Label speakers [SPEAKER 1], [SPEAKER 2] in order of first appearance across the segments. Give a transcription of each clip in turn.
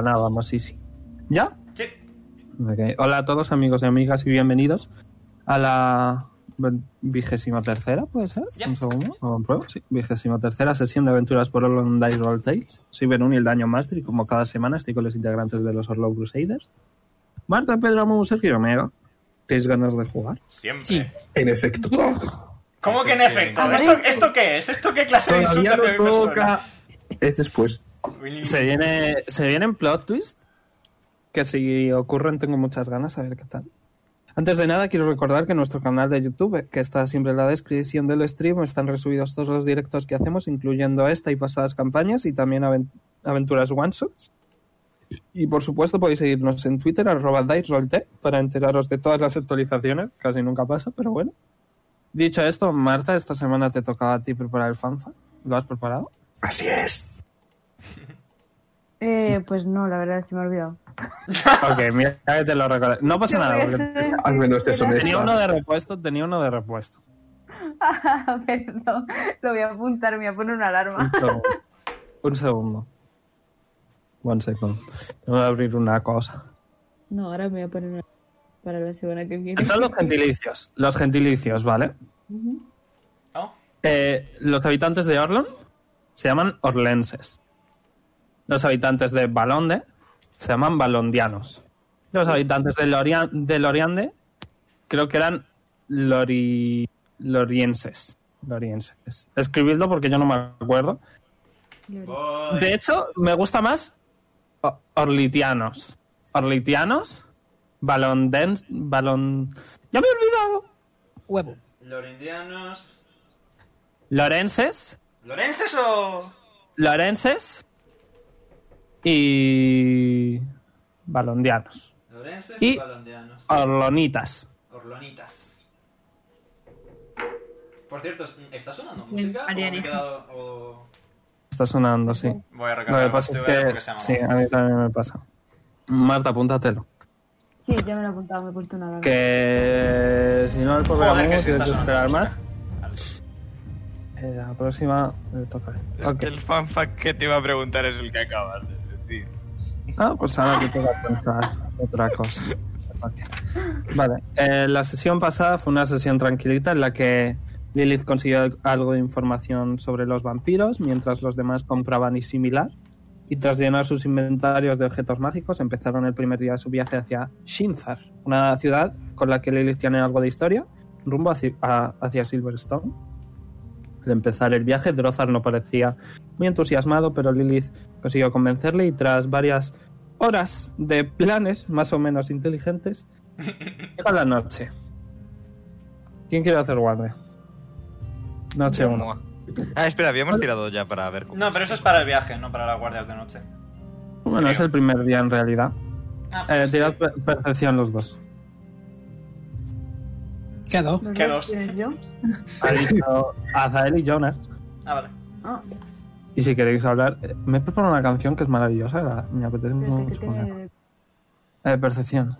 [SPEAKER 1] Nada, vamos, sí, sí. ¿Ya?
[SPEAKER 2] Sí.
[SPEAKER 1] Ok. Hola a todos, amigos y amigas, y bienvenidos a la vigésima tercera, ¿puede ser?
[SPEAKER 2] Ya.
[SPEAKER 1] Un segundo, lo compruebo. Sí, vigésima tercera sesión de aventuras por Orlon Die Roll Tales. Soy Benun y el Daño Master, y como cada semana estoy con los integrantes de los Orlon Crusaders. Marta, Pedro, Amu, Sergio y Omega. ¿Tenéis ganas de jugar?
[SPEAKER 2] Siempre.
[SPEAKER 3] Sí.
[SPEAKER 4] En efecto.
[SPEAKER 2] ¿Cómo que en efecto?
[SPEAKER 5] A ver.
[SPEAKER 2] ¿Esto, esto qué es? ¿Esto qué clase de insulto
[SPEAKER 4] Todavía
[SPEAKER 2] hacia mi
[SPEAKER 4] no
[SPEAKER 2] persona?
[SPEAKER 4] toca. Es después.
[SPEAKER 2] Willy-
[SPEAKER 1] Se viene, se vienen plot twist que si ocurren tengo muchas ganas a ver qué tal. Antes de nada quiero recordar que nuestro canal de YouTube, que está siempre en la descripción del stream, están resubidos todos los directos que hacemos, incluyendo esta y pasadas campañas y también aven- aventuras one shots. Y por supuesto podéis seguirnos en Twitter arroba DiceRollT para enteraros de todas las actualizaciones, casi nunca pasa, pero bueno. Dicho esto, Marta, esta semana te tocaba a ti preparar el fanfa. ¿Lo has preparado?
[SPEAKER 4] Así es.
[SPEAKER 5] Eh, pues no, la verdad, se me ha olvidado.
[SPEAKER 1] Ok, mira que te lo recordaré. No pasa nada.
[SPEAKER 5] Yo
[SPEAKER 1] porque
[SPEAKER 5] voy a ser
[SPEAKER 4] al menos te
[SPEAKER 5] sincera.
[SPEAKER 4] sonríe.
[SPEAKER 1] tenía uno de repuesto, tenía uno de repuesto.
[SPEAKER 5] Perdón, lo voy a apuntar, me voy a poner una alarma.
[SPEAKER 1] Un segundo. Un segundo. One second. Tengo que abrir una cosa.
[SPEAKER 6] No, ahora me voy a poner una para la semana que viene.
[SPEAKER 1] Están los gentilicios. Los gentilicios, ¿vale?
[SPEAKER 2] ¿No?
[SPEAKER 1] Eh, los habitantes de Orlon se llaman orlenses. Los habitantes de Balonde se llaman balondianos. Los habitantes de, Loria- de Loriande creo que eran lori- lorienses. Lorienses. Escribidlo porque yo no me acuerdo.
[SPEAKER 2] Voy.
[SPEAKER 1] De hecho, me gusta más o- Orlitianos. Orlitianos, Balondens, Balon... ¡Ya me he olvidado!
[SPEAKER 3] Huevo.
[SPEAKER 2] Lorendianos.
[SPEAKER 1] Lorenses,
[SPEAKER 2] ¿Lorenses o.?
[SPEAKER 1] Lorenses y... Balondianos.
[SPEAKER 2] Lorenses
[SPEAKER 1] Y-
[SPEAKER 2] o balondianos.
[SPEAKER 1] Orlonitas.
[SPEAKER 2] Orlonitas. Por cierto, ¿está sonando música? ¿O me he
[SPEAKER 5] Arianeja.
[SPEAKER 2] quedado- o-
[SPEAKER 1] Está sonando, sí.
[SPEAKER 2] Voy a
[SPEAKER 1] Lo que
[SPEAKER 2] recargar más
[SPEAKER 1] pasa es
[SPEAKER 2] TV porque se
[SPEAKER 1] que...
[SPEAKER 2] llama.
[SPEAKER 1] Sí, a mí también me pasa. Marta, apúntatelo.
[SPEAKER 5] Sí, ya me lo he apuntado, me he puesto una alarma.
[SPEAKER 1] Que... Si no, el programa
[SPEAKER 2] Joder, que
[SPEAKER 1] tienes
[SPEAKER 2] sí
[SPEAKER 1] que
[SPEAKER 2] está sonando
[SPEAKER 1] esperar más.
[SPEAKER 2] música.
[SPEAKER 1] Eh, la próxima le toca.
[SPEAKER 7] Es
[SPEAKER 1] Ok.
[SPEAKER 7] que el fanfact que te iba a preguntar es el que acabas de decir.
[SPEAKER 1] Ah, pues ahora te toca pensar otra cosa. Vale, eh, la sesión pasada fue una sesión tranquilita en la que Lilith consiguió algo de información sobre los vampiros, mientras los demás compraban y similar. Y tras llenar sus inventarios de objetos mágicos, empezaron el primer día de su viaje hacia Shinzar, una ciudad con la que Lilith tiene algo de historia, rumbo hacia, a- hacia Silverstone. Al empezar el viaje, Drozar no parecía muy entusiasmado, pero Lilith consiguió convencerle y tras varias horas de planes más o menos inteligentes, llega la noche. ¿Quién quiere hacer guardia? Noche 1.
[SPEAKER 7] Mua. Ah, espera, habíamos tirado ya para ver cómo.
[SPEAKER 2] No, pero eso es para el viaje, no para las guardias de noche.
[SPEAKER 1] Bueno, es el primer día en realidad.
[SPEAKER 2] Ah,
[SPEAKER 1] Eh,
[SPEAKER 2] pues
[SPEAKER 1] tirad
[SPEAKER 2] sí.
[SPEAKER 1] per- percepción los dos.
[SPEAKER 3] Quedó.
[SPEAKER 5] ¿Los
[SPEAKER 2] ¿Qué
[SPEAKER 5] dos
[SPEAKER 2] dos?
[SPEAKER 5] tienes yo?
[SPEAKER 1] Ha dicho Azael y Jonas.
[SPEAKER 2] Ah, vale.
[SPEAKER 5] Ah,
[SPEAKER 1] Y si queréis hablar, eh, me he preparado una canción que es maravillosa. la- me apetece
[SPEAKER 5] espérate,
[SPEAKER 1] mucho
[SPEAKER 5] que tiene
[SPEAKER 1] escucharla.
[SPEAKER 5] de-
[SPEAKER 1] Eh, percepción.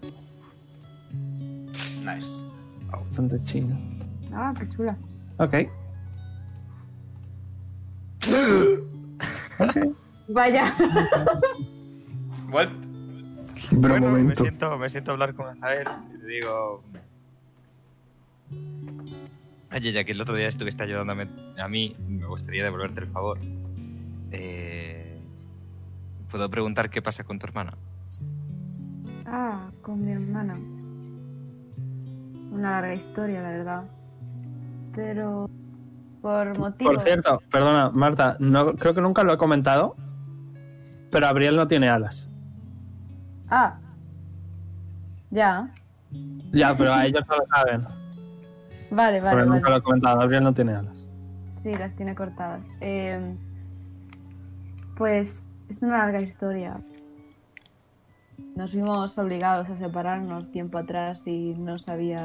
[SPEAKER 2] Nice.
[SPEAKER 1] Bastante chido.
[SPEAKER 5] Ah, qué chula.
[SPEAKER 1] Ok.
[SPEAKER 5] Vaya,
[SPEAKER 2] Bueno,
[SPEAKER 4] Pero
[SPEAKER 7] bueno,
[SPEAKER 4] un momento.
[SPEAKER 7] Me siento, me siento a hablar con Azael y le digo. Oye, ya que el otro día estuviste ayudándome a mí, me gustaría devolverte el favor. Eh, ¿Puedo preguntar qué pasa con tu hermana?
[SPEAKER 5] ah, con mi hermana. Una larga historia, la verdad. Pero por motivos...
[SPEAKER 1] Por cierto, perdona, Marta, no, creo que nunca lo he comentado, pero Abriel no tiene alas.
[SPEAKER 5] Ah, ya.
[SPEAKER 1] Ya, pero a ellos no lo saben. porque
[SPEAKER 5] Vale, vale, vale.
[SPEAKER 1] nunca lo he comentado, Abriel no tiene alas.
[SPEAKER 5] Sí, las tiene cortadas. Eh, pues es una larga historia. Nos vimos obligados a separarnos tiempo atrás y no sabía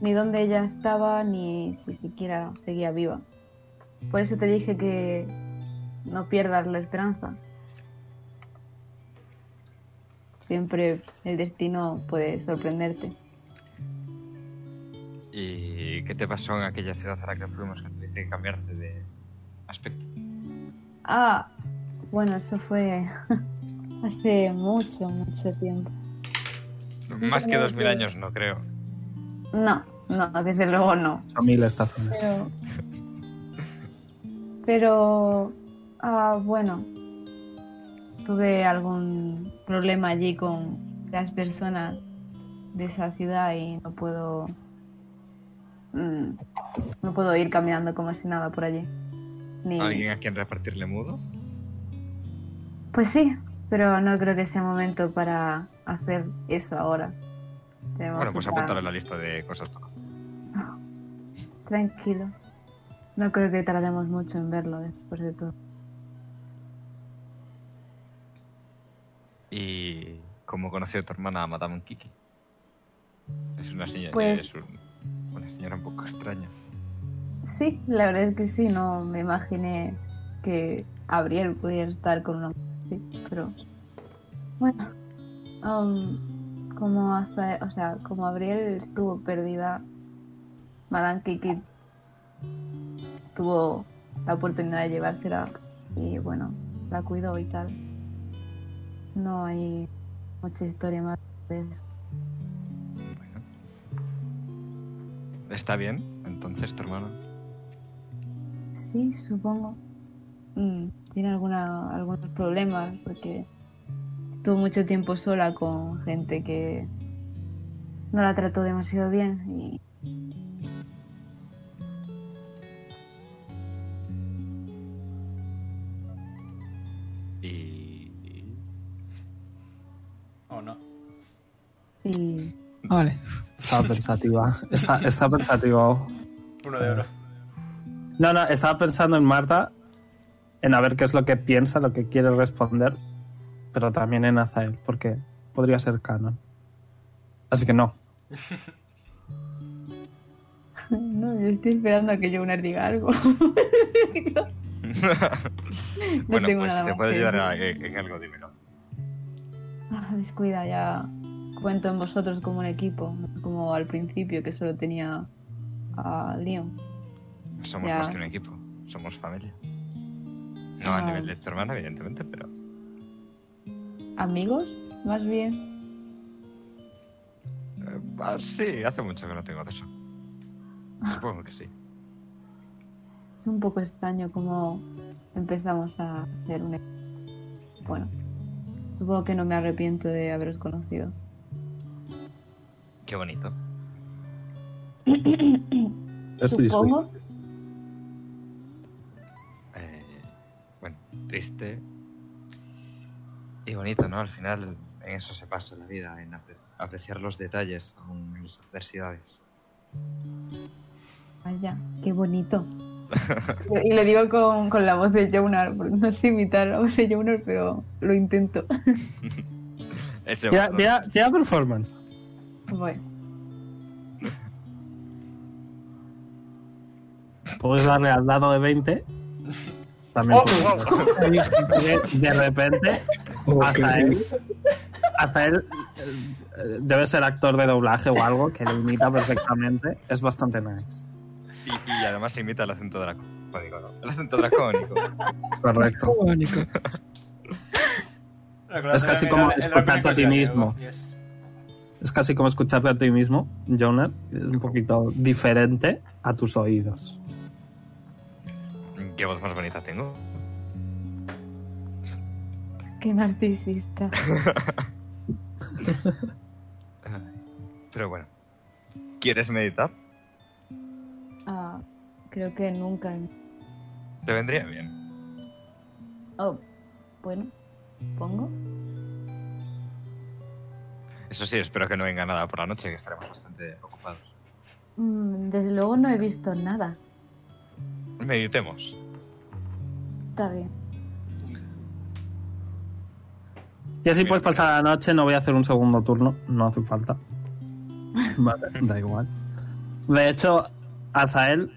[SPEAKER 5] ni dónde ella estaba ni si siquiera seguía viva. Por eso te dije que no pierdas la esperanza. Siempre el destino puede sorprenderte.
[SPEAKER 7] ¿Y qué te pasó en aquella ciudad a la que fuimos que tuviste que cambiarte de aspecto?
[SPEAKER 5] Ah, bueno, eso fue Hace mucho, mucho tiempo.
[SPEAKER 7] Más que dos mil años, no creo.
[SPEAKER 5] No, no, desde luego no.
[SPEAKER 1] A mí la estación.
[SPEAKER 5] Pero. Pero. ah, bueno. Tuve algún problema allí con las personas de esa ciudad y no puedo. mm, no puedo ir caminando como si nada por allí. Ni-
[SPEAKER 7] ¿Alguien a quien repartirle mudos?
[SPEAKER 5] Pues sí, pero no creo que sea momento para hacer eso ahora. Tenemos
[SPEAKER 7] Bueno, pues
[SPEAKER 5] otra-
[SPEAKER 7] apúntalo en la lista de cosas para hacer.
[SPEAKER 5] Tranquilo. No creo que tardemos mucho en verlo después de todo.
[SPEAKER 7] ¿Y cómo conoció tu hermana a Madame Kiki? Es una señora,
[SPEAKER 5] Pues-
[SPEAKER 7] es un- una señora un poco extraña.
[SPEAKER 5] Sí, la verdad es que sí, no me imaginé que Gabriel pudiera estar con una mujer así, pero bueno, am, como hasta, o sea, como Gabriel estuvo perdida, Madame Kiki tuvo la oportunidad de llevársela y bueno, la cuidó y tal. No hay mucha historia más de eso.
[SPEAKER 7] Bueno. ¿Está bien? Entonces, tu hermana.
[SPEAKER 5] Sí, supongo. Mm, tiene alguna, algunos problemas porque estuvo mucho tiempo sola con gente que no la trató demasiado bien y
[SPEAKER 7] Y.
[SPEAKER 2] ¿O no?
[SPEAKER 5] y
[SPEAKER 3] Vale.
[SPEAKER 1] Estaba pensativa. Está, está pensativo.
[SPEAKER 2] Uno de oro.
[SPEAKER 1] No, no, estaba pensando en Marta, en a ver qué es lo que piensa, lo que quiere responder, pero también en Azael, porque podría ser canon. Así que no.
[SPEAKER 5] no, yo estoy esperando a que Jonar diga algo. Yo no
[SPEAKER 7] bueno,
[SPEAKER 5] tengo nada
[SPEAKER 7] pues si te
[SPEAKER 5] más
[SPEAKER 7] puede
[SPEAKER 5] que
[SPEAKER 7] ayudar
[SPEAKER 5] decir.
[SPEAKER 7] a- en en algo, dímelo.
[SPEAKER 5] Ah, descuida, ya cuento en vosotros como un equipo, no como al principio que solo tenía a Leon.
[SPEAKER 7] Somos
[SPEAKER 5] Ya.
[SPEAKER 7] más que un equipo, somos familia. No a
[SPEAKER 5] Ah.
[SPEAKER 7] nivel de tu hermana, evidentemente, pero.
[SPEAKER 5] ¿Amigos? Más bien.
[SPEAKER 7] eh, ah, sí, hace mucho que no tengo de eso. Supongo que sí.
[SPEAKER 5] Es un poco extraño cómo empezamos a hacer un... Bueno, supongo que no me arrepiento de haberos conocido.
[SPEAKER 7] Qué bonito.
[SPEAKER 1] Es Lisuy.
[SPEAKER 5] supongo.
[SPEAKER 7] Eh, bueno, triste. Y bonito, ¿no? Al final, en eso se pasa la vida, en apre- apreciar los detalles, aun en las adversidades.
[SPEAKER 5] Vaya, qué bonito. y lo digo con, con la voz de Jonar, porque no sé imitar la voz de Jonar, pero lo intento.
[SPEAKER 7] Ese
[SPEAKER 1] Tira-
[SPEAKER 7] botón.
[SPEAKER 1] tira- tira performance.
[SPEAKER 5] Bueno,
[SPEAKER 1] Puedes darle al dado de 20. También
[SPEAKER 2] Oh,
[SPEAKER 1] puedes- de, de repente, hasta
[SPEAKER 4] ¿eh?
[SPEAKER 1] él, hasta él, eh, debe ser actor de doblaje o algo que le imita perfectamente. Es bastante nice.
[SPEAKER 7] Y, y además imita el acento dracónico. ¿no? El acento dracónico.
[SPEAKER 1] Correcto.
[SPEAKER 3] Cónico.
[SPEAKER 1] Es casi como escucharte a ti mismo.
[SPEAKER 2] Yes.
[SPEAKER 1] Es casi como escucharte a ti mismo, Jonah. Es un poquito diferente a tus oídos.
[SPEAKER 7] Qué voz más bonita tengo.
[SPEAKER 5] qué narcisista.
[SPEAKER 7] Ay, Pero bueno. ¿Quieres meditar?
[SPEAKER 5] Ah, creo que nunca...
[SPEAKER 7] Te vendría bien.
[SPEAKER 5] Oh, bueno, pongo.
[SPEAKER 7] Eso sí, espero que no venga nada por la noche, que estaremos bastante ocupados.
[SPEAKER 5] Mm, desde luego no he visto nada.
[SPEAKER 7] Meditemos.
[SPEAKER 5] Está bien.
[SPEAKER 1] Y así
[SPEAKER 7] Mira,
[SPEAKER 1] puedes
[SPEAKER 7] mira.
[SPEAKER 1] pasar la noche, no voy a hacer un segundo turno, no hace falta. Vale, da igual. De hecho, Azael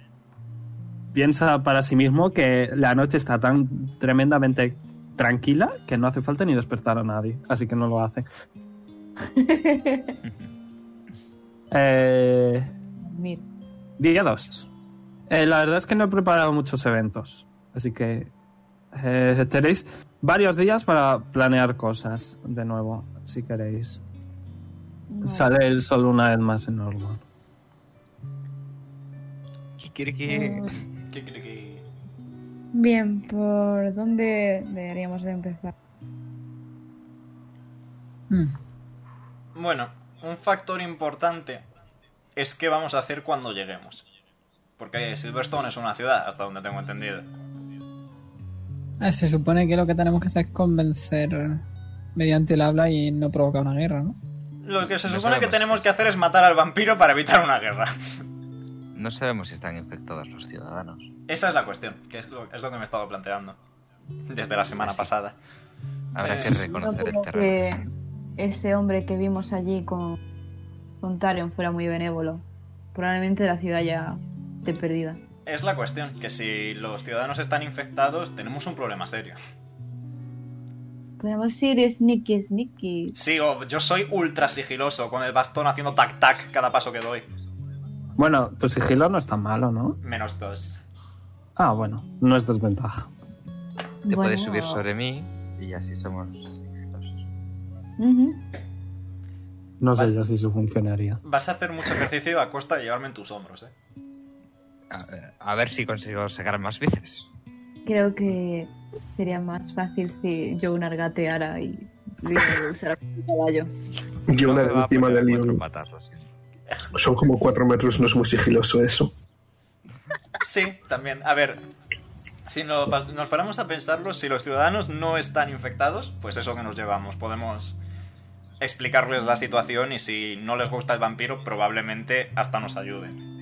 [SPEAKER 1] piensa para sí mismo que la noche está tan tremendamente tranquila que no hace falta ni despertar a nadie, así que no lo hace. Eh,
[SPEAKER 5] Mira.
[SPEAKER 1] Día 2. la verdad es que no he preparado muchos eventos. Así que. eh, tenéis, varios días para planear cosas de nuevo, si queréis.
[SPEAKER 5] Vale.
[SPEAKER 1] Sale el sol una vez más en Orlon.
[SPEAKER 7] Kikiriki.
[SPEAKER 2] ¿Qué cree que.?
[SPEAKER 6] Bien, ¿por dónde deberíamos de empezar?
[SPEAKER 3] Hmm.
[SPEAKER 2] Bueno, un factor importante es qué vamos a hacer cuando lleguemos. Porque Silverstone es una ciudad, hasta donde tengo entendido.
[SPEAKER 3] Ah, se supone que lo que tenemos que hacer es convencer mediante el habla y no provocar una guerra, ¿no?
[SPEAKER 2] Lo que se
[SPEAKER 7] No
[SPEAKER 2] supone que
[SPEAKER 7] sabemos.
[SPEAKER 2] tenemos que hacer es matar al vampiro para evitar una guerra.
[SPEAKER 7] No sabemos si están infectados los ciudadanos.
[SPEAKER 2] Esa es la cuestión, que es lo, es lo que me he estado planteando desde la semana
[SPEAKER 7] Ah, Sí.
[SPEAKER 2] pasada.
[SPEAKER 7] Habrá
[SPEAKER 2] Eh,
[SPEAKER 7] que
[SPEAKER 2] no
[SPEAKER 7] reconocer el
[SPEAKER 5] como
[SPEAKER 7] terreno.
[SPEAKER 5] que ese hombre que vimos allí con, con Tarion fuera muy benévolo. Probablemente la ciudad ya esté perdida.
[SPEAKER 2] Es la cuestión, que si los ciudadanos están infectados, tenemos un problema serio.
[SPEAKER 5] Podemos ir sneaky, sneaky.
[SPEAKER 2] Sí, o- yo soy ultra sigiloso, con el bastón haciendo tac-tac cada paso que doy.
[SPEAKER 1] Bueno, tu sigilo no es tan malo, ¿no?
[SPEAKER 2] Menos dos.
[SPEAKER 1] Ah, bueno, no es desventaja.
[SPEAKER 7] Te
[SPEAKER 5] Bueno,
[SPEAKER 7] puedes subir sobre mí y así somos exitosos.
[SPEAKER 5] ujú.
[SPEAKER 1] No sé
[SPEAKER 2] Vale.
[SPEAKER 1] yo si eso funcionaría.
[SPEAKER 2] Vas a hacer mucho ejercicio a costa de llevarme en tus hombros, ¿eh?
[SPEAKER 7] A, a ver si consigo sacar más veces.
[SPEAKER 5] Creo que sería más fácil si yo argateara y Leo usara un caballo.
[SPEAKER 4] Yo una
[SPEAKER 7] No me va a
[SPEAKER 4] encima
[SPEAKER 7] poner
[SPEAKER 4] del
[SPEAKER 7] cuatro
[SPEAKER 4] libro.
[SPEAKER 7] patas, lo siento.
[SPEAKER 4] Son como cuatro metros, no es muy sigiloso eso.
[SPEAKER 2] Sí, también. A ver, si no pas- nos paramos a pensarlo, si los ciudadanos no están infectados, pues eso que nos llevamos. Podemos explicarles la situación y si no les gusta el vampiro, probablemente hasta nos ayuden.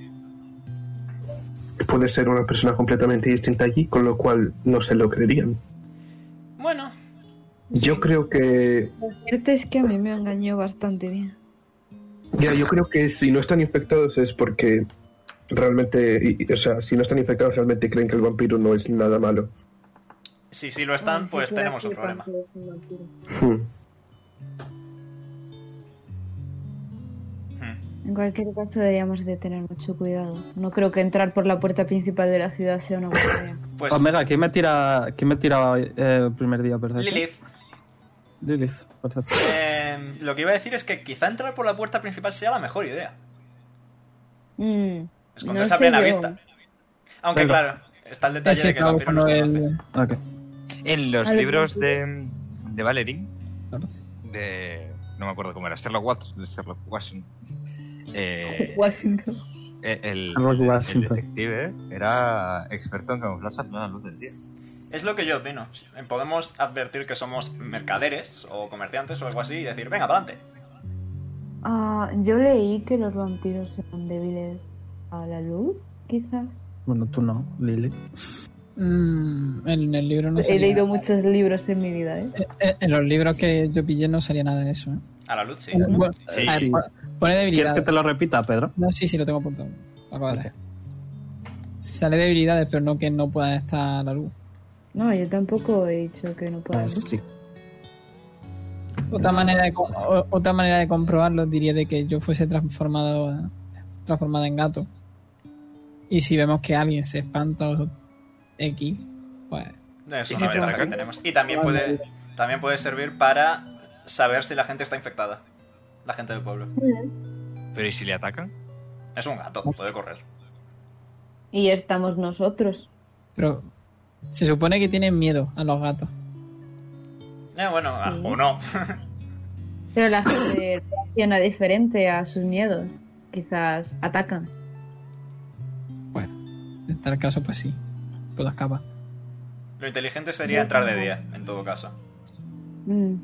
[SPEAKER 4] Puede ser una persona completamente distinta allí, con lo cual no se lo creerían.
[SPEAKER 2] Bueno,
[SPEAKER 4] Yo creo que.
[SPEAKER 6] Lo cierto es que a mí me engañó bastante bien.
[SPEAKER 4] Ya, yo creo que si no están infectados es porque realmente. y- y- o sea, si no están infectados realmente creen que el vampiro no es nada malo.
[SPEAKER 2] si sí lo están,
[SPEAKER 6] Ni
[SPEAKER 2] pues
[SPEAKER 6] siquiera
[SPEAKER 2] tenemos
[SPEAKER 6] sé
[SPEAKER 2] un problema.
[SPEAKER 6] cuánto es un vampiro.
[SPEAKER 4] Hmm.
[SPEAKER 2] Hmm.
[SPEAKER 5] En cualquier caso, deberíamos de tener mucho cuidado. No creo que entrar por la puerta principal de la ciudad sea una buena idea.
[SPEAKER 2] Pues
[SPEAKER 1] Omega, ¿quién me tira, quién me tira hoy, eh, el primer día, perdón?
[SPEAKER 2] Lilith,
[SPEAKER 1] Lilith, perfecto.
[SPEAKER 2] eh, lo que iba a decir es que quizá entrar por la puerta principal sea la mejor idea.
[SPEAKER 5] Mm,
[SPEAKER 2] Esconderse a
[SPEAKER 5] sé
[SPEAKER 2] plena
[SPEAKER 5] yo.
[SPEAKER 2] vista. Aunque
[SPEAKER 1] Venga.
[SPEAKER 2] claro, está el detalle
[SPEAKER 3] Ese
[SPEAKER 2] de que el
[SPEAKER 3] cabo
[SPEAKER 2] vampiro no
[SPEAKER 3] cuando
[SPEAKER 2] se
[SPEAKER 3] el...
[SPEAKER 2] conoce.
[SPEAKER 1] Ok.
[SPEAKER 7] En los
[SPEAKER 6] A ver,
[SPEAKER 7] libros de, de Valerie,
[SPEAKER 3] Ahora sí. de
[SPEAKER 7] de. No me acuerdo cómo era, Sherlock Watts, de Sherlock Washington. eh,
[SPEAKER 6] Washington.
[SPEAKER 7] eh, el,
[SPEAKER 1] Sherlock
[SPEAKER 7] el
[SPEAKER 1] Washington.
[SPEAKER 7] detective era experto en camuflarse a plena luz del día.
[SPEAKER 2] Es lo que yo opino. Podemos advertir que somos mercaderes o comerciantes o algo así y decir, venga, adelante.
[SPEAKER 5] Ah, yo leí que los vampiros eran débiles a la luz, quizás.
[SPEAKER 1] Bueno, tú no, Lilith.
[SPEAKER 3] Mm, en el libro no
[SPEAKER 5] He
[SPEAKER 3] salía-
[SPEAKER 5] leído muchos libros en mi vida, ¿eh?
[SPEAKER 3] Eh, eh, En los libros que yo pillé no salía nada de eso. ¿eh?
[SPEAKER 2] A la luz, sí.
[SPEAKER 3] Bueno,
[SPEAKER 7] Sí.
[SPEAKER 3] a ver,
[SPEAKER 1] Sí.
[SPEAKER 3] pon- Pone
[SPEAKER 1] ¿Quieres
[SPEAKER 3] debilidad.
[SPEAKER 1] que te lo repita, Pedro?
[SPEAKER 3] No, sí, sí, lo tengo apuntado. Lo acabo de leer. Sale debilidades, pero no que no puedan estar a la luz.
[SPEAKER 5] No, yo tampoco he dicho que no
[SPEAKER 1] Ah,
[SPEAKER 5] pueda.
[SPEAKER 1] eso sí.
[SPEAKER 3] Otra manera de, com- o- otra manera de comprobarlo diría de que yo fuese transformado transformada en gato. Y si vemos que alguien se espanta o X, pues
[SPEAKER 2] Es
[SPEAKER 7] ¿Y
[SPEAKER 2] una
[SPEAKER 7] si
[SPEAKER 2] ventaja
[SPEAKER 7] te
[SPEAKER 2] que
[SPEAKER 7] atacan?
[SPEAKER 2] tenemos. Y también puede, también puede servir para saber si la gente está infectada. La gente del pueblo.
[SPEAKER 7] Pero ¿y si le atacan?
[SPEAKER 2] Es un gato, puede correr.
[SPEAKER 5] Y estamos nosotros.
[SPEAKER 3] pero se supone que tienen miedo a los gatos.
[SPEAKER 2] Eh, bueno,
[SPEAKER 5] Sí.
[SPEAKER 2] ah, o no.
[SPEAKER 5] Pero la gente reacciona diferente a sus miedos. Quizás atacan.
[SPEAKER 3] En tal caso, pues sí. Puedo escapar.
[SPEAKER 2] Lo inteligente sería entrar de día, en todo caso.
[SPEAKER 5] Mm.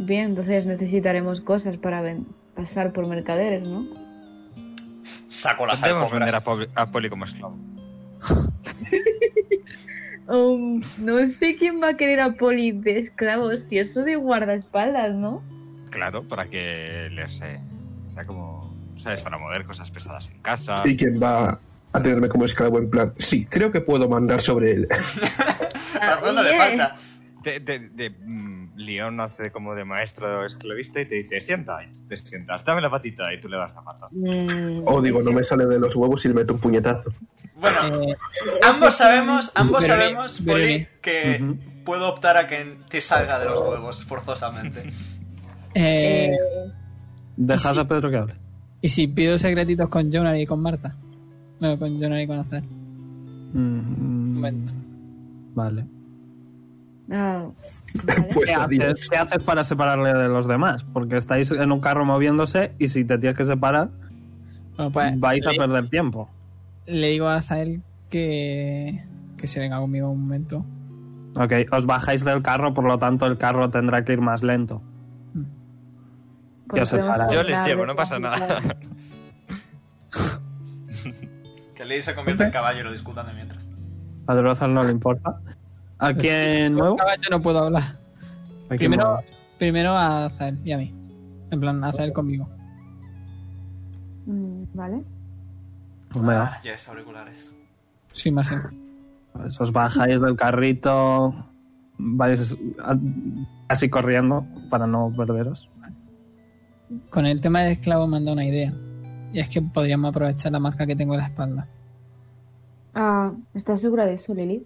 [SPEAKER 5] Bien, entonces necesitaremos cosas para ven- pasar por mercaderes, ¿no?
[SPEAKER 2] Saco las
[SPEAKER 7] Podemos Pues vender a
[SPEAKER 2] alfombras.
[SPEAKER 7] Poli, a Poli como esclavo.
[SPEAKER 5] Um, no sé quién va a querer a Poli de esclavos y eso de guardaespaldas, ¿no?
[SPEAKER 7] Claro, para que le sé, sea como. ¿Sabes? Para mover cosas pesadas en casa.
[SPEAKER 4] Y quien va a tenerme como esclavo en plan. Sí, creo que puedo mandar sobre él.
[SPEAKER 2] Razón no le
[SPEAKER 5] Bien.
[SPEAKER 2] falta.
[SPEAKER 7] De, de, de, mm, León hace como de maestro esclavista y te dice: Sienta, y tú te sientas, dame la patita y tú le das la pata.
[SPEAKER 5] Mm,
[SPEAKER 4] O digo,
[SPEAKER 5] eso-
[SPEAKER 4] no me sale de los huevos y le meto un puñetazo.
[SPEAKER 2] Bueno,
[SPEAKER 3] Eh,
[SPEAKER 2] ambos sabemos, ambos
[SPEAKER 3] Veré,
[SPEAKER 2] sabemos, Poli,
[SPEAKER 3] veré.
[SPEAKER 2] que puedo optar a que te salga de los huevos, forzosamente.
[SPEAKER 3] eh,
[SPEAKER 1] Dejad
[SPEAKER 3] Sí.
[SPEAKER 1] a Pedro que hable.
[SPEAKER 3] y si pido secretitos con Jonah y con Marta. No, con Jonah y con Azar.
[SPEAKER 1] Mm,
[SPEAKER 3] Un momento.
[SPEAKER 1] Vale.
[SPEAKER 5] Ah, vale.
[SPEAKER 4] Pues
[SPEAKER 1] ¿Qué
[SPEAKER 4] adiós.
[SPEAKER 1] haces, qué haces para separarle de los demás? Porque estáis en un carro moviéndose y si te tienes que separar,
[SPEAKER 3] Bueno, pues,
[SPEAKER 1] vais a
[SPEAKER 3] le-
[SPEAKER 1] perder tiempo.
[SPEAKER 3] le digo a Azael que, que se venga conmigo un momento.
[SPEAKER 1] Ok, os bajáis del carro, por lo tanto el carro tendrá que ir más lento.
[SPEAKER 5] Pues
[SPEAKER 1] Ya se
[SPEAKER 5] podemos
[SPEAKER 1] para.
[SPEAKER 7] Yo les
[SPEAKER 5] hablar
[SPEAKER 7] llevo,
[SPEAKER 5] de
[SPEAKER 7] no pasa nada.
[SPEAKER 5] tráfico.
[SPEAKER 2] Que Lady se convierta en caballo y lo discutan de mientras.
[SPEAKER 1] A Drozar no le importa.
[SPEAKER 3] Pues,
[SPEAKER 1] ¿A quién nuevo?
[SPEAKER 3] Con Caballo no puedo hablar.
[SPEAKER 1] ¿A quién
[SPEAKER 3] Primero,
[SPEAKER 1] nuevo?
[SPEAKER 3] primero a Azael y a mí. En plan, a Azael conmigo.
[SPEAKER 5] Mm, Vale.
[SPEAKER 4] Pues
[SPEAKER 1] Omega.
[SPEAKER 2] Ah, yes, auriculares.
[SPEAKER 3] Sí, más sí.
[SPEAKER 1] Pues os bajáis del carrito, vais a- así corriendo para no perderos.
[SPEAKER 3] Con el tema del esclavo me han dado una idea. Y es que podríamos aprovechar la marca que tengo en la espalda.
[SPEAKER 5] Ah, ¿Estás segura de eso, Lilith?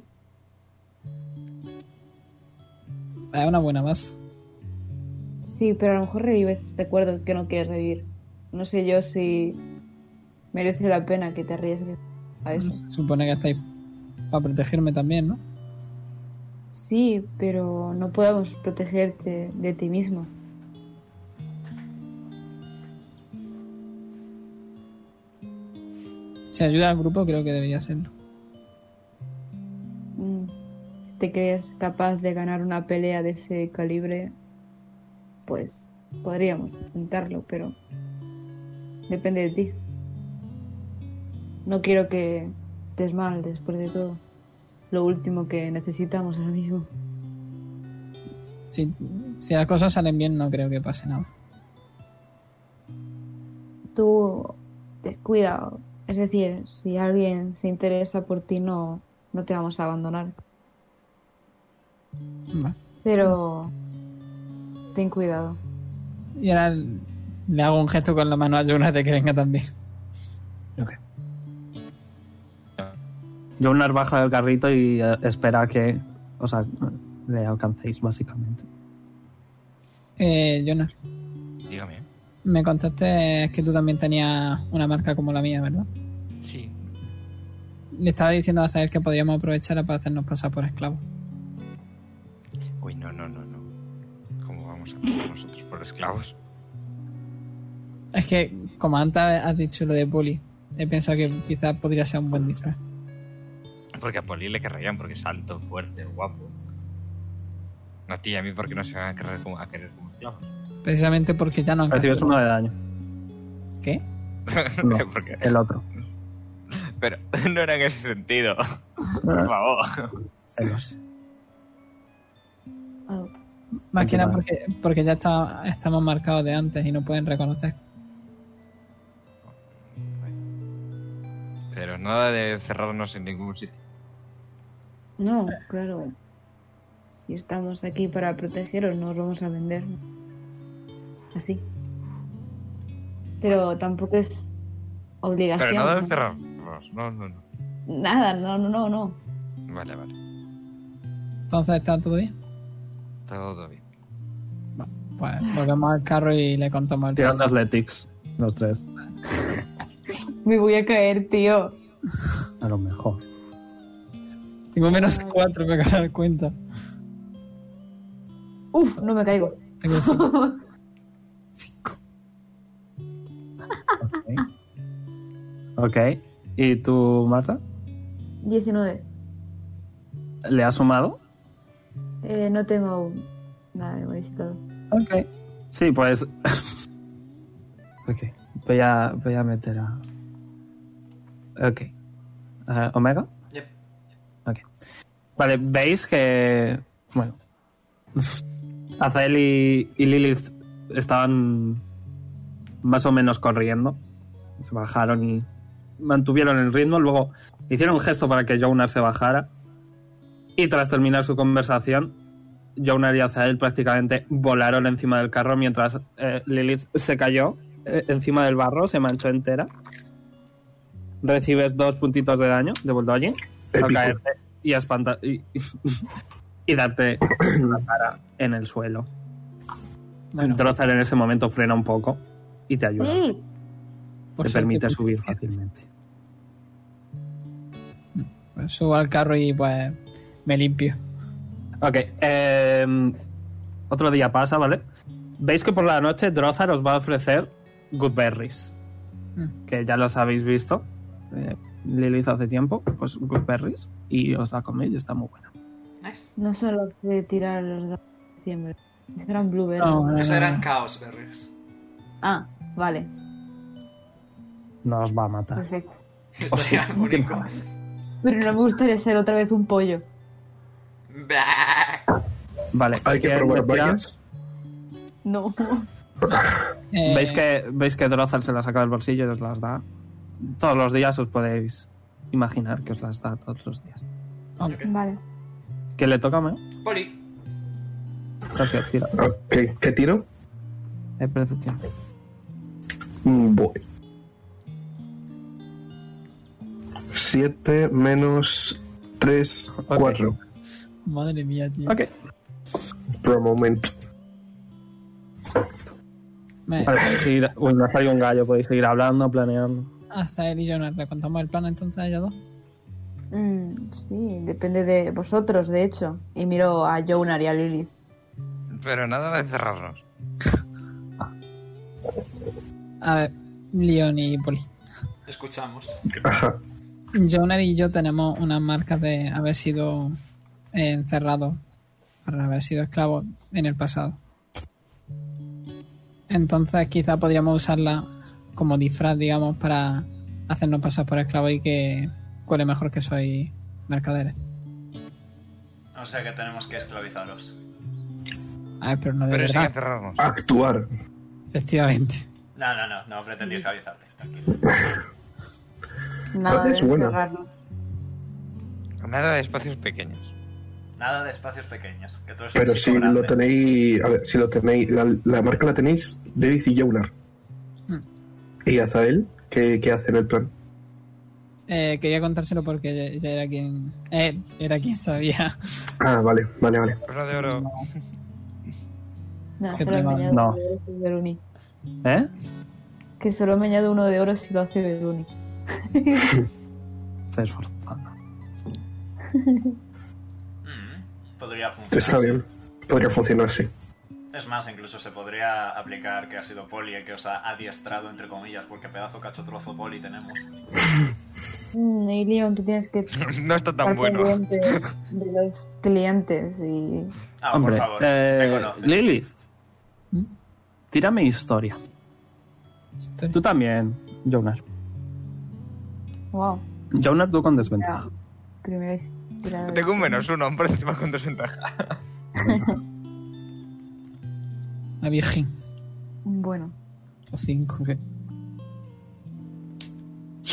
[SPEAKER 3] Es una buena base.
[SPEAKER 5] Sí, pero a lo mejor revives recuerdos que no quieres revivir. No sé yo si merece la pena que te arriesgues a eso.
[SPEAKER 3] Se Supone que estáis para protegerme también, ¿no?
[SPEAKER 5] Sí, pero no podemos protegerte de ti mismo.
[SPEAKER 3] Si ayuda al grupo, creo que debería hacerlo.
[SPEAKER 5] Mm, Si te crees capaz de ganar una pelea de ese calibre, pues podríamos intentarlo, pero depende de ti. No quiero que estés mal después de todo. Es lo último que necesitamos ahora mismo.
[SPEAKER 3] Si, si las cosas salen bien, no creo que pase nada.
[SPEAKER 5] tú descuida. Es decir, si alguien se interesa por ti, no, no te vamos a abandonar.
[SPEAKER 3] Va.
[SPEAKER 5] Pero ten cuidado.
[SPEAKER 3] Y ahora le hago un gesto con la mano a Jonas de que venga también.
[SPEAKER 1] Jonar baja del carrito y eh, espera que os a- le alcancéis, básicamente.
[SPEAKER 3] Eh, Jonas,
[SPEAKER 7] Dígame.
[SPEAKER 3] me contaste que tú también tenías una marca como la mía, ¿verdad?
[SPEAKER 7] Sí.
[SPEAKER 3] Le estaba diciendo a Zael que podríamos aprovecharla para hacernos pasar por esclavos.
[SPEAKER 7] Uy, no, no, no, no. ¿Cómo vamos a pasar nosotros por esclavos?
[SPEAKER 3] Es que, como antes has dicho lo de Poli, he pensado que quizás podría ser un buen disfraz.
[SPEAKER 7] Porque a Poli le querrían porque es alto, fuerte, guapo. A ti y a mí porque no se van a querer como, a querer como esclavos.
[SPEAKER 3] Precisamente porque ya no han
[SPEAKER 1] Recibes
[SPEAKER 3] capturado-
[SPEAKER 1] uno de daño,
[SPEAKER 3] ¿Qué?
[SPEAKER 1] No.
[SPEAKER 7] Porque-
[SPEAKER 1] el otro.
[SPEAKER 7] pero no era en ese sentido. Por favor.
[SPEAKER 1] Celos.
[SPEAKER 5] Ah,
[SPEAKER 3] Más que nada
[SPEAKER 1] Vale.
[SPEAKER 3] porque, porque ya está, estamos marcados de antes y no pueden reconocer.
[SPEAKER 7] Pero nada de cerrarnos en ningún sitio.
[SPEAKER 5] No, claro. Si estamos aquí para protegeros, no os vamos a vender. Así. Pero tampoco es obligación.
[SPEAKER 7] Pero nada de
[SPEAKER 5] ¿no?
[SPEAKER 7] cerrarnos. No, no, no.
[SPEAKER 5] Nada, no, no, no, no.
[SPEAKER 7] Vale, vale.
[SPEAKER 3] Entonces está todo bien.
[SPEAKER 7] Todo bien.
[SPEAKER 3] Pues volvemos al carro y le contamos el
[SPEAKER 1] Tirando Athletics, los tres,
[SPEAKER 5] Me voy a caer, tío.
[SPEAKER 1] a lo mejor.
[SPEAKER 3] Tengo menos cuatro, me acabo de dar cuenta.
[SPEAKER 5] Uf, no me caigo.
[SPEAKER 3] Tengo cinco. Cinco.
[SPEAKER 1] Ok. ¿Y tú, Marta?
[SPEAKER 5] 19.
[SPEAKER 1] ¿Le has sumado?
[SPEAKER 5] Eh, no tengo nada de modificado.
[SPEAKER 1] Ok. Sí, pues. ok. Voy a, voy a meter a. Ok. Ah, ¿Omega?
[SPEAKER 2] Yep.
[SPEAKER 1] Ok. Vale, veis que. Bueno. Azael y, y Lilith estaban más o menos corriendo. Se bajaron y mantuvieron el ritmo. Luego hicieron un gesto para que Jonar se bajara. Y tras terminar su conversación, Jonar y Azael prácticamente volaron encima del carro mientras eh, Lilith se cayó eh, encima del barro, se manchó entera. recibes dos puntitos de daño de Bulldogging al
[SPEAKER 4] Épico.
[SPEAKER 1] caerte y a espanta- y, y darte la cara en el suelo.
[SPEAKER 3] Bueno,
[SPEAKER 1] Drozar en ese momento frena un poco y te ayuda.
[SPEAKER 5] Sí,
[SPEAKER 3] por
[SPEAKER 1] te
[SPEAKER 3] suerte,
[SPEAKER 1] permite
[SPEAKER 3] pues,
[SPEAKER 1] subir fácilmente.
[SPEAKER 3] pues, Subo al carro y pues me limpio.
[SPEAKER 1] Ok. em, otro día pasa, ¿vale? Veis que por la noche Drozar os va a ofrecer Good Berries.
[SPEAKER 3] Mm.
[SPEAKER 1] Que ya las habéis visto. Eh, Lilith hace tiempo. Pues Good Berries. Y os la coméis y está muy buena.
[SPEAKER 2] Nice.
[SPEAKER 5] no solo de tirar los dados de diciembre. Esos eran blueberries.
[SPEAKER 3] No,
[SPEAKER 4] Eh.
[SPEAKER 3] no, no,
[SPEAKER 2] Esos eran
[SPEAKER 3] no.
[SPEAKER 2] caos, berries.
[SPEAKER 5] Ah, vale.
[SPEAKER 1] No os va a matar.
[SPEAKER 5] Perfecto.
[SPEAKER 2] Esto
[SPEAKER 1] sí,
[SPEAKER 2] era único.
[SPEAKER 5] Pero no me gustaría ser otra vez un pollo.
[SPEAKER 2] Bah.
[SPEAKER 1] Vale.
[SPEAKER 4] Hay que
[SPEAKER 1] ¿quién
[SPEAKER 4] probar
[SPEAKER 1] me tira?
[SPEAKER 4] varias.
[SPEAKER 5] No.
[SPEAKER 3] Eh,
[SPEAKER 1] ¿Veis que, veis que Drozar se las saca del bolsillo y os las da. Todos los días os podéis imaginar que os las da todos los días.
[SPEAKER 5] Vale.
[SPEAKER 1] ¿Qué le toca, Meo?
[SPEAKER 2] Poli.
[SPEAKER 1] Creo que tira.
[SPEAKER 4] Ok, ¿qué tiro?
[SPEAKER 1] Eh, percepción.
[SPEAKER 4] Mm, Voy. 7 menos 3,
[SPEAKER 1] Ok.
[SPEAKER 4] 4.
[SPEAKER 3] Madre mía, tío.
[SPEAKER 1] Ok.
[SPEAKER 4] Por momento.
[SPEAKER 3] Me-
[SPEAKER 1] Vale, podéis seguir. Uy, me ha salido un gallo. Podéis seguir hablando, planeando.
[SPEAKER 3] Azael y Jonar, ¿le contamos el plan entonces a ellos dos?
[SPEAKER 5] Mm, sí, depende de vosotros, de hecho. Y miro a Jonar y a Lilith.
[SPEAKER 7] Pero nada de cerrarnos.
[SPEAKER 3] A ver, Leon y Poli.
[SPEAKER 2] Escuchamos.
[SPEAKER 4] Ajá.
[SPEAKER 3] Jonar y yo tenemos una marca de haber sido eh, encerrados, para haber sido esclavos en el pasado. Entonces quizá podríamos usarla como disfraz, digamos, para hacernos pasar por esclavos y que cuele mejor que soy mercaderes.
[SPEAKER 2] O sea que tenemos que esclavizaros.
[SPEAKER 3] A ver, pero no de
[SPEAKER 7] Pero sin
[SPEAKER 3] verdad,
[SPEAKER 7] encerrarnos.
[SPEAKER 4] Actuar.
[SPEAKER 3] efectivamente.
[SPEAKER 2] No, no, no, no pretendí esclavizarte. Tranquilo.
[SPEAKER 1] Ah,
[SPEAKER 5] Nada de
[SPEAKER 4] Es bueno.
[SPEAKER 5] cerrarnos.
[SPEAKER 7] Nada de espacios pequeños.
[SPEAKER 2] Nada de espacios pequeños. Que todo es un
[SPEAKER 4] Pero
[SPEAKER 2] chico
[SPEAKER 4] si lo
[SPEAKER 2] grande.
[SPEAKER 4] tenéis. A ver, si lo tenéis. La, la marca la tenéis, Lilith y Jonar.
[SPEAKER 2] Hmm.
[SPEAKER 3] Mm.
[SPEAKER 4] ¿Y Azael? ¿Qué, ¿Qué hace en el plan?
[SPEAKER 3] Eh, quería contárselo porque ya, ya era quien. Él era quien sabía.
[SPEAKER 4] Ah, vale, vale, vale.
[SPEAKER 7] Perro de oro.
[SPEAKER 5] Nada,
[SPEAKER 3] Qué
[SPEAKER 5] solo me
[SPEAKER 3] privado.
[SPEAKER 5] añado
[SPEAKER 1] No.
[SPEAKER 5] uno de oro si Beruni.
[SPEAKER 1] ¿Eh?
[SPEAKER 5] Que solo me añado uno de oro si lo hace Beruni.
[SPEAKER 1] Estoy esforzando.
[SPEAKER 2] Mm, podría funcionar.
[SPEAKER 4] Está bien. Podría funcionar así.
[SPEAKER 2] Es más, incluso se podría aplicar que ha sido Poli el que os ha adiestrado, entre comillas, porque pedazo cacho trozo Poli tenemos.
[SPEAKER 5] Mm, y Leon, tú tienes que estar
[SPEAKER 7] No está tan bueno.
[SPEAKER 5] pendiente de los clientes y
[SPEAKER 2] Ah,
[SPEAKER 1] Hombre,
[SPEAKER 2] por favor,
[SPEAKER 1] eh,
[SPEAKER 2] me conoces.
[SPEAKER 1] Lilith,
[SPEAKER 3] ¿Mm?
[SPEAKER 1] tírame historia.
[SPEAKER 3] Estoy-
[SPEAKER 1] Tú también, Jonar.
[SPEAKER 5] wow,
[SPEAKER 1] Jonar, tú con desventaja.
[SPEAKER 5] primera tirada.
[SPEAKER 7] Tengo un menos uno, hombre, encima con desventaja.
[SPEAKER 3] La Virgen.
[SPEAKER 5] Bueno,
[SPEAKER 3] O cinco.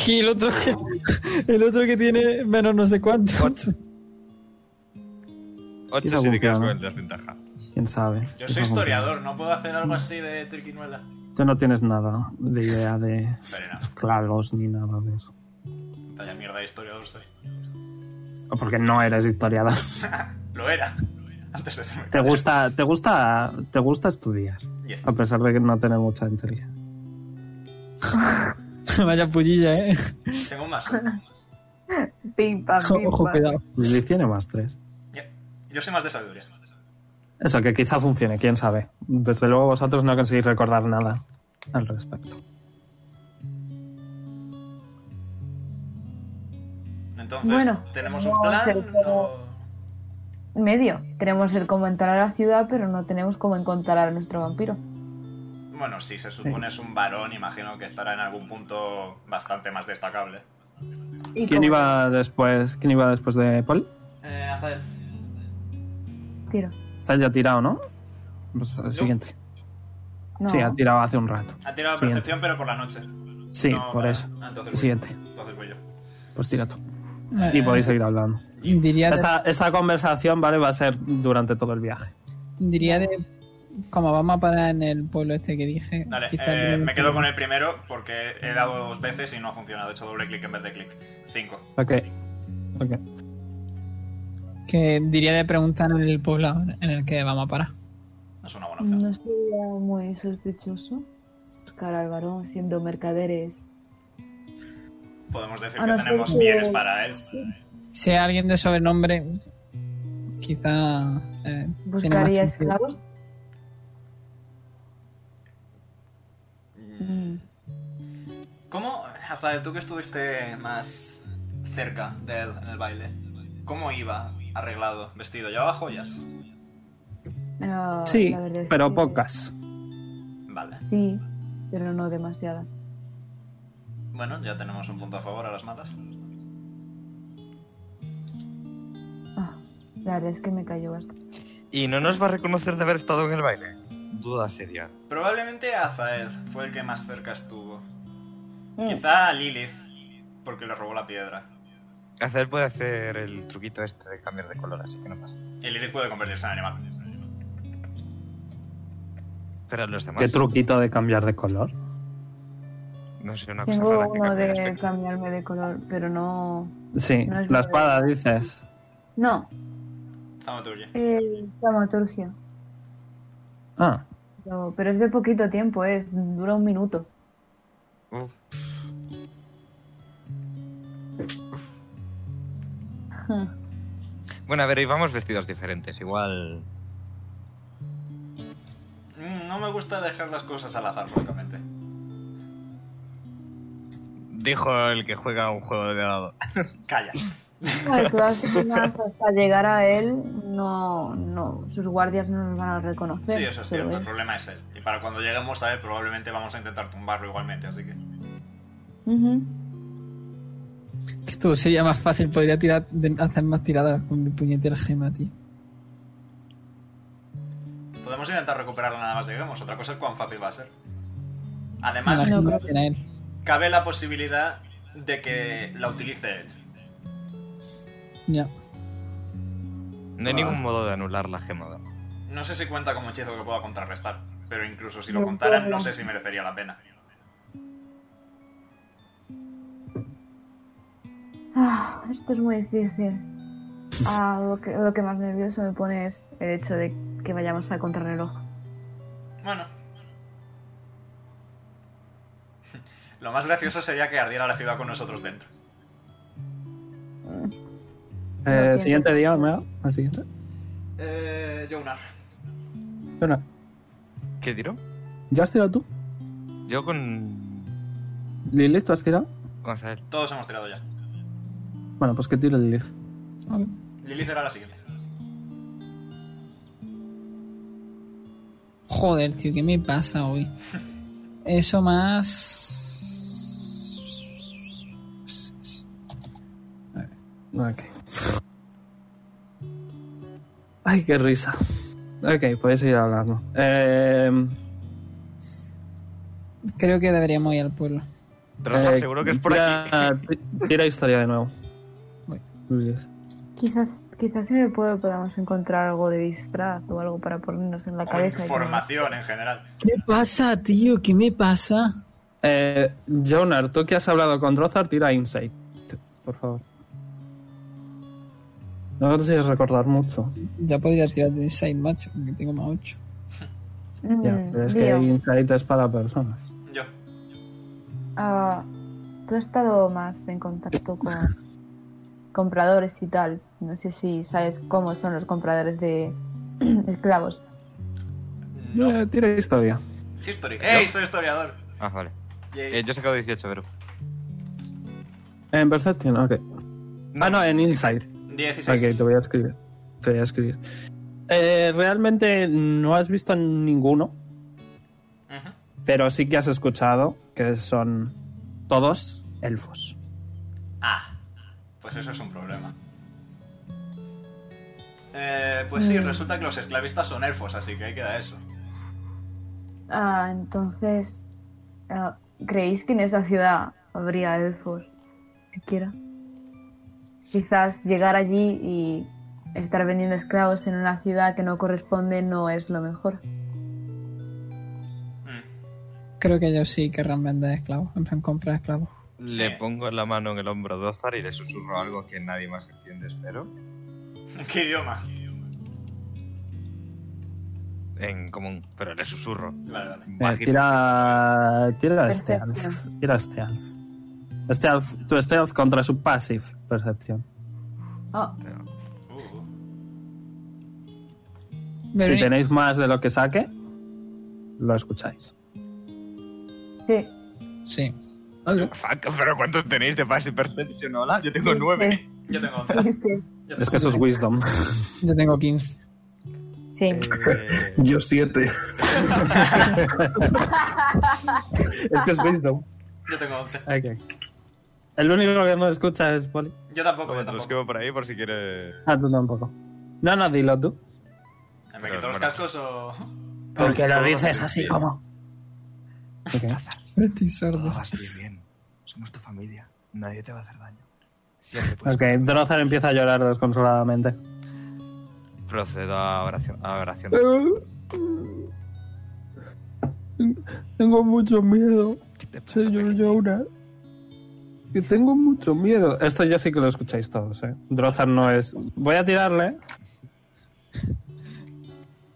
[SPEAKER 3] Y el otro que. El otro que tiene menos no sé cuánto.
[SPEAKER 7] Ocho.
[SPEAKER 1] Quizá
[SPEAKER 7] Ocho si te quedas
[SPEAKER 1] bugueado.
[SPEAKER 7] con el desventaja.
[SPEAKER 1] ¿Quién sabe?
[SPEAKER 2] Yo soy historiador, no puedo hacer algo así de triquinuela.
[SPEAKER 1] Tú no tienes nada de idea de
[SPEAKER 2] Pero
[SPEAKER 1] esclavos ni nada de eso.
[SPEAKER 2] no, vaya mierda de historiador soy.
[SPEAKER 1] Porque no eres historiador.
[SPEAKER 2] Lo era. Antes de ser
[SPEAKER 1] Te gusta, te gusta, te gusta estudiar,
[SPEAKER 2] Yes.
[SPEAKER 1] a pesar de que no tener mucha inteligencia.
[SPEAKER 3] Vaya pullilla, eh.
[SPEAKER 2] Tengo un más. uno, un más.
[SPEAKER 5] pim pam,
[SPEAKER 3] Ojo,
[SPEAKER 5] pim,
[SPEAKER 3] ojo,
[SPEAKER 5] pam.
[SPEAKER 3] cuidado.
[SPEAKER 1] Lilith tiene más tres.
[SPEAKER 2] Ya. Yo soy más de sabiduría.
[SPEAKER 1] Eso, que quizá funcione, quién sabe. Desde luego vosotros no conseguís recordar nada al respecto.
[SPEAKER 2] Entonces,
[SPEAKER 5] Bueno,
[SPEAKER 2] tenemos un
[SPEAKER 5] no sé,
[SPEAKER 2] plan.
[SPEAKER 5] pero-
[SPEAKER 2] No...
[SPEAKER 5] Medio. Tenemos el cómo entrar a la ciudad, pero no tenemos cómo encontrar a nuestro vampiro.
[SPEAKER 2] Bueno, si se supone es un varón, imagino que estará en algún punto bastante más destacable.
[SPEAKER 5] ¿Y
[SPEAKER 1] ¿Quién
[SPEAKER 5] cómo
[SPEAKER 1] iba después? ¿Quién iba después de Paul?
[SPEAKER 2] Eh, Azael.
[SPEAKER 5] tiro?
[SPEAKER 1] Está ya tirado, ¿no? Pues, el siguiente.
[SPEAKER 5] No.
[SPEAKER 1] Sí, ha tirado hace un rato.
[SPEAKER 2] Ha tirado
[SPEAKER 1] Siguiente.
[SPEAKER 2] percepción, pero por la noche.
[SPEAKER 1] Sí,
[SPEAKER 2] No,
[SPEAKER 1] por
[SPEAKER 2] vale.
[SPEAKER 1] eso.
[SPEAKER 2] Ah, entonces voy.
[SPEAKER 1] Siguiente.
[SPEAKER 2] Entonces voy yo.
[SPEAKER 1] Pues tira tú.
[SPEAKER 3] Eh,
[SPEAKER 1] Y podéis seguir hablando.
[SPEAKER 3] Diría de,
[SPEAKER 1] Esta, esta conversación, ¿vale? Va a ser durante todo el viaje.
[SPEAKER 3] diría de Como vamos a parar en el pueblo este que dije.
[SPEAKER 2] Dale,
[SPEAKER 3] quizás
[SPEAKER 2] eh,
[SPEAKER 3] yo-
[SPEAKER 2] me quedo con el primero porque he dado dos veces y no ha funcionado. He hecho doble clic en vez de clic. Cinco.
[SPEAKER 1] Ok. Ok.
[SPEAKER 5] Ah,
[SPEAKER 3] Que diría de preguntar en el pueblo en el que vamos a parar.
[SPEAKER 2] Es una buena opción.
[SPEAKER 5] No sería muy sospechoso buscar al varón siendo mercaderes.
[SPEAKER 2] Podemos decir
[SPEAKER 5] A
[SPEAKER 2] que
[SPEAKER 5] no ser
[SPEAKER 2] tenemos
[SPEAKER 5] que-
[SPEAKER 2] bienes para él.
[SPEAKER 3] Si hay alguien de sobrenombre, quizá. eh, tiene más
[SPEAKER 5] ¿Buscaría
[SPEAKER 3] sentido.
[SPEAKER 5] esclavos? Mm.
[SPEAKER 2] ¿Cómo, Hazael, tú que estuviste más cerca de él en el baile, cómo iba arreglado, vestido? ¿Llevaba joyas?
[SPEAKER 5] Ah,
[SPEAKER 1] Sí,
[SPEAKER 5] la verdad es
[SPEAKER 1] pero
[SPEAKER 5] que
[SPEAKER 1] pocas.
[SPEAKER 2] Vale.
[SPEAKER 5] Sí, pero no demasiadas.
[SPEAKER 2] Bueno, ya tenemos un punto a favor a las matas.
[SPEAKER 5] Ah, la verdad es que me cayó bastante.
[SPEAKER 7] Y no nos va a reconocer de haber estado en el baile. Duda seria.
[SPEAKER 2] Probablemente Azael fue el que más cerca estuvo. Quizá Lilith, porque le robó la piedra.
[SPEAKER 7] Hacer puede hacer el truquito este de cambiar de color, así que no pasa.
[SPEAKER 2] Y Lilith puede convertirse en animal.
[SPEAKER 7] Pero los demás.
[SPEAKER 1] Qué truquito de cambiar de color.
[SPEAKER 7] No sé, una cosa
[SPEAKER 5] Tengo
[SPEAKER 7] rara que este
[SPEAKER 5] uno
[SPEAKER 7] cambia el
[SPEAKER 5] de
[SPEAKER 7] aspecto.
[SPEAKER 5] cambiarme de color, pero no.
[SPEAKER 1] Sí,
[SPEAKER 5] No es
[SPEAKER 1] la
[SPEAKER 5] verdad.
[SPEAKER 1] espada, dices.
[SPEAKER 5] No,
[SPEAKER 2] Zamaturgia.
[SPEAKER 5] eh, dramaturgia.
[SPEAKER 1] Ah,
[SPEAKER 5] No, pero es de poquito tiempo, es dura un minuto.
[SPEAKER 7] Uf, Bueno, a ver, íbamos vestidos diferentes. Igual.
[SPEAKER 2] Mm, No me gusta dejar las cosas al azar, francamente.
[SPEAKER 7] Dijo el que juega un juego de dado.
[SPEAKER 2] Calla.
[SPEAKER 5] No, de todas formas, hasta llegar a él, no, no, sus guardias no nos van a reconocer.
[SPEAKER 2] Sí, eso es
[SPEAKER 5] pero
[SPEAKER 2] cierto. El
[SPEAKER 5] él-
[SPEAKER 2] problema es él. Y para cuando lleguemos a él, probablemente vamos a intentar tumbarlo igualmente, así que.
[SPEAKER 5] Ujú.
[SPEAKER 3] Que tú sería más fácil, podría tirar, de- hacer más tiradas con mi puñetera gema, tío.
[SPEAKER 2] Podemos intentar recuperarlo nada más lleguemos. Otra cosa es cuán fácil va a ser.
[SPEAKER 3] Me
[SPEAKER 2] Además,
[SPEAKER 3] imagino
[SPEAKER 5] no,
[SPEAKER 3] que era él.
[SPEAKER 2] cabe la posibilidad de que la utilice él.
[SPEAKER 3] Ya.
[SPEAKER 7] No hay ningún modo de anular la gema. ¿no?
[SPEAKER 2] No sé si cuenta como hechizo que pueda contrarrestar, pero incluso si lo contaran, no sé si merecería la pena.
[SPEAKER 5] Ah, esto es muy difícil. Ah, lo, que, lo que más nervioso me pone es el hecho de que vayamos al contrarreloj.
[SPEAKER 2] Bueno. Lo más gracioso sería que ardiera la ciudad con nosotros dentro.
[SPEAKER 1] eh,
[SPEAKER 5] No
[SPEAKER 1] siguiente día, Omega. Al siguiente.
[SPEAKER 2] Eh. Jonar.
[SPEAKER 1] Bueno,
[SPEAKER 7] ¿Qué tiro?
[SPEAKER 1] ¿ya has tirado tú?
[SPEAKER 7] Yo con.
[SPEAKER 1] ¿Lilith, tú has tirado?
[SPEAKER 7] Con Zael.
[SPEAKER 2] Todos hemos tirado ya.
[SPEAKER 1] Bueno, pues que tire Lilith.
[SPEAKER 3] Ok.
[SPEAKER 2] Lilith era la siguiente.
[SPEAKER 3] Joder, tío, ¿qué me pasa hoy? Eso más.
[SPEAKER 1] Ok. Ay, qué risa. Ok, podéis seguir hablando. Eh,
[SPEAKER 3] Creo que deberíamos ir al pueblo.
[SPEAKER 7] Pero no,
[SPEAKER 1] eh,
[SPEAKER 7] seguro que es por
[SPEAKER 1] tira,
[SPEAKER 7] aquí.
[SPEAKER 1] ti- Tira historia de nuevo.
[SPEAKER 3] Voy.
[SPEAKER 1] Lilith.
[SPEAKER 5] Quizás, quizás en el pueblo podamos encontrar algo de disfraz o algo para ponernos en la
[SPEAKER 2] O
[SPEAKER 5] cabeza. y
[SPEAKER 2] información en general.
[SPEAKER 3] ¿Qué pasa, tío? ¿Qué me pasa?
[SPEAKER 1] Eh, Jonar, tú que has hablado con Drozar, tira Insight, por favor. No consigues recordar mucho.
[SPEAKER 3] Ya podría tirar de 6, macho, porque tengo más 8.
[SPEAKER 5] Mm,
[SPEAKER 1] Ya, pero es que
[SPEAKER 5] Leo,
[SPEAKER 1] Insight es para personas.
[SPEAKER 2] Yo.
[SPEAKER 5] ah, tú has estado más en contacto con compradores y tal. No sé si sabes cómo son los compradores de esclavos.
[SPEAKER 2] No.
[SPEAKER 1] Eh, tira historia.
[SPEAKER 2] History. ¡Ey!
[SPEAKER 7] Yo.
[SPEAKER 2] Soy historiador.
[SPEAKER 7] Ah, vale.
[SPEAKER 2] Yay.
[SPEAKER 7] Eh, yo he sacado 18, pero.
[SPEAKER 1] En Perception, ok. Ah, no, en Insight.
[SPEAKER 2] 16.
[SPEAKER 1] Ok, te voy a escribir. Te voy a escribir. Eh, realmente no has visto ninguno,
[SPEAKER 2] Ujú.
[SPEAKER 1] pero sí que has escuchado que son todos elfos.
[SPEAKER 2] Ah, pues eso es un problema. Eh, pues
[SPEAKER 1] Mm.
[SPEAKER 2] sí, resulta que los esclavistas son elfos, así que ahí queda eso.
[SPEAKER 5] Ah, entonces, ah, ¿creéis que en esa ciudad habría elfos? Siquiera. Quizás llegar allí y estar vendiendo esclavos en una ciudad que no corresponde no es lo mejor.
[SPEAKER 2] Mm.
[SPEAKER 3] Creo que ellos sí querrán vender esclavos, en plan comprar esclavos.
[SPEAKER 7] Le pongo la mano en el hombro de Ozar y le susurro algo que nadie más entiende, espero.
[SPEAKER 2] ¿Qué idioma?
[SPEAKER 7] En común, pero le susurro.
[SPEAKER 2] Vale, vale.
[SPEAKER 1] Eh,
[SPEAKER 7] Bajito.
[SPEAKER 1] tira, tira este alf.
[SPEAKER 5] Percepción.
[SPEAKER 1] Tira este alf. Este alf- tu stealth contra su passive percepción.
[SPEAKER 5] Ah,
[SPEAKER 2] Uh,
[SPEAKER 3] Veroni-
[SPEAKER 1] Si tenéis más de lo que saque, lo escucháis.
[SPEAKER 5] sí.
[SPEAKER 3] Sí.
[SPEAKER 7] Fuck, pero ¿cuánto tenéis de base percepción? Hola, yo tengo nueve.
[SPEAKER 2] yo tengo 11. Yo
[SPEAKER 1] Es
[SPEAKER 2] tengo
[SPEAKER 1] que eso es wisdom.
[SPEAKER 3] Yo tengo 15.
[SPEAKER 5] Sí.
[SPEAKER 7] Eh,
[SPEAKER 4] Yo siete. es que es wisdom.
[SPEAKER 2] Yo tengo 11.
[SPEAKER 1] El único que no escucha es Poli.
[SPEAKER 2] Yo tampoco,
[SPEAKER 7] bueno,
[SPEAKER 2] yo
[SPEAKER 7] te lo
[SPEAKER 2] tampoco.
[SPEAKER 7] escribo por ahí por si quiere.
[SPEAKER 1] Ah, tú tampoco. No, no, dilo tú.
[SPEAKER 2] ¿Me quito los
[SPEAKER 7] Pero,
[SPEAKER 2] cascos o...?
[SPEAKER 1] Porque lo
[SPEAKER 7] ¿Cómo
[SPEAKER 1] dices
[SPEAKER 7] se
[SPEAKER 1] así
[SPEAKER 7] escribe?
[SPEAKER 1] como. Ok.
[SPEAKER 3] Estoy
[SPEAKER 7] Todo
[SPEAKER 3] sordo.
[SPEAKER 7] va a salir bien. Somos tu familia. Nadie te va a hacer daño. Siempre puedes.
[SPEAKER 1] Ok, Drozar empieza a llorar desconsoladamente.
[SPEAKER 7] Procedo a oración. A oración.
[SPEAKER 1] Eh, Tengo mucho miedo,
[SPEAKER 7] ¿Qué te pasa, pequeño?
[SPEAKER 1] Que tengo mucho miedo. Esto ya sí que lo escucháis todos, ¿eh? Drozar no es... Voy a tirarle.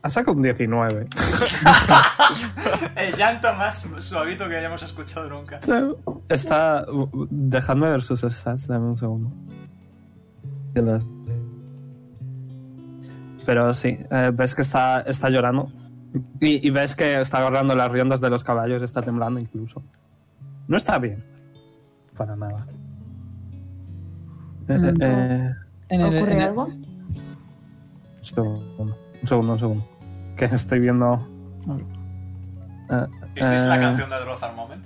[SPEAKER 1] Ha sacado un 19.
[SPEAKER 2] El llanto más suavito que hayamos escuchado nunca.
[SPEAKER 1] Está... Dejadme ver sus stats, dame un segundo. Que las- Pero sí, eh, ves que está, está llorando. Y, y ves que está agarrando las riendas de los caballos, está temblando incluso. No está bien. Para nada. Eh, eh, eh,
[SPEAKER 3] En el- en
[SPEAKER 5] ¿Ocurre
[SPEAKER 3] el-
[SPEAKER 5] algo?
[SPEAKER 1] un segundo, un segundo, un segundo. Que estoy viendo... Eh,
[SPEAKER 2] ¿Esta es la
[SPEAKER 1] eh,
[SPEAKER 2] canción de Drozar Moment?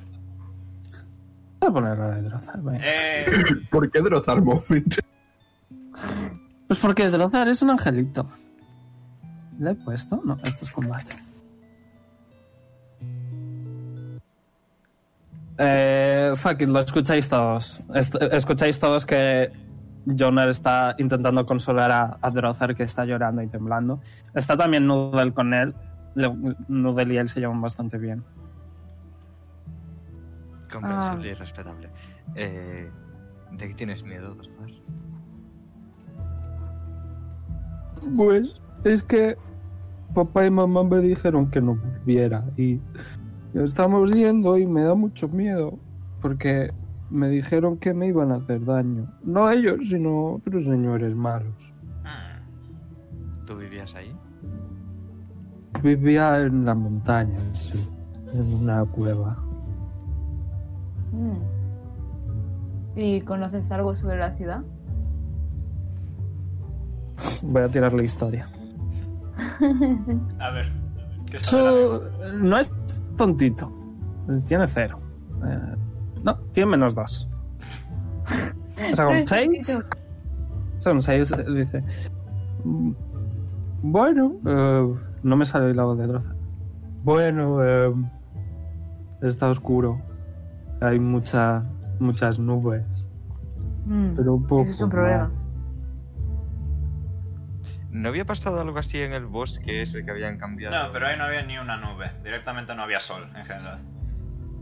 [SPEAKER 1] Voy a poner la de Drozar, venga.
[SPEAKER 2] Eh,
[SPEAKER 4] ¿Por qué Drozar Moment?
[SPEAKER 1] Pues porque Drozar es un angelito. ¿Le he puesto? No, esto es combate. Eh, fuck it, lo escucháis todos. Est- escucháis todos que Jonar está intentando consolar a, a Drozar que está llorando y temblando. Está también Noodle con él. Le- Noodle y él se llevan bastante bien.
[SPEAKER 7] Comprensible y respetable. Eh, ¿De qué tienes miedo, Drozar?
[SPEAKER 1] Pues es que papá y mamá me dijeron que no volviera y lo estamos yendo y me da mucho miedo porque me dijeron que me iban a hacer daño. No ellos, sino otros señores malos.
[SPEAKER 2] mm,
[SPEAKER 7] ¿Tú vivías ahí?
[SPEAKER 1] Vivía en la montaña, sí, en una cueva.
[SPEAKER 5] Mm. ¿Y conoces algo sobre la ciudad?
[SPEAKER 1] Voy a tirar la historia.
[SPEAKER 2] a ver. ¿qué sabe la
[SPEAKER 1] Eso no es tontito. Tiene cero. Eh, no, tiene menos dos. O sea, con seis. Son seis, eh, dice. "Mm, Bueno, eh, no me sale la voz de Droza. Bueno, eh, está oscuro. Hay mucha, muchas nubes.
[SPEAKER 5] Mm.
[SPEAKER 1] Pero un poco.
[SPEAKER 5] Ese es un problema.
[SPEAKER 1] más".
[SPEAKER 7] ¿No había pasado algo así en el bosque ese que habían cambiado?
[SPEAKER 2] No, pero ahí no había ni una nube. Directamente no había sol, en general.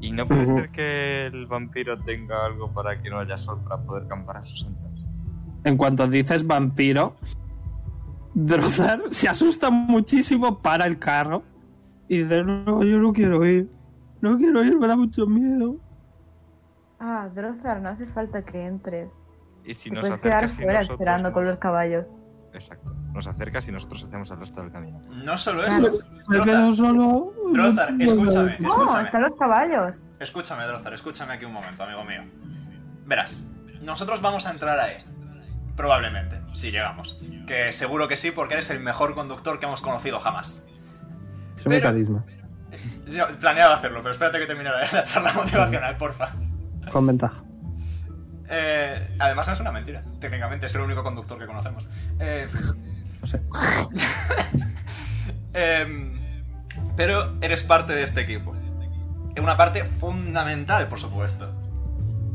[SPEAKER 7] ¿Y no puede
[SPEAKER 4] Ujú.
[SPEAKER 7] ser que el vampiro tenga algo para que no haya sol para poder campar a sus anchas?
[SPEAKER 1] En cuanto dices vampiro, Drozar se asusta muchísimo, para el carro y dice: No, yo no quiero ir. No quiero ir, me da mucho miedo.
[SPEAKER 5] Ah, Drozar, no hace falta que entres.
[SPEAKER 7] Y si
[SPEAKER 5] Te
[SPEAKER 7] nos
[SPEAKER 5] puedes quedar
[SPEAKER 7] acercas y
[SPEAKER 5] fuera
[SPEAKER 7] nosotros
[SPEAKER 5] esperando con
[SPEAKER 7] nos-
[SPEAKER 5] los caballos.
[SPEAKER 7] Exacto. Nos acercas y nosotros hacemos el resto del camino.
[SPEAKER 2] No solo
[SPEAKER 5] Claro.
[SPEAKER 2] eso.
[SPEAKER 1] Me quedo
[SPEAKER 2] Drozar,
[SPEAKER 1] solo.
[SPEAKER 2] Drozar, escúchame,
[SPEAKER 5] No,
[SPEAKER 2] escúchame.
[SPEAKER 5] ¡Oh, están los caballos.
[SPEAKER 2] Escúchame, Drozar, escúchame aquí un momento, amigo mío. Verás, nosotros vamos a entrar ahí. Probablemente, si llegamos. Que seguro que sí, porque eres el mejor conductor que hemos conocido jamás.
[SPEAKER 1] Soy muy
[SPEAKER 2] Pero-
[SPEAKER 1] carisma.
[SPEAKER 2] Yo planeaba hacerlo, pero espérate que termine la la charla motivacional, porfa.
[SPEAKER 1] Con ventaja.
[SPEAKER 2] Eh, además, no es una mentira. Técnicamente es el único conductor que conocemos. Eh,
[SPEAKER 1] No sé.
[SPEAKER 2] em, pero eres parte de este equipo. Una parte fundamental, por supuesto.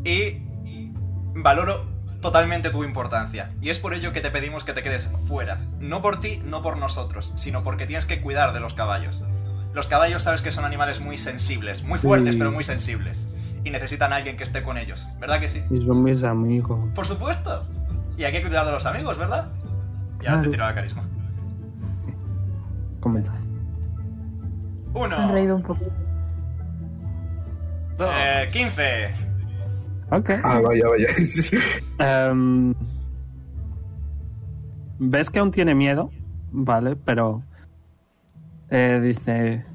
[SPEAKER 2] Y valoro totalmente tu importancia. Y es por ello que te pedimos que te quedes fuera. No por ti, no por nosotros, sino porque tienes que cuidar de los caballos. Los caballos sabes que son animales muy sensibles, muy fuertes, pero muy sensibles. Y necesitan a alguien que esté con ellos, ¿verdad que sí?
[SPEAKER 1] Y son mis amigos.
[SPEAKER 2] Por supuesto. Y hay que cuidar de los amigos, ¿verdad? Ya te
[SPEAKER 1] Claro.
[SPEAKER 2] tiro la carisma.
[SPEAKER 1] Comenta.
[SPEAKER 5] Se han
[SPEAKER 2] Uno.
[SPEAKER 5] reído un poco.
[SPEAKER 7] Dos.
[SPEAKER 2] Eh, 15.
[SPEAKER 1] Ok.
[SPEAKER 4] Ah, vaya, vaya.
[SPEAKER 1] Em, Ves que aún tiene miedo, ¿vale? Pero eh, dice...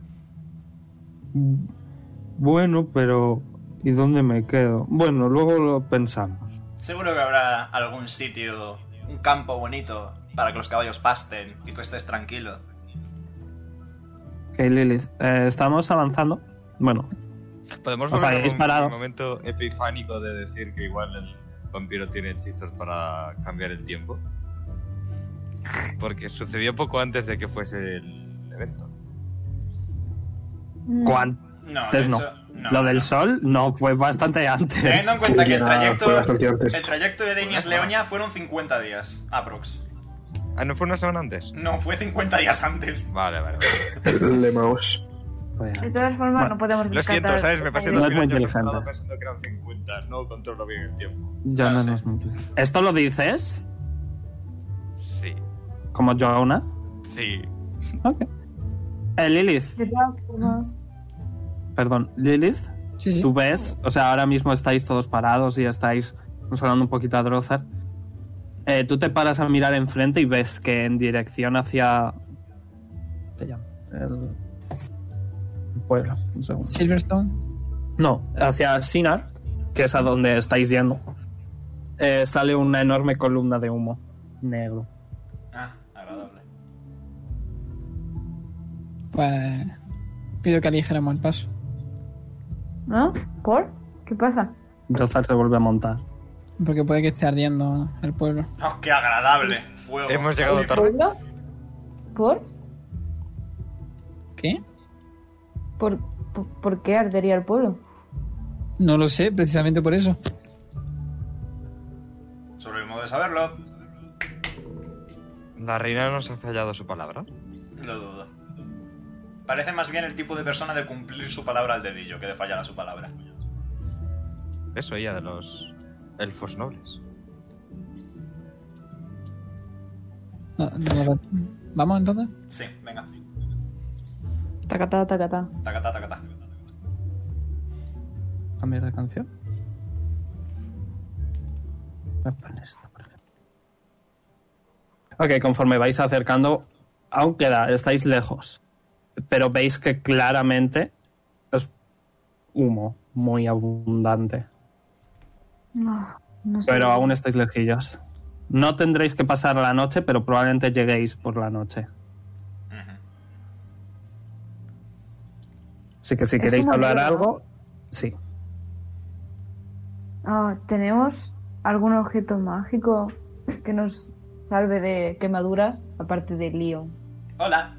[SPEAKER 1] Bueno, pero... ¿Y dónde me quedo? Bueno, luego lo pensamos.
[SPEAKER 2] Seguro que habrá algún sitio, un campo bonito para que los caballos pasten y tú estés tranquilo.
[SPEAKER 1] Ok, Lilith. eh, estamos avanzando. Bueno,
[SPEAKER 7] Podemos
[SPEAKER 1] O sea,
[SPEAKER 7] volver a
[SPEAKER 1] habéis
[SPEAKER 7] un-
[SPEAKER 1] parado.
[SPEAKER 7] un momento epifánico de decir que igual el vampiro tiene hechizos para cambiar el tiempo. Porque sucedió poco antes de que fuese el evento.
[SPEAKER 1] ¿cuánto?
[SPEAKER 2] No,
[SPEAKER 1] Entonces
[SPEAKER 2] de
[SPEAKER 1] no.
[SPEAKER 2] hecho, no.
[SPEAKER 1] Lo del
[SPEAKER 2] no. Eh,
[SPEAKER 1] sol, no, fue bastante antes.
[SPEAKER 2] Teniendo en cuenta que el
[SPEAKER 4] Ya,
[SPEAKER 2] trayecto,
[SPEAKER 4] fue bastante antes.
[SPEAKER 2] el trayecto de Denias Leonia fueron 50 días, aprox.
[SPEAKER 7] Ah, ¿no fue una semana antes?
[SPEAKER 2] No, fue 50 días antes.
[SPEAKER 7] Vale, vale. vale.
[SPEAKER 4] Lemaos.
[SPEAKER 1] Fue
[SPEAKER 5] De
[SPEAKER 1] antes.
[SPEAKER 5] todas formas,
[SPEAKER 1] Bueno,
[SPEAKER 5] no podemos
[SPEAKER 7] Lo siento,
[SPEAKER 5] descartar-
[SPEAKER 7] ¿sabes? Me pasé
[SPEAKER 1] No
[SPEAKER 7] dos
[SPEAKER 1] es
[SPEAKER 7] mil
[SPEAKER 1] muy
[SPEAKER 7] años
[SPEAKER 1] inteligente.
[SPEAKER 7] enfadado pensando que eran 50. No controlo bien el tiempo.
[SPEAKER 1] Ya
[SPEAKER 2] Claro,
[SPEAKER 1] no
[SPEAKER 2] sí.
[SPEAKER 1] nos metes. ¿Esto lo dices?
[SPEAKER 7] Sí,
[SPEAKER 1] ¿Como Jonah?
[SPEAKER 7] sí.
[SPEAKER 1] Ok. Eh, Lilith,
[SPEAKER 5] De todas formas,
[SPEAKER 1] perdón. Lilith,
[SPEAKER 3] Sí, sí.
[SPEAKER 1] Tú ves, o sea, ahora mismo estáis todos parados y estáis vamos hablando un poquito a Drozar. Eh, tú te paras a mirar enfrente y ves que en dirección hacia. Te llamo. El, el pueblo, un segundo.
[SPEAKER 3] Silverstone.
[SPEAKER 1] No, hacia Sinar, que es a donde estáis yendo. eh, sale una enorme columna de humo negro.
[SPEAKER 2] Ah, agradable.
[SPEAKER 3] Pues pido que aligeremos el paso.
[SPEAKER 5] ¿no? ¿Por? ¿Qué pasa?
[SPEAKER 1] Drozar se vuelve a montar.
[SPEAKER 3] Porque puede que esté ardiendo el pueblo.
[SPEAKER 2] Oh, qué agradable. Fuego.
[SPEAKER 7] Hemos llegado tarde.
[SPEAKER 5] ¿Pueblo? ¿Por?
[SPEAKER 3] ¿Qué?
[SPEAKER 5] ¿Por, por, por qué ardería el pueblo?
[SPEAKER 3] No lo sé, precisamente por eso.
[SPEAKER 2] Solo hay modo de saberlo.
[SPEAKER 7] La reina nos ha fallado su palabra.
[SPEAKER 2] Lo dudo. Parece más bien el tipo de persona de cumplir su palabra al dedillo que de fallar a su palabra.
[SPEAKER 7] Eso, ella de los elfos nobles.
[SPEAKER 3] No, no lo- ¿Vamos entonces?
[SPEAKER 2] Sí, venga.
[SPEAKER 5] Tacatá, tacatá.
[SPEAKER 2] Tacata, tacata.
[SPEAKER 1] Cambiar de canción. Voy a poner esta, por ejemplo. Ok, conforme vais acercando, aún queda, estáis lejos. Pero veis que claramente es humo muy abundante.
[SPEAKER 5] No, no sé.
[SPEAKER 1] Pero aún estáis lejillos. No tendréis que pasar la noche, pero probablemente lleguéis por la noche.
[SPEAKER 2] Ujú.
[SPEAKER 1] Así que si
[SPEAKER 5] Es
[SPEAKER 1] queréis
[SPEAKER 5] humo
[SPEAKER 1] hablar
[SPEAKER 5] negro, ¿no?
[SPEAKER 1] algo, sí.
[SPEAKER 5] Ah, ¿Tenemos algún objeto mágico que nos salve de quemaduras? Aparte de lío.
[SPEAKER 2] Hola.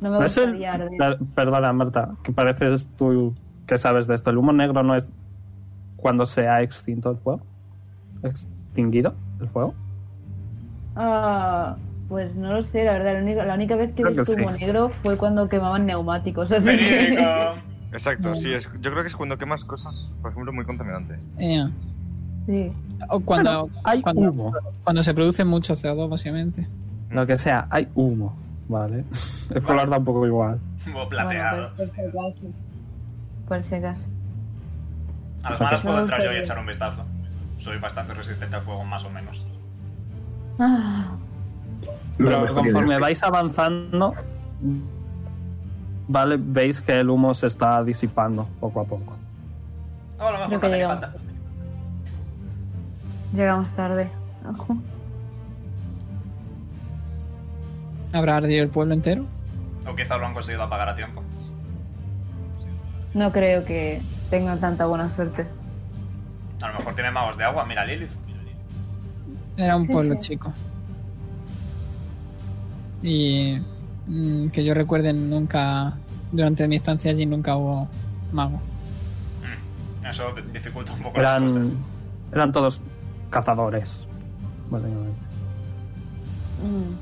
[SPEAKER 5] No me
[SPEAKER 1] No es el-
[SPEAKER 5] gustaría arder.
[SPEAKER 1] la- Perdona, Marta, que pareces tú que sabes de esto. ¿El humo negro no es cuando se ha extinto el fuego? ¿Extinguido el fuego?
[SPEAKER 5] Ah, pues no lo sé, la verdad. La única, la única vez que
[SPEAKER 1] Creo
[SPEAKER 5] vi
[SPEAKER 1] que
[SPEAKER 5] humo
[SPEAKER 1] sí.
[SPEAKER 5] negro fue cuando quemaban neumáticos. así que-
[SPEAKER 2] Verídico.
[SPEAKER 7] Exacto, sí, es, yo creo que es cuando quemas cosas, por ejemplo, muy contaminantes.
[SPEAKER 3] Eh,
[SPEAKER 5] Sí.
[SPEAKER 3] o cuando,
[SPEAKER 1] Hay
[SPEAKER 3] cuando,
[SPEAKER 1] humo.
[SPEAKER 3] cuando se produce mucho CO2, básicamente.
[SPEAKER 1] Lo que sea, hay humo. Vale. El color da un poco igual.
[SPEAKER 2] Hubo
[SPEAKER 5] Bueno,
[SPEAKER 2] plateado.
[SPEAKER 5] pues, por si acaso. Por si acaso.
[SPEAKER 2] A las manos puedo
[SPEAKER 5] No,
[SPEAKER 2] entrar yo y
[SPEAKER 5] pero-
[SPEAKER 2] echar un vistazo. Soy bastante resistente al fuego, más o menos.
[SPEAKER 5] Ah,
[SPEAKER 4] La
[SPEAKER 1] Pero
[SPEAKER 4] mejor idea.
[SPEAKER 1] conforme vais avanzando, vale, veis que el humo se está disipando poco a poco.
[SPEAKER 2] O a lo mejor
[SPEAKER 5] Creo que
[SPEAKER 2] no hace
[SPEAKER 5] llegamos.
[SPEAKER 2] falta.
[SPEAKER 5] llegamos tarde. Ojo.
[SPEAKER 3] ¿Habrá ardido el pueblo entero?
[SPEAKER 2] O quizá lo han conseguido apagar a tiempo.
[SPEAKER 5] No creo que tengan tanta buena suerte.
[SPEAKER 2] A lo mejor tiene magos de agua, mira Lilith.
[SPEAKER 3] Era un
[SPEAKER 5] Sí,
[SPEAKER 3] pueblo
[SPEAKER 5] sí.
[SPEAKER 3] chico. Y mm, que yo recuerde, nunca, durante mi estancia allí, nunca hubo mago.
[SPEAKER 2] Eso d- dificulta un poco
[SPEAKER 1] Eran,
[SPEAKER 2] las cosas.
[SPEAKER 1] eran todos cazadores. básicamente.
[SPEAKER 5] Mm.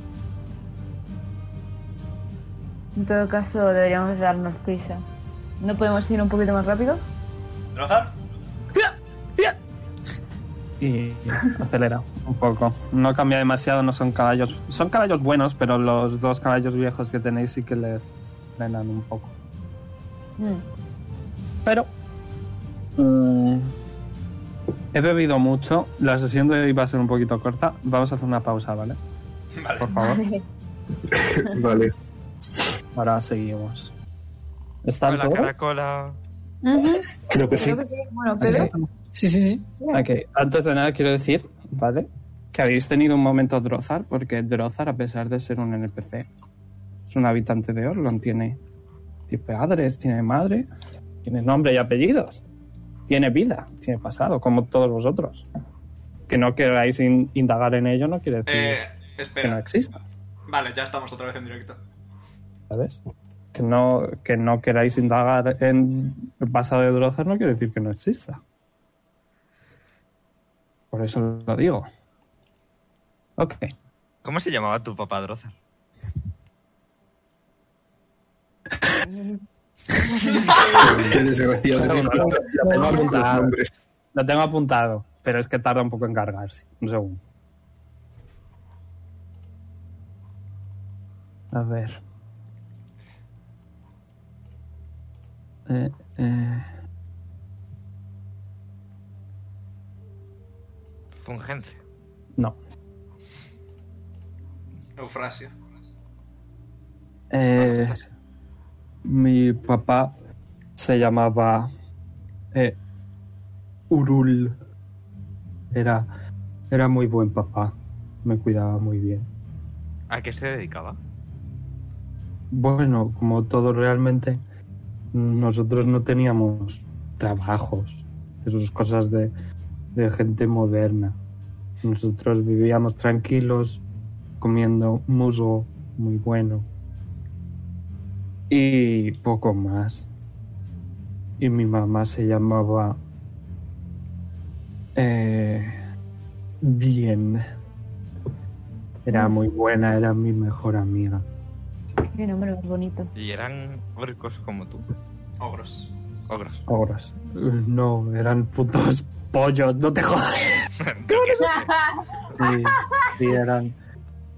[SPEAKER 5] En todo caso, deberíamos darnos prisa. ¿No podemos ir un poquito más rápido?
[SPEAKER 2] ¿Drozar?
[SPEAKER 8] y acelera un poco. No cambia demasiado, no son caballos. Son caballos buenos, pero los dos caballos viejos que tenéis sí que les frenan un poco.
[SPEAKER 5] Mm.
[SPEAKER 8] Pero mm, he bebido mucho. La sesión de hoy va a ser un poquito corta. Vamos a hacer una pausa, ¿vale?
[SPEAKER 2] Vale.
[SPEAKER 8] Por favor.
[SPEAKER 4] vale.
[SPEAKER 8] Ahora seguimos. ¿Están
[SPEAKER 7] Hola,
[SPEAKER 8] todos?
[SPEAKER 7] caracola.
[SPEAKER 4] Creo que sí.
[SPEAKER 5] Creo que sí. Bueno, pero
[SPEAKER 3] Exacto. Sí, sí, sí.
[SPEAKER 8] Ok, antes de nada quiero decir, ¿vale? Que habéis tenido un momento Drozar, porque Drozar, a pesar de ser un NPC, es un habitante de Orlon, tiene, tiene padres, tiene madre, tiene nombre y apellidos, tiene vida, tiene pasado, como todos vosotros. Que no queráis in- indagar en ello no quiere decir
[SPEAKER 2] Eh,
[SPEAKER 8] que no
[SPEAKER 2] espera.
[SPEAKER 8] exista,
[SPEAKER 2] Vale, ya estamos otra vez en directo.
[SPEAKER 8] ¿sabes? Que no, que no queráis indagar en el pasado de Drozar no quiere decir que no exista. Por eso lo digo. Ok.
[SPEAKER 7] ¿Cómo se llamaba tu papá Drozar?
[SPEAKER 4] Qué desgraciado.
[SPEAKER 8] Claro,
[SPEAKER 4] Tengo
[SPEAKER 8] claro.
[SPEAKER 4] que pegar con los nombres.
[SPEAKER 8] Lo tengo apuntado, pero es que tarda un poco en cargarse. Un segundo. A ver. Eh, eh,
[SPEAKER 7] Fungence.
[SPEAKER 8] no.
[SPEAKER 2] Eufrasia.
[SPEAKER 8] Eh,
[SPEAKER 7] Ah, estás-
[SPEAKER 8] mi papá se llamaba eh, Urul. Era, era muy buen papá. Me cuidaba muy bien.
[SPEAKER 7] ¿A qué se dedicaba?
[SPEAKER 8] Bueno, como todo realmente, nosotros no teníamos trabajos, esas cosas de, de gente moderna. Nosotros vivíamos tranquilos, comiendo musgo muy bueno y poco más. Y mi mamá se llamaba... eh, Bien. Era muy buena, era mi mejor amiga.
[SPEAKER 5] qué nombre más bonito.
[SPEAKER 7] Y eran orcos como tú.
[SPEAKER 2] Ogros.
[SPEAKER 7] Ogros.
[SPEAKER 8] Ogros. No, eran putos pollos, no te jodas. Sí, sí, eran.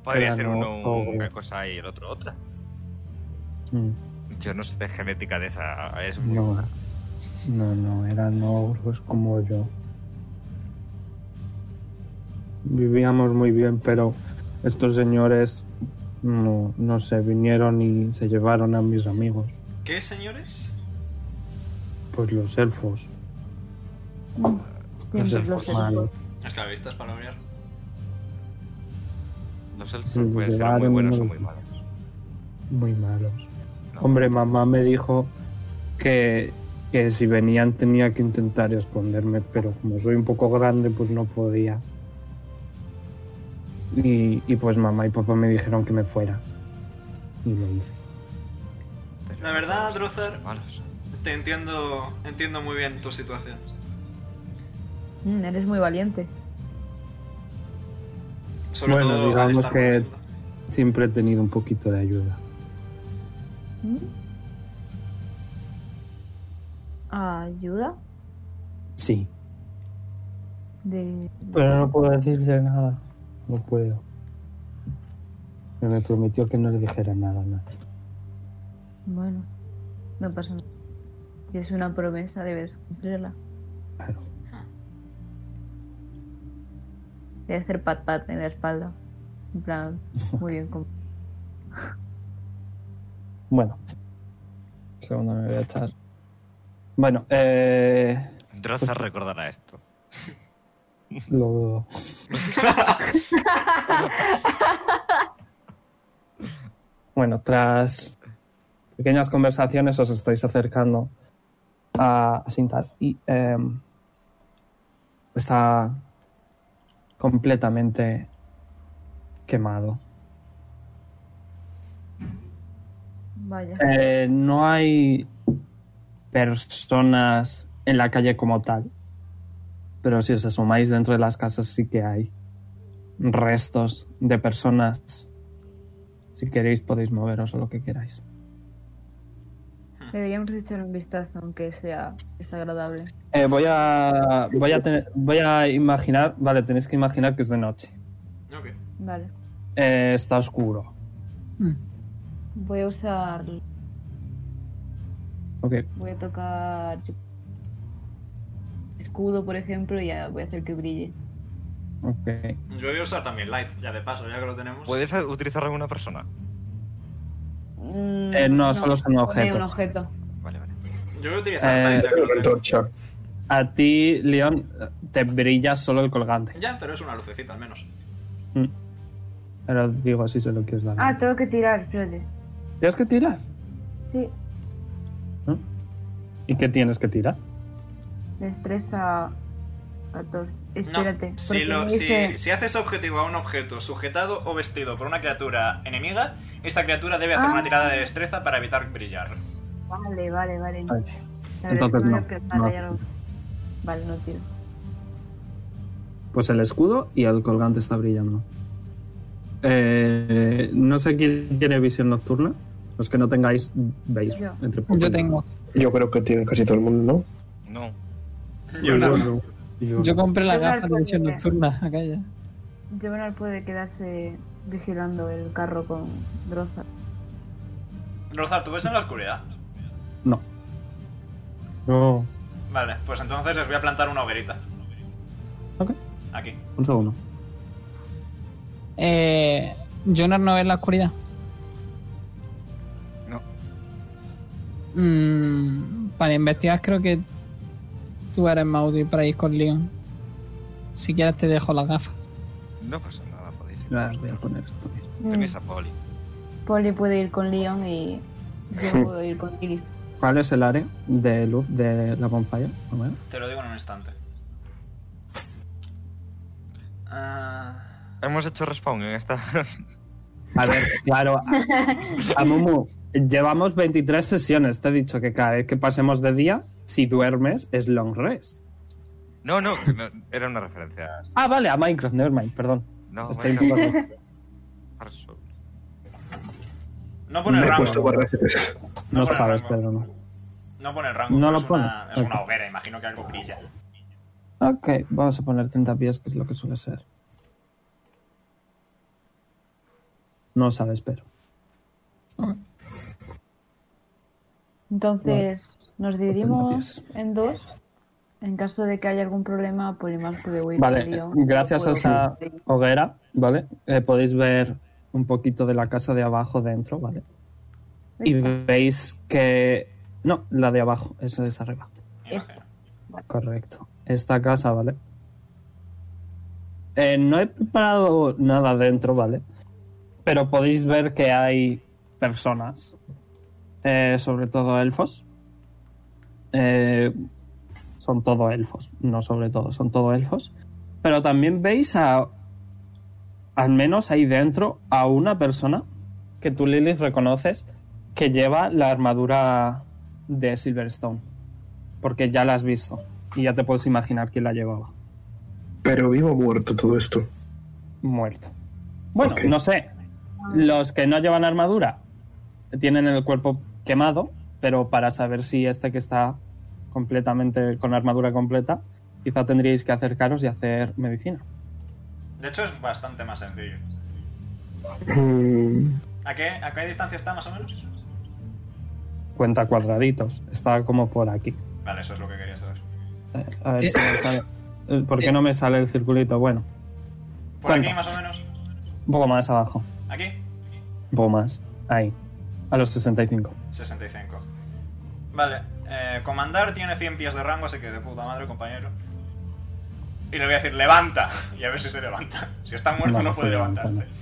[SPEAKER 7] Podría
[SPEAKER 8] Eran
[SPEAKER 7] ser uno
[SPEAKER 8] ogros.
[SPEAKER 7] una cosa y el otro otra.
[SPEAKER 8] mm,
[SPEAKER 7] Yo no sé de genética de esa. Es muy
[SPEAKER 8] No, no, no, eran ogros como yo. Vivíamos muy bien, pero estos señores, no, no sé, vinieron y se llevaron a mis amigos,
[SPEAKER 2] ¿Qué, señores?
[SPEAKER 8] pues los elfos. Los
[SPEAKER 5] Siempre lo
[SPEAKER 8] elfos
[SPEAKER 5] sé.
[SPEAKER 8] malos.
[SPEAKER 2] Esclavistas para variar.
[SPEAKER 7] Los elfos
[SPEAKER 8] Sí,
[SPEAKER 7] pueden ser
[SPEAKER 8] llevaron
[SPEAKER 7] muy buenos o
[SPEAKER 8] unos-
[SPEAKER 7] muy malos.
[SPEAKER 8] Muy malos.
[SPEAKER 7] No.
[SPEAKER 8] Hombre, mamá me dijo que, que si venían tenía que intentar esconderme, pero como soy un poco grande, pues no podía. Y, y pues mamá y papá me dijeron que me fuera. Y lo hice.
[SPEAKER 7] Pero
[SPEAKER 2] La verdad,
[SPEAKER 7] todos
[SPEAKER 2] Drozar-
[SPEAKER 7] son malos.
[SPEAKER 2] Te entiendo, entiendo muy bien tu situación.
[SPEAKER 5] Mm, eres muy valiente.
[SPEAKER 2] Sobre
[SPEAKER 8] Bueno,
[SPEAKER 2] todo al
[SPEAKER 8] digamos
[SPEAKER 2] estar
[SPEAKER 8] que-
[SPEAKER 2] moviendo.
[SPEAKER 8] Siempre he tenido un poquito de ayuda.
[SPEAKER 5] ¿Ayuda?
[SPEAKER 8] Sí.
[SPEAKER 5] De...
[SPEAKER 8] Pero no puedo decirle nada. No puedo. Pero me prometió que no le dijera nada a nadie.
[SPEAKER 5] Bueno, no pasa nada. Si es una promesa, debes cumplirla.
[SPEAKER 8] Claro.
[SPEAKER 5] Debe hacer pat pat en la espalda. En plan, muy bien. com-
[SPEAKER 8] Bueno. Segundo me voy a echar. Bueno, eh.
[SPEAKER 7] Drozar recordará esto.
[SPEAKER 8] Lo dudo. bueno, tras pequeñas conversaciones os estáis acercando a, a Sintar y em, está completamente quemado.
[SPEAKER 5] Vaya.
[SPEAKER 8] Eh, no hay personas en la calle como tal. Pero si os asomáis dentro de las casas sí que hay restos de personas. Si queréis podéis moveros o lo que queráis.
[SPEAKER 5] Deberíamos echar un vistazo, aunque sea desagradable.
[SPEAKER 1] Eh, voy a voy a tener- voy a imaginar, vale, tenéis que imaginar que es de noche.
[SPEAKER 2] Ok.
[SPEAKER 5] Vale.
[SPEAKER 1] Eh, está oscuro.
[SPEAKER 3] Mm,
[SPEAKER 5] Voy a usar.
[SPEAKER 1] Ok.
[SPEAKER 5] Voy a tocar. Escudo, por ejemplo, y ya voy a hacer que brille.
[SPEAKER 1] Ok.
[SPEAKER 2] Yo voy a usar también Light, ya de paso, ya que lo tenemos.
[SPEAKER 7] ¿Puedes utilizar alguna persona?
[SPEAKER 5] Mm,
[SPEAKER 1] Eh, no, solo son
[SPEAKER 5] pone
[SPEAKER 1] objetos.
[SPEAKER 5] un objeto.
[SPEAKER 7] Vale, vale.
[SPEAKER 2] Yo voy a utilizar
[SPEAKER 1] Eh,
[SPEAKER 2] Light, ya que lo
[SPEAKER 4] Una
[SPEAKER 2] tenemos.
[SPEAKER 4] antorcha.
[SPEAKER 1] A ti, León, te brilla solo el colgante.
[SPEAKER 2] Ya, pero es una lucecita al menos.
[SPEAKER 1] Ahora os digo si se lo quieres dar.
[SPEAKER 5] Ah, tengo que tirar, espérate.
[SPEAKER 1] ¿Tienes que tirar?
[SPEAKER 5] Sí,
[SPEAKER 1] ¿No? ¿Y qué tienes que tirar?
[SPEAKER 5] destreza 14.
[SPEAKER 2] No,
[SPEAKER 5] Espérate.
[SPEAKER 2] si,
[SPEAKER 5] porque
[SPEAKER 2] lo-
[SPEAKER 5] me
[SPEAKER 2] si-
[SPEAKER 5] dice-
[SPEAKER 2] si haces objetivo a un objeto sujetado o vestido por una criatura enemiga, esa criatura debe hacer
[SPEAKER 5] Ah.
[SPEAKER 2] una tirada de destreza para evitar brillar.
[SPEAKER 5] Vale, vale, vale.
[SPEAKER 1] Ay,
[SPEAKER 5] La verdad
[SPEAKER 1] Entonces
[SPEAKER 5] es que
[SPEAKER 1] no,
[SPEAKER 5] había pensado,
[SPEAKER 1] no.
[SPEAKER 5] ya no. Vale, no tiro.
[SPEAKER 1] Pues el escudo y el colgante está brillando. Eh, no sé quién tiene visión nocturna. Los que no tengáis, veis.
[SPEAKER 5] Yo.
[SPEAKER 1] entre
[SPEAKER 3] Yo
[SPEAKER 1] pocos.
[SPEAKER 3] tengo.
[SPEAKER 4] Yo creo que tiene casi todo el mundo, ¿no?
[SPEAKER 7] No.
[SPEAKER 2] Yo no.
[SPEAKER 1] Yo no.
[SPEAKER 3] Yo compré las
[SPEAKER 5] Yo
[SPEAKER 3] gafas de
[SPEAKER 5] alcohol,
[SPEAKER 3] visión
[SPEAKER 5] eh.
[SPEAKER 3] nocturna, aquella.
[SPEAKER 5] Jonar puede quedarse vigilando el carro con Droza.
[SPEAKER 2] Rozar, ¿tú ves en la oscuridad?
[SPEAKER 1] No. No.
[SPEAKER 2] Vale, pues entonces les voy a plantar una hoguerita.
[SPEAKER 1] Ok.
[SPEAKER 2] Aquí.
[SPEAKER 1] Un segundo.
[SPEAKER 3] Eh, Jonar no ve en la oscuridad.
[SPEAKER 7] No.
[SPEAKER 3] Mm, para investigar creo que tú eres más útil para ir con Leon. Si quieres te dejo las gafas.
[SPEAKER 7] No pasa nada, podéis ir.
[SPEAKER 1] Ya, voy a poner esto mismo.
[SPEAKER 7] Tenéis a Poli.
[SPEAKER 5] Polly puede ir con Leon y yo puedo ir con Iris.
[SPEAKER 1] ¿Cuál es el área de luz de la bonfire? A ver.
[SPEAKER 2] Te lo digo en un instante. Ah,
[SPEAKER 7] Hemos hecho respawn en esta.
[SPEAKER 1] A ver, claro. a- a Mumu, llevamos 23 sesiones. Te he dicho que cada vez que pasemos de día, si duermes, es long rest.
[SPEAKER 7] no, no, que no, era una referencia.
[SPEAKER 1] Ah, vale, a Minecraft, nevermind, perdón.
[SPEAKER 7] No,
[SPEAKER 1] Estoy un poco-
[SPEAKER 7] Ah, bueno, Dark Souls.
[SPEAKER 2] no pone
[SPEAKER 4] Me
[SPEAKER 2] el
[SPEAKER 4] he
[SPEAKER 2] rango.
[SPEAKER 4] puesto barreras.
[SPEAKER 1] No
[SPEAKER 2] pone el
[SPEAKER 1] sabes,
[SPEAKER 2] rango.
[SPEAKER 1] Pedro, no.
[SPEAKER 2] No pone el rango.
[SPEAKER 1] No
[SPEAKER 2] pero
[SPEAKER 1] lo
[SPEAKER 2] es Una,
[SPEAKER 1] pone.
[SPEAKER 2] es una
[SPEAKER 1] Ok.
[SPEAKER 2] hoguera, imagino que algo brilla.
[SPEAKER 1] Ok, vamos a poner 30 pies, que es lo que suele ser. No sabes, pero.
[SPEAKER 5] Entonces, nos dividimos
[SPEAKER 1] gracias.
[SPEAKER 5] en dos. En caso de que haya algún problema, Polimar puede huir con
[SPEAKER 1] Vale,
[SPEAKER 5] Leon.
[SPEAKER 1] gracias a
[SPEAKER 5] Yo
[SPEAKER 1] esa
[SPEAKER 5] puedo-
[SPEAKER 1] hoguera, ¿vale? Eh, podéis ver un poquito de la casa de abajo dentro, ¿vale? Y veis que... No, la de abajo, esa es arriba.
[SPEAKER 2] Imagino.
[SPEAKER 1] Correcto. Esta casa, ¿vale? Eh, no he preparado nada dentro, ¿vale? Pero podéis ver que hay personas, eh, sobre todo elfos. Eh, son todo elfos, no sobre todo, son todo elfos. Pero también veis a, al menos ahí dentro, a una persona que tú, Lilith, reconoces que lleva la armadura de Silverstone. Porque ya la has visto y ya te puedes imaginar quién la llevaba.
[SPEAKER 4] Pero vivo o muerto todo esto.
[SPEAKER 1] Muerto. Bueno,
[SPEAKER 4] Ok.
[SPEAKER 1] no sé. Los que no llevan armadura tienen el cuerpo quemado, pero para saber si este que está completamente con armadura completa, quizá tendríais que acercaros y hacer medicina.
[SPEAKER 2] De hecho, es bastante más sencillo.
[SPEAKER 4] Mm,
[SPEAKER 2] ¿A qué, ¿A qué distancia está más o menos?
[SPEAKER 1] Cuenta cuadraditos. Está como por aquí.
[SPEAKER 2] Vale, eso es lo que quería saber.
[SPEAKER 1] Eh, A ver
[SPEAKER 3] Sí.
[SPEAKER 1] si me sale. Eh, ¿Por qué no me sale el circulito? Bueno,
[SPEAKER 2] ¿Por
[SPEAKER 1] ¿Cuánto?
[SPEAKER 2] aquí más o menos?
[SPEAKER 1] un poco más abajo.
[SPEAKER 2] ¿Aquí?
[SPEAKER 1] Un poco más. Ahí. A los 65.
[SPEAKER 2] 65. Vale, eh, comandar tiene 100 pies de rango, así que de puta madre, compañero. Y le voy a decir, levanta. Y a ver si se levanta. Si está muerto,
[SPEAKER 1] No,
[SPEAKER 2] no,
[SPEAKER 1] no
[SPEAKER 2] puede
[SPEAKER 1] se levanta,
[SPEAKER 2] levantarse.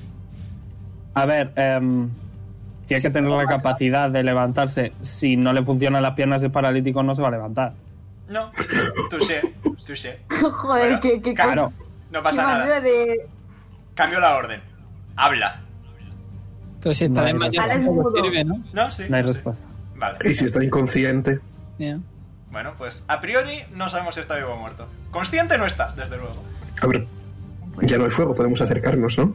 [SPEAKER 1] A ver, em, tiene que tener la capacidad de levantarse. Si no le funcionan las piernas de paralítico, no se va a levantar.
[SPEAKER 2] No, touché, touché.
[SPEAKER 5] Joder,
[SPEAKER 2] Bueno,
[SPEAKER 5] qué, qué
[SPEAKER 2] claro,
[SPEAKER 1] Claro.
[SPEAKER 2] No
[SPEAKER 5] cosa-
[SPEAKER 2] pasa
[SPEAKER 5] qué manera
[SPEAKER 2] nada.
[SPEAKER 5] de.
[SPEAKER 2] Cambio la orden. Habla.
[SPEAKER 3] Pero si está
[SPEAKER 1] No hay
[SPEAKER 3] desmayado
[SPEAKER 5] respuesta.
[SPEAKER 3] tampoco
[SPEAKER 5] Ahora es
[SPEAKER 3] sirve, ¿no?
[SPEAKER 2] No, sí.
[SPEAKER 1] No hay
[SPEAKER 2] sí.
[SPEAKER 1] respuesta.
[SPEAKER 4] Y
[SPEAKER 2] Vale.
[SPEAKER 4] si está inconsciente,
[SPEAKER 3] Ya.
[SPEAKER 2] Bueno, pues a priori no sabemos si está vivo o muerto. Consciente no está, desde luego.
[SPEAKER 4] a ver, ya no hay fuego, podemos acercarnos, ¿no?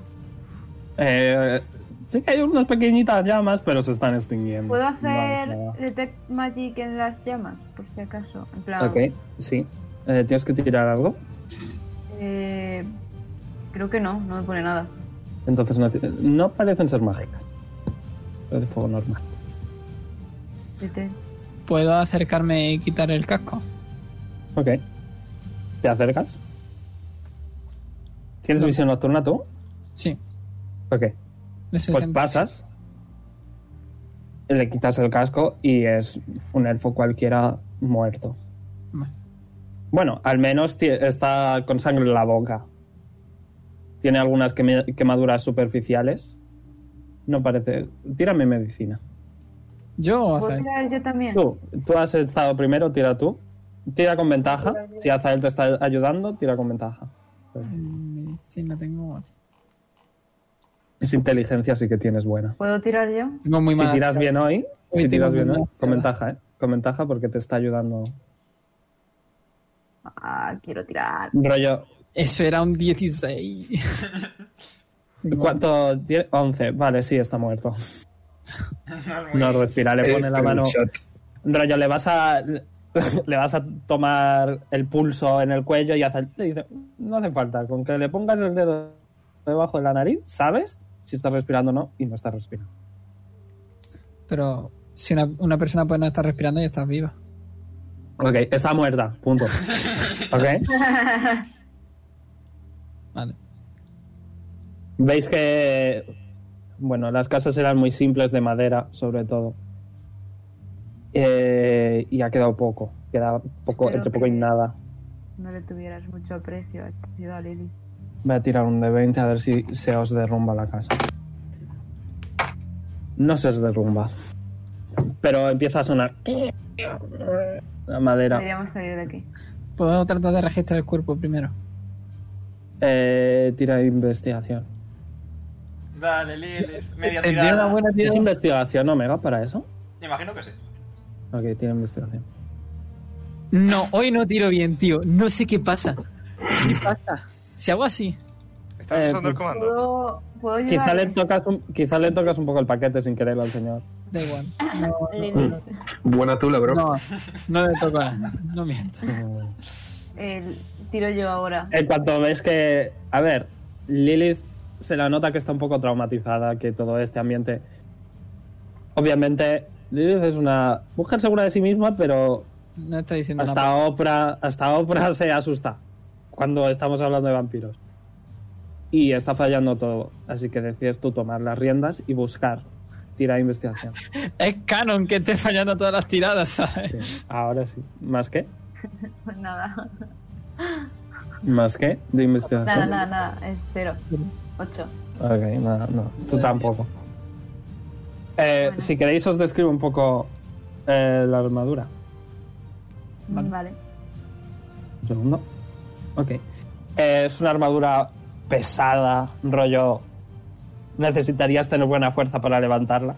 [SPEAKER 1] Eh, Sí que hay unas pequeñitas llamas, pero se están extinguiendo.
[SPEAKER 5] ¿Puedo
[SPEAKER 1] Vale,
[SPEAKER 5] hacer
[SPEAKER 1] nada.
[SPEAKER 5] Detect Magic en las llamas? Por si acaso. En plan.
[SPEAKER 1] Ok, sí. Eh, ¿Tienes que tirar algo?
[SPEAKER 5] eh, creo que no, no me pone nada.
[SPEAKER 1] Entonces no, ti- no parecen ser mágicas. Es de fuego normal.
[SPEAKER 5] Detect.
[SPEAKER 3] ¿Puedo acercarme y quitar el casco?
[SPEAKER 1] Ok. ¿Te acercas? ¿Tienes
[SPEAKER 3] No.
[SPEAKER 1] visión nocturna tú?
[SPEAKER 3] Sí.
[SPEAKER 1] Ok.
[SPEAKER 3] De
[SPEAKER 1] Pues
[SPEAKER 3] 60.
[SPEAKER 1] pasas, le quitas el casco y es un elfo cualquiera muerto.
[SPEAKER 3] Vale.
[SPEAKER 1] Bueno, al menos ti- está con sangre en la boca. Tiene algunas quemi- quemaduras superficiales. No parece. Tírame medicina.
[SPEAKER 3] Yo o
[SPEAKER 5] ¿Puedo
[SPEAKER 3] Azael?
[SPEAKER 5] tirar yo también?
[SPEAKER 1] Tú, tú has estado primero, tira tú. Tira con ventaja. Si Azael te está ayudando, tira con ventaja.
[SPEAKER 5] Pues
[SPEAKER 3] Medicina tengo.
[SPEAKER 1] Es inteligencia, sí que tienes buena.
[SPEAKER 5] ¿Puedo tirar yo?
[SPEAKER 3] Tengo muy
[SPEAKER 1] si
[SPEAKER 3] mala.
[SPEAKER 1] tiras bien hoy, si
[SPEAKER 3] tengo
[SPEAKER 1] tiras bien
[SPEAKER 3] muy
[SPEAKER 1] hoy,
[SPEAKER 3] mala
[SPEAKER 1] con
[SPEAKER 3] tirada.
[SPEAKER 1] ventaja, ¿eh? Con ventaja porque te está ayudando.
[SPEAKER 5] Ah, quiero tirar.
[SPEAKER 1] Rollo,
[SPEAKER 3] Eso era un 16. Tengo-
[SPEAKER 1] ¿cuánto tiene? 11. Vale, sí, está muerto.
[SPEAKER 2] No es muy-
[SPEAKER 1] No respira, le pone
[SPEAKER 4] Eh,
[SPEAKER 1] la
[SPEAKER 4] en el
[SPEAKER 1] mano.
[SPEAKER 4] chat.
[SPEAKER 1] Rollo, le vas a... Le vas a tomar el pulso en el cuello y hace, te dice, no hace falta, con que le pongas el dedo debajo de la nariz, sabes si está respirando o no, y no está respirando.
[SPEAKER 3] Pero si una, una persona puede no estar respirando y estás viva.
[SPEAKER 1] Ok, está muerta, punto. Ok.
[SPEAKER 3] Vale.
[SPEAKER 1] Veis que, bueno, las casas eran muy simples de madera, sobre todo. Eh, y ha quedado poco, queda poco,
[SPEAKER 5] Espero
[SPEAKER 1] entre poco
[SPEAKER 5] que-
[SPEAKER 1] y nada.
[SPEAKER 5] No le tuvieras mucho aprecio a esta ciudad, Lily.
[SPEAKER 1] Voy a tirar un de 20 a ver si se os derrumba la casa. No se os derrumba. Pero empieza a sonar. La madera.
[SPEAKER 5] Deberíamos salir de aquí.
[SPEAKER 3] Puedo tratar de registrar el cuerpo primero.
[SPEAKER 1] Eh, tira investigación.
[SPEAKER 2] Dale,
[SPEAKER 1] Eh,
[SPEAKER 2] Lilith. Media
[SPEAKER 3] Tendría una
[SPEAKER 2] tirada.
[SPEAKER 3] buena
[SPEAKER 1] ¿Es
[SPEAKER 3] tirada.
[SPEAKER 1] investigación, Omega, para eso?
[SPEAKER 2] Imagino que sí.
[SPEAKER 1] Ok, tiene investigación.
[SPEAKER 3] No, hoy no tiro bien, tío. No sé qué pasa. ¿Qué pasa? Si hago así.
[SPEAKER 1] Eh,
[SPEAKER 7] ¿Estás usando el
[SPEAKER 1] pues-
[SPEAKER 7] comando?
[SPEAKER 5] ¿Puedo, puedo
[SPEAKER 1] Quizá
[SPEAKER 5] llevar?
[SPEAKER 1] le, tocas un, quizá le tocas un poco el paquete sin querer al señor.
[SPEAKER 3] Da igual.
[SPEAKER 5] Lilith,
[SPEAKER 4] Buena tula, bro.
[SPEAKER 3] No, no le toco nada. No miento.
[SPEAKER 1] Mm.
[SPEAKER 5] el- tiro yo ahora.
[SPEAKER 1] En cuanto ves que. A ver, Lilith se la nota que está un poco traumatizada, que todo este ambiente. Obviamente, Lilith es una mujer segura de sí misma, pero
[SPEAKER 3] No está diciendo nada.
[SPEAKER 1] hasta Oprah, hasta Oprah se asusta cuando estamos hablando de vampiros. Y está fallando todo. Así que decides tú tomar las riendas y buscar. Tira investigación.
[SPEAKER 3] Es canon que esté fallando todas las tiradas, ¿sabes?
[SPEAKER 1] Sí, ahora sí. ¿Más qué?
[SPEAKER 5] Pues nada.
[SPEAKER 1] ¿Más qué? De investigación.
[SPEAKER 5] Nada, nada, nada. Es cero. Ocho.
[SPEAKER 1] Ok, no, no, tú tampoco. Eh,
[SPEAKER 5] Bueno.
[SPEAKER 1] Si queréis os describo un poco eh, la armadura.
[SPEAKER 5] Vale. vale.
[SPEAKER 1] Un segundo. Ok. Eh, es una armadura pesada, rollo... Necesitarías tener buena fuerza para levantarla.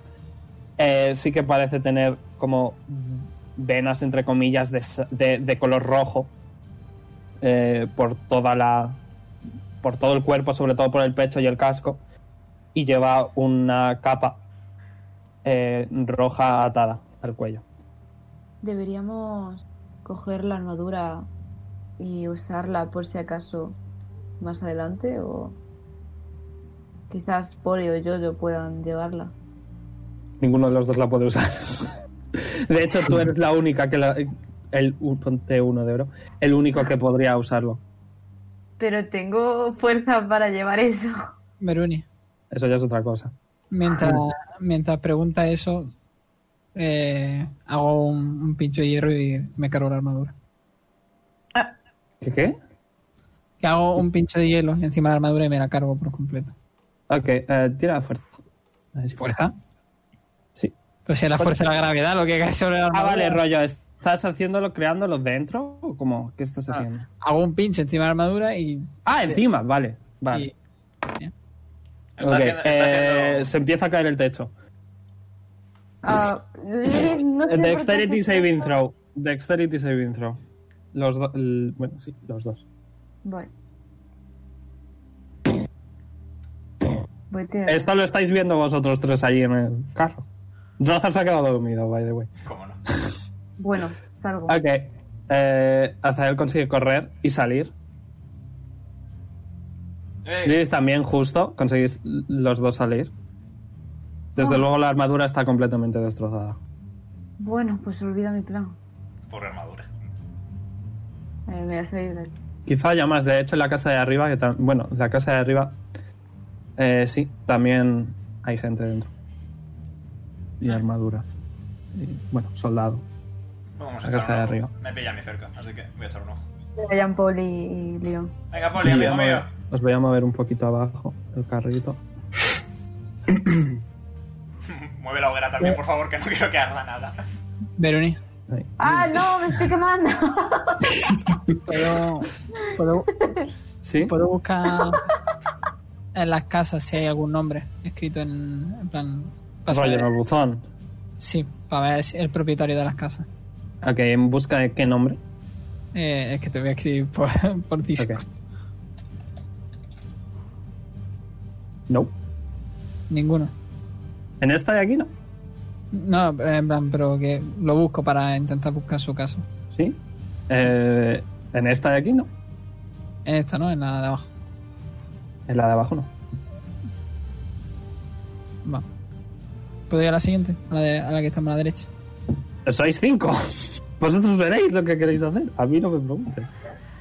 [SPEAKER 1] Eh, sí que parece tener como venas, entre comillas, de, sa- de- de color rojo eh, por toda la... por todo el cuerpo, sobre todo por el pecho y el casco. Y lleva una capa eh, roja atada al cuello.
[SPEAKER 5] Deberíamos coger la armadura y usarla por si acaso más adelante o quizás Poli o Yoyo puedan llevarla.
[SPEAKER 1] Ninguno de los dos la puede usar. De hecho, tú eres la única que la, el u- ponte uno de oro, el único que podría usarlo.
[SPEAKER 5] Pero tengo fuerza para llevar eso.
[SPEAKER 3] Veruni,
[SPEAKER 1] Eso ya es otra cosa.
[SPEAKER 3] mientras, mientras pregunta eso, eh, hago un, un pincho de hierro y me cargo la armadura.
[SPEAKER 1] ¿Qué qué?
[SPEAKER 3] Que hago un pincho de hielo encima de la armadura y me la cargo por completo.
[SPEAKER 1] Ok, eh, tira fuerza. A ver si-
[SPEAKER 3] ¿Fuerza?
[SPEAKER 1] Sí.
[SPEAKER 3] Pues si es la fuerza de la gravedad, lo que cae sobre la
[SPEAKER 1] Ah,
[SPEAKER 3] armadura.
[SPEAKER 1] vale, rollo. ¿Estás haciéndolo, creándolo dentro? ¿O cómo? ¿Qué estás
[SPEAKER 3] Ah.
[SPEAKER 1] haciendo?
[SPEAKER 3] Hago un pincho encima de la armadura y.
[SPEAKER 1] Ah, encima, vale. Vale.
[SPEAKER 3] y-
[SPEAKER 2] Está
[SPEAKER 1] Ok,
[SPEAKER 2] haciendo- está
[SPEAKER 1] eh,
[SPEAKER 2] haciendo-
[SPEAKER 1] Se empieza a caer el techo.
[SPEAKER 5] Ah, Lilith, no sé Pues por qué
[SPEAKER 1] Eh, Dexterity
[SPEAKER 5] se-
[SPEAKER 1] saving throw. Dexterity saving throw. Los dos. Bueno, sí, los dos.
[SPEAKER 5] Vale. Voy tirando.
[SPEAKER 1] Esto lo estáis viendo vosotros tres allí en el carro. Drozar se ha quedado dormido, by the way.
[SPEAKER 2] ¿Cómo no?
[SPEAKER 5] Bueno, salgo.
[SPEAKER 1] Ok. Eh, Azael consigue correr y salir.
[SPEAKER 2] ¡Ey!
[SPEAKER 1] Lilith también, justo. Conseguís l- los dos salir. Desde luego la armadura está completamente destrozada.
[SPEAKER 5] Bueno, pues olvida mi plan.
[SPEAKER 2] Por armadura.
[SPEAKER 5] A ver, me voy a salir Eh, de aquí.
[SPEAKER 1] Quizá haya más. De hecho, en la casa de arriba, que tam- bueno, la casa de arriba, eh, sí, también hay gente dentro. Y armadura. Y, bueno, soldado.
[SPEAKER 2] Vamos
[SPEAKER 1] La
[SPEAKER 2] a echar
[SPEAKER 1] casa
[SPEAKER 2] un
[SPEAKER 1] de
[SPEAKER 2] ojo.
[SPEAKER 1] arriba.
[SPEAKER 2] Me pilla a mí cerca, así que voy a echar un ojo.
[SPEAKER 5] Vayan Paul y y Leon.
[SPEAKER 2] Venga, Poli,
[SPEAKER 1] Os voy a
[SPEAKER 2] amigo
[SPEAKER 1] mover-
[SPEAKER 2] mío.
[SPEAKER 1] Os voy a mover un poquito abajo el carrito.
[SPEAKER 2] Mueve la hoguera también, por favor, que no quiero que arda nada.
[SPEAKER 3] Veroni,
[SPEAKER 1] Ahí.
[SPEAKER 5] ¡Ah, no! ¡Me estoy quemando!
[SPEAKER 3] ¿puedo, puedo,
[SPEAKER 1] ¿Sí?
[SPEAKER 3] puedo buscar en las casas si hay algún nombre escrito en, en plan. para
[SPEAKER 1] Rollo
[SPEAKER 3] saber-
[SPEAKER 1] en el buzón.
[SPEAKER 3] Sí, para ver si el propietario de las casas.
[SPEAKER 1] Ok, en busca de qué nombre.
[SPEAKER 3] Eh, es que te voy a escribir por, por Discord.
[SPEAKER 1] Ok. No.
[SPEAKER 3] Ninguno.
[SPEAKER 1] En esta de aquí no.
[SPEAKER 3] No, en plan, pero que lo busco para intentar buscar su casa.
[SPEAKER 1] ¿Sí? Eh, en esta de aquí no.
[SPEAKER 3] En esta, ¿no? En la de abajo.
[SPEAKER 1] En la de abajo no.
[SPEAKER 3] Va. ¿Puedo ir a la siguiente? A la, de- a la que está más a la derecha.
[SPEAKER 1] Sois cinco. Vosotros veréis lo que queréis hacer. A mí no me pregunten.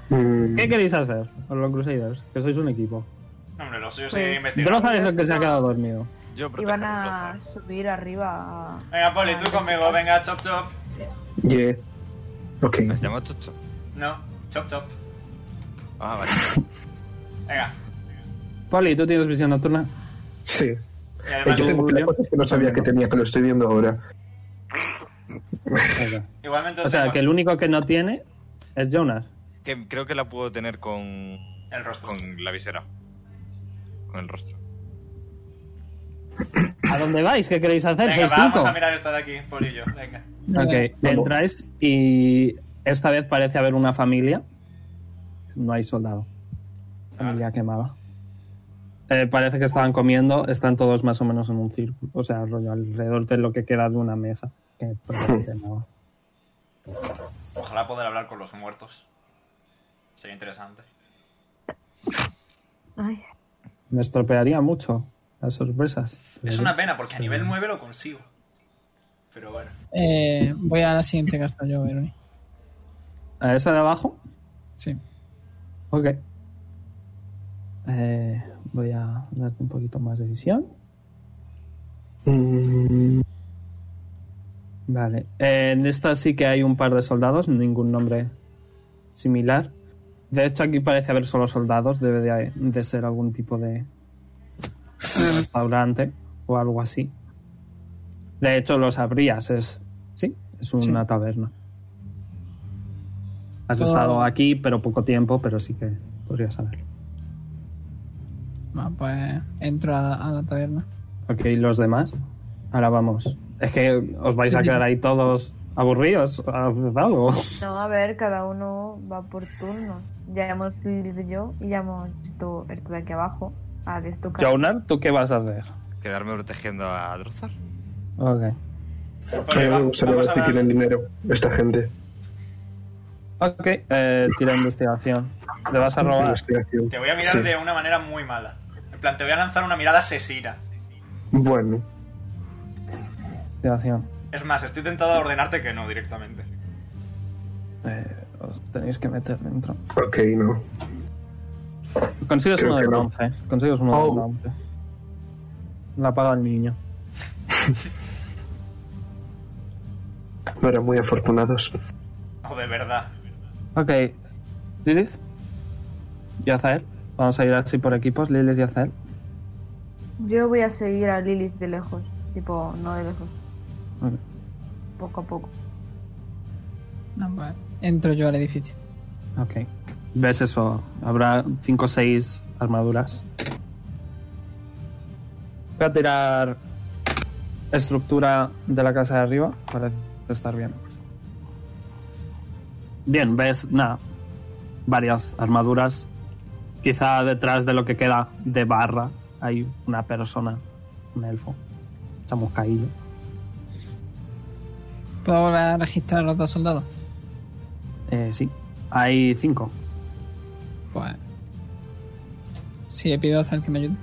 [SPEAKER 4] Mm,
[SPEAKER 1] ¿Qué queréis hacer con los Crusaders? Que sois un equipo.
[SPEAKER 2] No, hombre, lo suyo
[SPEAKER 5] Pues,
[SPEAKER 2] sigue investigando.
[SPEAKER 1] Drozar es el que se ha quedado dormido.
[SPEAKER 7] Yo
[SPEAKER 5] Y
[SPEAKER 7] protejo
[SPEAKER 5] van
[SPEAKER 7] a
[SPEAKER 5] a
[SPEAKER 7] Drozar.
[SPEAKER 5] subir arriba a...
[SPEAKER 2] Venga, Poli, tú conmigo, venga, chop chop.
[SPEAKER 4] yeah. Ok.
[SPEAKER 7] ¿Nos llamó Chocho?
[SPEAKER 2] No, chop chop.
[SPEAKER 7] Ah, vale.
[SPEAKER 2] Venga.
[SPEAKER 1] Poli, ¿tú tienes visión nocturna?
[SPEAKER 4] Sí.
[SPEAKER 2] Y
[SPEAKER 4] Eh,
[SPEAKER 2] además,
[SPEAKER 4] yo tengo
[SPEAKER 1] Julio.
[SPEAKER 4] una cosa que no sabía que tenía, que lo estoy viendo ahora.
[SPEAKER 1] Ok.
[SPEAKER 2] igualmente
[SPEAKER 1] O sea,
[SPEAKER 2] tengo
[SPEAKER 1] que el único que no tiene es Jonas.
[SPEAKER 7] Que creo que la puedo tener con.
[SPEAKER 2] el rostro.
[SPEAKER 7] con la visera. Con el rostro.
[SPEAKER 1] ¿A dónde vais? ¿Qué queréis hacer?
[SPEAKER 2] Venga,
[SPEAKER 1] Sois
[SPEAKER 2] vamos
[SPEAKER 1] cinco.
[SPEAKER 2] a mirar esto de aquí, Poli y yo. Venga.
[SPEAKER 1] Ok, entráis y esta vez parece haber una familia. No hay soldado. Familia quemada. Eh, parece que estaban comiendo, están todos más o menos en un círculo, o sea, rollo alrededor de lo que queda de una mesa. Que probablemente no.
[SPEAKER 2] Ojalá poder hablar con los muertos. Sería interesante.
[SPEAKER 5] Ay,
[SPEAKER 1] Me estropearía mucho las sorpresas.
[SPEAKER 2] Es una pena porque a nivel 9 lo consigo. Pero bueno.
[SPEAKER 3] Eh, voy a la siguiente casa yo, Veroni.
[SPEAKER 1] ¿A esa de abajo?
[SPEAKER 3] Sí.
[SPEAKER 1] Ok. Eh, voy a darte un poquito más de visión.
[SPEAKER 4] Mm,
[SPEAKER 1] Vale. Eh, en esta sí que hay un par de soldados, ningún nombre similar. De hecho, aquí parece haber solo soldados, debe de, de ser algún tipo de restaurante o algo así. De hecho, lo sabrías, es. Sí, es una taberna. Has
[SPEAKER 3] Oh.
[SPEAKER 1] estado aquí, pero poco tiempo, pero sí que podrías saberlo.
[SPEAKER 3] Va, pues entro a, a la taberna.
[SPEAKER 1] Ok, ¿y los demás? Ahora vamos. Es que os vais
[SPEAKER 3] Sí,
[SPEAKER 1] a
[SPEAKER 3] sí,
[SPEAKER 1] quedar
[SPEAKER 3] sí.
[SPEAKER 1] ahí todos aburridos. Haced algo.
[SPEAKER 5] No, a ver, cada uno va por turno. Ya hemos ido yo y ya hemos visto esto de aquí abajo. Ah, les toca.
[SPEAKER 1] Jonar, ¿tú qué vas a hacer?
[SPEAKER 7] Quedarme protegiendo a Drozar.
[SPEAKER 1] Ok.
[SPEAKER 2] Poli,
[SPEAKER 4] me
[SPEAKER 2] va-
[SPEAKER 4] gustaría Eh, ver
[SPEAKER 2] vamos a
[SPEAKER 4] si
[SPEAKER 2] dar-
[SPEAKER 4] tienen dinero esta gente.
[SPEAKER 1] Ok, eh, tira investigación. Te vas a robar.
[SPEAKER 4] Investigación.
[SPEAKER 2] Te voy a mirar
[SPEAKER 4] Sí.
[SPEAKER 2] de una manera muy mala. En plan, te voy a lanzar una mirada asesina.
[SPEAKER 4] Bueno,
[SPEAKER 1] Investigación.
[SPEAKER 2] Es más, estoy tentado a ordenarte que no directamente.
[SPEAKER 1] Eh, os tenéis que meter dentro.
[SPEAKER 4] ok, no.
[SPEAKER 1] Consigues
[SPEAKER 4] Creo
[SPEAKER 1] uno de
[SPEAKER 4] que no.
[SPEAKER 1] bronce. eh. Consigues uno de
[SPEAKER 4] Oh.
[SPEAKER 1] bronce. La paga el niño.
[SPEAKER 4] No eran muy afortunados.
[SPEAKER 2] O de verdad.
[SPEAKER 1] Ok. Lilith. Y Azael. Vamos a ir así por equipos. Lilith y Azael.
[SPEAKER 5] Yo voy a seguir a Lilith de lejos. Tipo, no de lejos,
[SPEAKER 1] Ok.
[SPEAKER 5] poco a poco.
[SPEAKER 3] No, pues entro yo al edificio.
[SPEAKER 1] Ok. ¿Ves eso? Habrá 5 o 6 armaduras. Voy a tirar estructura de la casa de arriba. Parece estar bien. Bien, ves nada. Varias armaduras. Quizá detrás de lo que queda de barra hay una persona, un elfo. Estamos caídos.
[SPEAKER 3] ¿Puedo volver a registrar a los dos soldados?
[SPEAKER 1] Eh, sí, hay cinco.
[SPEAKER 3] Pues. Si le pido a Zal que me ayude.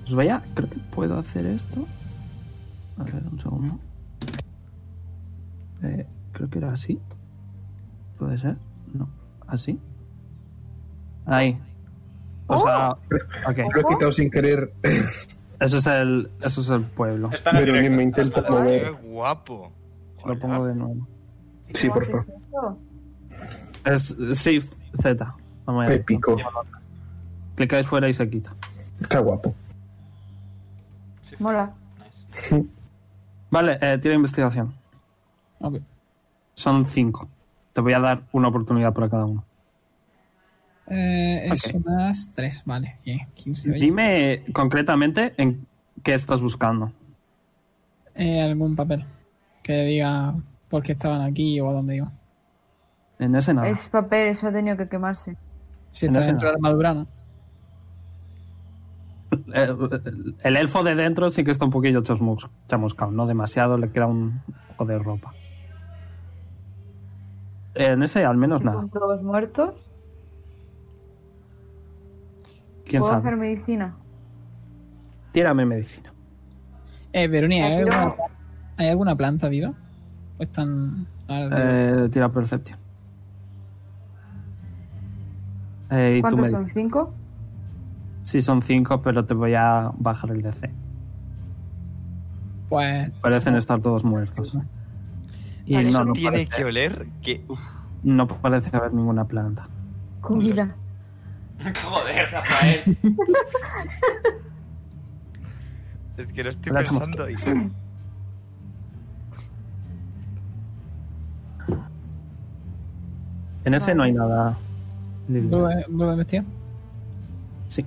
[SPEAKER 1] Pues vaya, creo que puedo hacer esto. A ver, un segundo. Eh, creo que era así. ¿Puede ser? No. ¿Así? Ahí. O sea, ok.
[SPEAKER 4] Lo he quitado sin querer,
[SPEAKER 1] Eso es el, eso es el pueblo.
[SPEAKER 2] Está en el
[SPEAKER 4] pero ni
[SPEAKER 2] directo.
[SPEAKER 4] me intento
[SPEAKER 2] Espera,
[SPEAKER 7] ¡Qué
[SPEAKER 4] mover.
[SPEAKER 7] guapo! ah,
[SPEAKER 1] Lo pongo de nuevo.
[SPEAKER 4] Sí, por favor.
[SPEAKER 1] Es Shift Z. Vamos allá.
[SPEAKER 4] Épico.
[SPEAKER 1] Clicáis fuera y se quita.
[SPEAKER 4] Está guapo.
[SPEAKER 2] sí,
[SPEAKER 5] Mola.
[SPEAKER 2] nice.
[SPEAKER 1] Vale, eh, tira investigación.
[SPEAKER 3] Ok.
[SPEAKER 1] Son cinco. Te voy a dar una oportunidad para cada uno.
[SPEAKER 3] Eh,
[SPEAKER 1] Ok.
[SPEAKER 3] Es unas 3, vale. Bien, 15, oye.
[SPEAKER 1] Dime concretamente en qué estás buscando.
[SPEAKER 3] Eh, algún papel que diga por qué estaban aquí o a dónde iban.
[SPEAKER 1] En ese nada.
[SPEAKER 5] Es papel, eso ha tenido que quemarse.
[SPEAKER 3] Si
[SPEAKER 1] En
[SPEAKER 3] está
[SPEAKER 1] ese
[SPEAKER 3] dentro de la armadura, ¿no?
[SPEAKER 1] Eh, El, elfo de dentro sí que está un poquillo chasmus- chamuscado, no demasiado, le queda un poco de ropa. Eh, En ese al menos nada.
[SPEAKER 5] Los muertos.
[SPEAKER 1] ¿Quién
[SPEAKER 5] ¿Puedo
[SPEAKER 1] sabe?
[SPEAKER 5] hacer medicina?
[SPEAKER 1] Tírame medicina.
[SPEAKER 3] Eh,
[SPEAKER 6] Ah,
[SPEAKER 3] Verónica, ¿hay
[SPEAKER 5] Pero-
[SPEAKER 3] alguna, ¿hay alguna planta viva? Pues están. ahora de-
[SPEAKER 1] Eh, tira percepción. Eh, y tú
[SPEAKER 5] ¿Cuántos
[SPEAKER 1] me
[SPEAKER 5] son?
[SPEAKER 1] dices.
[SPEAKER 5] ¿Cinco?
[SPEAKER 1] Sí, son cinco, pero te voy a bajar el DC.
[SPEAKER 3] Pues.
[SPEAKER 1] Parecen estar todos muertos. ¿eh? Y
[SPEAKER 7] Eso
[SPEAKER 1] no, no
[SPEAKER 7] tiene
[SPEAKER 1] parece,
[SPEAKER 7] que oler que... Uf,
[SPEAKER 1] no parece haber ninguna planta.
[SPEAKER 5] Comida.
[SPEAKER 2] Joder, Rafael.
[SPEAKER 7] es que lo estoy
[SPEAKER 1] Hola,
[SPEAKER 7] pensando y...
[SPEAKER 1] En ese no hay nada. Lilith.
[SPEAKER 3] ¿Vuelve vuelve a investigar?
[SPEAKER 1] Sí,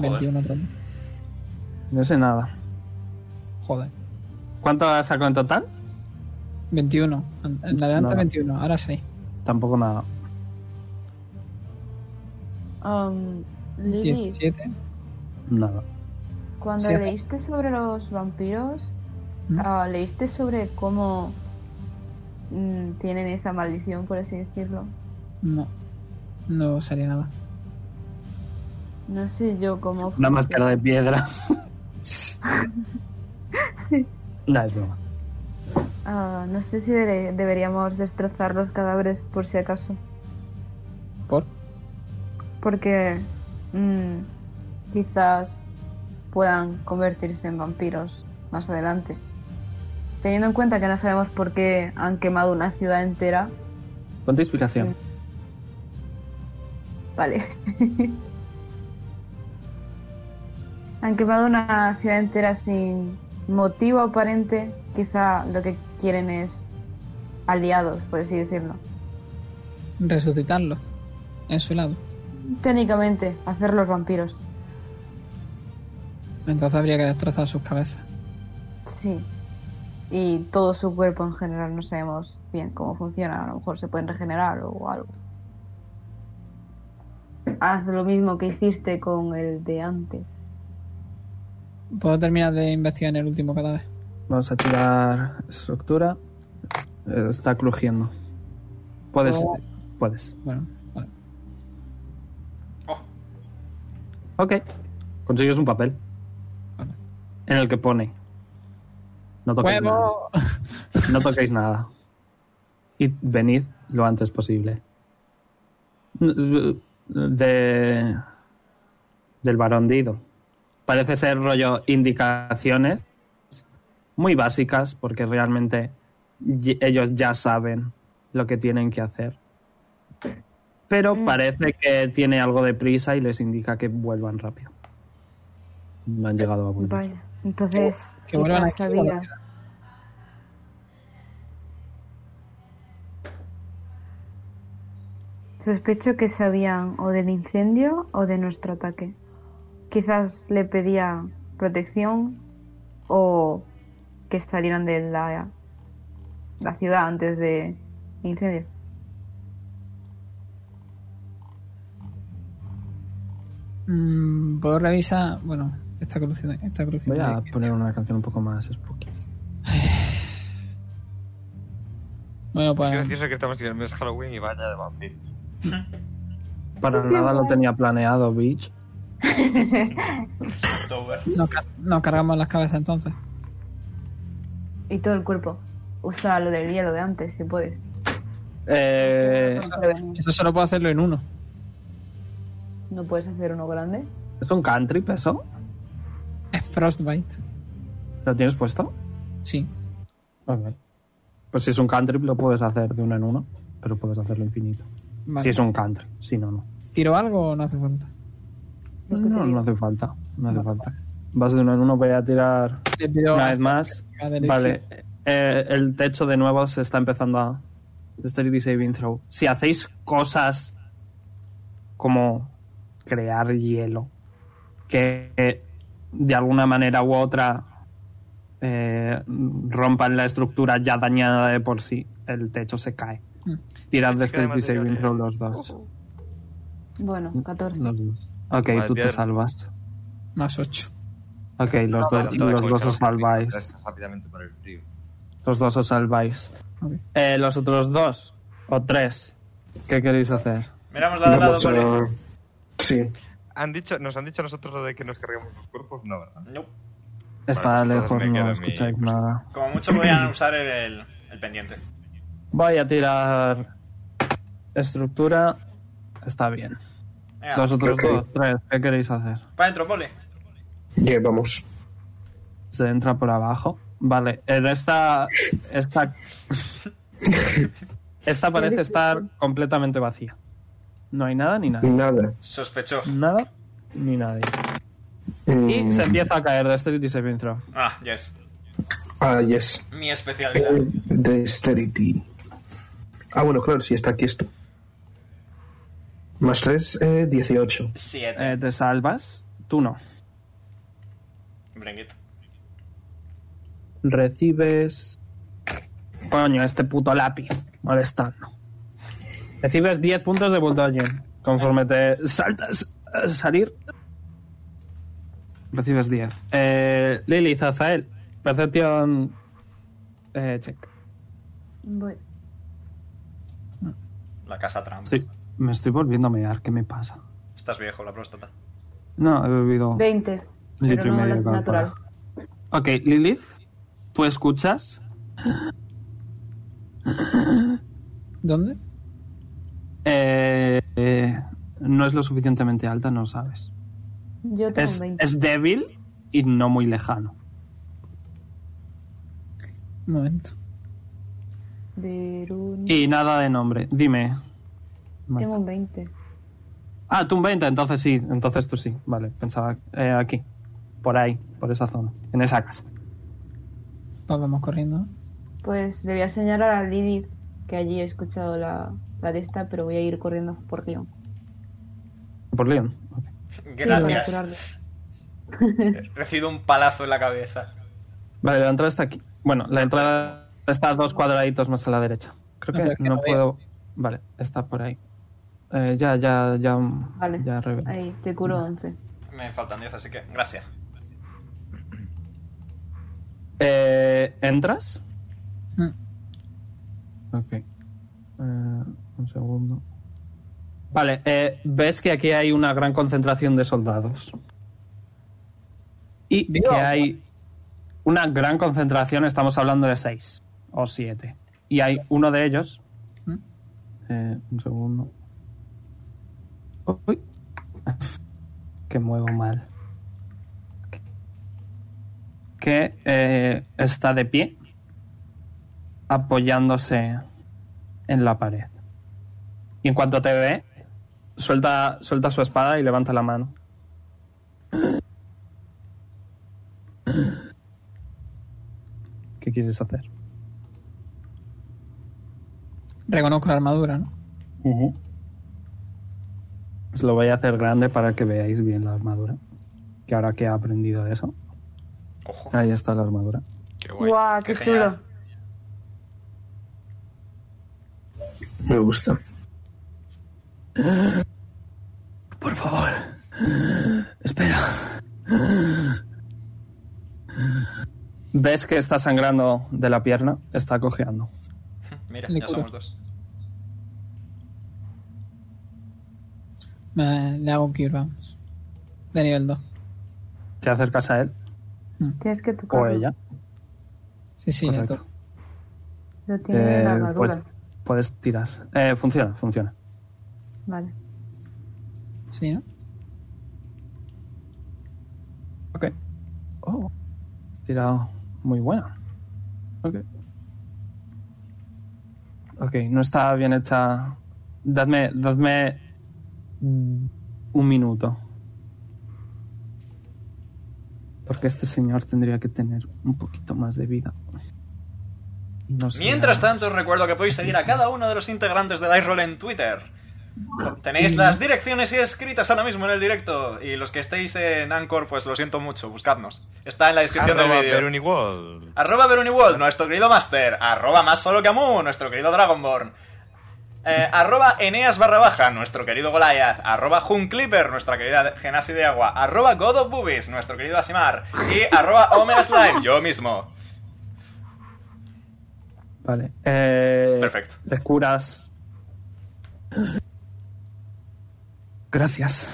[SPEAKER 3] 21 otra vez.
[SPEAKER 1] en ese nada.
[SPEAKER 3] Joder.
[SPEAKER 1] ¿Cuánto has sacado en total?
[SPEAKER 3] 21. En la de antes
[SPEAKER 1] Nada.
[SPEAKER 3] 21, ahora 6.
[SPEAKER 1] Tampoco nada.
[SPEAKER 5] Um, Lili,
[SPEAKER 3] 17.
[SPEAKER 1] Nada.
[SPEAKER 5] cuando
[SPEAKER 3] Sí.
[SPEAKER 5] leíste sobre los vampiros,
[SPEAKER 3] ¿Mm?
[SPEAKER 5] ah, ¿leíste sobre cómo mm, tienen esa maldición, por así decirlo?
[SPEAKER 3] No. No salía nada.
[SPEAKER 5] No sé yo cómo...
[SPEAKER 1] Una
[SPEAKER 5] funciona.
[SPEAKER 1] máscara de piedra. No, es broma.
[SPEAKER 5] Ah, no sé si de- deberíamos destrozar los cadáveres por si acaso.
[SPEAKER 3] ¿Por?
[SPEAKER 5] Porque mm, quizás puedan convertirse en vampiros más adelante. Teniendo en cuenta que no sabemos por qué han quemado una ciudad entera.
[SPEAKER 1] ¿Cuánta inspiración?
[SPEAKER 5] Vale. han quemado una ciudad entera sin motivo aparente. Quizá lo que quieren es aliados, por así decirlo.
[SPEAKER 3] Resucitarlo. En su lado.
[SPEAKER 5] Técnicamente, hacer los vampiros.
[SPEAKER 3] Entonces habría que destrozar sus cabezas.
[SPEAKER 5] Sí. Y todo su cuerpo en general, no sabemos bien cómo funciona. A lo mejor se pueden regenerar o algo. Haz lo mismo que hiciste con el de antes.
[SPEAKER 3] ¿Puedo terminar de investigar en el último cadáver?
[SPEAKER 1] Vamos a tirar estructura. Eh, Está crujiendo. Puedes.
[SPEAKER 3] Oh.
[SPEAKER 1] Puedes.
[SPEAKER 3] Bueno, vale.
[SPEAKER 2] Oh,
[SPEAKER 1] Ok. Consigues un papel.
[SPEAKER 3] Vale.
[SPEAKER 1] En el que pone. No toquéis nada.
[SPEAKER 3] ¡Huevo!
[SPEAKER 1] No toquéis nada. Y venid lo antes posible. De. Del barondido. Parece ser rollo indicaciones muy básicas porque realmente y- ellos ya saben lo que tienen que hacer. Pero parece que tiene algo de prisa y les indica que vuelvan rápido. No han llegado a volver.
[SPEAKER 5] Vaya. Entonces,
[SPEAKER 3] Que vuelvan
[SPEAKER 5] quizás
[SPEAKER 3] aquí,
[SPEAKER 5] había- Sospecho que sabían o del incendio o de nuestro ataque. Quizás le pedía protección o que salieran de la, la ciudad antes del incendio.
[SPEAKER 3] Mm, Puedo revisar. Bueno, esta colección. Esta colección
[SPEAKER 1] Voy a
[SPEAKER 3] de-
[SPEAKER 1] poner una canción un poco más spooky.
[SPEAKER 3] Bueno,
[SPEAKER 7] Es
[SPEAKER 3] pues.
[SPEAKER 7] gracioso que estamos en el mes Halloween y vaya de vampiro.
[SPEAKER 1] Para nada lo tenía planeado, bitch.
[SPEAKER 2] Tower.
[SPEAKER 3] Nos, ca- nos cargamos las cabezas entonces.
[SPEAKER 5] Y todo el cuerpo. Usa lo del hielo de antes, si puedes.
[SPEAKER 1] Eh,
[SPEAKER 5] Prevenir.
[SPEAKER 3] Eso solo puedo hacerlo en uno.
[SPEAKER 5] No puedes hacer uno grande.
[SPEAKER 1] ¿Es un country eso?
[SPEAKER 3] Es Frostbite.
[SPEAKER 1] ¿Lo tienes puesto?
[SPEAKER 3] Sí.
[SPEAKER 1] Ok. Pues si es un country lo puedes hacer de uno en uno, pero puedes hacerlo infinito.
[SPEAKER 3] Vale.
[SPEAKER 1] Si es un country, si no, no.
[SPEAKER 3] ¿Tiro algo o no hace falta?
[SPEAKER 5] Lo que
[SPEAKER 1] No,
[SPEAKER 5] te
[SPEAKER 1] no
[SPEAKER 5] digo.
[SPEAKER 1] hace falta. No hace falta. Vas de uno en uno, voy a tirar
[SPEAKER 3] Le pido
[SPEAKER 1] una vez más.
[SPEAKER 3] a Delexia.
[SPEAKER 1] Vale. eh, el techo de nuevo se está empezando a. Dexterity saving throw. Si hacéis cosas como crear hielo, que eh, de alguna manera u otra eh, rompan la estructura ya dañada de por sí, el techo se cae.
[SPEAKER 3] Mm.
[SPEAKER 1] Tirad
[SPEAKER 7] Chica de
[SPEAKER 1] Dexterity
[SPEAKER 7] material,
[SPEAKER 1] saving
[SPEAKER 7] eh.
[SPEAKER 1] throw los dos.
[SPEAKER 5] Bueno, 14.
[SPEAKER 1] Los dos. Ok, tú te
[SPEAKER 7] Material.
[SPEAKER 1] salvas.
[SPEAKER 3] Más 8.
[SPEAKER 1] Ok, los, dos-
[SPEAKER 7] Adelantado de
[SPEAKER 1] los dos os
[SPEAKER 7] cualquier otro tipo,
[SPEAKER 1] salváis.
[SPEAKER 7] gracias rápidamente por el frío.
[SPEAKER 1] Los dos os salváis.
[SPEAKER 3] Ok.
[SPEAKER 1] Eh, los otros dos o tres, ¿qué queréis hacer?
[SPEAKER 2] Miramos la de al lado,
[SPEAKER 4] Vamos
[SPEAKER 2] ¿vale?
[SPEAKER 4] a... Sí,
[SPEAKER 7] ¿Han dicho, ¿Nos han dicho a nosotros lo de que nos carguemos los cuerpos? No, ¿verdad?
[SPEAKER 2] No.
[SPEAKER 1] Está
[SPEAKER 7] Vale, entonces
[SPEAKER 1] lejos,
[SPEAKER 7] me
[SPEAKER 1] no
[SPEAKER 7] quedo en mi
[SPEAKER 1] escucháis
[SPEAKER 7] posición.
[SPEAKER 1] nada.
[SPEAKER 2] Como mucho podrían usar el, el pendiente.
[SPEAKER 1] Voy a tirar estructura. Está bien.
[SPEAKER 2] Venga,
[SPEAKER 1] Los otros
[SPEAKER 4] ok.
[SPEAKER 1] dos, tres, ¿qué queréis hacer?
[SPEAKER 2] para adentro, poli.
[SPEAKER 4] ya vamos.
[SPEAKER 1] Se entra por abajo. Vale, en esta. Esta. esta parece estar completamente vacía. No hay nada ni nada.
[SPEAKER 4] Nada.
[SPEAKER 2] Sospechó.
[SPEAKER 1] Nada ni nadie. Y
[SPEAKER 4] Mm,
[SPEAKER 1] se empieza a caer de este Dexterity Saving Throw.
[SPEAKER 2] Ah, yes.
[SPEAKER 4] Ah, yes.
[SPEAKER 2] Mi especialidad.
[SPEAKER 4] Eh, Dexterity. Ah, bueno, claro, sí, está aquí esto. Más 3, eh, 18.
[SPEAKER 2] Siete.
[SPEAKER 1] Eh, ¿Te salvas? Tú no.
[SPEAKER 2] Bring it.
[SPEAKER 1] recibes. Coño, este puto lápiz. Molestando. Recibes 10 puntos de voltaje. Conforme te saltas a salir. Recibes 10. Eh, Lily, Zazael, Perception. eh, check.
[SPEAKER 5] Voy.
[SPEAKER 2] La casa trampa.
[SPEAKER 1] Sí, me estoy volviendo a mear. ¿Qué me pasa?
[SPEAKER 2] Estás viejo, la próstata.
[SPEAKER 1] No, he bebido.
[SPEAKER 5] 20.
[SPEAKER 1] Litro y
[SPEAKER 5] Pero no
[SPEAKER 1] medio de
[SPEAKER 5] la natural.
[SPEAKER 1] Coca-Cola. Ok, Lilith, tú escuchas
[SPEAKER 3] ¿Dónde?
[SPEAKER 1] Eh, eh, no es lo suficientemente alta, no sabes.
[SPEAKER 5] Yo tengo
[SPEAKER 1] Es,
[SPEAKER 5] 20.
[SPEAKER 1] es débil y no muy lejano.
[SPEAKER 3] Un momento.
[SPEAKER 5] Verón-
[SPEAKER 1] Y nada de nombre. Dime.
[SPEAKER 5] Tengo un 20.
[SPEAKER 1] Ah, tú un 20, entonces sí. Entonces tú sí. Vale, pensaba eh, aquí. Por ahí, por esa zona. En esa casa.
[SPEAKER 3] Pues vamos corriendo.
[SPEAKER 5] Pues le voy a señalar a Lilith que allí he escuchado la, la de esta, pero voy a ir corriendo por Leon.
[SPEAKER 1] Por Leon. Ok.
[SPEAKER 5] natural.
[SPEAKER 2] Gracias. Eh, Recibo un palazo en la cabeza.
[SPEAKER 1] Vale, la entrada está aquí. Bueno, la entrada está dos cuadraditos más a la derecha.
[SPEAKER 3] No, pero
[SPEAKER 1] Creo
[SPEAKER 3] es
[SPEAKER 1] que
[SPEAKER 3] que
[SPEAKER 1] no
[SPEAKER 3] no
[SPEAKER 1] puedo. Vale, está por ahí. Eh, ya, ya, ya.
[SPEAKER 5] Vale.
[SPEAKER 1] Ya arreglo.
[SPEAKER 5] Ahí, te curo 11.
[SPEAKER 2] Me faltan 10, así que gracias.
[SPEAKER 1] Eh, ¿Entras?
[SPEAKER 3] Mm.
[SPEAKER 1] Ok. Eh, un segundo. Vale, eh, ves que aquí hay una gran concentración de soldados. Y
[SPEAKER 3] Dios.
[SPEAKER 1] que hay una gran concentración, estamos hablando de seis o siete. Y hay uno de ellos.
[SPEAKER 3] ¿Mm?
[SPEAKER 1] Eh, un segundo. Uy. que muevo mal. Que eh, está de pie apoyándose en la pared. Y en cuanto te ve, suelta, suelta su espada y levanta la mano. ¿Qué quieres hacer?
[SPEAKER 3] Reconozco la armadura, ¿no?
[SPEAKER 1] Os Pues lo voy a hacer grande para que veáis bien la armadura. Que ahora que ha aprendido eso.
[SPEAKER 2] Ojo.
[SPEAKER 1] Ahí está la armadura.
[SPEAKER 7] Qué guay.
[SPEAKER 5] ¡Guau,
[SPEAKER 2] qué
[SPEAKER 5] qué,
[SPEAKER 2] genial.
[SPEAKER 5] chulo!
[SPEAKER 4] Me gusta.
[SPEAKER 1] Por favor, Espera. ¿Ves que está sangrando de la pierna? Está cojeando.
[SPEAKER 2] Mm, Mira,
[SPEAKER 3] Le
[SPEAKER 2] ya
[SPEAKER 3] curo.
[SPEAKER 2] somos dos.
[SPEAKER 3] Me- le hago Cure Bounce. De nivel 2.
[SPEAKER 1] ¿Te acercas a él
[SPEAKER 5] Tienes que
[SPEAKER 1] o
[SPEAKER 5] tocarlo.
[SPEAKER 1] ella?
[SPEAKER 3] Sí, sí, le
[SPEAKER 1] Correcto.
[SPEAKER 3] toco.
[SPEAKER 5] Lo tiene en la
[SPEAKER 1] Eh,
[SPEAKER 5] armadura.
[SPEAKER 1] puedes, puedes tirar. Eh, funciona, funciona.
[SPEAKER 5] Vale.
[SPEAKER 3] Sí, ¿no?
[SPEAKER 1] Ok. Oh. Tirado muy buena. Ok. Ok, no está bien hecha. Dadme, dadme mm, un minuto. Porque este señor tendría que tener un poquito más de vida. No sé.
[SPEAKER 2] Mientras tanto, os recuerdo que podéis seguir a cada uno de los integrantes de Dice Roll en Twitter. Tenéis las direcciones escritas ahora mismo en el directo. Y los que estéis en Anchor, pues lo siento mucho, buscadnos. Está en la descripción
[SPEAKER 7] Arroba
[SPEAKER 2] del vídeo.
[SPEAKER 7] Peruniwall.
[SPEAKER 2] Arroba Beruniworld, nuestro querido Master. Arroba más solo que Amu, nuestro querido Dragonborn. Eh, arroba Eneas barra baja, nuestro querido Goliath. Arroba Junclipper, nuestra querida Genasi de Agua. Arroba God of Boobies, nuestro querido Asimar. Y arroba Omega Slime, yo mismo.
[SPEAKER 1] Vale. Eh,
[SPEAKER 2] Perfecto.
[SPEAKER 1] Te curas. Gracias.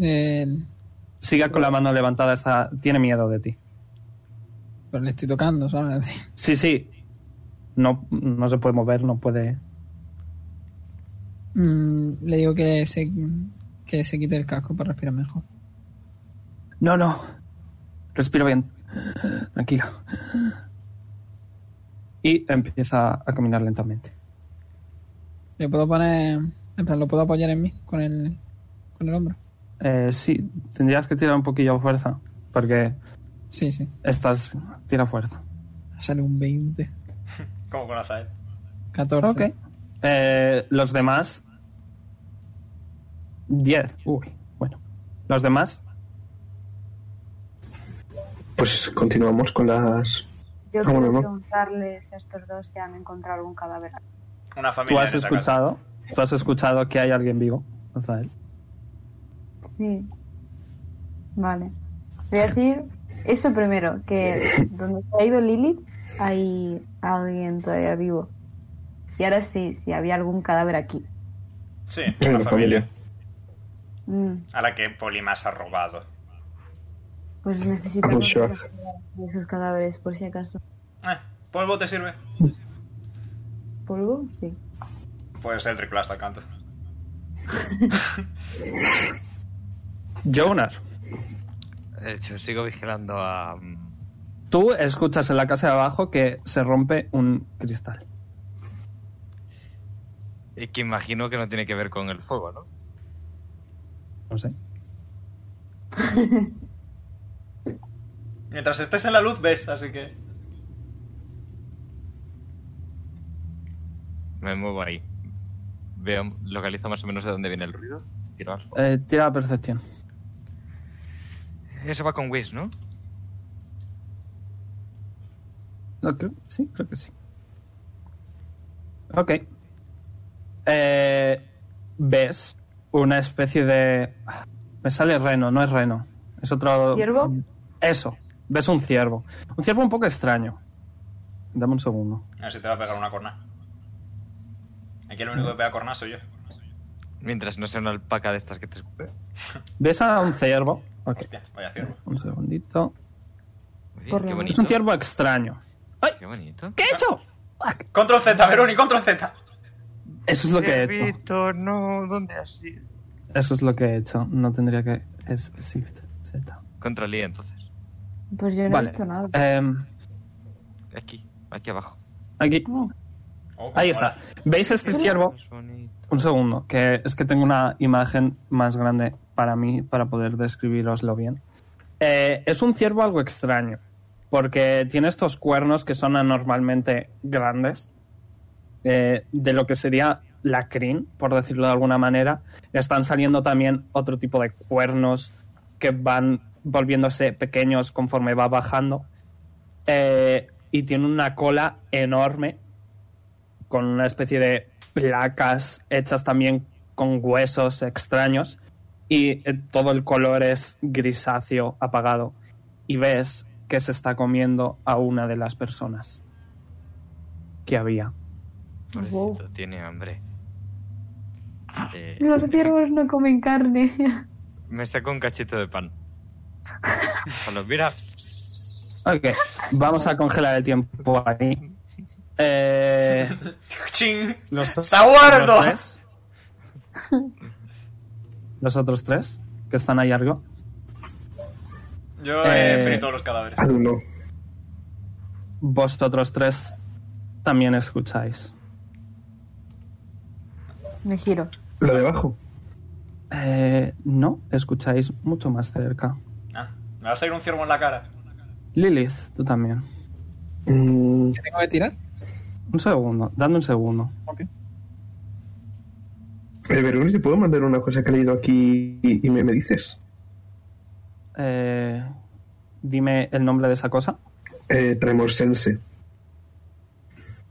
[SPEAKER 3] Eh,
[SPEAKER 1] Siga con la mano levantada. Está, tiene miedo de ti.
[SPEAKER 3] pero pues le estoy tocando, ¿sabes?
[SPEAKER 1] Sí, sí. No, no se puede mover, no puede.
[SPEAKER 3] Mm, le digo que se, que se quite el casco para respirar mejor.
[SPEAKER 1] No, no. Respiro bien. Tranquilo. Y empieza a caminar lentamente.
[SPEAKER 3] Le puedo poner. En plan, lo puedo apoyar en mí con el, con el hombro.
[SPEAKER 1] Eh, sí, tendrías que tirar un poquillo de fuerza. Porque
[SPEAKER 3] Sí, sí.
[SPEAKER 1] estás. Tira fuerza.
[SPEAKER 3] Sale un 20.
[SPEAKER 2] Como con Azael.
[SPEAKER 3] 14.
[SPEAKER 1] Ok. Eh, los demás. 10. Uy, bueno. Los demás.
[SPEAKER 4] Pues continuamos con las.
[SPEAKER 5] Yo
[SPEAKER 4] ¿Cómo
[SPEAKER 5] quiero
[SPEAKER 4] no?
[SPEAKER 5] preguntarles a estos dos si han encontrado algún cadáver.
[SPEAKER 2] Una
[SPEAKER 1] Tú
[SPEAKER 2] familia
[SPEAKER 1] has
[SPEAKER 2] en esa casa.
[SPEAKER 1] escuchado. Tú has escuchado que hay alguien vivo. Azael.
[SPEAKER 5] Sí. Vale. Voy a decir eso primero, que donde se ha ido Lilith hay alguien todavía vivo. Y ahora sí, si había algún cadáver aquí.
[SPEAKER 2] Sí,
[SPEAKER 4] En
[SPEAKER 2] una
[SPEAKER 4] la
[SPEAKER 2] familia.
[SPEAKER 4] familia.
[SPEAKER 5] Mm,
[SPEAKER 2] A la que Polimas ha robado.
[SPEAKER 5] pues necesitamos este
[SPEAKER 4] sure.
[SPEAKER 5] de esos cadáveres por si acaso.
[SPEAKER 2] Eh, ¿Polvo te sirve?
[SPEAKER 5] ¿Polvo? Sí.
[SPEAKER 2] Pues el triple hasta el canto.
[SPEAKER 1] Jonas.
[SPEAKER 7] Eh, Yo sigo vigilando a. mm,
[SPEAKER 1] Tú escuchas en la casa de abajo que se rompe un cristal.
[SPEAKER 7] eh, Que imagino que no tiene que ver con el fuego, ¿no?
[SPEAKER 1] No sé.
[SPEAKER 2] Mientras estés en la luz, ves, así que.
[SPEAKER 7] Me muevo ahí. Veo, localizo más o menos de dónde viene el ruido. Tiro al-
[SPEAKER 1] Eh, tira la percepción.
[SPEAKER 7] Eso va con Wiz, ¿no?
[SPEAKER 1] No, creo- sí, creo que sí. Ok. Eh, ¿Ves una especie de... ah, Me sale reno, no es reno. Es otro...
[SPEAKER 5] ¿Ciervo?
[SPEAKER 1] Eso. Ves un ciervo. Un ciervo un poco extraño. Dame un segundo.
[SPEAKER 2] A ver si te va a pegar una corna. Aquí el único que pega corna soy yo.
[SPEAKER 7] Mientras no sea una alpaca de estas que te escupe.
[SPEAKER 1] ¿Ves a un ciervo? Ok.
[SPEAKER 2] Hostia, voy a hacerlo.
[SPEAKER 1] Un segundito.
[SPEAKER 7] Uy,
[SPEAKER 5] Por
[SPEAKER 7] qué
[SPEAKER 1] Es
[SPEAKER 5] lo menos.
[SPEAKER 7] bonito.
[SPEAKER 1] un ciervo extraño.
[SPEAKER 7] Qué bonito.
[SPEAKER 1] ¿Qué he hecho? Fuck.
[SPEAKER 2] Control Z, Veroni, control Z.
[SPEAKER 1] Eso es lo que he hecho.
[SPEAKER 7] Víctor, no, ¿dónde has ido?
[SPEAKER 1] Eso es lo que he hecho. No tendría que. Es Shift Z.
[SPEAKER 7] Control I, entonces.
[SPEAKER 5] Pues yo no
[SPEAKER 1] Vale.
[SPEAKER 5] he visto nada.
[SPEAKER 1] Em,
[SPEAKER 7] Aquí, aquí abajo.
[SPEAKER 1] aquí.
[SPEAKER 2] Oh,
[SPEAKER 1] Ahí está.
[SPEAKER 2] mola.
[SPEAKER 1] ¿Veis este ciervo?
[SPEAKER 7] Es bonito.
[SPEAKER 1] Un segundo, que es que tengo una imagen más grande para mí, para poder describiroslo bien. Eh, es un ciervo algo extraño, porque tiene estos cuernos que son anormalmente grandes, eh, de lo que sería la crin, por decirlo de alguna manera. Están saliendo también otro tipo de cuernos que van volviéndose pequeños conforme va bajando. Eh, y tiene una cola enorme con una especie de placas hechas también con huesos extraños y eh, todo el color es grisáceo apagado y ves que se está comiendo a una de las personas que había.
[SPEAKER 6] Wow.
[SPEAKER 7] Pobrecito, tiene hambre.
[SPEAKER 1] Ah.
[SPEAKER 7] Eh,
[SPEAKER 6] Los ciervos no comen carne.
[SPEAKER 7] me saco un cachito de pan. Cuando mira... pss, pss, pss, pss, pss.
[SPEAKER 1] Ok, vamos a congelar el tiempo ahí. Eh,
[SPEAKER 2] ¡Ching!
[SPEAKER 1] los-
[SPEAKER 2] ¡Saguardo!
[SPEAKER 1] los tres. Los otros tres que están ahí arriba.
[SPEAKER 2] Yo he
[SPEAKER 1] Eh,
[SPEAKER 2] frito los cadáveres.
[SPEAKER 4] I don't know.
[SPEAKER 1] Vosotros tres también escucháis.
[SPEAKER 5] Me giro.
[SPEAKER 4] La de abajo.
[SPEAKER 1] Eh, no, escucháis mucho más cerca.
[SPEAKER 2] Ah, me va a salir un ciervo en la cara.
[SPEAKER 1] Lilith, tú también.
[SPEAKER 4] Mm,
[SPEAKER 3] ¿Qué tengo que tirar?
[SPEAKER 1] Un segundo, dame un segundo.
[SPEAKER 4] eh, Veroni, ¿te puedo mandar una cosa que he leído aquí y, y me, me dices?
[SPEAKER 1] Eh, dime el nombre de esa cosa.
[SPEAKER 4] Eh, Tremorsense.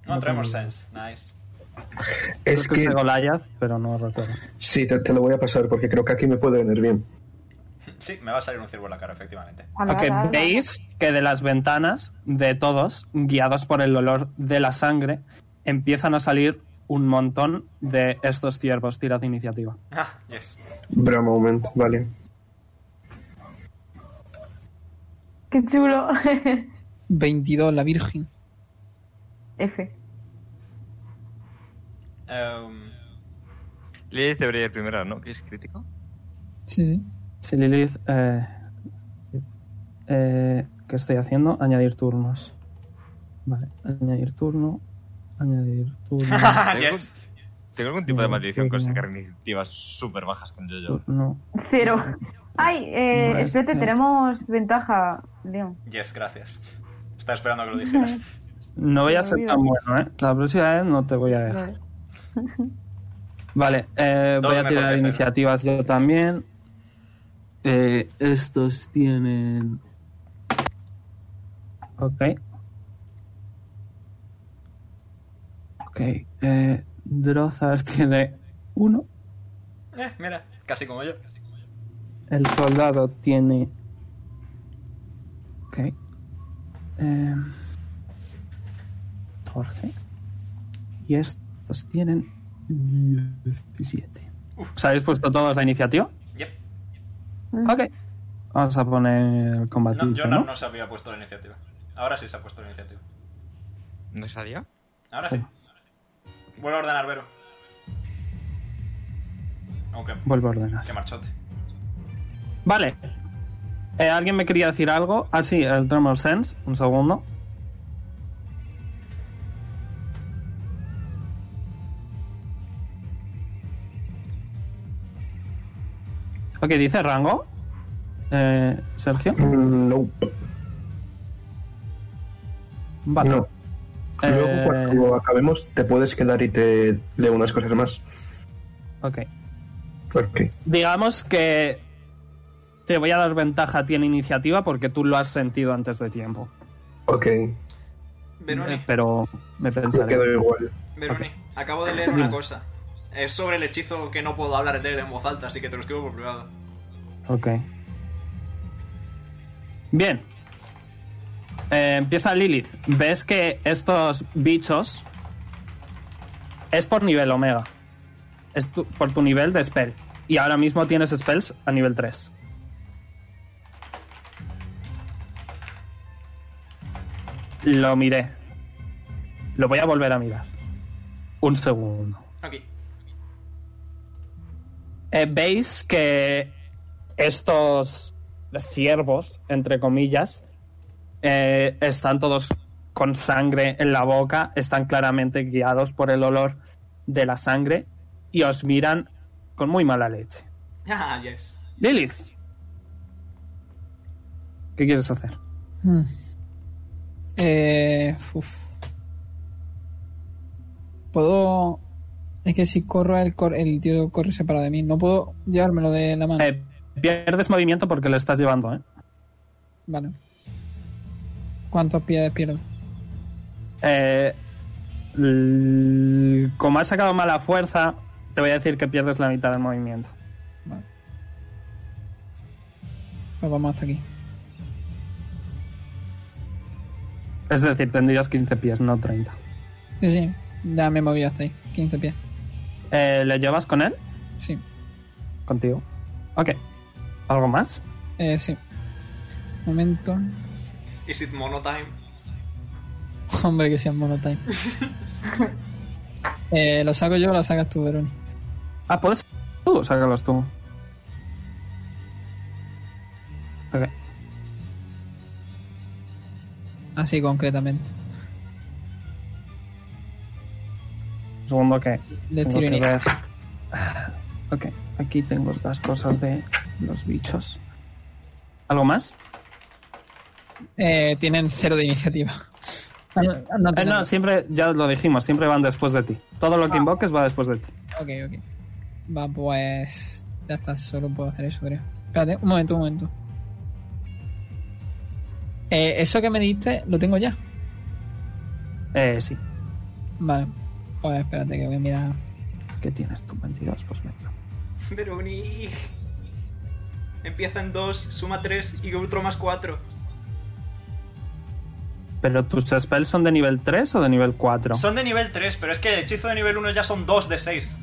[SPEAKER 2] No, Tremor Sense. Nice.
[SPEAKER 4] Es
[SPEAKER 1] Creo que
[SPEAKER 4] que...
[SPEAKER 1] es de Goliath, pero no recuerdo.
[SPEAKER 4] Sí, te, te lo voy a pasar porque creo que aquí me puede venir bien.
[SPEAKER 2] Sí, me va a salir un ciervo en la cara, efectivamente.
[SPEAKER 5] Ala,
[SPEAKER 1] Ok,
[SPEAKER 5] ala, ala.
[SPEAKER 1] veis que de las ventanas de todos, guiados por el olor de la sangre, empiezan a salir un montón de estos ciervos. Tirad iniciativa.
[SPEAKER 2] Ah, yes.
[SPEAKER 4] Bra moment, vale.
[SPEAKER 6] Qué chulo.
[SPEAKER 3] 22, la Virgen.
[SPEAKER 5] F.
[SPEAKER 2] Em,
[SPEAKER 7] Lilith debería ir primero, ¿no? ¿Que es crítico?
[SPEAKER 3] Sí, sí.
[SPEAKER 1] Si Lilith. eh, eh, ¿Qué estoy haciendo? Añadir turnos. Vale, añadir turno. Añadir turno.
[SPEAKER 2] ah, yes.
[SPEAKER 7] ¿Tengo algún tipo de maldición con sacar iniciativas súper bajas con yo-yo?
[SPEAKER 1] turno.
[SPEAKER 5] Cero. Ay, eh,
[SPEAKER 1] No, es-
[SPEAKER 5] espérate, tenemos ventaja, Leon.
[SPEAKER 2] Yes, gracias. Estaba esperando a que lo dijeras.
[SPEAKER 1] No voy a ser tan bueno, ¿eh? La próxima vez no te voy a dejar.
[SPEAKER 5] Vale.
[SPEAKER 1] Vale, eh,
[SPEAKER 2] Dos
[SPEAKER 1] voy a
[SPEAKER 2] mejor que
[SPEAKER 1] tirar
[SPEAKER 2] cero.
[SPEAKER 1] iniciativas yo también. Eh, estos tienen. Ok. Ok. Eh, Drozas tiene uno.
[SPEAKER 2] Eh, mira, casi como yo.
[SPEAKER 1] El soldado tiene. Ok. Eh, 14. Y estos tienen 17. ¿Os habéis puesto todos la iniciativa?
[SPEAKER 2] Yep.
[SPEAKER 1] Ok. Vamos a poner
[SPEAKER 2] No,
[SPEAKER 1] combatiente, ¿no?
[SPEAKER 2] Jonar no se había puesto la iniciativa. Ahora sí se ha puesto la iniciativa.
[SPEAKER 7] ¿No salió?
[SPEAKER 2] Ahora sí. Vuelve a ordenar, Vero. Aunque,
[SPEAKER 1] Vuelvo a ordenar.
[SPEAKER 2] qué marchote.
[SPEAKER 1] Vale. Eh, ¿Alguien me quería decir algo? Ah, sí, el Tremor Sense. Un segundo. Ok, dice rango. Eh, Sergio.
[SPEAKER 4] Mm, No,
[SPEAKER 1] Vale.
[SPEAKER 4] no. Luego
[SPEAKER 1] Eh,
[SPEAKER 4] cuando acabemos te puedes quedar y te leo unas cosas más.
[SPEAKER 1] Ok.
[SPEAKER 4] Ok.
[SPEAKER 1] Digamos que te voy a dar ventaja a ti en iniciativa porque tú lo has sentido antes de tiempo.
[SPEAKER 4] Ok.
[SPEAKER 2] Veroni,
[SPEAKER 1] Eh, Pero me
[SPEAKER 4] Me
[SPEAKER 1] pensaré.
[SPEAKER 4] quedo igual.
[SPEAKER 2] Veroni, acabo de leer una cosa. Es sobre el hechizo que no puedo hablar de él en voz alta, así que te lo escribo por privado.
[SPEAKER 1] Ok. Bien. Eh, empieza Lilith. Ves que estos bichos es por nivel omega. Es tu- por tu nivel de spell. Y ahora mismo tienes spells a nivel 3. Lo miré. Lo voy a volver a mirar. Un segundo.
[SPEAKER 2] Aquí.
[SPEAKER 1] Eh, veis que estos ciervos, entre comillas, eh, están todos con sangre en la boca, están claramente guiados por el olor de la sangre y os miran con muy mala leche.
[SPEAKER 2] Ah, yes.
[SPEAKER 1] Lilith, ¿qué quieres hacer?
[SPEAKER 3] Hmm. Eh, uf. Puedo. Es que si corro, el, cor- el tío corre separado de mí. No puedo llevármelo de la mano.
[SPEAKER 1] Eh, pierdes movimiento porque lo estás llevando, ¿eh?
[SPEAKER 3] Vale. ¿Cuántos pies pierdo?
[SPEAKER 1] Eh, l- como has sacado mala fuerza, Te voy a decir que pierdes la mitad del movimiento.
[SPEAKER 3] Vale. Pues vamos hasta aquí.
[SPEAKER 1] Es decir, tendrías 15 pies, no 30.
[SPEAKER 3] Sí, sí. Ya me he movido hasta ahí. 15 pies.
[SPEAKER 1] Eh, ¿Le llevas con él?
[SPEAKER 3] Sí.
[SPEAKER 1] Contigo. Ok. ¿Algo más?
[SPEAKER 3] Eh, sí. Momento.
[SPEAKER 2] Is it monotime?
[SPEAKER 3] Hombre, que sea monotime. eh, ¿Lo saco yo o lo sacas tú, Veroni?
[SPEAKER 1] Ah, ¿puedes tú? Sácalos tú. Ok.
[SPEAKER 3] Así concretamente.
[SPEAKER 1] Un segundo que...
[SPEAKER 3] Le
[SPEAKER 1] tengo
[SPEAKER 3] tiro
[SPEAKER 1] que
[SPEAKER 3] inicio.
[SPEAKER 1] ver. Ok. Aquí tengo las cosas de los bichos. ¿Algo más?
[SPEAKER 3] Eh, tienen cero de iniciativa. Ah, No, no,
[SPEAKER 1] Eh,
[SPEAKER 3] tienen-
[SPEAKER 1] no, siempre, ya lo dijimos, siempre van después de ti. Todo lo que invoques va después de ti.
[SPEAKER 3] Ok, ok. Va, pues. Ya está, solo puedo hacer eso, creo. Espérate, un momento, un momento. Eh, eso que me diste, lo tengo ya.
[SPEAKER 1] Eh, sí.
[SPEAKER 3] Vale. Pues espérate, que voy a mirar.
[SPEAKER 1] ¿Qué tienes tú? 22, pues medio.
[SPEAKER 2] Veroni. Empieza en 2, suma 3 y otro más 4.
[SPEAKER 1] ¿Pero tus spells son de nivel 3 o de nivel 4?
[SPEAKER 2] Son de nivel 3, pero es que el hechizo de nivel 1 ya son 2 de 6.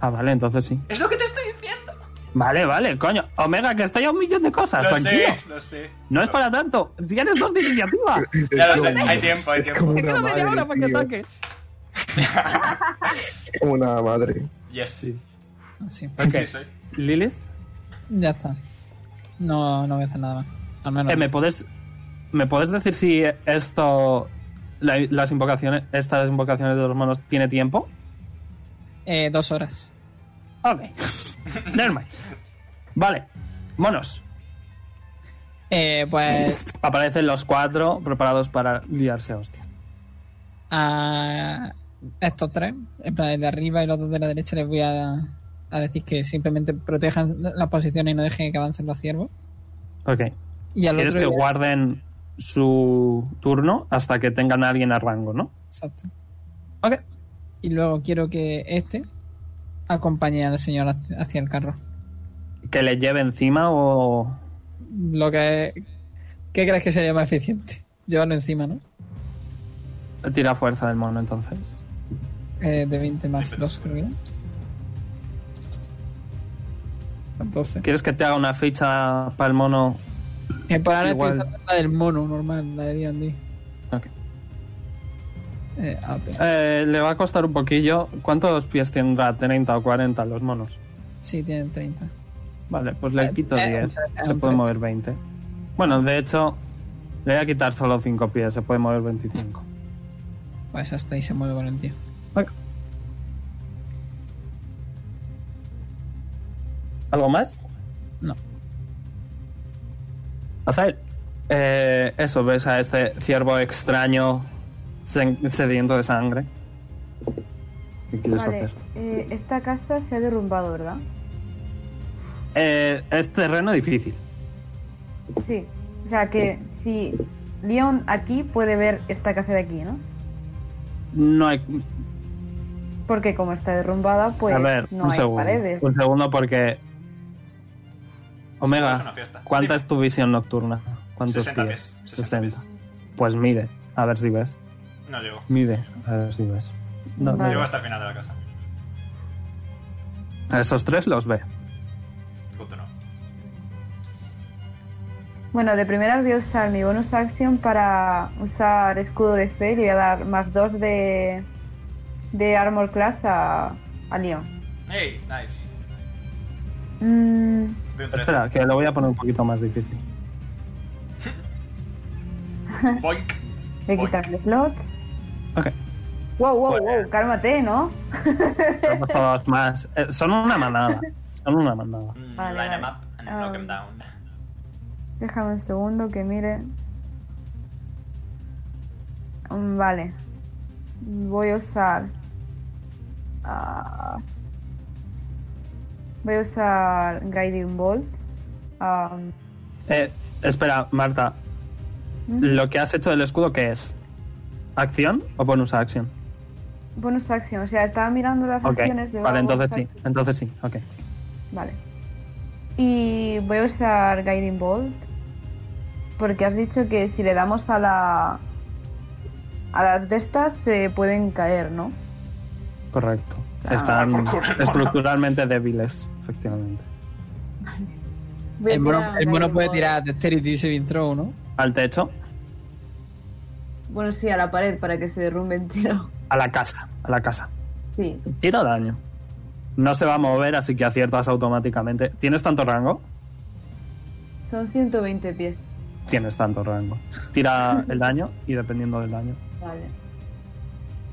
[SPEAKER 1] Ah, vale, entonces sí.
[SPEAKER 2] Es lo que te estoy diciendo.
[SPEAKER 1] Vale, vale, coño. Omega, que estoy a un millón de cosas,
[SPEAKER 2] Lo
[SPEAKER 1] tranquilo.
[SPEAKER 2] sé, lo sé.
[SPEAKER 1] No es para tanto. Tienes dos de iniciativa.
[SPEAKER 2] Ya lo
[SPEAKER 4] Es
[SPEAKER 2] sé,
[SPEAKER 4] como-
[SPEAKER 2] hay tiempo, hay
[SPEAKER 4] es
[SPEAKER 2] tiempo.
[SPEAKER 4] como
[SPEAKER 1] Te
[SPEAKER 4] una
[SPEAKER 1] queda media hora para que
[SPEAKER 4] madre, tío.
[SPEAKER 1] ataque.
[SPEAKER 4] Es como una madre.
[SPEAKER 2] Yes.
[SPEAKER 3] Así.
[SPEAKER 2] Sí,
[SPEAKER 1] Ok.
[SPEAKER 2] sí.
[SPEAKER 1] Lilith,
[SPEAKER 3] Ya está. No, no voy a hacer nada más. Al menos.
[SPEAKER 1] eh, ¿me, puedes, ¿me puedes decir si esto. la- las invocaciones, estas invocaciones de los monos tiene tiempo?
[SPEAKER 3] Eh, dos horas.
[SPEAKER 1] Ok. Nevermind. Vale. Monos.
[SPEAKER 3] Eh, pues.
[SPEAKER 1] Aparecen los cuatro preparados para liarse a hostias.
[SPEAKER 3] A estos tres, en plan el de arriba y los dos de la derecha, les voy a, a decir que simplemente protejan las posiciones y no dejen que avancen los ciervos.
[SPEAKER 1] Ok.
[SPEAKER 3] Y al
[SPEAKER 1] Quieres
[SPEAKER 3] otro.
[SPEAKER 1] que
[SPEAKER 3] voy a-
[SPEAKER 1] guarden su turno hasta que tengan a alguien a rango, ¿no?
[SPEAKER 3] Exacto.
[SPEAKER 1] Ok.
[SPEAKER 3] Y luego quiero que este acompañe al señor hacia- hacia el carro.
[SPEAKER 1] Que le lleve encima o.
[SPEAKER 3] Lo que. ¿Qué crees que sería más eficiente? Llevarlo encima, ¿no?
[SPEAKER 1] Tira fuerza del mono entonces.
[SPEAKER 3] Eh, de 20 más 2, creo que era. Son 12.
[SPEAKER 1] ¿Quieres que te haga una ficha para el mono?
[SPEAKER 3] Eh, por ahora
[SPEAKER 1] Igual.
[SPEAKER 3] estoy usando la del mono normal, la de D&D.
[SPEAKER 1] Ok.
[SPEAKER 3] Eh, ah, pero-
[SPEAKER 1] Eh, le va a costar un poquillo. ¿Cuántos pies tendrá? 30 o 40 los monos.
[SPEAKER 3] Sí, tienen 30.
[SPEAKER 1] Vale, pues le
[SPEAKER 3] Eh,
[SPEAKER 1] quito
[SPEAKER 3] eh,
[SPEAKER 1] 10.
[SPEAKER 3] un trece,
[SPEAKER 1] Se puede
[SPEAKER 3] un trece.
[SPEAKER 1] mover 20. Bueno, de hecho, le voy a quitar solo 5 pies. Se puede mover 25.
[SPEAKER 3] Pues hasta ahí se mueve con el tío.
[SPEAKER 1] ¿Algo más?
[SPEAKER 3] No.
[SPEAKER 1] Azael. eh, eso, ves a este ciervo extraño sen- sediento de sangre. ¿Qué quieres
[SPEAKER 5] Vale,
[SPEAKER 1] hacer?
[SPEAKER 5] eh, esta casa se ha derrumbado, ¿verdad?
[SPEAKER 1] Eh, es terreno difícil.
[SPEAKER 5] Sí. O sea que si Leon aquí puede ver esta casa de aquí, ¿no?
[SPEAKER 1] No hay,
[SPEAKER 5] Porque como está derrumbada, pues
[SPEAKER 1] a ver,
[SPEAKER 5] no
[SPEAKER 1] un
[SPEAKER 5] hay
[SPEAKER 1] segundo.
[SPEAKER 5] paredes.
[SPEAKER 1] Un segundo porque...
[SPEAKER 2] es una
[SPEAKER 1] Omega,
[SPEAKER 2] fiesta.
[SPEAKER 1] ¿cuánta
[SPEAKER 2] Dime.
[SPEAKER 1] es tu visión nocturna? ¿Cuántos
[SPEAKER 2] 60
[SPEAKER 1] pies?
[SPEAKER 2] pies, 60 pies.
[SPEAKER 1] Pues mide, a ver si ves.
[SPEAKER 2] No llego.
[SPEAKER 1] Mide, a ver si ves. No,
[SPEAKER 5] Vale.
[SPEAKER 2] Llego hasta el final de la casa.
[SPEAKER 1] A esos tres los ve.
[SPEAKER 2] Puto no.
[SPEAKER 5] Bueno, de primera voy a usar mi bonus action para usar escudo de fe y le voy a dar más dos de, de armor class a, a Leon.
[SPEAKER 2] Hey, nice.
[SPEAKER 5] Mm,
[SPEAKER 2] Estoy un 13.
[SPEAKER 1] Espera, que lo voy a poner un poquito más difícil.
[SPEAKER 2] Boink.
[SPEAKER 5] voy a
[SPEAKER 2] Voy.
[SPEAKER 5] quitarle slots.
[SPEAKER 1] Ok.
[SPEAKER 5] Wow, wow,
[SPEAKER 2] Bueno.
[SPEAKER 5] wow, cálmate, ¿no?
[SPEAKER 1] Tenemos todos más. Eh, son una manada. Son una manada.
[SPEAKER 2] Mm,
[SPEAKER 5] Vale,
[SPEAKER 2] line 'em
[SPEAKER 5] vale.
[SPEAKER 2] up and
[SPEAKER 5] Ah,
[SPEAKER 2] knock 'em
[SPEAKER 5] vale.
[SPEAKER 2] down.
[SPEAKER 5] Déjame un segundo que mire. Mm, Vale. Voy a usar. ah, voy a usar Guiding Bolt. Ah,
[SPEAKER 1] Eh, espera, Marta.
[SPEAKER 5] ¿Mm?
[SPEAKER 1] ¿Lo que has hecho del escudo qué es? ¿Acción o bonus acción?
[SPEAKER 5] Bonus action, o sea, estaba mirando las
[SPEAKER 1] Ok,
[SPEAKER 5] acciones de
[SPEAKER 1] vale,
[SPEAKER 5] bonus
[SPEAKER 1] entonces sí,
[SPEAKER 5] action.
[SPEAKER 1] entonces sí, ok.
[SPEAKER 5] Vale. Y voy a usar Guiding Bolt. Porque has dicho que si le damos a la. A las de estas se pueden caer, ¿no?
[SPEAKER 1] Correcto.
[SPEAKER 5] Ah,
[SPEAKER 1] Están
[SPEAKER 2] por culo, hermano.
[SPEAKER 1] estructuralmente débiles, efectivamente.
[SPEAKER 5] Voy a
[SPEAKER 3] El mono,
[SPEAKER 5] tirar
[SPEAKER 3] el mono
[SPEAKER 5] Guiding
[SPEAKER 3] puede
[SPEAKER 5] Bolt.
[SPEAKER 3] tirar Dexterity Saving Throw, ¿no?
[SPEAKER 1] Al techo,
[SPEAKER 5] Bueno, sí, a la pared para que se derrumbe entero.
[SPEAKER 1] a la casa, a la casa.
[SPEAKER 5] Sí.
[SPEAKER 1] Tira daño. No se va a mover, así que aciertas automáticamente. ¿Tienes tanto rango?
[SPEAKER 5] Son 120 pies.
[SPEAKER 1] Tienes tanto rango. Tira el daño y dependiendo del daño.
[SPEAKER 5] Vale.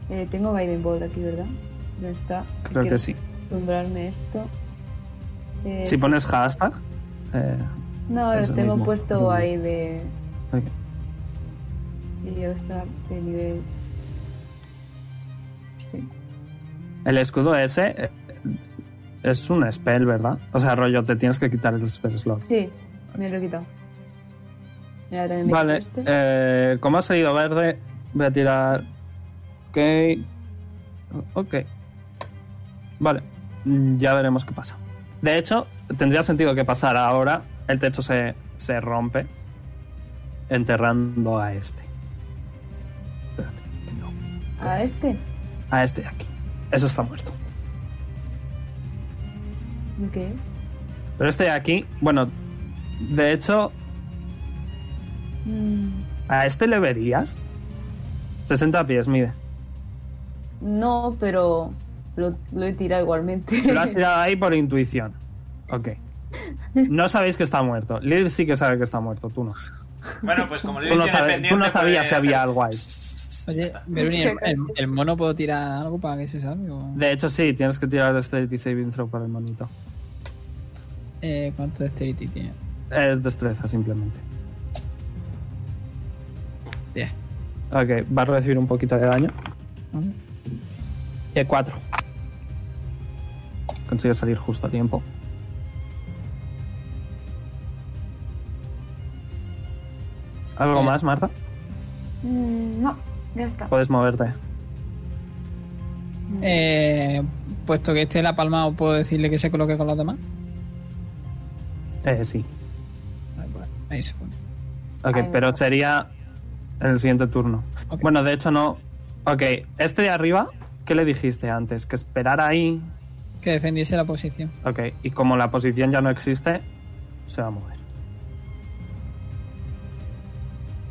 [SPEAKER 5] Eh, tengo Guiding Bolt aquí, ¿verdad? ¿Dónde está?
[SPEAKER 1] Creo
[SPEAKER 5] Quiero
[SPEAKER 1] que sí.
[SPEAKER 5] acostumbrarme a esto. Eh,
[SPEAKER 1] Si
[SPEAKER 5] sí.
[SPEAKER 1] pones hashtag. eh,
[SPEAKER 5] No, lo
[SPEAKER 1] eso
[SPEAKER 5] tengo
[SPEAKER 1] mismo.
[SPEAKER 5] puesto ahí de.
[SPEAKER 1] ok.
[SPEAKER 5] Y usar de nivel. Sí.
[SPEAKER 1] El escudo ese eh, es un spell, ¿verdad? O sea, rollo, te tienes que quitar el spell slot.
[SPEAKER 5] Sí, me lo he quitado. Y ahora me
[SPEAKER 1] Vale,
[SPEAKER 5] quito este.
[SPEAKER 1] eh, como ha salido verde, voy a tirar. Ok. Ok. Vale, mm, ya veremos qué pasa. De hecho, tendría sentido que pasara ahora. El techo se, se rompe, enterrando a este. Espérate, no.
[SPEAKER 5] A este.
[SPEAKER 1] A este de aquí. Ese está muerto.
[SPEAKER 5] Ok.
[SPEAKER 1] Pero este de aquí, bueno, de hecho,
[SPEAKER 5] Mm,
[SPEAKER 1] ¿a este le verías? 60 pies, mide.
[SPEAKER 5] No, pero lo, lo he tirado igualmente.
[SPEAKER 1] Lo has tirado ahí por intuición. Ok. No sabéis que está muerto. Lilith sí que sabe que está muerto, tú no.
[SPEAKER 2] Bueno, pues como Lilith
[SPEAKER 1] Tú no,
[SPEAKER 2] tiene
[SPEAKER 1] sabes,
[SPEAKER 2] pendiente...
[SPEAKER 1] tú no sabías si
[SPEAKER 2] puede
[SPEAKER 1] había
[SPEAKER 2] hacer-
[SPEAKER 1] algo ahí.
[SPEAKER 3] Oye, Beruni, el, el- el mono puedo tirar algo para que se salve? o-
[SPEAKER 1] De hecho, sí, tienes que tirar Dexterity Saving Throw para el monito.
[SPEAKER 3] Eh, ¿Cuánto Dexterity tiene?
[SPEAKER 1] Es destreza, simplemente.
[SPEAKER 3] 10.
[SPEAKER 1] Ok, va a recibir un poquito de daño.
[SPEAKER 3] ¿no?
[SPEAKER 1] Y 4. Consigue salir justo a tiempo. ¿Algo
[SPEAKER 3] Eh.
[SPEAKER 1] más, Marta?
[SPEAKER 5] Mm, No, ya está.
[SPEAKER 1] Puedes moverte.
[SPEAKER 3] Eh, puesto que este la palma, ¿o ¿puedo decirle que se coloque con los demás?
[SPEAKER 1] Eh, sí.
[SPEAKER 3] Ah, bueno, Ahí se pone.
[SPEAKER 1] Ok,
[SPEAKER 5] Ay,
[SPEAKER 1] pero
[SPEAKER 5] no.
[SPEAKER 1] sería en el siguiente turno.
[SPEAKER 3] Ok.
[SPEAKER 1] Bueno, de hecho no. Ok, este de arriba, ¿qué le dijiste antes? Que esperara ahí.
[SPEAKER 3] Que defendiese la posición.
[SPEAKER 1] Ok, y como la posición ya no existe, se va a mover.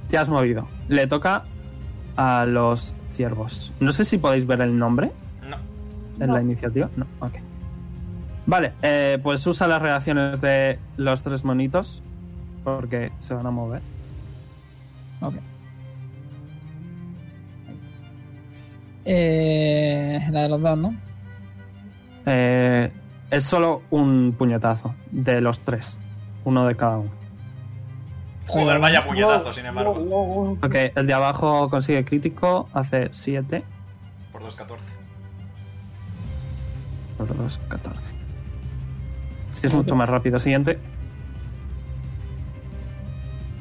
[SPEAKER 1] Te has movido. Le toca a los ciervos. No sé si podéis ver el nombre
[SPEAKER 2] No.
[SPEAKER 1] en
[SPEAKER 5] No.
[SPEAKER 1] la iniciativa. No, ok. Vale, eh, pues usa las reacciones de los tres monitos porque se van a mover.
[SPEAKER 3] Ok. Eh, la de los dos, ¿no?
[SPEAKER 1] Eh, es solo un puñetazo de los tres. Uno de cada uno.
[SPEAKER 2] Joder, vaya puñetazo, sin embargo.
[SPEAKER 1] Ok, el de abajo consigue crítico, hace 7
[SPEAKER 2] Por 2.14.
[SPEAKER 1] por 2, 14. Si Este es mucho más rápido. Siguiente.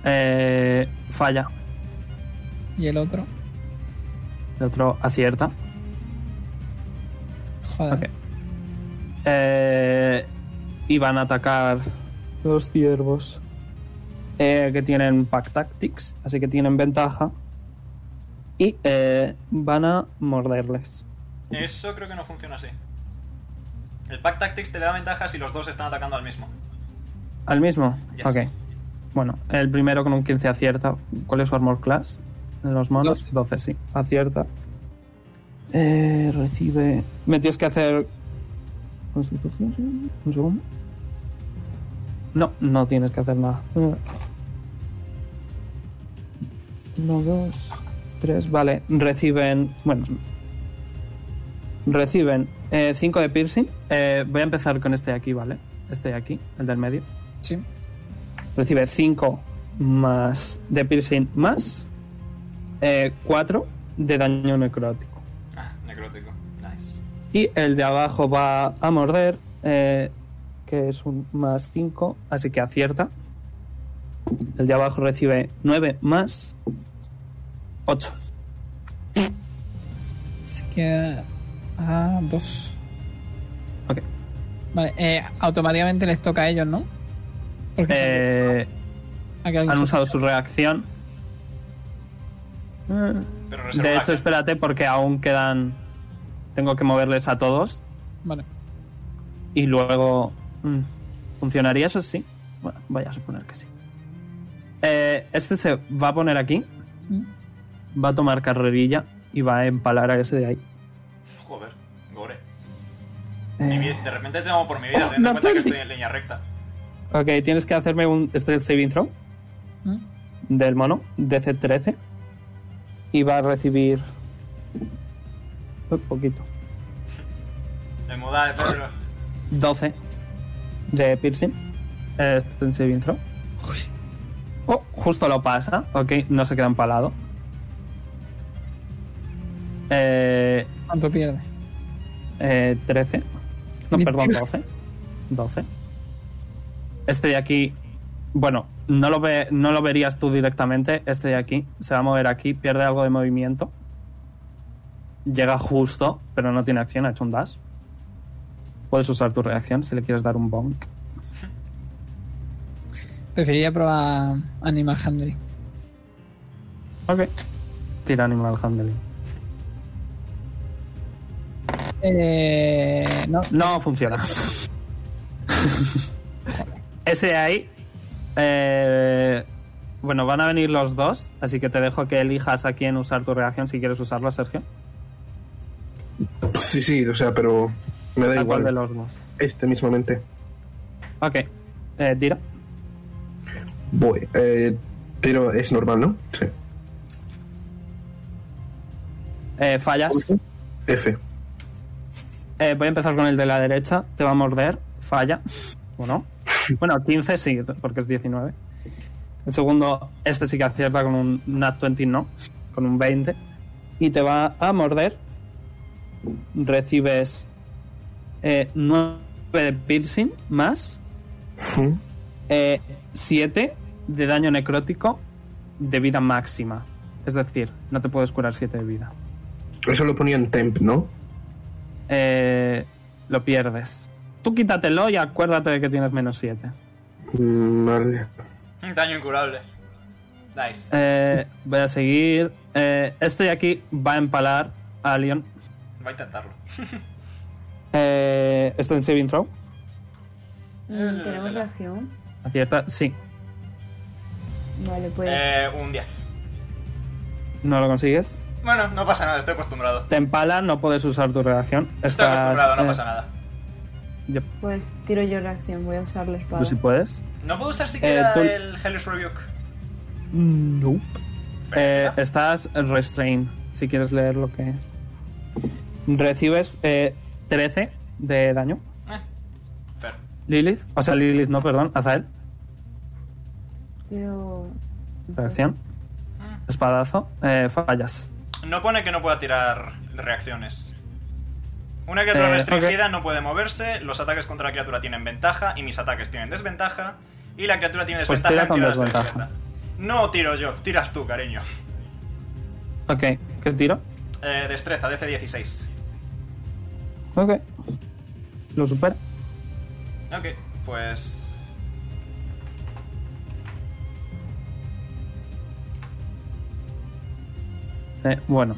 [SPEAKER 1] Eh, falla.
[SPEAKER 3] Y el otro.
[SPEAKER 1] El otro acierta.
[SPEAKER 3] Joder.
[SPEAKER 1] Ok. Eh, y van a atacar los ciervos. eh, que tienen Pack Tactics, así que tienen ventaja. Y eh, van a morderles.
[SPEAKER 2] Eso creo que no funciona así. El Pack Tactics te le da ventaja si los dos están atacando al mismo.
[SPEAKER 1] ¿Al mismo?
[SPEAKER 2] Yes.
[SPEAKER 1] Ok. Bueno, el primero con un 15 acierta. ¿Cuál es su armor class? En los monos, 12, sí. Acierta. Eh, recibe. Me tienes que hacer. Constitución, sí. un segundo. No, no tienes que hacer nada. 1, 2, 3. Vale, reciben. Bueno. Reciben 5 de piercing. Eh, voy a empezar con este de aquí, ¿vale? Este de aquí, el del medio
[SPEAKER 3] Sí.
[SPEAKER 1] recibe 5 más de piercing más 4 de daño necrótico.
[SPEAKER 2] Ah, necrótico. Nice.
[SPEAKER 1] Y el de abajo va a morder, eh, que es un más 5, así que acierta. El de abajo recibe 9 más 8.
[SPEAKER 3] Se queda a ah, dos.
[SPEAKER 1] Ok.
[SPEAKER 3] Vale, eh, automáticamente les toca a ellos, ¿no? Porque
[SPEAKER 1] Eh,
[SPEAKER 3] ha quedado
[SPEAKER 1] han
[SPEAKER 3] quince.
[SPEAKER 1] usado su reacción. Eh,
[SPEAKER 2] Pero reserva
[SPEAKER 1] De
[SPEAKER 2] la
[SPEAKER 1] hecho,
[SPEAKER 2] que-
[SPEAKER 1] espérate porque aún quedan... Tengo que moverles a todos
[SPEAKER 3] Vale.
[SPEAKER 1] y luego... mm, ¿Funcionaría eso? Sí. Bueno, voy a suponer que sí. Eh, este se va a poner aquí,
[SPEAKER 3] Mm.
[SPEAKER 1] va a tomar carrerilla y va a empalar a ese de ahí.
[SPEAKER 2] Joder, gore. Mi
[SPEAKER 1] Eh,
[SPEAKER 2] vida- de repente te amo por mi vida,
[SPEAKER 1] Oh,
[SPEAKER 2] teniendo en cuenta que
[SPEAKER 1] Natalie.
[SPEAKER 2] estoy en línea recta.
[SPEAKER 1] ok, tienes que hacerme un Strength Saving Throw.
[SPEAKER 3] Mm.
[SPEAKER 1] del mono, DC 13. Y va a recibir. Un poquito.
[SPEAKER 2] Me muda de perro.
[SPEAKER 1] 12 de piercing. Eh, Strength saving throw. Oh, justo lo pasa. Ok, no se queda empalado. Eh,
[SPEAKER 3] ¿Cuánto pierde?
[SPEAKER 1] eh, 13. No,
[SPEAKER 3] Ni-
[SPEAKER 1] perdón, 12. 12. Este de aquí. Bueno, no lo, ve, no lo verías tú directamente. Este de aquí se va a mover aquí, pierde algo de movimiento. Llega justo, pero no tiene acción, ha hecho un dash. Puedes usar tu reacción si le quieres dar un bonk.
[SPEAKER 3] Preferiría probar Animal Handling.
[SPEAKER 1] Ok. Tira Animal Handling.
[SPEAKER 3] Eh, no,
[SPEAKER 1] No funciona. Ese de ahí. eh, bueno, van a venir los dos, así que te dejo que elijas a quién usar tu reacción si quieres usarla, Sergio.
[SPEAKER 4] Sí, sí, o sea, pero me da
[SPEAKER 1] ¿A Ah, cuál de
[SPEAKER 4] igual.
[SPEAKER 1] los dos?
[SPEAKER 4] Este mismamente.
[SPEAKER 1] Ok. Eh, tira.
[SPEAKER 4] Voy. Eh, tiro es normal, ¿no? Sí.
[SPEAKER 1] Eh, fallas.
[SPEAKER 4] F.
[SPEAKER 1] Eh, voy a empezar con el de la derecha. Te va a morder. Falla. ¿O no? Bueno, 15 sí, porque es 19. El segundo, este sí que acierta con un Nat 20, no. Con un 20. Y te va a morder. Recibes eh, 9 de piercing más
[SPEAKER 4] Mm.
[SPEAKER 1] eh, 7 de daño necrótico de vida máxima. Es decir, no te puedes curar 7 de vida.
[SPEAKER 4] Eso lo ponía en temp, ¿no?
[SPEAKER 1] eh, lo pierdes. Tú quítatelo y acuérdate de que tienes menos 7.
[SPEAKER 4] Mm, Vale.
[SPEAKER 2] Daño incurable. Nice.
[SPEAKER 1] Eh, voy a seguir. Eh, este de aquí va a empalar a Leon.
[SPEAKER 2] Va a intentarlo.
[SPEAKER 1] Eh, este en Saving Throw.
[SPEAKER 5] Mm, ¿Tenemos reacción?
[SPEAKER 1] Acierta. Sí,
[SPEAKER 5] Vale, pues.
[SPEAKER 2] Eh, un 10.
[SPEAKER 1] no lo consigues.
[SPEAKER 2] Bueno, no pasa nada, estoy acostumbrado.
[SPEAKER 1] Te empala, no puedes usar tu reacción.
[SPEAKER 2] Estoy
[SPEAKER 1] Estás,
[SPEAKER 2] acostumbrado, no
[SPEAKER 1] eh,
[SPEAKER 2] pasa nada.
[SPEAKER 1] yep,
[SPEAKER 5] Pues tiro yo reacción, voy a usar la espada.
[SPEAKER 1] Tú sí puedes.
[SPEAKER 2] No puedo usar siquiera
[SPEAKER 1] eh, tú-
[SPEAKER 2] el Hellish Rebuke.
[SPEAKER 1] No.
[SPEAKER 2] Venga.
[SPEAKER 1] Eh, estás restrained, si quieres leer lo que... Recibes eh, 13 de daño.
[SPEAKER 2] Eh, fair.
[SPEAKER 1] Lilith, o sea, Lilith, no, perdón, Azael,
[SPEAKER 5] Tiro-
[SPEAKER 1] reacción, espadazo, eh, fallas.
[SPEAKER 2] No pone que no pueda tirar reacciones. Una criatura
[SPEAKER 1] Eh,
[SPEAKER 2] restringida no puede moverse, los ataques contra la criatura tienen ventaja y mis ataques tienen desventaja y la criatura tiene
[SPEAKER 1] Pues
[SPEAKER 2] desventaja
[SPEAKER 1] tira
[SPEAKER 2] en
[SPEAKER 1] con
[SPEAKER 2] tiradas de
[SPEAKER 1] desventaja.
[SPEAKER 2] destreza. No tiro yo, tiras tú, cariño.
[SPEAKER 1] Ok, ¿qué tiro?
[SPEAKER 2] Eh, destreza, DC 16.
[SPEAKER 1] Ok. Lo supera.
[SPEAKER 2] Ok, pues...
[SPEAKER 1] Eh, bueno,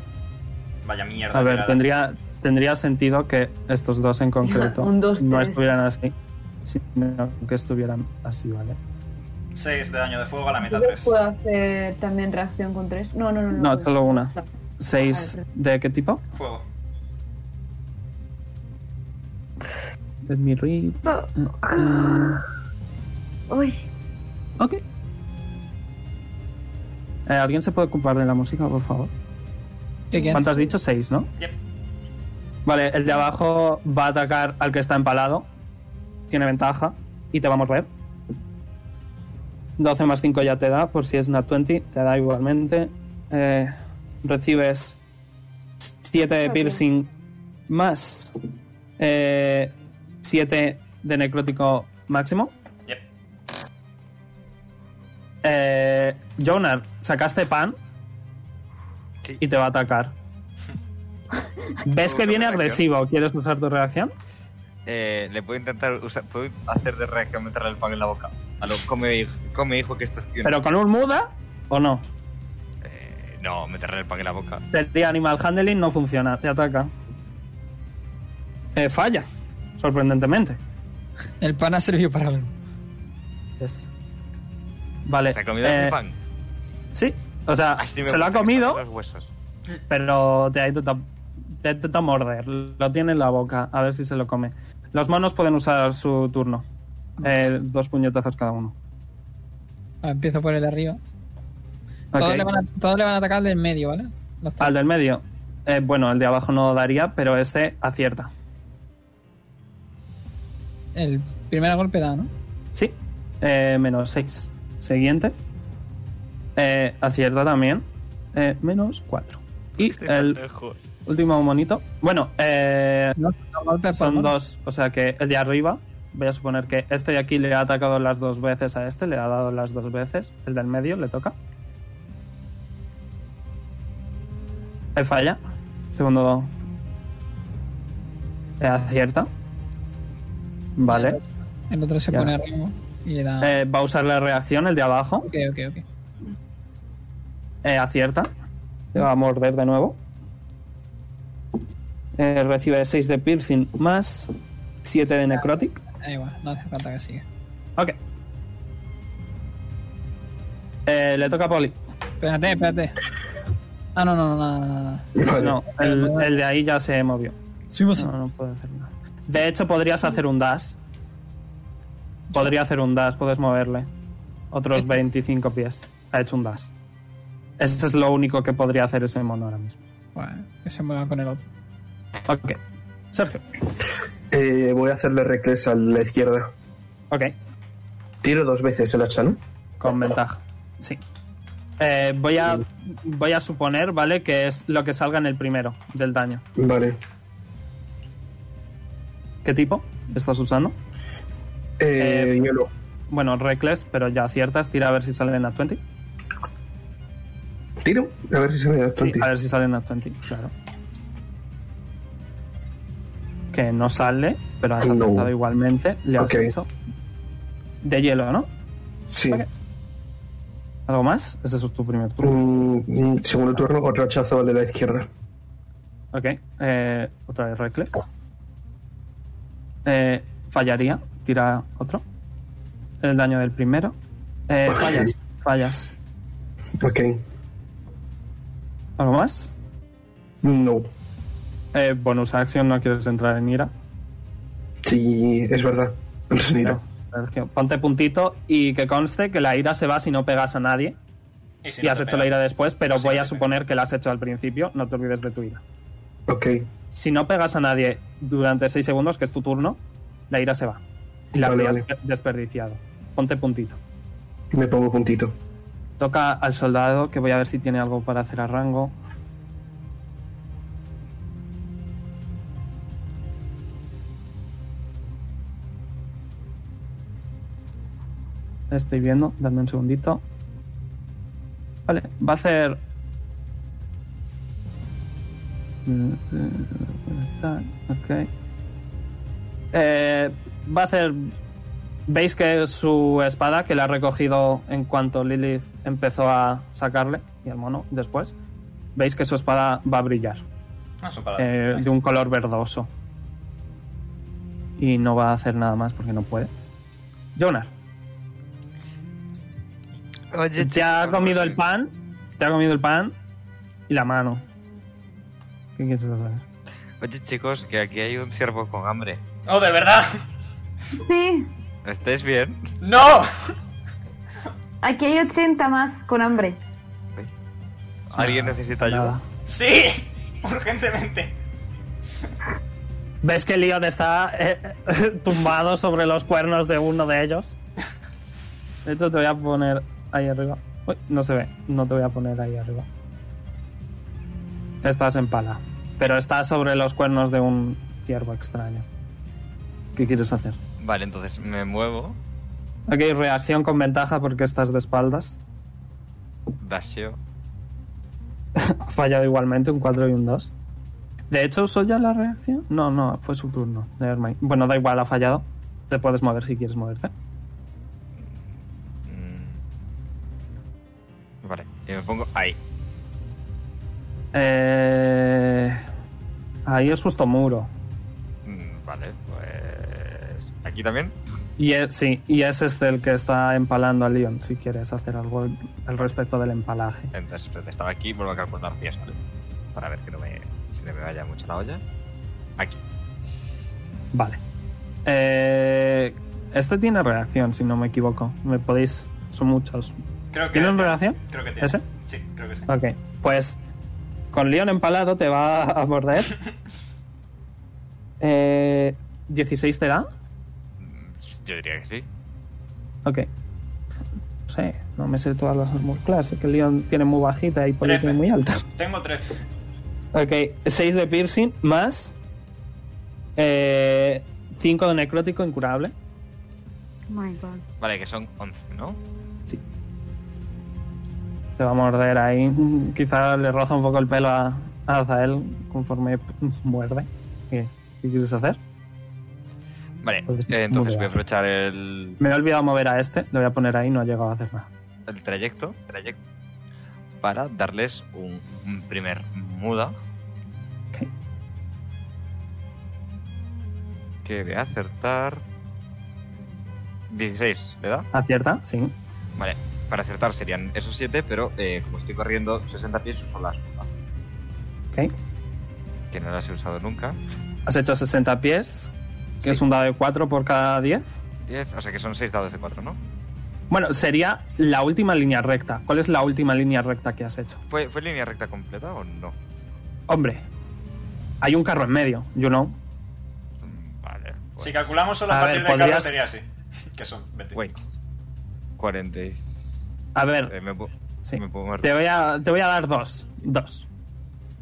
[SPEAKER 2] Vaya mierda.
[SPEAKER 1] a ver,
[SPEAKER 2] tirada.
[SPEAKER 1] tendría, tendría sentido que estos dos en concreto
[SPEAKER 5] Un dos,
[SPEAKER 1] no
[SPEAKER 5] tres.
[SPEAKER 1] estuvieran así, sino que estuvieran así, ¿vale?
[SPEAKER 2] 6 de daño de fuego a la
[SPEAKER 5] Yo
[SPEAKER 2] mitad 3.
[SPEAKER 5] puedo hacer también reacción con tres? No, no, no.
[SPEAKER 1] No,
[SPEAKER 5] puedo.
[SPEAKER 1] solo una. ¿Seis
[SPEAKER 5] Ah,
[SPEAKER 1] de qué tipo?
[SPEAKER 2] Fuego.
[SPEAKER 1] De Este mi rip. Mm,
[SPEAKER 5] Uy,
[SPEAKER 1] Ok. Eh, ¿Alguien se puede ocupar de la música, por favor?
[SPEAKER 3] ¿qué queda?
[SPEAKER 1] ¿Cuánto has dicho? Seis, ¿no?
[SPEAKER 2] Yep.
[SPEAKER 1] Vale, el de abajo va a atacar al que está empalado. Tiene ventaja. Y te va a morder. 12 más 5 ya te da, por si es una 20, te da igualmente. Eh, recibes 7 de
[SPEAKER 5] Ok.
[SPEAKER 1] piercing más 7 de necrótico máximo.
[SPEAKER 2] Yep.
[SPEAKER 1] Eh, Jonar, sacaste pan
[SPEAKER 7] Sí.
[SPEAKER 1] y te va a atacar. ¿Ves que
[SPEAKER 7] Uso
[SPEAKER 1] viene
[SPEAKER 7] mi reacción.
[SPEAKER 1] agresivo? ¿Quieres usar tu reacción?
[SPEAKER 7] Eh, le puedo intentar usar, puedo hacer de reacción meter el pan en la boca. A lo come hijo, come hijo que estás haciendo.
[SPEAKER 1] ¿Pero con un muda o no?
[SPEAKER 7] Eh, no, meterle el pan en la boca.
[SPEAKER 1] Sería animal handling, no funciona, te ataca. Eh, falla, sorprendentemente.
[SPEAKER 3] El pan ha servido para algo.
[SPEAKER 1] Yes. Vale.
[SPEAKER 7] Se ha comido
[SPEAKER 1] eh,
[SPEAKER 7] mi pan.
[SPEAKER 1] Sí, o sea,
[SPEAKER 7] Así me
[SPEAKER 1] se lo ha
[SPEAKER 7] gusta que están
[SPEAKER 1] comido,
[SPEAKER 7] Los huesos.
[SPEAKER 1] pero te ha intentado te ha intentado morder. Lo tiene en la boca, a ver si se lo come. Los monos pueden usar su turno. Eh, dos puñetazos cada uno.
[SPEAKER 3] Ah, empiezo por el de arriba.
[SPEAKER 1] Ok.
[SPEAKER 3] Todos, le van a, todos le van a atacar del medio, ¿vale? Los tres.
[SPEAKER 1] Al del medio. Eh, bueno, el de abajo no daría, pero este acierta.
[SPEAKER 3] El primer golpe da, ¿no?
[SPEAKER 1] Sí. Eh, menos 6. Siguiente. Eh, acierta también. Eh, menos 4. Y el último monito. Bueno, eh,
[SPEAKER 3] No, son golpes por
[SPEAKER 1] son
[SPEAKER 3] mono.
[SPEAKER 1] dos. O sea que el de arriba. Voy a suponer que este de aquí le ha atacado las dos veces a este. Le ha dado las dos veces. El del medio le toca. Eh, falla. Segundo. Eh, acierta. Vale.
[SPEAKER 3] El otro se
[SPEAKER 1] Ya.
[SPEAKER 3] pone arriba y le da.
[SPEAKER 1] Eh, va a usar la reacción, el de abajo.
[SPEAKER 3] Ok, ok, ok.
[SPEAKER 1] Eh, acierta. Te va a morder de nuevo. Eh, recibe 6 de piercing más 7 de necrotic.
[SPEAKER 3] Da igual, no hace falta que siga.
[SPEAKER 1] Ok. Eh, le toca a Poli.
[SPEAKER 3] Espérate, espérate. Ah, no, no, no, nada, nada, nada.
[SPEAKER 4] Vale.
[SPEAKER 1] No, el, el de ahí ya se movió.
[SPEAKER 3] Subimos.
[SPEAKER 1] No, no puede hacer nada. De hecho, podrías hacer un dash. Podría hacer un dash, puedes moverle. Otros 25 pies. Ha hecho un dash. Ese es lo único que podría hacer ese mono ahora mismo.
[SPEAKER 3] Bueno, que se mueva con el otro.
[SPEAKER 1] Ok. Sergio.
[SPEAKER 4] Eh, voy a hacerle recles a la izquierda.
[SPEAKER 1] Ok.
[SPEAKER 4] Tiro dos veces el hacha, ¿no?
[SPEAKER 1] Con ventaja. Sí. Eh, voy, a, voy a suponer, ¿vale? Que es lo que salga en el primero del daño.
[SPEAKER 4] Vale.
[SPEAKER 1] ¿Qué tipo estás usando?
[SPEAKER 4] Eh,
[SPEAKER 1] Eh,
[SPEAKER 4] hielo.
[SPEAKER 1] Bueno, Reckless, pero ya aciertas. Tira a ver si salen a 20.
[SPEAKER 4] Tiro. A ver si se me da
[SPEAKER 1] Sí,
[SPEAKER 4] tonti.
[SPEAKER 1] a ver si salen a 20, claro. Que no sale, pero has
[SPEAKER 4] No.
[SPEAKER 1] acertado igualmente. Le has
[SPEAKER 4] Ok.
[SPEAKER 1] hecho de hielo, ¿no?
[SPEAKER 4] Sí.
[SPEAKER 1] Ok. ¿Algo más? Ese es tu primer turno.
[SPEAKER 4] Un- un Mm, segundo turno, otro hachazo al de la izquierda.
[SPEAKER 1] Ok, eh, otra vez Reckless. Eh, fallaría, tira otro. El daño del primero. Eh, fallas, fallas.
[SPEAKER 4] Ok.
[SPEAKER 1] ¿Algo más?
[SPEAKER 4] No.
[SPEAKER 1] Eh, bonus action, no quieres entrar en ira.
[SPEAKER 4] Sí, es verdad. Mira.
[SPEAKER 1] No, Sergio, Ponte puntito y que conste que la ira se va si no pegas a nadie.
[SPEAKER 2] Y si
[SPEAKER 1] y
[SPEAKER 2] no
[SPEAKER 1] has
[SPEAKER 2] te
[SPEAKER 1] hecho
[SPEAKER 2] pega.
[SPEAKER 1] la ira después, pero
[SPEAKER 2] Si
[SPEAKER 1] voy
[SPEAKER 2] no
[SPEAKER 1] a
[SPEAKER 2] te
[SPEAKER 1] suponer que la has hecho al principio. No te olvides de tu ira.
[SPEAKER 4] Ok.
[SPEAKER 1] Si no pegas a nadie durante 6 segundos, que es tu turno, la ira se va. Y la
[SPEAKER 4] Vale,
[SPEAKER 1] habrías
[SPEAKER 4] vale.
[SPEAKER 1] pe- desperdiciado. Ponte puntito.
[SPEAKER 4] Me pongo puntito.
[SPEAKER 1] Toca al soldado, que voy a ver si tiene algo para hacer a rango. Estoy viendo, dame un segundito. Vale, va a hacer... Mm, eh, Ok. Eh, va a hacer Veis que su espada, que la ha recogido en cuanto Lilith empezó a sacarle, y al mono después, veis que su espada va a brillar,
[SPEAKER 2] Ah, son para-
[SPEAKER 1] eh, de un color verdoso. Y no va a hacer nada más porque no puede. Jonar,
[SPEAKER 7] Oye,
[SPEAKER 1] te ha comido el pan, te ha comido el pan y la mano. ¿Qué quieres hacer?
[SPEAKER 7] Oye, chicos, que aquí hay un ciervo con hambre.
[SPEAKER 2] ¡Oh, de verdad!
[SPEAKER 5] Sí,
[SPEAKER 7] ¿Estáis bien?
[SPEAKER 2] ¡No!
[SPEAKER 5] aquí hay 80 más con hambre.
[SPEAKER 7] ¿Alguien necesita ayuda?
[SPEAKER 1] Nada.
[SPEAKER 2] ¡Sí! Urgentemente.
[SPEAKER 1] ¿Ves que Leon está eh, tumbado sobre los cuernos de uno de ellos? De hecho, te voy a poner ahí arriba. Uy, no se ve. No te voy a poner ahí arriba. Estás en pala. Pero estás sobre los cuernos de un ciervo extraño. ¿Qué quieres hacer?
[SPEAKER 7] Vale, entonces me muevo,
[SPEAKER 1] Ok, reacción con ventaja porque estás de espaldas.
[SPEAKER 7] dasheo.
[SPEAKER 1] Ha fallado igualmente un 4 y un 2. De hecho, ¿usó ya la reacción? No, no, fue su turno. Nevermind. Bueno, da igual, ha fallado. Te puedes mover si quieres moverte.
[SPEAKER 7] Mm. Vale, y me pongo ahí.
[SPEAKER 1] Eh, Ahí es justo muro.
[SPEAKER 7] Mm, Vale, pues. Aquí también.
[SPEAKER 1] Y es, sí, y es este el que está empalando a Leon, si quieres hacer algo al respecto del empalaje.
[SPEAKER 7] Entonces, espérate, estaba aquí, vuelvo a calcular pies, ¿vale? Para ver que no me. Si no me vaya mucho la olla. Aquí.
[SPEAKER 1] Vale. Eh, este tiene reacción, si no me equivoco. Me podéis... Son muchos.
[SPEAKER 2] Creo que
[SPEAKER 1] ¿Tienen relación?
[SPEAKER 2] Creo que tiene.
[SPEAKER 1] ¿Ese?
[SPEAKER 2] Sí, creo que sí.
[SPEAKER 1] Ok, pues con León empalado te va a morder. Eh, 16 te da.
[SPEAKER 7] Mm, Yo diría que sí.
[SPEAKER 1] Ok. No sé, no me sé todas las armor class, es que León tiene muy bajita y Poli
[SPEAKER 2] Trece.
[SPEAKER 1] tiene muy alta.
[SPEAKER 2] Tengo 13.
[SPEAKER 1] Ok, 6 de piercing más 5 de necrótico incurable.
[SPEAKER 6] Oh My God.
[SPEAKER 7] Vale, que son 11, ¿no?
[SPEAKER 1] Te va a morder ahí. Quizá le roza un poco el pelo a, a Azael conforme muerde. ¿Qué, qué quieres hacer?
[SPEAKER 7] Vale,
[SPEAKER 1] Pues,
[SPEAKER 7] eh,
[SPEAKER 1] muy
[SPEAKER 7] entonces voy a
[SPEAKER 1] bien.
[SPEAKER 7] aprovechar el,
[SPEAKER 1] Me he olvidado mover a este, lo voy a poner ahí, no ha llegado a hacer nada.
[SPEAKER 7] el trayecto, trayecto para darles un, un primer muda.
[SPEAKER 1] Ok.
[SPEAKER 7] Que voy a acertar. 16, ¿le da?
[SPEAKER 1] ¿Acierta? Sí.
[SPEAKER 7] Vale, para acertar serían esos 7, pero eh, como estoy corriendo 60 pies, uso la espada,
[SPEAKER 1] Ok.
[SPEAKER 7] que no las he usado nunca.
[SPEAKER 1] Has hecho 60 pies, que
[SPEAKER 7] Sí.
[SPEAKER 1] es un dado de 4 por cada 10.
[SPEAKER 7] 10, o sea que son 6 dados de 4, ¿no?
[SPEAKER 1] Bueno, sería la última línea recta. ¿Cuál es la última línea recta que has hecho?
[SPEAKER 7] ¿Fue, ¿Fue línea recta completa o no?
[SPEAKER 1] Hombre, hay un carro en medio, you know.
[SPEAKER 7] Mm, Vale. pues-
[SPEAKER 2] Si calculamos solo a,
[SPEAKER 1] A
[SPEAKER 2] partir
[SPEAKER 1] ver,
[SPEAKER 2] de carro
[SPEAKER 1] podrías-
[SPEAKER 2] sería así. Que son 20.
[SPEAKER 7] Wait. 40. y- Eh,
[SPEAKER 1] A ver,
[SPEAKER 7] me, pu-
[SPEAKER 1] sí.
[SPEAKER 7] me puedo mover
[SPEAKER 1] Te voy a, te voy a dar dos. Dos.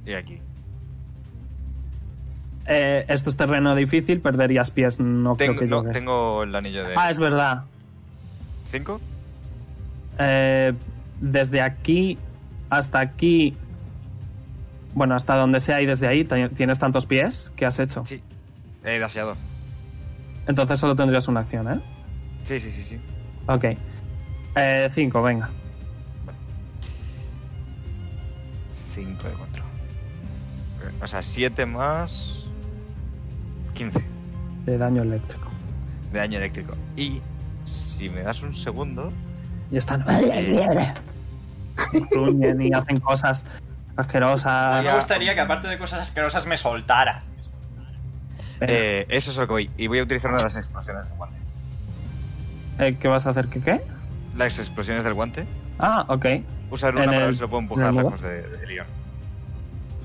[SPEAKER 7] Y aquí.
[SPEAKER 1] Eh, esto es terreno difícil, perderías pies, no
[SPEAKER 7] Tengo,
[SPEAKER 1] creo que
[SPEAKER 7] no,
[SPEAKER 1] llegues.
[SPEAKER 7] tengo el anillo de
[SPEAKER 1] Ah, es verdad.
[SPEAKER 7] 5.
[SPEAKER 1] Eh, desde aquí hasta aquí. Bueno, hasta donde sea y desde ahí te- tienes tantos pies que has hecho.
[SPEAKER 7] Sí. Eh, He daseado.
[SPEAKER 1] Entonces solo tendrías una acción, ¿eh?
[SPEAKER 7] Sí, sí, sí, sí.
[SPEAKER 1] Ok. Eh, cinco, venga.
[SPEAKER 7] 5 de 4. O sea, 7 más 15
[SPEAKER 1] De daño eléctrico.
[SPEAKER 7] de daño eléctrico. Y si me das un segundo,
[SPEAKER 1] Y están. Gruñen y hacen cosas
[SPEAKER 2] A
[SPEAKER 1] asquerosas.
[SPEAKER 2] mí me gustaría que aparte de cosas asquerosas me soltara.
[SPEAKER 1] Venga.
[SPEAKER 7] eh, eso es lo que voy. Y voy a utilizar una de las explosiones del guante.
[SPEAKER 1] Eh, ¿Qué vas a hacer? ¿Qué qué?
[SPEAKER 7] Las explosiones del guante.
[SPEAKER 1] Ah, ok.
[SPEAKER 7] Usar una
[SPEAKER 1] En
[SPEAKER 7] para
[SPEAKER 1] el-
[SPEAKER 7] ver si lo puedo empujar
[SPEAKER 1] en el-
[SPEAKER 7] lejos de, de Leon.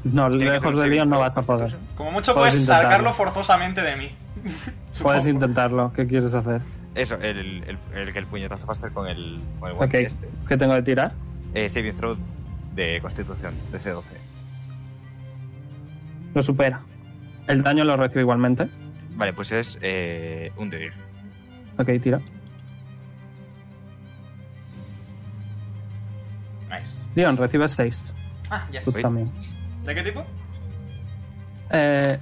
[SPEAKER 1] No,
[SPEAKER 7] Tiene que
[SPEAKER 1] lejos
[SPEAKER 7] hacer
[SPEAKER 1] de
[SPEAKER 7] un
[SPEAKER 1] Leon no vas
[SPEAKER 7] saving
[SPEAKER 1] a
[SPEAKER 7] throw,
[SPEAKER 1] poder.
[SPEAKER 7] ¿sí?
[SPEAKER 2] Como mucho
[SPEAKER 1] Puedes
[SPEAKER 2] puedes
[SPEAKER 1] intentarlo.
[SPEAKER 2] sacarlo forzosamente de mí.
[SPEAKER 1] Puedes
[SPEAKER 2] Supongo.
[SPEAKER 1] intentarlo. ¿Qué quieres hacer?
[SPEAKER 7] Eso, el, el, el, que el puñetazo va a ser con el, con el
[SPEAKER 1] Ok.
[SPEAKER 7] guante este.
[SPEAKER 1] ¿Qué tengo de tirar?
[SPEAKER 7] Eh, saving throw de constitución, de C12.
[SPEAKER 1] Lo supera. El daño lo recibe igualmente.
[SPEAKER 7] Vale, pues es eh, un de 10.
[SPEAKER 1] Ok, tira.
[SPEAKER 2] Nice.
[SPEAKER 1] Leon, recibes 6.
[SPEAKER 2] Ah, yes.
[SPEAKER 1] Tú también.
[SPEAKER 2] ¿De qué tipo?
[SPEAKER 1] Eh,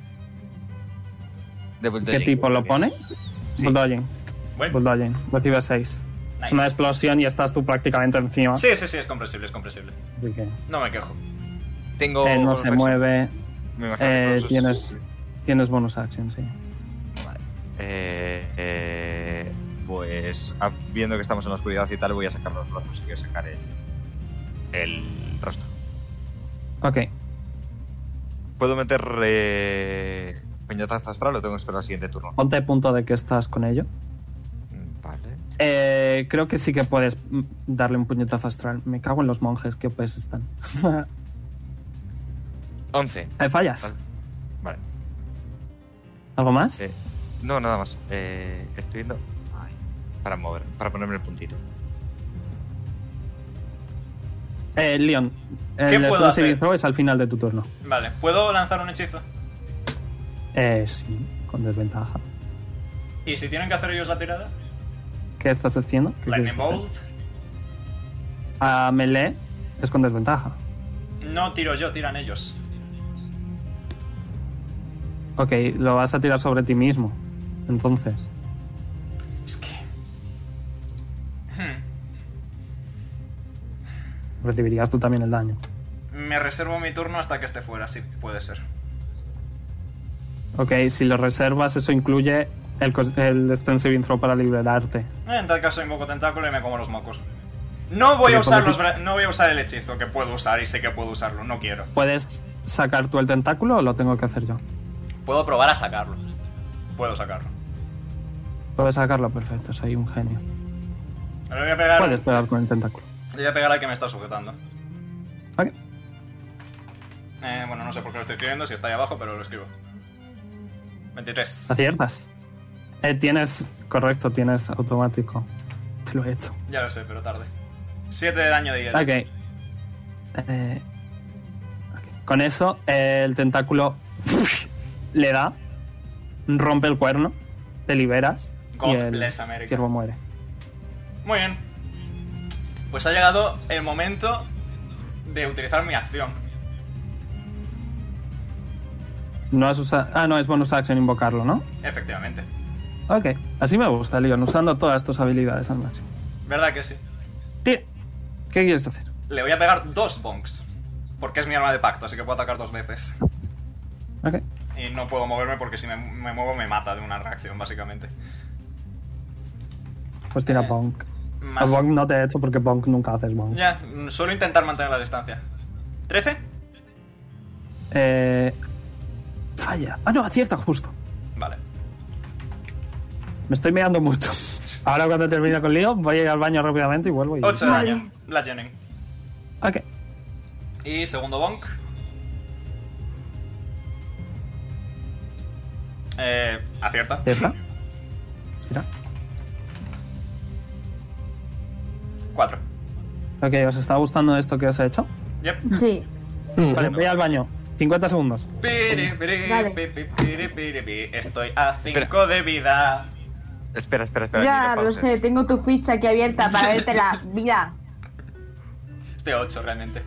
[SPEAKER 7] De
[SPEAKER 1] ¿Qué
[SPEAKER 7] bulldogging.
[SPEAKER 1] tipo lo pone?
[SPEAKER 7] Sí.
[SPEAKER 1] Bulldogging.
[SPEAKER 2] Bueno.
[SPEAKER 1] Bulldogging. Recibes 6. Pues, Es
[SPEAKER 2] Nice.
[SPEAKER 1] una explosión y estás tú prácticamente encima.
[SPEAKER 2] Sí, sí, sí, es comprensible, es comprensible.
[SPEAKER 1] Así que
[SPEAKER 2] No me quejo.
[SPEAKER 7] Tengo.
[SPEAKER 1] eh, no
[SPEAKER 7] bonus
[SPEAKER 1] se
[SPEAKER 7] action.
[SPEAKER 1] mueve.
[SPEAKER 7] Me imagino que
[SPEAKER 1] Eh,
[SPEAKER 7] todos los-
[SPEAKER 1] tienes- Tienes bonus action, sí.
[SPEAKER 7] Eh, eh, pues ah, viendo que estamos en la oscuridad y tal, voy a sacar los brazos y voy a sacar el, el rostro.
[SPEAKER 1] Ok.
[SPEAKER 7] ¿Puedo meter eh, puñetazo astral o tengo que esperar al siguiente turno?
[SPEAKER 1] Ponte punto de que estás con ello.
[SPEAKER 7] Mm, Vale.
[SPEAKER 1] Eh, creo que sí que puedes mm, darle un puñetazo astral. Me cago en los monjes, qué OPs están.
[SPEAKER 7] 11.
[SPEAKER 1] Eh, fallas.
[SPEAKER 7] Vale.
[SPEAKER 1] ¿Algo más?
[SPEAKER 7] Eh, no, nada más. Eh, estoy viendo. Ay, para mover, para ponerme el puntito.
[SPEAKER 1] Eh, Leon,
[SPEAKER 2] ¿Qué
[SPEAKER 1] el
[SPEAKER 2] puedo
[SPEAKER 1] Stone
[SPEAKER 2] hacer?
[SPEAKER 1] Saving Throw es al final de tu turno.
[SPEAKER 2] Vale, ¿puedo lanzar un hechizo?
[SPEAKER 1] Eh, sí, con desventaja.
[SPEAKER 2] ¿Y si tienen que hacer ellos la tirada?
[SPEAKER 1] ¿Qué estás haciendo? ¿Qué
[SPEAKER 2] Lightning
[SPEAKER 1] quieres hacer? Ah, A
[SPEAKER 2] Bolt.
[SPEAKER 1] melee es con desventaja.
[SPEAKER 2] No tiro yo, tiran ellos.
[SPEAKER 1] Ok, lo vas a tirar sobre ti mismo. Entonces.
[SPEAKER 2] Es que. Hmm.
[SPEAKER 1] Recibirías tú también el daño.
[SPEAKER 2] Me reservo mi turno hasta que esté fuera, si puede ser.
[SPEAKER 1] Ok, si lo reservas, eso incluye el, cos- el Extensive Intro para liberarte.
[SPEAKER 2] Eh, En tal caso invoco tentáculo y me como los mocos. No voy a
[SPEAKER 1] Oye,
[SPEAKER 2] usar
[SPEAKER 1] ¿cómo
[SPEAKER 2] los bra- no voy a usar el hechizo que puedo usar y sé que puedo usarlo, no quiero.
[SPEAKER 1] ¿Puedes sacar tú el tentáculo o lo tengo que hacer yo?
[SPEAKER 2] Puedo probar a sacarlo. Puedo sacarlo.
[SPEAKER 1] Puedes sacarlo, perfecto, soy un genio.
[SPEAKER 2] Le voy a pegar,
[SPEAKER 1] Puedes pegar con el tentáculo.
[SPEAKER 2] le voy a pegar al que me está sujetando.
[SPEAKER 1] Ok.
[SPEAKER 2] Eh, bueno, no sé por qué lo estoy escribiendo, si está ahí abajo, pero lo escribo. 23.
[SPEAKER 1] Aciertas. Eh, tienes, correcto, tienes automático. Te lo he hecho.
[SPEAKER 2] Ya lo sé, pero tarde. 7 de daño de hielo.
[SPEAKER 1] Ok. Eh, ok. Con eso, eh, el tentáculo le da, rompe el cuerno, te liberas y
[SPEAKER 2] God
[SPEAKER 1] el
[SPEAKER 2] bless America.
[SPEAKER 1] ciervo muere.
[SPEAKER 2] Muy bien. Pues ha llegado el momento de utilizar mi acción.
[SPEAKER 1] No has usado... Ah, no, es bonus action invocarlo, ¿no?
[SPEAKER 2] Efectivamente.
[SPEAKER 1] Ok, así me gusta, Leon, usando todas tus habilidades al máximo.
[SPEAKER 2] ¿Verdad que sí?
[SPEAKER 1] Tira. ¿Qué quieres hacer?
[SPEAKER 2] Le voy a pegar dos bonks. Porque es mi arma de pacto, así que puedo atacar dos veces.
[SPEAKER 1] Ok.
[SPEAKER 2] Y no puedo moverme porque si me, me muevo me mata de una reacción, básicamente.
[SPEAKER 1] Pues tira
[SPEAKER 2] Eh,
[SPEAKER 1] Bonk. A
[SPEAKER 2] Más...
[SPEAKER 1] Bonk no te he hecho porque Bonk nunca haces Bonk.
[SPEAKER 2] Ya, mm, suelo intentar mantener la distancia. ¿13?
[SPEAKER 1] Eh, falla. Ah, no, acierta justo.
[SPEAKER 2] Vale.
[SPEAKER 1] Me estoy mirando mucho. Ahora cuando termine con Leo, voy a ir al baño rápidamente y vuelvo. Y...
[SPEAKER 2] 8 de
[SPEAKER 5] Vale.
[SPEAKER 2] daño. La Jennings.
[SPEAKER 1] Ok.
[SPEAKER 2] Y segundo bonk. Eh, acierta.
[SPEAKER 1] Acierta. Tira.
[SPEAKER 2] 4.
[SPEAKER 1] Ok, ¿os está gustando esto que os he hecho?
[SPEAKER 2] Yep.
[SPEAKER 5] Sí.
[SPEAKER 1] Vale, voy al baño. 50 segundos.
[SPEAKER 2] Piri, piri,
[SPEAKER 5] Vale.
[SPEAKER 2] piri, piri, piri, piri. Estoy a 5 de vida.
[SPEAKER 7] Espera, espera, espera.
[SPEAKER 5] Ya
[SPEAKER 7] ni
[SPEAKER 5] lo
[SPEAKER 7] pauses.
[SPEAKER 5] sé, tengo tu ficha aquí abierta para verte la vida.
[SPEAKER 2] Estoy a 8 realmente.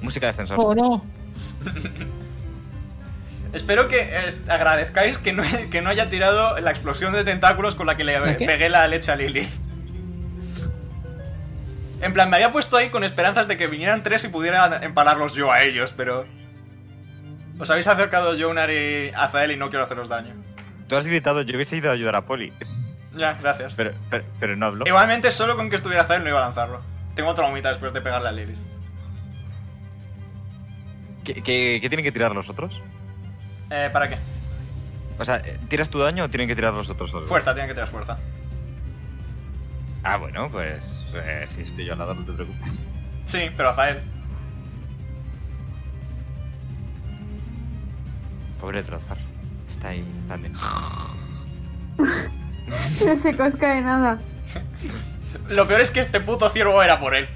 [SPEAKER 7] Música de ascensor.
[SPEAKER 3] ¡Oh, no!
[SPEAKER 2] Espero que eh, agradezcáis que no, que no haya tirado la explosión de tentáculos con la que le
[SPEAKER 3] ¿La qué?
[SPEAKER 2] pegué la leche a Lilith. En plan, me había puesto ahí con esperanzas de que vinieran tres y pudiera empalarlos yo a ellos, pero... Os habéis acercado Jonar y Azael y no quiero haceros daño.
[SPEAKER 7] Tú has gritado, yo hubiese ido a ayudar a Poli.
[SPEAKER 2] Ya, gracias.
[SPEAKER 7] Pero, pero, pero no habló.
[SPEAKER 2] Igualmente, solo con que estuviera Azael no iba a lanzarlo. Tengo otra humita después de pegarle a Lilith.
[SPEAKER 7] ¿Qué, qué, qué tienen que tirar los otros?
[SPEAKER 2] Eh, ¿para qué?
[SPEAKER 7] O sea, ¿tiras tu daño o tienen que tirar los otros dos?
[SPEAKER 2] Fuerza, tiene que tirar fuerza.
[SPEAKER 7] Ah, bueno, pues. eh, si estoy yo al lado, no te preocupes.
[SPEAKER 2] Sí, pero Azael.
[SPEAKER 7] Pobre Trozar. Está ahí, dale.
[SPEAKER 5] No se cosca de nada.
[SPEAKER 2] Lo peor es que este puto ciervo era por él.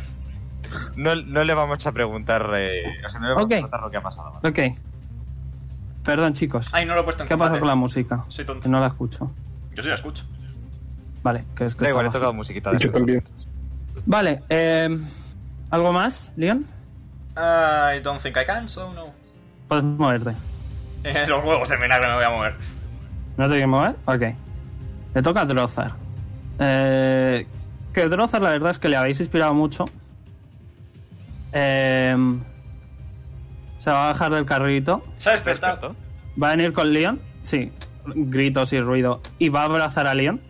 [SPEAKER 7] No, no le vamos a preguntar. eh, o sea, no le vamos
[SPEAKER 1] Ok.
[SPEAKER 7] a preguntar lo que ha pasado. ¿vale?
[SPEAKER 1] Ok. Perdón, chicos.
[SPEAKER 2] Ay, no lo he puesto en
[SPEAKER 1] ¿Qué ha pasado
[SPEAKER 2] combate.
[SPEAKER 1] con la música?
[SPEAKER 2] Soy tonto.
[SPEAKER 1] Que no la escucho.
[SPEAKER 2] Yo sí la escucho.
[SPEAKER 1] Vale, que es que está
[SPEAKER 7] Da igual, he
[SPEAKER 1] bajo.
[SPEAKER 7] tocado musiquita de
[SPEAKER 4] Yo también.
[SPEAKER 1] Vale, eh, ¿algo más, Leon?
[SPEAKER 2] I don't think I can, so no.
[SPEAKER 1] Puedes moverte.
[SPEAKER 2] Eh, los huevos en vinagre me voy a mover.
[SPEAKER 1] ¿No te quieres mover? Ok. Le toca a Drozar. Eh, que Drozar, la verdad es que le habéis inspirado mucho. Em, se va a bajar del carrito.
[SPEAKER 2] ¿Se ha
[SPEAKER 7] ¿Está
[SPEAKER 2] despertado?
[SPEAKER 7] despierto?
[SPEAKER 1] Va a venir con Leon. Sí, gritos y ruido. Y va a abrazar a Leon.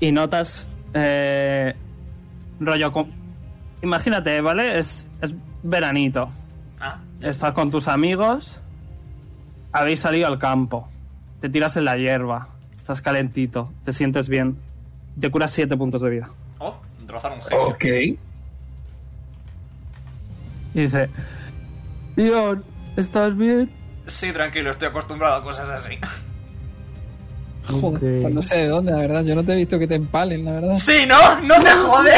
[SPEAKER 1] Y notas. eh, rollo. con- Imagínate, ¿vale? Es, es veranito.
[SPEAKER 2] Ah,
[SPEAKER 1] Estás con tus amigos. Habéis salido al campo. Te tiras en la hierba. Estás calentito. Te sientes bien. Te curas 7 puntos de vida.
[SPEAKER 2] oh, rozar un genio.
[SPEAKER 4] Ok.
[SPEAKER 1] Y dice: Leon, ¿estás bien?
[SPEAKER 2] Sí, tranquilo, estoy acostumbrado a cosas así.
[SPEAKER 3] Joder,
[SPEAKER 1] Ok.
[SPEAKER 3] pues no sé de dónde, la verdad. Yo no te he visto que te empalen, la verdad.
[SPEAKER 2] ¡Sí, no! ¡No te jode!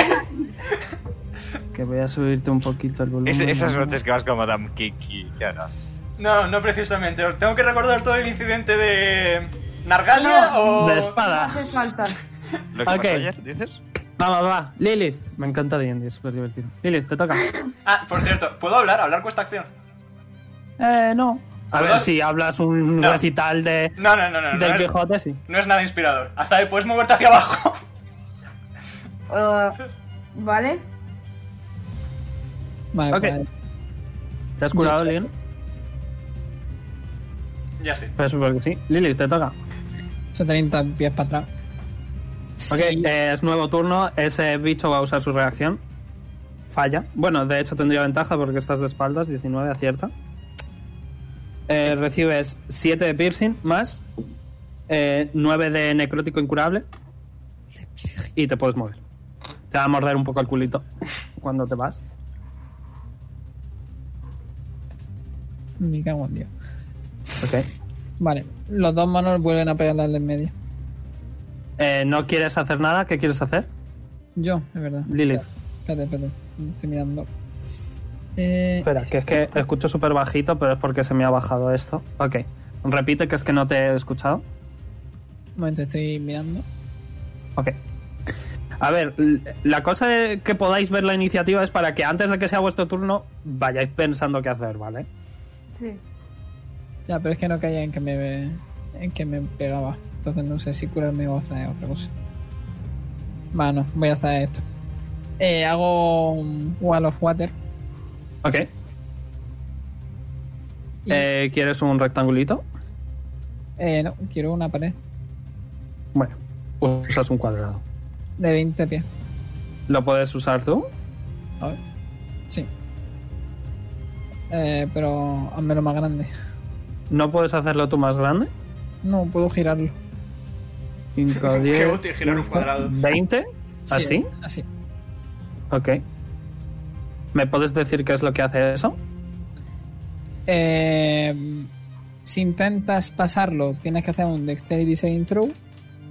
[SPEAKER 1] Que voy a subirte un poquito el volumen.
[SPEAKER 7] Es- esas
[SPEAKER 1] ¿no?
[SPEAKER 7] noches que vas con Madame Kiki, ¿qué harás?
[SPEAKER 2] No, no precisamente. Os tengo que recordar todo el incidente de. ¿Nargalia o.?
[SPEAKER 1] La espada.
[SPEAKER 5] Hace falta.
[SPEAKER 7] ¿Lo que
[SPEAKER 1] Ok.
[SPEAKER 7] pasó ayer, dices?
[SPEAKER 1] Va, va, va. Lilith. Me encanta D&D, es súper divertido. Lilith, te toca.
[SPEAKER 2] Ah, por cierto, ¿puedo hablar? ¿Hablar cuesta acción?
[SPEAKER 1] Eh, no. A
[SPEAKER 2] ¿Puedo?
[SPEAKER 1] ver, si hablas un
[SPEAKER 2] No.
[SPEAKER 1] recital de,
[SPEAKER 2] No, no, no, no. No
[SPEAKER 1] del
[SPEAKER 2] es,
[SPEAKER 1] Quijote, sí.
[SPEAKER 2] no es nada inspirador. Azael, puedes moverte hacia abajo.
[SPEAKER 5] Eh, vale.
[SPEAKER 3] Vale,
[SPEAKER 1] Ok.
[SPEAKER 3] vale.
[SPEAKER 1] ¿Te has curado,
[SPEAKER 3] Sí.
[SPEAKER 1] Lilith?
[SPEAKER 2] ya sí.
[SPEAKER 1] Pues supongo que sí. Lilith, te toca.
[SPEAKER 3] Son 30 pies para atrás.
[SPEAKER 1] Ok,
[SPEAKER 3] Sí.
[SPEAKER 1] eh, es nuevo turno. Ese bicho va a usar su reacción. Falla. Bueno, de hecho tendría ventaja porque estás de espaldas. 19, acierta. Eh, recibes 7 de piercing más 9 de necrótico incurable. Y te puedes mover. Te va a morder un poco el culito cuando te vas.
[SPEAKER 3] Me cago en Dios.
[SPEAKER 1] Ok.
[SPEAKER 3] Vale, los dos manos vuelven a pegarle al en medio.
[SPEAKER 1] Eh, ¿No quieres hacer nada? ¿Qué quieres hacer?
[SPEAKER 3] Yo, es verdad.
[SPEAKER 1] Lilith.
[SPEAKER 3] Espérate, espérate. Estoy mirando. Eh,
[SPEAKER 1] Espera, que es que escucho súper bajito, pero es porque se me ha bajado esto. Ok. Repite que es que no te he escuchado.
[SPEAKER 3] un momento, estoy mirando.
[SPEAKER 1] Ok. A ver, l- la cosa de que podáis ver la iniciativa es para que antes de que sea vuestro turno vayáis pensando qué hacer, ¿vale?
[SPEAKER 5] Sí.
[SPEAKER 3] Ya, pero es que no caía en que me, en que me pegaba. Entonces no sé si curarme o hacer otra cosa. Bueno, voy a hacer esto. Eh, hago un Wall of Water.
[SPEAKER 1] Ok.
[SPEAKER 3] Y-
[SPEAKER 1] Eh, ¿Quieres un rectangulito?
[SPEAKER 3] Eh, no, quiero una pared
[SPEAKER 1] Bueno, pues usas un cuadrado.
[SPEAKER 3] de 20 pies.
[SPEAKER 1] ¿Lo puedes usar tú?
[SPEAKER 3] A ver. Sí. Eh, pero hazmelo más grande.
[SPEAKER 1] ¿No puedes hacerlo tú más grande?
[SPEAKER 3] No, puedo girarlo.
[SPEAKER 1] 5,
[SPEAKER 2] Qué
[SPEAKER 1] 10,
[SPEAKER 2] útil girar un cuadrado.
[SPEAKER 1] 20.
[SPEAKER 3] Sí,
[SPEAKER 1] ¿Así?
[SPEAKER 3] Así.
[SPEAKER 1] Ok. ¿Me puedes decir qué es lo que hace eso?
[SPEAKER 3] Eh, si intentas pasarlo, tienes que hacer un Dexterity Saving Throw.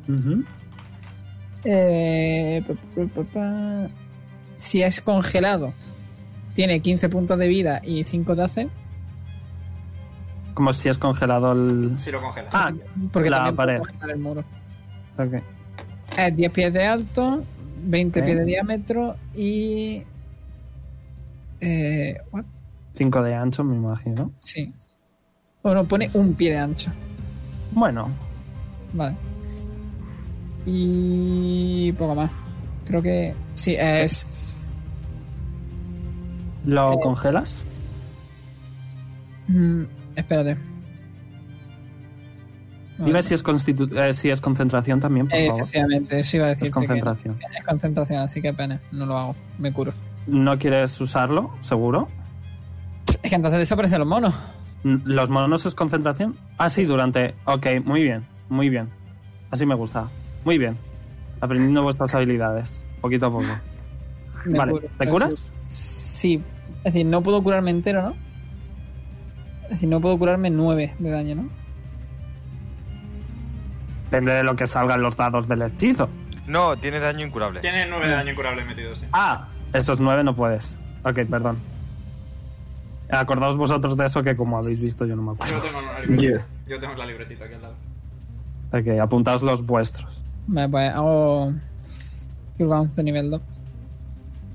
[SPEAKER 1] Ujú.
[SPEAKER 3] Eh, pa, pa, pa, pa. si es congelado, tiene 15 puntos de vida y 5 de AC.
[SPEAKER 1] Como si es congelado el...
[SPEAKER 2] Si lo congelas.
[SPEAKER 1] Ah,
[SPEAKER 3] Porque
[SPEAKER 1] La
[SPEAKER 3] también puede
[SPEAKER 1] pared.
[SPEAKER 3] congelar el muro.
[SPEAKER 1] ok.
[SPEAKER 3] Es 10 pies de alto, 20
[SPEAKER 1] Ok.
[SPEAKER 3] pies de diámetro y. Eh, what?
[SPEAKER 1] 5 de ancho, me imagino.
[SPEAKER 3] Sí. Bueno, pone un pie de ancho.
[SPEAKER 1] Bueno,
[SPEAKER 3] Vale. Y. poco más. Creo que. Sí, es. Eh,
[SPEAKER 1] ¿Lo congelas?
[SPEAKER 3] Mm, espérate.
[SPEAKER 1] Dime si es, constitu- eh, si es concentración también, por
[SPEAKER 3] Eh,
[SPEAKER 1] favor.
[SPEAKER 3] Efectivamente, eso iba a decir.
[SPEAKER 1] Es concentración.
[SPEAKER 3] Es concentración, así que pena, no lo hago, me curo.
[SPEAKER 1] ¿No quieres usarlo? ¿Seguro?
[SPEAKER 3] Es que entonces desaparecen los monos.
[SPEAKER 1] N- ¿Los monos es concentración? Ah, sí, durante... Ok, muy bien, muy bien. Así me gusta. Muy bien. Aprendiendo vuestras habilidades, poquito a poco.
[SPEAKER 3] Me
[SPEAKER 1] vale,
[SPEAKER 3] curo.
[SPEAKER 1] ¿te curas?
[SPEAKER 3] Sí, es decir, no puedo curarme entero, ¿no? Es decir, no puedo curarme 9 de daño, ¿no?
[SPEAKER 1] Depende de lo que salgan los dados del hechizo.
[SPEAKER 7] No, tiene daño incurable.
[SPEAKER 2] Tiene 9 de daño incurable metido, sí.
[SPEAKER 1] Ah, esos nueve no puedes. Ok, perdón. Acordaos vosotros de eso que como habéis visto yo no me acuerdo.
[SPEAKER 2] Yo tengo la libretita.
[SPEAKER 4] Yeah.
[SPEAKER 2] Yo tengo la libretita aquí al lado.
[SPEAKER 1] Ok, apuntaos los vuestros.
[SPEAKER 3] Vale, pues hago. Cure Bounce de nivel 2.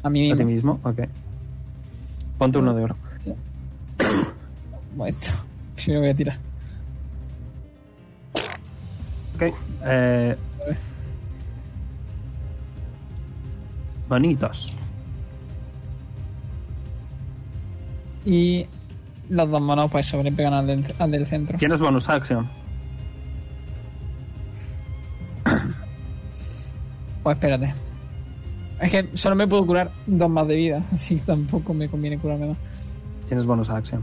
[SPEAKER 3] A mí
[SPEAKER 1] A ti
[SPEAKER 3] mismo.
[SPEAKER 1] mismo, ok. Ponte uno de oro.
[SPEAKER 3] Un momento. Primero voy a tirar.
[SPEAKER 1] Ok. eh, bonitos.
[SPEAKER 3] Y los dos monos, pues sobrepegan al del, al del centro.
[SPEAKER 1] Tienes bonus action.
[SPEAKER 3] Pues espérate. Es que solo me puedo curar dos más de vida, así que tampoco me conviene curarme más.
[SPEAKER 1] Tienes bonus action.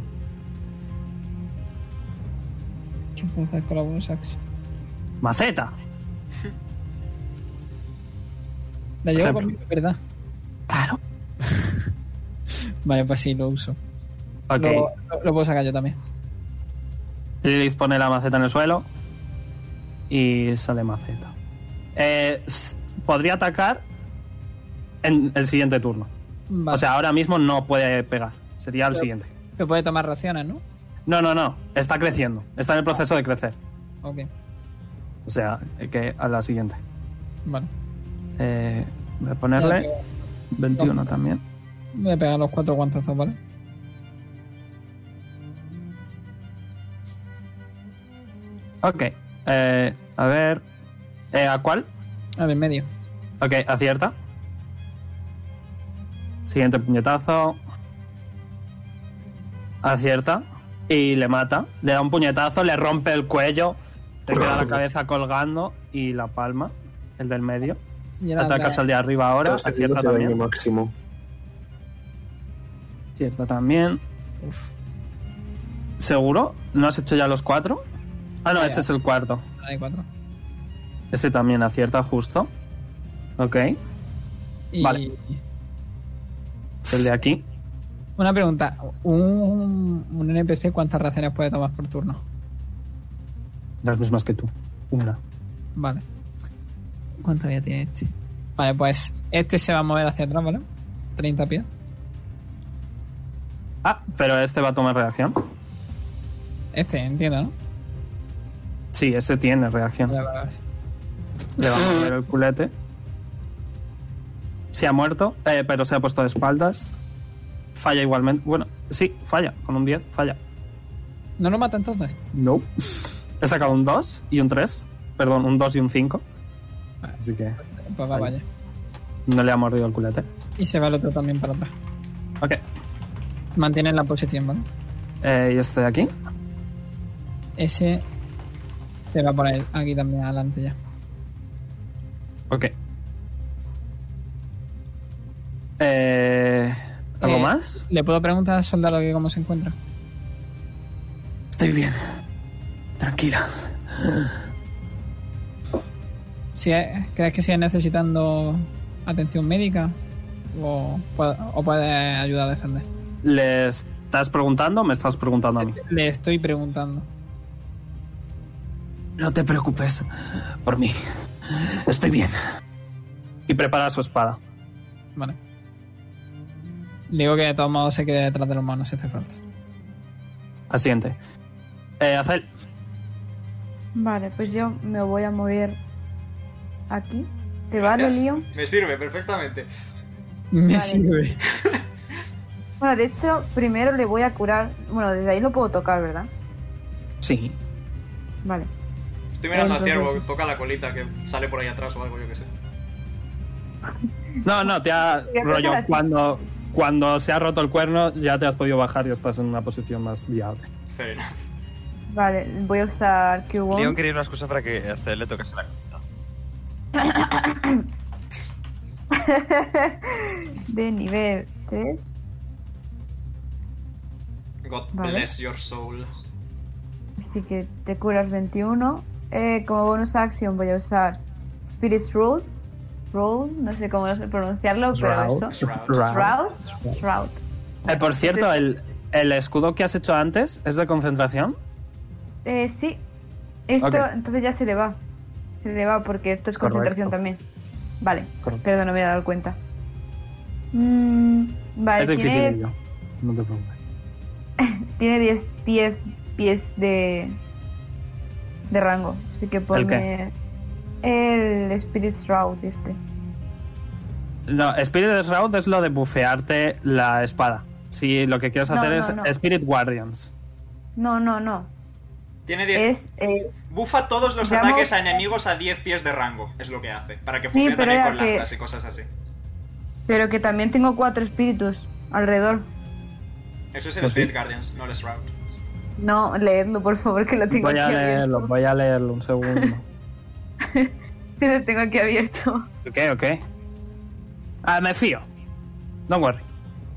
[SPEAKER 3] ¿Qué puedo hacer con la bonus action?
[SPEAKER 1] Maceta.
[SPEAKER 3] La llevo
[SPEAKER 1] Ejemplo.
[SPEAKER 3] conmigo, ¿verdad?
[SPEAKER 1] Claro.
[SPEAKER 3] Vale, pues sí, lo uso.
[SPEAKER 1] Ok.
[SPEAKER 3] Lo, lo- lo puedo sacar yo también.
[SPEAKER 1] Lilith pone la maceta en el suelo. Y sale maceta. Eh, s- podría atacar en el siguiente turno.
[SPEAKER 3] Vale.
[SPEAKER 1] O sea, ahora mismo no puede pegar. Sería el
[SPEAKER 3] Pero-
[SPEAKER 1] siguiente.
[SPEAKER 3] Pero puede tomar raciones, ¿no?
[SPEAKER 1] No, no, no. Está creciendo. Está en el proceso de crecer.
[SPEAKER 3] Ok.
[SPEAKER 1] O sea, eh, que a la siguiente.
[SPEAKER 3] Vale.
[SPEAKER 1] Eh, voy a
[SPEAKER 3] Ya le
[SPEAKER 1] ponerle
[SPEAKER 3] pego-
[SPEAKER 1] 21 también.
[SPEAKER 3] Voy a pegar los cuatro guantazos, ¿vale?
[SPEAKER 1] Ok. eh, a ver. Eh, ¿A cuál?
[SPEAKER 3] Al en medio.
[SPEAKER 1] Ok, acierta. Siguiente puñetazo. Acierta. Y le mata. Le da un puñetazo, le rompe el cuello. Le queda la cabeza colgando y la palma, el del medio.
[SPEAKER 3] Y ahora
[SPEAKER 1] Atacas
[SPEAKER 3] otra-
[SPEAKER 1] al de arriba ahora.
[SPEAKER 4] Estás haciendo
[SPEAKER 1] Acierta
[SPEAKER 4] ese daño
[SPEAKER 1] también.
[SPEAKER 4] máximo.
[SPEAKER 1] Acierta también.
[SPEAKER 3] Uf,
[SPEAKER 1] ¿Seguro? ¿No has hecho ya los cuatro? Ah, no,
[SPEAKER 3] Ya.
[SPEAKER 1] ese es el cuarto.
[SPEAKER 3] ahora hay cuatro.
[SPEAKER 1] Ese también acierta justo. Ok.
[SPEAKER 3] Y
[SPEAKER 1] Vale. El de aquí.
[SPEAKER 3] Una pregunta. Un, un NPC, ¿cuántas raciones puede tomar por turno?
[SPEAKER 1] Las mismas que tú. Una.
[SPEAKER 3] Vale. ¿Cuánta vida tiene este? Vale, pues este se va a mover hacia atrás, ¿vale? 30 pies.
[SPEAKER 1] Ah, pero este va a tomar reacción.
[SPEAKER 3] Este, entiendo, ¿no?
[SPEAKER 1] Sí, ese tiene reacción.
[SPEAKER 3] Vale, vale, vale.
[SPEAKER 1] Le va a mover el culete. Se ha muerto, eh, pero se ha puesto de espaldas. Falla igualmente. Bueno, sí, falla. Con un 10, falla.
[SPEAKER 3] ¿No lo mata entonces?
[SPEAKER 1] No. He sacado un 2 y un 3. Perdón, un 2 y un 5. Así que
[SPEAKER 3] Pues, pues va,
[SPEAKER 1] Vale.
[SPEAKER 3] vaya.
[SPEAKER 1] no le ha mordido el culete.
[SPEAKER 3] Y se va el otro también para atrás.
[SPEAKER 1] Ok.
[SPEAKER 3] Mantienen la posición, ¿vale?
[SPEAKER 1] Eh, y este de aquí.
[SPEAKER 3] Ese se va a poner aquí también adelante ya.
[SPEAKER 1] Ok. Eh, ¿Algo
[SPEAKER 3] Eh,
[SPEAKER 1] más?
[SPEAKER 3] ¿Le puedo preguntar al soldado que cómo se encuentra?
[SPEAKER 1] Estoy bien. Tranquila.
[SPEAKER 3] Si es- ¿Crees que sigue necesitando atención médica? ¿O, puede- o puede ayudar a defender?
[SPEAKER 1] ¿Le estás preguntando o me estás preguntando a mí?
[SPEAKER 3] Le estoy preguntando.
[SPEAKER 1] No te preocupes por mí. Estoy bien. Y prepara su espada.
[SPEAKER 3] Vale. Le Digo que de todos modos se quede detrás de los manos si hace falta.
[SPEAKER 1] Al siguiente. Eh, Azael,
[SPEAKER 6] Vale, pues yo me voy a mover aquí. ¿Te vale,
[SPEAKER 2] Gracias.
[SPEAKER 6] Leon?
[SPEAKER 2] Me sirve perfectamente.
[SPEAKER 3] Me
[SPEAKER 6] Vale.
[SPEAKER 3] sirve.
[SPEAKER 6] Bueno, de hecho, primero le voy a curar. Bueno, desde ahí lo puedo tocar, ¿verdad?
[SPEAKER 1] sí.
[SPEAKER 6] Vale.
[SPEAKER 2] Estoy mirando al
[SPEAKER 6] Entonces-
[SPEAKER 2] ciervo, toca la colita que sale por ahí atrás o algo, yo que sé.
[SPEAKER 1] No, no, te ha
[SPEAKER 6] Voy a
[SPEAKER 1] rollo
[SPEAKER 6] empezar así.
[SPEAKER 1] cuando, cuando se ha roto el cuerno, ya te has podido bajar y estás en una posición más viable.
[SPEAKER 2] Fair enough.
[SPEAKER 6] Vale, voy a usar Cure
[SPEAKER 7] Leon
[SPEAKER 6] Wounds.
[SPEAKER 7] quería una excusa para que a él le tocase la colita.
[SPEAKER 6] de nivel 3.
[SPEAKER 2] God
[SPEAKER 6] Vale.
[SPEAKER 2] bless your soul.
[SPEAKER 6] Así que te curas 21. Eh, como bonus action voy a usar Spirit's Road. Road, no sé cómo pronunciarlo, pero eso.
[SPEAKER 2] Shroud.
[SPEAKER 6] Shroud. Shroud.
[SPEAKER 1] Eh, por cierto, el, el escudo que has hecho antes es de concentración.
[SPEAKER 6] Eh, sí. Esto,
[SPEAKER 1] Ok.
[SPEAKER 6] entonces ya se le va. Se le va porque esto es concentración
[SPEAKER 1] Correcto.
[SPEAKER 6] también. Vale,
[SPEAKER 1] Correcto.
[SPEAKER 6] perdón, no me había dado cuenta. Mm, vale,
[SPEAKER 1] es difícil,
[SPEAKER 6] tiene
[SPEAKER 1] ello. No te preocupes.
[SPEAKER 6] Tiene 10 pies, pies de, de rango. Así que ponme el Spirit Shroud este.
[SPEAKER 1] No, Spirit Shroud es lo de bufearte la espada. Si lo que quieres
[SPEAKER 6] No,
[SPEAKER 1] hacer
[SPEAKER 6] no,
[SPEAKER 1] es
[SPEAKER 6] no.
[SPEAKER 1] Spirit Guardians.
[SPEAKER 6] No, no, no.
[SPEAKER 2] Tiene 10.
[SPEAKER 6] Es eh,
[SPEAKER 2] Bufa todos los
[SPEAKER 6] Llamo-
[SPEAKER 2] ataques a enemigos a 10 pies de rango, es lo que hace. Para que
[SPEAKER 6] Sí,
[SPEAKER 2] funcione
[SPEAKER 6] pero
[SPEAKER 2] también
[SPEAKER 6] era
[SPEAKER 2] con
[SPEAKER 6] que-
[SPEAKER 2] lanzas y cosas así.
[SPEAKER 6] pero que también tengo cuatro espíritus alrededor.
[SPEAKER 2] Eso es el
[SPEAKER 1] Pues sí.
[SPEAKER 2] Spirit Guardians, no el Shroud.
[SPEAKER 6] No, leedlo, por favor, que lo tengo
[SPEAKER 1] Voy a
[SPEAKER 6] aquí abierto.
[SPEAKER 1] leerlo, voy a leerlo un segundo.
[SPEAKER 6] Sí, lo tengo aquí abierto.
[SPEAKER 1] Ok, ok. Ah, me fío. Don't worry.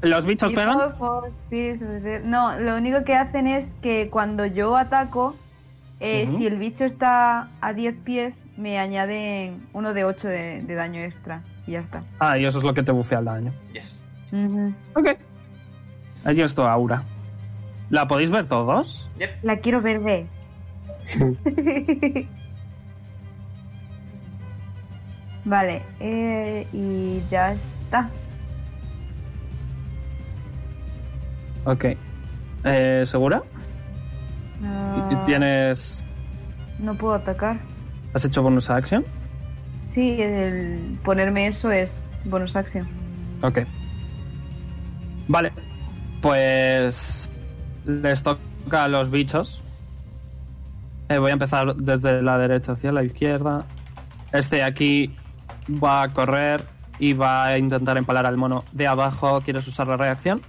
[SPEAKER 1] ¿Los bichos
[SPEAKER 6] Y
[SPEAKER 1] pegan?
[SPEAKER 6] por favor, spirits of the- No, lo único que hacen es que cuando yo ataco, eh,
[SPEAKER 1] Ujú.
[SPEAKER 6] si el bicho está a 10 pies, me añaden uno de 8 de, de daño extra. Y ya está.
[SPEAKER 1] Ah, y eso es lo que te bufea el daño.
[SPEAKER 2] Yes.
[SPEAKER 6] Ujú.
[SPEAKER 1] Ok. Allí es tu aura. ¿La podéis ver todos?
[SPEAKER 2] Yep.
[SPEAKER 6] La quiero verde. vale, eh, y ya está.
[SPEAKER 1] Ok. Eh, ¿Segura?
[SPEAKER 6] Ah,
[SPEAKER 1] Ti- Tienes...
[SPEAKER 5] Ah,
[SPEAKER 6] No puedo atacar.
[SPEAKER 1] ¿Has hecho bonus action?
[SPEAKER 5] Sí, el ponerme eso es bonus acción.
[SPEAKER 1] Ok. Vale. Pues les toca a los bichos. Eh, voy a empezar desde la derecha hacia la izquierda. Este aquí va a correr y va a intentar empalar al mono de abajo. ¿Quieres usar la reacción?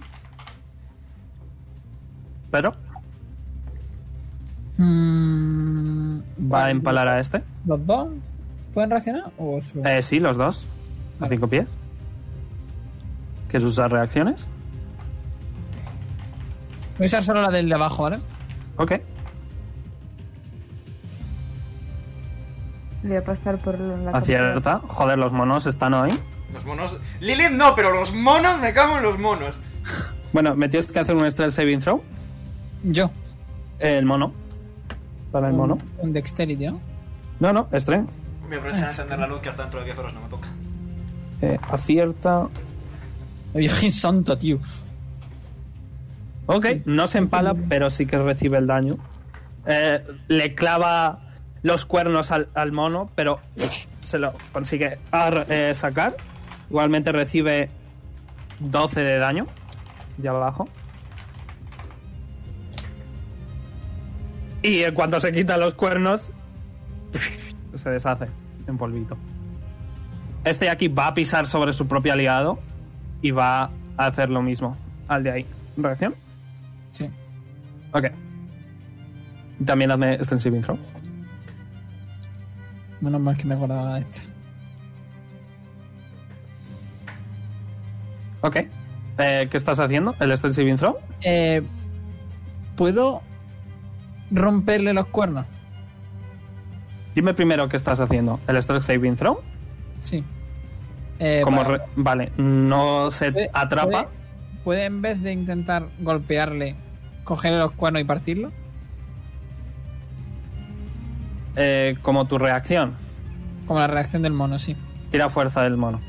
[SPEAKER 1] Pero
[SPEAKER 3] Mm,
[SPEAKER 1] va a
[SPEAKER 3] ¿cuál?
[SPEAKER 1] empalar a este.
[SPEAKER 3] ¿Los dos pueden reaccionar? ¿O solo?
[SPEAKER 1] Eh, sí, los dos. A
[SPEAKER 3] Vale.
[SPEAKER 1] cinco pies. ¿Quieres usar reacciones?
[SPEAKER 3] Voy a usar solo la del de abajo, ¿vale?
[SPEAKER 1] Ok.
[SPEAKER 5] Voy a pasar por la
[SPEAKER 1] Acierta. Joder, los monos están hoy.
[SPEAKER 2] Los monos. Lilith no, pero los monos, me cago en los monos.
[SPEAKER 1] Bueno, me tienes que hacer un extra saving throw.
[SPEAKER 3] Yo.
[SPEAKER 1] El mono. Para el mono.
[SPEAKER 3] Un, un dexterity, ¿no?
[SPEAKER 1] No, no, strength.
[SPEAKER 2] Me aprovechan a encender la luz que hasta dentro de 10 horas no me toca.
[SPEAKER 1] Eh, acierta.
[SPEAKER 3] La Virgen Santa, tío.
[SPEAKER 1] Ok, no se empala, pero sí que recibe el daño. Eh, le clava los cuernos al, al mono, pero se lo consigue ar- eh, sacar. Igualmente recibe 12 de daño. Ya abajo. Y en cuanto se quita los cuernos, se deshace en polvito. Este de aquí va a pisar sobre su propio aliado y va a hacer lo mismo al de ahí. ¿Reacción?
[SPEAKER 3] Sí.
[SPEAKER 1] Ok. También hazme extensive intro.
[SPEAKER 3] Menos mal que me acordaba de este.
[SPEAKER 1] Ok. Eh, ¿Qué estás haciendo? ¿El extensive intro?
[SPEAKER 3] Eh, ¿Puedo romperle los cuernos?
[SPEAKER 1] Dime primero qué estás haciendo. ¿El Stress Saving Throw?
[SPEAKER 3] Sí. Eh,
[SPEAKER 1] Como
[SPEAKER 3] para-
[SPEAKER 1] re- vale, no se
[SPEAKER 3] puede-
[SPEAKER 1] atrapa.
[SPEAKER 3] puede- ¿Puede en vez de intentar golpearle, cogerle los cuernos y partirlo?
[SPEAKER 1] eh, como tu reacción.
[SPEAKER 3] Como la reacción del mono, sí.
[SPEAKER 1] Tira fuerza del mono.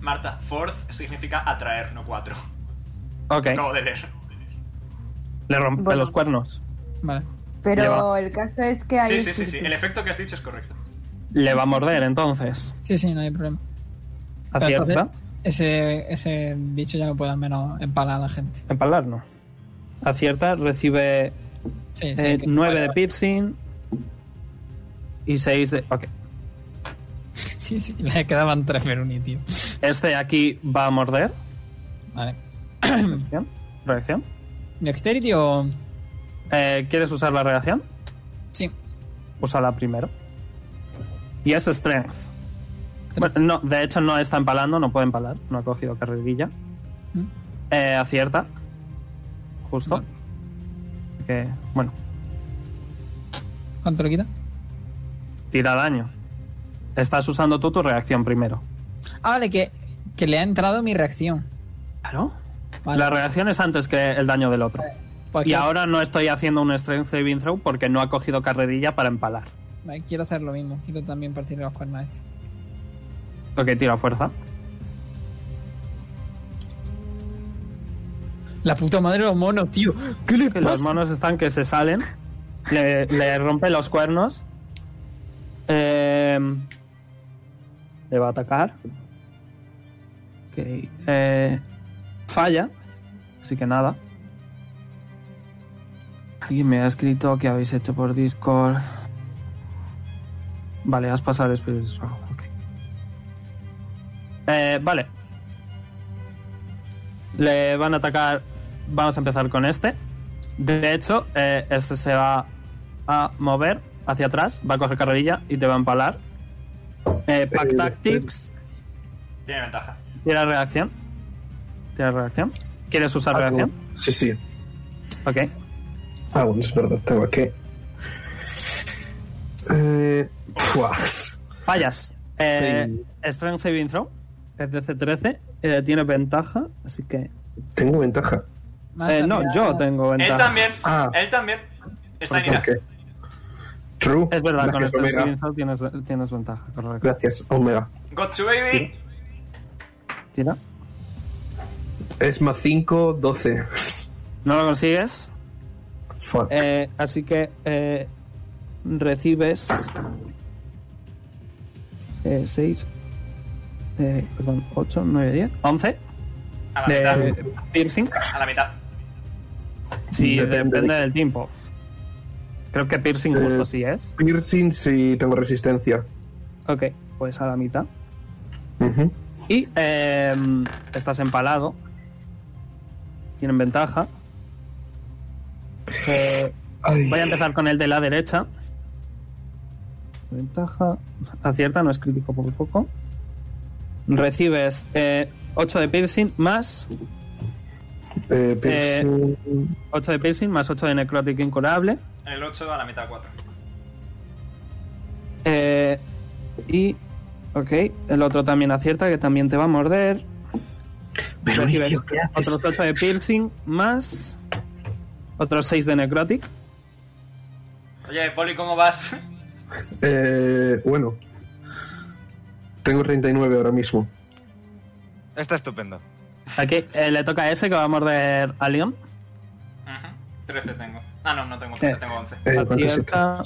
[SPEAKER 2] Marta, forth significa atraer, no cuatro.
[SPEAKER 1] Ok.
[SPEAKER 2] Acabo de leer.
[SPEAKER 1] Le rompe
[SPEAKER 5] Bueno.
[SPEAKER 1] los cuernos.
[SPEAKER 3] Vale.
[SPEAKER 5] Pero
[SPEAKER 1] Lleva.
[SPEAKER 5] el caso es que hay.
[SPEAKER 2] Sí, sí, sí, sí.
[SPEAKER 5] espíritu.
[SPEAKER 2] El efecto que has dicho es correcto.
[SPEAKER 1] Le va a morder entonces.
[SPEAKER 3] Sí, sí, no hay problema. Pero
[SPEAKER 1] Acierta.
[SPEAKER 3] entonces, Ese, ese bicho ya no puede al menos empalar a la gente.
[SPEAKER 1] Empalar, no. Acierta, recibe
[SPEAKER 3] Sí, sí. que-
[SPEAKER 1] 9
[SPEAKER 3] vale,
[SPEAKER 1] Eh, de
[SPEAKER 3] vale.
[SPEAKER 1] piercing y 6 de. Ok.
[SPEAKER 3] Sí, sí, le quedaban tres Veruni, tío.
[SPEAKER 1] Este de aquí va a morder.
[SPEAKER 3] Vale.
[SPEAKER 1] Reacción. Reacción.
[SPEAKER 3] ¿Dexterity o...?
[SPEAKER 1] Eh, ¿Quieres usar la reacción?
[SPEAKER 3] Sí.
[SPEAKER 1] Úsala primero. Y es Strength.
[SPEAKER 3] tres.
[SPEAKER 1] Bueno, no, de hecho no está empalando, no puede empalar. No ha cogido carrerilla.
[SPEAKER 3] ¿Mm?
[SPEAKER 1] Eh, acierta. Justo.
[SPEAKER 3] Vale.
[SPEAKER 1] Que, bueno,
[SPEAKER 3] ¿Cuánto le quita?
[SPEAKER 1] tira daño. Estás usando tú tu reacción primero.
[SPEAKER 3] Ah, vale, que, que le ha entrado mi reacción.
[SPEAKER 1] Claro.
[SPEAKER 3] Vale.
[SPEAKER 1] La reacción es antes que el daño del otro.
[SPEAKER 3] Pues
[SPEAKER 1] Y
[SPEAKER 3] quiero-
[SPEAKER 1] ahora no estoy haciendo un Strength Saving Throw porque no ha cogido carrerilla para empalar.
[SPEAKER 3] Vale, eh, Quiero hacer lo mismo. Quiero también partirle los cuernos a este.
[SPEAKER 1] Ok, tira fuerza.
[SPEAKER 3] La puta madre de los monos, tío. ¿Qué les
[SPEAKER 1] que
[SPEAKER 3] pasa?
[SPEAKER 1] los monos están que se salen. Le, le rompe los cuernos. Eh, le va a atacar. Ok. eh, falla. Así que nada. Alguien me ha escrito que habéis hecho por Discord. Vale, has pasado el Spirit Round, ok. Eh, vale. Le van a atacar. Vamos a empezar con este. De hecho, eh, este se va a mover hacia atrás, va a coger carrerilla y te va a empalar. Eh, Pack
[SPEAKER 4] Eh,
[SPEAKER 1] Tactics,
[SPEAKER 2] Tiene ventaja.
[SPEAKER 1] tira reacción. Tira reacción. ¿Quieres
[SPEAKER 4] Ah,
[SPEAKER 1] usar reacción?
[SPEAKER 4] Sí, sí.
[SPEAKER 1] Ok.
[SPEAKER 4] Ah, bueno, es verdad, tengo aquí. Eh, ¡fua!
[SPEAKER 1] Fallas. Eh, Strength Saving Throw, es DC-13, eh, tiene ventaja, así que...
[SPEAKER 4] Tengo ventaja.
[SPEAKER 3] Marta,
[SPEAKER 1] Eh, no,
[SPEAKER 3] mira,
[SPEAKER 1] yo tengo
[SPEAKER 2] Él
[SPEAKER 1] ventaja.
[SPEAKER 2] también.
[SPEAKER 4] Ah.
[SPEAKER 2] Él también. Está en
[SPEAKER 4] Ok. True.
[SPEAKER 1] Es verdad, con este
[SPEAKER 4] Gracias,
[SPEAKER 1] Strength
[SPEAKER 4] Omega.
[SPEAKER 1] Saving Throw tienes, tienes ventaja, correcto.
[SPEAKER 4] Gracias, Omega.
[SPEAKER 2] Got you, baby.
[SPEAKER 1] Tira.
[SPEAKER 4] Es más 5, 12.
[SPEAKER 1] ¿No lo consigues?
[SPEAKER 4] Fuck.
[SPEAKER 1] Eh, así que eh, recibes 6, eh, perdón, 8, 9, 10, 11
[SPEAKER 2] A la mitad.
[SPEAKER 1] de piercing.
[SPEAKER 2] A la mitad.
[SPEAKER 1] Sí,
[SPEAKER 4] Depende
[SPEAKER 1] depende
[SPEAKER 4] de-
[SPEAKER 1] del tiempo. Creo que piercing
[SPEAKER 4] Eh,
[SPEAKER 1] justo sí es.
[SPEAKER 4] Piercing sí tengo resistencia.
[SPEAKER 1] Ok, pues a la mitad.
[SPEAKER 4] Ujú.
[SPEAKER 1] Y em, estás empalado. Tienen ventaja. Eh,
[SPEAKER 4] Ay.
[SPEAKER 1] voy a empezar con el de la derecha. Ventaja. Acierta, no es crítico por poco. Recibes 8 de piercing más
[SPEAKER 4] Eh, piercing.
[SPEAKER 1] 8 de piercing más 8 de necrótico incurable.
[SPEAKER 2] El 8 a la mitad 4.
[SPEAKER 1] Eh, y. Ok, el otro también acierta, que también te va a morder. Recibes otros 8 de piercing más. Otros 6 de necrotic.
[SPEAKER 2] Oye, Poli, ¿cómo vas?
[SPEAKER 4] Eh, bueno. Tengo 39 ahora mismo.
[SPEAKER 7] Está estupendo.
[SPEAKER 1] Aquí eh, le toca a ese que va a morder a Leon.
[SPEAKER 2] Ujú. 13 tengo. Ah, no, no tengo 13,
[SPEAKER 1] Eh.
[SPEAKER 2] tengo 11.
[SPEAKER 4] Eh, ¿cuánto es
[SPEAKER 1] Acierta.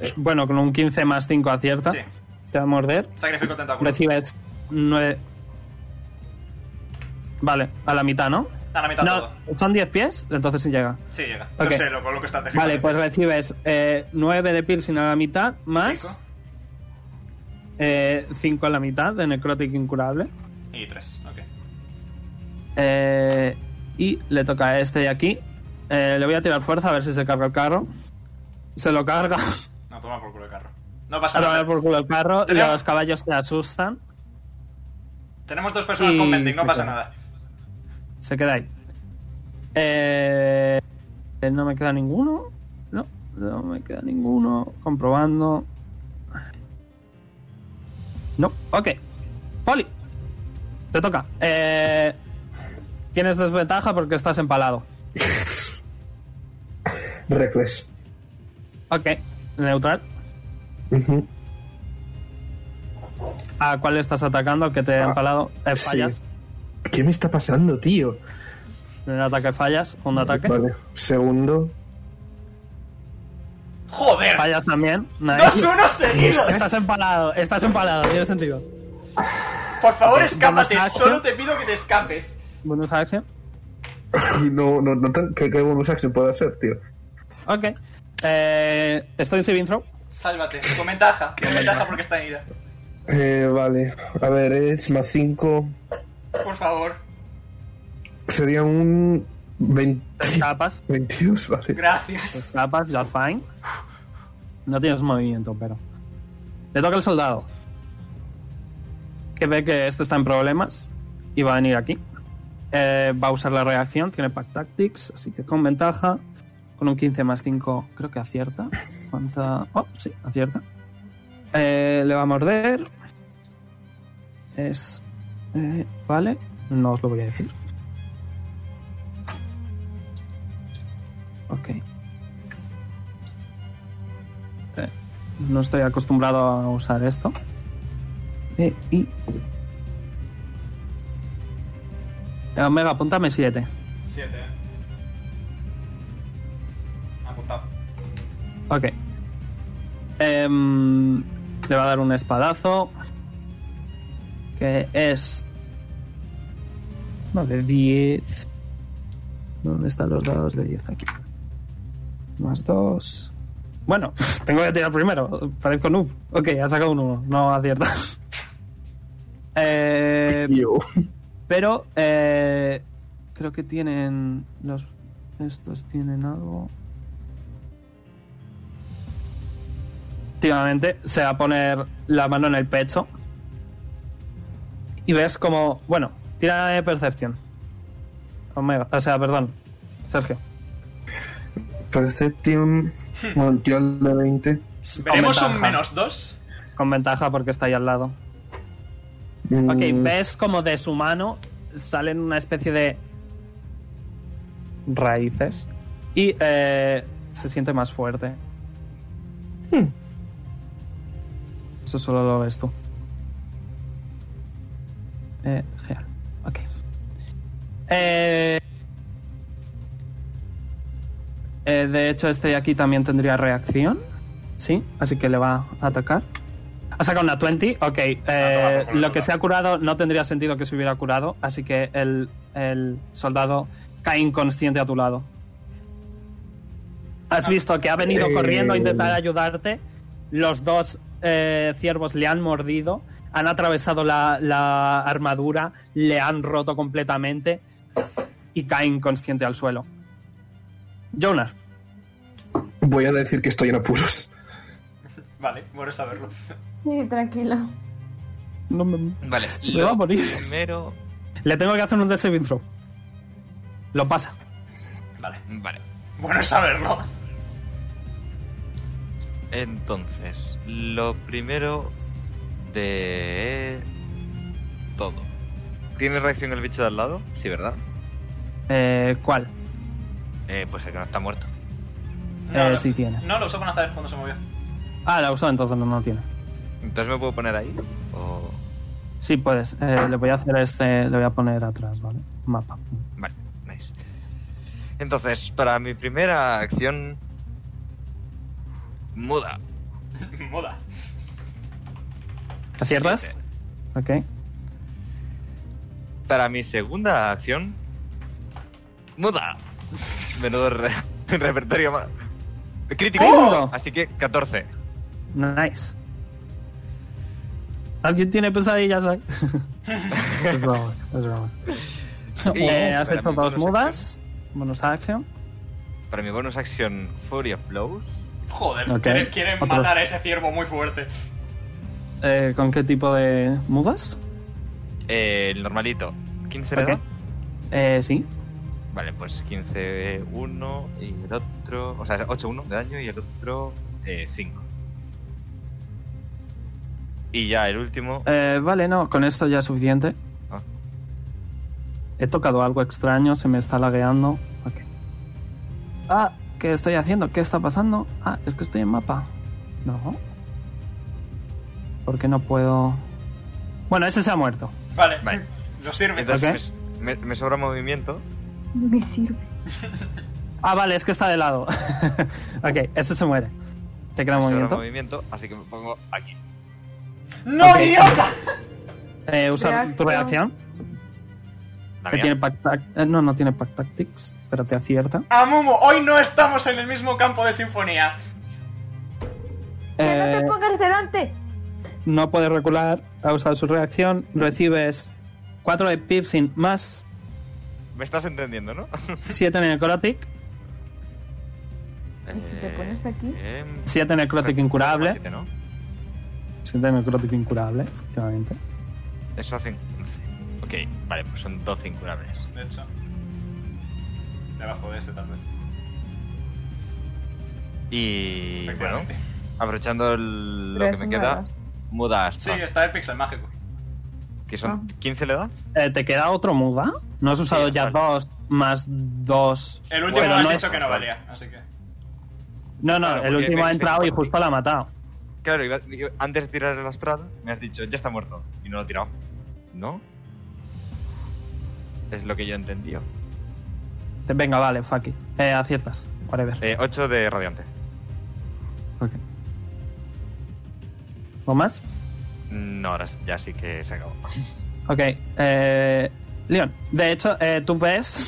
[SPEAKER 1] Eh, bueno, con un 15 más 5 acierta.
[SPEAKER 2] Sí,
[SPEAKER 1] Te va a morder.
[SPEAKER 2] sacrifico tentáculo.
[SPEAKER 1] Recibes 9. Vale, a la mitad, ¿no?
[SPEAKER 2] A la mitad todo.
[SPEAKER 1] No, son 10 pies, entonces sí llega.
[SPEAKER 2] Sí, llega.
[SPEAKER 1] Ok.
[SPEAKER 2] No sé, lo coloco estratégicamente.
[SPEAKER 1] Vale, pues recibes 9 de piercing a la mitad más.
[SPEAKER 2] Cinco.
[SPEAKER 1] 5 a la mitad de necrotic incurable.
[SPEAKER 2] Y 3, ok.
[SPEAKER 1] Eh, y le toca a este de aquí. Eh, le voy a tirar fuerza a ver si se carga el carro. Se lo carga.
[SPEAKER 2] No, toma por culo el carro. No
[SPEAKER 1] A
[SPEAKER 2] pasa
[SPEAKER 1] tomar
[SPEAKER 2] nada.
[SPEAKER 1] por culo el carro.
[SPEAKER 2] Tenemos-
[SPEAKER 1] Los caballos se asustan.
[SPEAKER 2] Tenemos dos personas
[SPEAKER 1] Y-
[SPEAKER 2] con Bending, no
[SPEAKER 1] me
[SPEAKER 2] pasa
[SPEAKER 1] quedo.
[SPEAKER 2] nada.
[SPEAKER 1] Se queda ahí. Eh, eh, no me queda ninguno. No, no me queda ninguno. Comprobando. No, ok. Poli, te toca. Eh, tienes desventaja porque estás empalado.
[SPEAKER 4] Reckless.
[SPEAKER 1] Ok, neutral.
[SPEAKER 4] Ujú.
[SPEAKER 1] ¿A cuál estás atacando? ¿Al que te ha
[SPEAKER 4] Ah,
[SPEAKER 1] empalado? Eh,
[SPEAKER 4] sí.
[SPEAKER 1] fallas.
[SPEAKER 4] ¿Qué me está pasando, tío?
[SPEAKER 1] Primer ataque fallas. Segundo ataque.
[SPEAKER 4] Vale. Segundo.
[SPEAKER 2] ¡Joder!
[SPEAKER 1] Fallas también. Nice.
[SPEAKER 2] ¡Dos unos seguidos!
[SPEAKER 1] Estás empalado, estás empalado, tiene sentido.
[SPEAKER 2] Por favor,
[SPEAKER 1] Ok,
[SPEAKER 2] escápate,
[SPEAKER 1] vamos a acción.
[SPEAKER 2] solo te pido que te escapes.
[SPEAKER 1] Bonus action.
[SPEAKER 4] No, no, no tan- ¿Qué, qué bonus action puedo hacer, tío?
[SPEAKER 1] Ok. Eh, estoy en saving throw.
[SPEAKER 2] Sálvate, con ventaja, con ventaja porque está en ira.
[SPEAKER 4] Eh, vale. A ver, es más 5.
[SPEAKER 2] Por favor,
[SPEAKER 4] Sería un 20,
[SPEAKER 1] Te escapas,
[SPEAKER 4] 22, vale.
[SPEAKER 1] te
[SPEAKER 2] gracias.
[SPEAKER 1] escapas, you're fine. No tienes movimiento, pero. Le toca al soldado. Que ve que este está en problemas y va a venir aquí. Eh, va a usar la reacción, tiene Pack Tactics, así que con ventaja. Con un 15 más 5, creo que acierta. ¿Cuánta? Oh, sí, acierta. Eh, le va a morder. Es. eh, vale, no os lo voy a decir. Ok. Eh, no estoy acostumbrado a usar esto. Eh, y. Eh, Omega, apúntame 7.
[SPEAKER 2] 7, eh. Apuntado.
[SPEAKER 1] Ok. Em, le va a dar un espadazo. Que es. No, de 10. ¿Dónde están los dados de 10 aquí? Más 2. Bueno, tengo que tirar primero. Parezco noob. Ok, ha sacado un 1. No acierta. eh,
[SPEAKER 4] Yo.
[SPEAKER 1] pero eh, creo que tienen los estos tienen algo. Últimamente se va a poner la mano en el pecho y ves como bueno tira de percepción. Omega, o sea, perdón, Sergio.
[SPEAKER 4] este Perception. Bueno, tiro el de 20.
[SPEAKER 2] ¿Veremos un
[SPEAKER 1] ventaja.
[SPEAKER 2] menos 2?
[SPEAKER 1] Con ventaja porque está ahí al lado.
[SPEAKER 4] Mm,
[SPEAKER 1] Ok, ves como de su mano salen una especie de raíces y eh, se siente más fuerte. Eso solo lo ves tú. Eh, genial. Ok. Eh, Eh, de hecho, este de aquí también tendría reacción. Sí, así que le va a atacar. Ha sacado una 20, ok. eh,
[SPEAKER 2] por culo,
[SPEAKER 1] lo que
[SPEAKER 2] Ah, toma.
[SPEAKER 1] se ha curado no tendría sentido que se hubiera curado, así que el, el soldado cae inconsciente a tu lado. Has
[SPEAKER 2] Ah.
[SPEAKER 1] visto que ha venido
[SPEAKER 4] Eh.
[SPEAKER 1] corriendo a intentar ayudarte. Los dos eh, ciervos le han mordido, han atravesado la, la armadura, le han roto completamente y cae inconsciente al suelo. Jonar.
[SPEAKER 4] Voy a decir que estoy en apuros.
[SPEAKER 2] Vale, bueno saberlo.
[SPEAKER 5] Sí, tranquilo.
[SPEAKER 1] No me-
[SPEAKER 7] Vale.
[SPEAKER 1] Se me va a morir.
[SPEAKER 7] Primero.
[SPEAKER 1] Le tengo que hacer un death saving throw. Lo pasa.
[SPEAKER 2] Vale,
[SPEAKER 7] Vale.
[SPEAKER 2] bueno saberlo.
[SPEAKER 1] Eh,
[SPEAKER 7] Entonces, lo primero de todo. ¿Tiene reacción el bicho de al lado? Sí, ¿verdad?
[SPEAKER 1] Eh, ¿Cuál?
[SPEAKER 7] Eh, pues el que no está muerto.
[SPEAKER 1] Eh, sí tiene.
[SPEAKER 2] No, lo usó para hacer cuando se movió.
[SPEAKER 1] Ah, la usó, entonces no, no tiene.
[SPEAKER 7] Entonces me puedo poner ahí. O...
[SPEAKER 1] Sí, puedes. Eh, le voy a hacer este. Le voy a poner atrás, ¿vale? Mapa.
[SPEAKER 7] Vale, nice. Entonces, para mi primera acción. Muda.
[SPEAKER 2] Moda.
[SPEAKER 1] ¿Aciertas?
[SPEAKER 7] Siete.
[SPEAKER 1] Ok.
[SPEAKER 7] Para mi segunda acción. Muda. Menudo re- repertorio más. Crítico.
[SPEAKER 1] ¡Oh!
[SPEAKER 7] Así que 14.
[SPEAKER 1] Nice. ¿Alguien tiene pesadillas hoy? es broma, es broma.
[SPEAKER 7] Y
[SPEAKER 1] Eh, has
[SPEAKER 7] para
[SPEAKER 1] hecho
[SPEAKER 7] mi
[SPEAKER 1] dos
[SPEAKER 7] bonus
[SPEAKER 1] mudas. Bonus action.
[SPEAKER 7] acción- Para mi bonus acción, Fury of Blows.
[SPEAKER 2] Joder,
[SPEAKER 1] Ok,
[SPEAKER 2] quieren, quieren
[SPEAKER 1] otro.
[SPEAKER 2] matar a ese ciervo muy fuerte.
[SPEAKER 1] Eh, ¿Con qué tipo de mudas?
[SPEAKER 7] Eh, el normalito. 15 le
[SPEAKER 1] Ok.
[SPEAKER 7] da.
[SPEAKER 1] Eh, sí.
[SPEAKER 7] Vale, pues 15, 1 y el otro. O sea, 8, 1 de daño y el otro eh, 5. Y ya el último.
[SPEAKER 1] Eh, vale, no, con esto ya es suficiente.
[SPEAKER 7] Ah.
[SPEAKER 1] He tocado algo extraño, se me está lagueando. Ok. Ah, ¿qué estoy haciendo? ¿Qué está pasando? Ah, es que estoy en mapa. No. ¿Por qué no puedo...? Bueno, ese se ha muerto.
[SPEAKER 2] Vale,
[SPEAKER 7] Vale.
[SPEAKER 2] nos sirve.
[SPEAKER 7] Entonces me, me sobra movimiento.
[SPEAKER 5] Me sirve.
[SPEAKER 1] Ah, vale, es que está de lado. ok, ese se muere. ¿Te queda
[SPEAKER 7] me sobra
[SPEAKER 1] movimiento?
[SPEAKER 7] movimiento, así que me pongo aquí.
[SPEAKER 2] ¡No,
[SPEAKER 1] Ok.
[SPEAKER 2] idiota!
[SPEAKER 1] Eh, usa tu
[SPEAKER 5] Reacción.
[SPEAKER 1] reacción.
[SPEAKER 7] La
[SPEAKER 1] que
[SPEAKER 7] mía.
[SPEAKER 1] tiene pack tac- eh, no, no tiene pack tactics, pero te acierta.
[SPEAKER 2] Amumu, hoy no estamos en el mismo campo de sinfonía.
[SPEAKER 5] ¡Que no
[SPEAKER 1] Eh,
[SPEAKER 5] te pongas delante!
[SPEAKER 1] no puede recular, ha usado su reacción, recibes 4 de piercing más
[SPEAKER 7] Me estás entendiendo, ¿no?
[SPEAKER 1] 7 necrotic,
[SPEAKER 5] ¿Y si te
[SPEAKER 7] Eh,
[SPEAKER 5] pones aquí?
[SPEAKER 7] em,
[SPEAKER 1] 7 necrotic
[SPEAKER 7] curable
[SPEAKER 1] incurable, 7 necrotic incurable, efectivamente.
[SPEAKER 7] Eso hace 11. Ok, vale, pues son 12 incurables.
[SPEAKER 2] De hecho, debajo de ese tal vez.
[SPEAKER 7] Y bueno,
[SPEAKER 2] Efectivamente.
[SPEAKER 7] aprovechando el- lo
[SPEAKER 5] Pero
[SPEAKER 7] que
[SPEAKER 5] es
[SPEAKER 7] me
[SPEAKER 5] una
[SPEAKER 7] queda,
[SPEAKER 5] raza.
[SPEAKER 7] muda
[SPEAKER 2] Sí,
[SPEAKER 7] hasta.
[SPEAKER 2] está el pixel mágico.
[SPEAKER 7] que son
[SPEAKER 5] Ah.
[SPEAKER 7] 15 le da.
[SPEAKER 1] Eh, ¿Te queda otro muda? No has usado
[SPEAKER 7] Sí,
[SPEAKER 1] ya
[SPEAKER 7] vale.
[SPEAKER 1] dos más dos.
[SPEAKER 2] El último
[SPEAKER 1] Bueno,
[SPEAKER 2] me has
[SPEAKER 1] no
[SPEAKER 2] dicho
[SPEAKER 1] es-
[SPEAKER 2] que no valía, así que.
[SPEAKER 1] No, no,
[SPEAKER 7] Claro,
[SPEAKER 1] el
[SPEAKER 7] porque
[SPEAKER 1] último ha
[SPEAKER 7] veis que
[SPEAKER 1] entrado y
[SPEAKER 7] tengo
[SPEAKER 1] justo la ha matado.
[SPEAKER 7] Claro, iba- iba- antes de tirar el astral, me has dicho, ya está muerto. Y no lo he tirado. ¿No? Es lo que yo he entendido.
[SPEAKER 1] Te- Venga, vale, fuck it. Eh, aciertas, whatever.
[SPEAKER 7] Eh, 8 de radiante.
[SPEAKER 1] Ok. ¿O más?
[SPEAKER 7] Mm, No, ahora s- ya sí que se acabó.
[SPEAKER 1] Ok, eh, Leon, de hecho, eh, tú ves,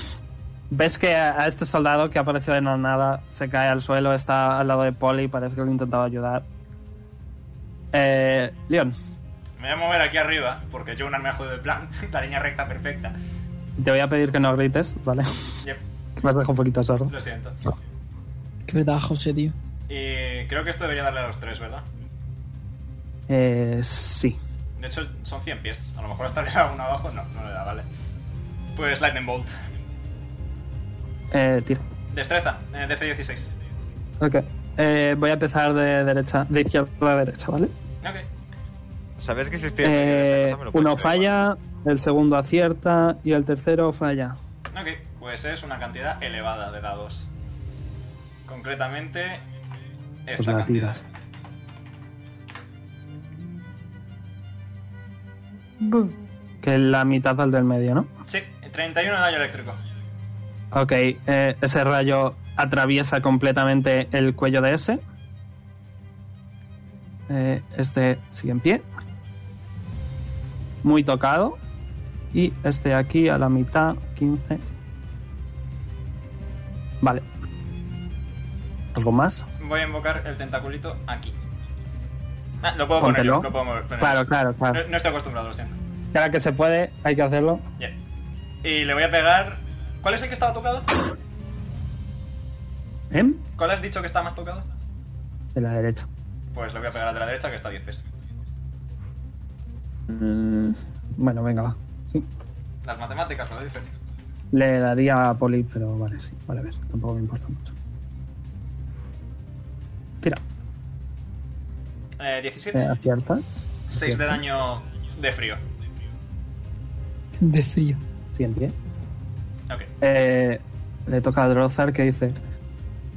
[SPEAKER 1] ves que a, a este soldado que ha aparecido de la nada se cae al suelo, está al lado de Polly, parece que lo intentaba ayudar. Eh, Leon,
[SPEAKER 2] Me voy a mover aquí arriba, porque Jonar me ha jodido el plan. La línea recta perfecta.
[SPEAKER 1] te voy a pedir que no grites, ¿vale?
[SPEAKER 2] Yep,
[SPEAKER 1] Que me has dejado un poquito sordo.
[SPEAKER 2] lo siento.
[SPEAKER 3] Qué verdad, José, tío.
[SPEAKER 2] Y creo que esto debería darle a los tres, ¿verdad?
[SPEAKER 1] Eh, sí.
[SPEAKER 2] De hecho, son 100 pies. A lo mejor hasta le da uno abajo. No, no le da, vale. Pues Lightning Bolt.
[SPEAKER 1] Eh, tira.
[SPEAKER 2] Destreza, eh, DC16.
[SPEAKER 1] Ok. Eh, voy a empezar de derecha, de izquierda a derecha, ¿vale?
[SPEAKER 2] Ok.
[SPEAKER 7] ¿Sabes que si estoy en medio de esa
[SPEAKER 1] Eh,
[SPEAKER 7] cosa me lo puedes
[SPEAKER 1] uno
[SPEAKER 7] tirar igual?
[SPEAKER 1] falla, el segundo acierta y el tercero falla.
[SPEAKER 2] Ok, pues es una cantidad elevada de dados. Concretamente, esta
[SPEAKER 1] Pues la
[SPEAKER 2] cantidad.
[SPEAKER 1] tiras.
[SPEAKER 5] Boom.
[SPEAKER 1] Que es la mitad al del medio, ¿no?
[SPEAKER 2] Sí, 31 de daño eléctrico.
[SPEAKER 1] Ok, eh, ese rayo atraviesa completamente el cuello de ese. Eh, este sigue en pie. Muy tocado. Y este aquí a la mitad, 15. Vale. ¿Algo más?
[SPEAKER 2] Voy a invocar el tentaculito aquí. Ah, lo puedo poner
[SPEAKER 1] Póntelo.
[SPEAKER 2] yo, lo puedo mover, poner
[SPEAKER 1] Claro,
[SPEAKER 2] yo.
[SPEAKER 1] claro, claro.
[SPEAKER 2] No, no estoy acostumbrado, lo siento.
[SPEAKER 1] Y ahora que se puede, hay que hacerlo.
[SPEAKER 2] Bien. Y le voy a pegar... ¿Cuál es el que estaba tocado?
[SPEAKER 1] ¿Eh?
[SPEAKER 2] ¿Cuál has dicho que está más tocado?
[SPEAKER 1] De la derecha.
[SPEAKER 2] Pues le voy a pegar al de la derecha que está a 10 pies.
[SPEAKER 1] Mm, bueno, venga, va. Sí.
[SPEAKER 2] Las matemáticas, lo dicen.
[SPEAKER 1] Le daría a Poli, pero vale, sí. Vale, a ver, tampoco me importa mucho. Tira,
[SPEAKER 2] Eh,
[SPEAKER 1] eh,
[SPEAKER 2] 17.
[SPEAKER 1] aciertas.
[SPEAKER 2] 6 de daño de frío.
[SPEAKER 3] De frío.
[SPEAKER 1] Sí, en pie.
[SPEAKER 2] Ok.
[SPEAKER 1] Eh, le toca a Drozar que dice: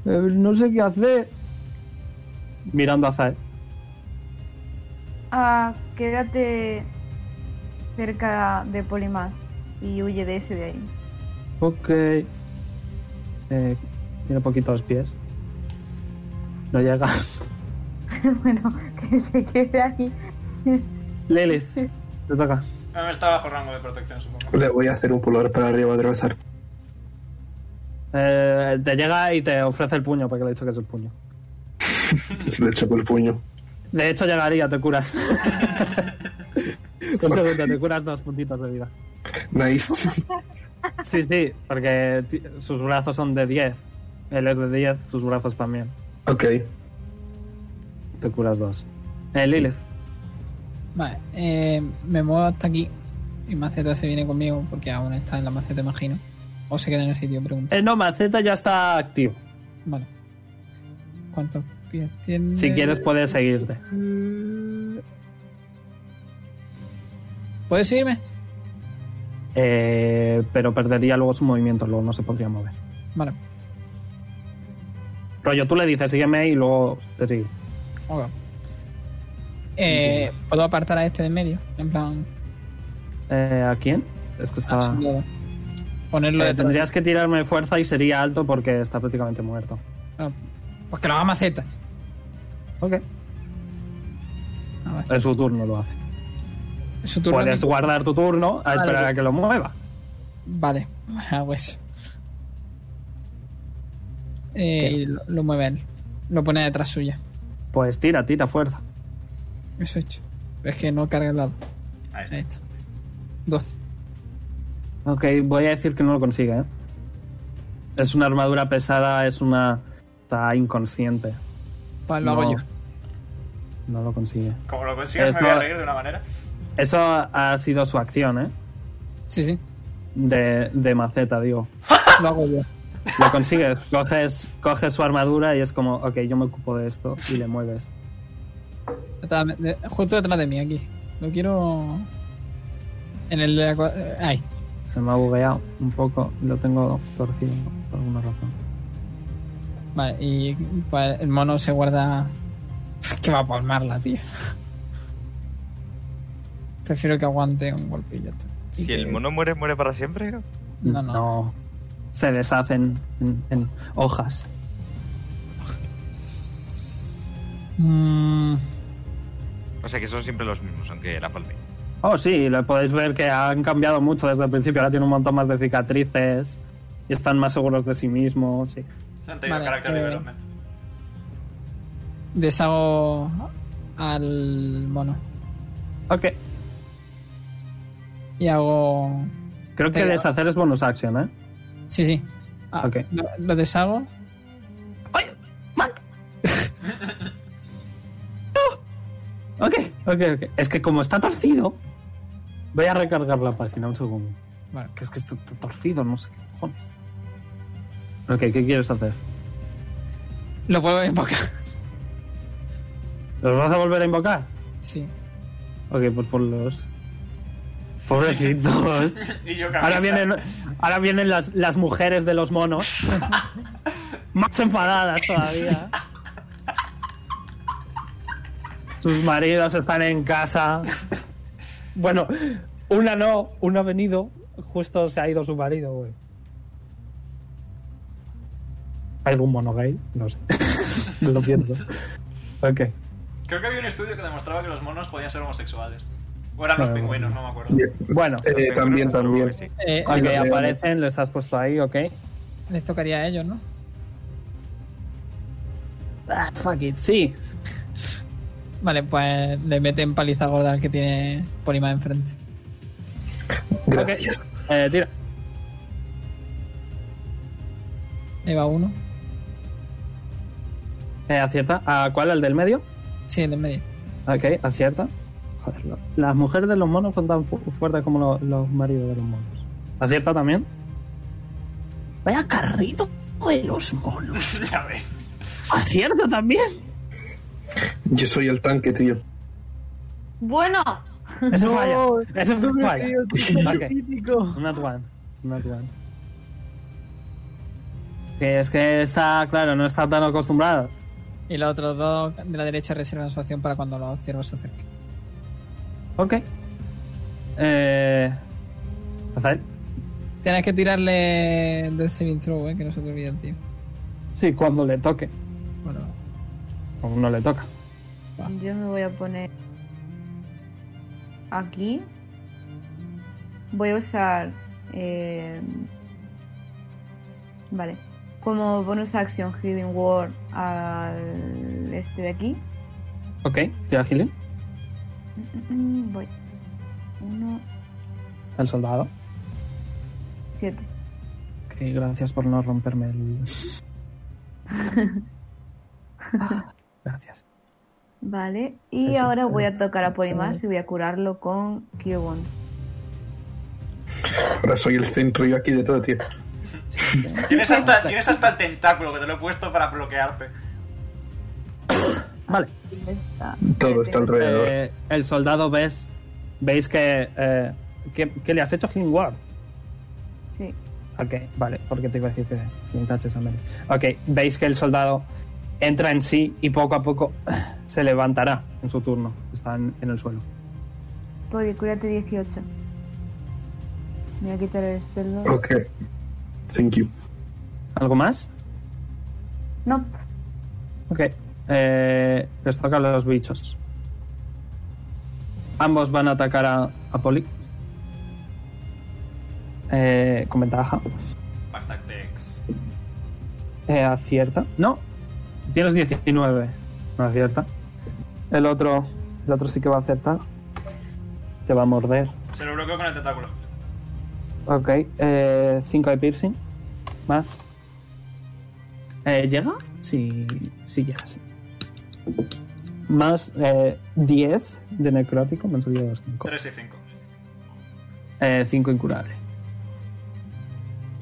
[SPEAKER 1] "Eh, No sé qué hacer. Mirando a Zae.
[SPEAKER 5] Ah, quédate cerca de Polimás y huye de ese de ahí.
[SPEAKER 1] Ok. Eh, mira un poquito los pies. No llega.
[SPEAKER 5] bueno, que se quede ahí.
[SPEAKER 1] Lilith, te toca.
[SPEAKER 2] No está bajo rango de protección, supongo.
[SPEAKER 4] Le voy a hacer un pulgar para arriba a Drozar.
[SPEAKER 1] Eh, te llega y te ofrece el puño, porque le he dicho que es el puño.
[SPEAKER 4] Se le echo con el puño.
[SPEAKER 1] De hecho, llegaría, te curas. Un segundo, te curas dos puntitos de vida.
[SPEAKER 4] Nice.
[SPEAKER 1] Sí, sí, porque ti- sus brazos son de 10. Él es de 10, sus brazos también.
[SPEAKER 4] ok.
[SPEAKER 1] Te curas dos. Eh, Lilith,
[SPEAKER 3] Vale, eh, me muevo hasta aquí y Maceta se viene conmigo porque aún está en la Maceta, imagino. O se queda en el sitio, pregunto.
[SPEAKER 1] el no, Maceta ya está activo.
[SPEAKER 3] Vale. ¿Cuántos pies tiene?
[SPEAKER 1] Eh. Si quieres, puedes seguirte.
[SPEAKER 3] ¿Puedes seguirme?
[SPEAKER 1] Eh, pero perdería luego su movimiento, luego no se podría mover.
[SPEAKER 3] Vale.
[SPEAKER 1] Rollo, tú le dices, sígueme y luego te sigue.
[SPEAKER 3] ok. Eh, ¿Puedo apartar a este de en medio? En plan,
[SPEAKER 1] Eh, ¿A quién? Es que está.
[SPEAKER 3] absorbido. Ponerlo
[SPEAKER 1] Ah. Eh,
[SPEAKER 3] detrás.
[SPEAKER 1] tendrías que tirarme fuerza y sería alto porque está prácticamente muerto.
[SPEAKER 3] Ah, Pues que lo haga Maceta.
[SPEAKER 1] Ok.
[SPEAKER 3] A ver,
[SPEAKER 1] En su turno lo hace.
[SPEAKER 3] es su turno.
[SPEAKER 1] Puedes guardar tu turno a
[SPEAKER 3] Vale.
[SPEAKER 1] esperar a que lo mueva.
[SPEAKER 3] Vale, Ah, pues. hago eso. Eh, y lo, lo mueve él. Lo pone detrás suya.
[SPEAKER 1] Pues tira, tira fuerza.
[SPEAKER 3] Eso he hecho. Es que no carga el lado.
[SPEAKER 2] Ahí
[SPEAKER 3] Ahí
[SPEAKER 2] está.
[SPEAKER 3] está. 12.
[SPEAKER 1] Ok, voy a decir que no lo consigue. ¿eh? Es una armadura pesada, es una... Está inconsciente.
[SPEAKER 3] Pues lo
[SPEAKER 1] No.
[SPEAKER 3] hago yo.
[SPEAKER 1] No lo consigue.
[SPEAKER 2] Como lo consigas,
[SPEAKER 1] Esto-
[SPEAKER 2] me voy a reír de una manera.
[SPEAKER 1] Eso ha sido su acción, ¿eh?
[SPEAKER 3] Sí, sí.
[SPEAKER 1] De, de maceta, digo.
[SPEAKER 3] Lo hago yo.
[SPEAKER 1] Lo consigues. Coges, coges su armadura y es como, ok, yo me ocupo de esto y le mueves.
[SPEAKER 3] Está de- Justo detrás de mí, aquí. Lo quiero. En el de la. cua- eh, Ahí.
[SPEAKER 1] Se me ha bugueado un poco. Lo tengo torcido por alguna razón.
[SPEAKER 3] Vale, y pues, el mono se guarda. Que va a palmarla, tío. Prefiero que aguante un golpe y ya está. Y
[SPEAKER 7] Si
[SPEAKER 3] que-
[SPEAKER 7] el mono muere, muere para siempre.
[SPEAKER 3] No, no.
[SPEAKER 1] Se deshacen en, en hojas.
[SPEAKER 3] Mm,
[SPEAKER 7] O sea que son siempre los mismos, aunque la palme.
[SPEAKER 1] Oh, sí, lo podéis ver que han cambiado mucho desde el principio. Ahora tiene un montón más de cicatrices y están más seguros de sí mismos. sí.
[SPEAKER 2] Han tenido
[SPEAKER 3] Vale,
[SPEAKER 2] character
[SPEAKER 3] eh,
[SPEAKER 2] development.
[SPEAKER 3] deshago al mono.
[SPEAKER 1] Ok,
[SPEAKER 3] Y hago.
[SPEAKER 1] creo que
[SPEAKER 3] Venga.
[SPEAKER 1] deshacer es bonus action, ¿eh?
[SPEAKER 3] Sí, sí. Ah,
[SPEAKER 1] Ok.
[SPEAKER 3] lo, lo deshago.
[SPEAKER 1] Ok, ok, ok. Es que como está torcido, voy a recargar la página un segundo.
[SPEAKER 3] Vale.
[SPEAKER 1] Que es que está t- torcido, no sé qué cojones. Ok, ¿qué quieres hacer?
[SPEAKER 3] Lo vuelvo a invocar.
[SPEAKER 1] ¿Los vas a volver a invocar?
[SPEAKER 3] Sí.
[SPEAKER 1] Ok, pues por los. Pobrecitos.
[SPEAKER 2] Y yo
[SPEAKER 1] Ahora
[SPEAKER 2] camisa.
[SPEAKER 1] vienen, ahora vienen las, las mujeres de los monos. Más enfadadas todavía. Sus maridos están en casa. Bueno, una no, una ha venido. Justo se ha ido su marido, güey. ¿Hay algún mono gay? No sé. Lo pienso. Ok.
[SPEAKER 2] Creo que había un estudio que demostraba que los monos podían ser homosexuales. O eran los
[SPEAKER 1] Ah, bueno.
[SPEAKER 2] pingüinos, no me acuerdo.
[SPEAKER 4] Yeah.
[SPEAKER 1] Bueno,
[SPEAKER 4] Eh,
[SPEAKER 2] Pero
[SPEAKER 4] también,
[SPEAKER 2] seguro
[SPEAKER 4] también.
[SPEAKER 2] que sí.
[SPEAKER 3] Eh,
[SPEAKER 1] ok,
[SPEAKER 4] lo veo.
[SPEAKER 1] aparecen, les has puesto ahí, ok.
[SPEAKER 3] les tocaría a ellos, ¿no?
[SPEAKER 1] Ah, fuck it, sí.
[SPEAKER 3] Vale, pues le meten paliza gorda al que tiene Polima enfrente.
[SPEAKER 4] Gracias.
[SPEAKER 1] Eh, tira.
[SPEAKER 3] Eva uno.
[SPEAKER 1] Eh, acierta. ¿A cuál? ¿Al del medio?
[SPEAKER 3] Sí, el en medio.
[SPEAKER 1] Ok, acierta. Joder, no. Las mujeres de los monos son tan fu- fuertes como lo- los maridos de los monos. ¿Acierta también? Vaya carrito de los monos.
[SPEAKER 2] ya ves.
[SPEAKER 1] ¿Acierta también?
[SPEAKER 4] Yo soy el tanque, tío.
[SPEAKER 5] Bueno,
[SPEAKER 1] Eso
[SPEAKER 3] No,
[SPEAKER 1] falla. Eso
[SPEAKER 3] no me
[SPEAKER 1] falla.
[SPEAKER 3] río,
[SPEAKER 1] Ok. Not one. Not one. Que es que está, claro, no está tan acostumbrado.
[SPEAKER 3] Y los otros dos de la derecha reservan su acción para cuando los ciervos se acerquen.
[SPEAKER 1] Ok. Eh. Rafael.
[SPEAKER 3] Tienes que tirarle del saving throw, eh, que no se te olvide el tío.
[SPEAKER 1] Sí, cuando le toque.
[SPEAKER 3] Bueno,
[SPEAKER 1] Aún no le toca.
[SPEAKER 5] yo me voy a poner aquí. Voy a usar... eh, Vale. Como bonus action Healing Word al este de aquí.
[SPEAKER 1] Ok, tira Gillian.
[SPEAKER 5] Mm, mm, Voy. Uno,
[SPEAKER 1] El soldado.
[SPEAKER 5] siete.
[SPEAKER 1] Ok, gracias por no romperme el. Ah, gracias.
[SPEAKER 5] Vale, y
[SPEAKER 1] Eso,
[SPEAKER 5] ahora
[SPEAKER 1] eso,
[SPEAKER 5] voy a tocar a
[SPEAKER 1] eso,
[SPEAKER 5] Polymath
[SPEAKER 1] eso.
[SPEAKER 5] y voy a curarlo con Cure Wounds.
[SPEAKER 4] Ahora soy el centro yo aquí de todo, tío.
[SPEAKER 2] Tienes hasta, tienes hasta el tentáculo que te lo he puesto para bloquearte.
[SPEAKER 1] Vale.
[SPEAKER 5] Ya está.
[SPEAKER 4] Todo está alrededor.
[SPEAKER 1] Eh, el soldado ves. Veis que. eh, ¿qué, qué le has hecho Healing Ward?
[SPEAKER 5] Sí.
[SPEAKER 1] Ok, vale, porque te iba a decir que sin taches a menos. Ok, veis que el soldado entra en sí y poco a poco se levantará en su turno. Está en, en el suelo.
[SPEAKER 5] Porque cúrate 18. Me voy a quitar el spell book.
[SPEAKER 4] Ok. Thank you.
[SPEAKER 1] ¿Algo más?
[SPEAKER 5] No,
[SPEAKER 1] Ok. Eh, les toca a los bichos. Ambos van a atacar a, a Poli. Eh, con ventaja.
[SPEAKER 2] Pactatex.
[SPEAKER 1] Eh, acierta. No. Tienes 19. No acierta. El otro. El otro sí que va a acertar. Te va a morder.
[SPEAKER 2] Se lo bloqueo con el tentáculo.
[SPEAKER 1] Ok. 5 de piercing. Más. Eh, ¿Llega? Sí. Sí, llega, sí. Más eh, 10 de necrótico. Me han salido los 5.
[SPEAKER 2] 3 y 5.
[SPEAKER 1] 5 incurable.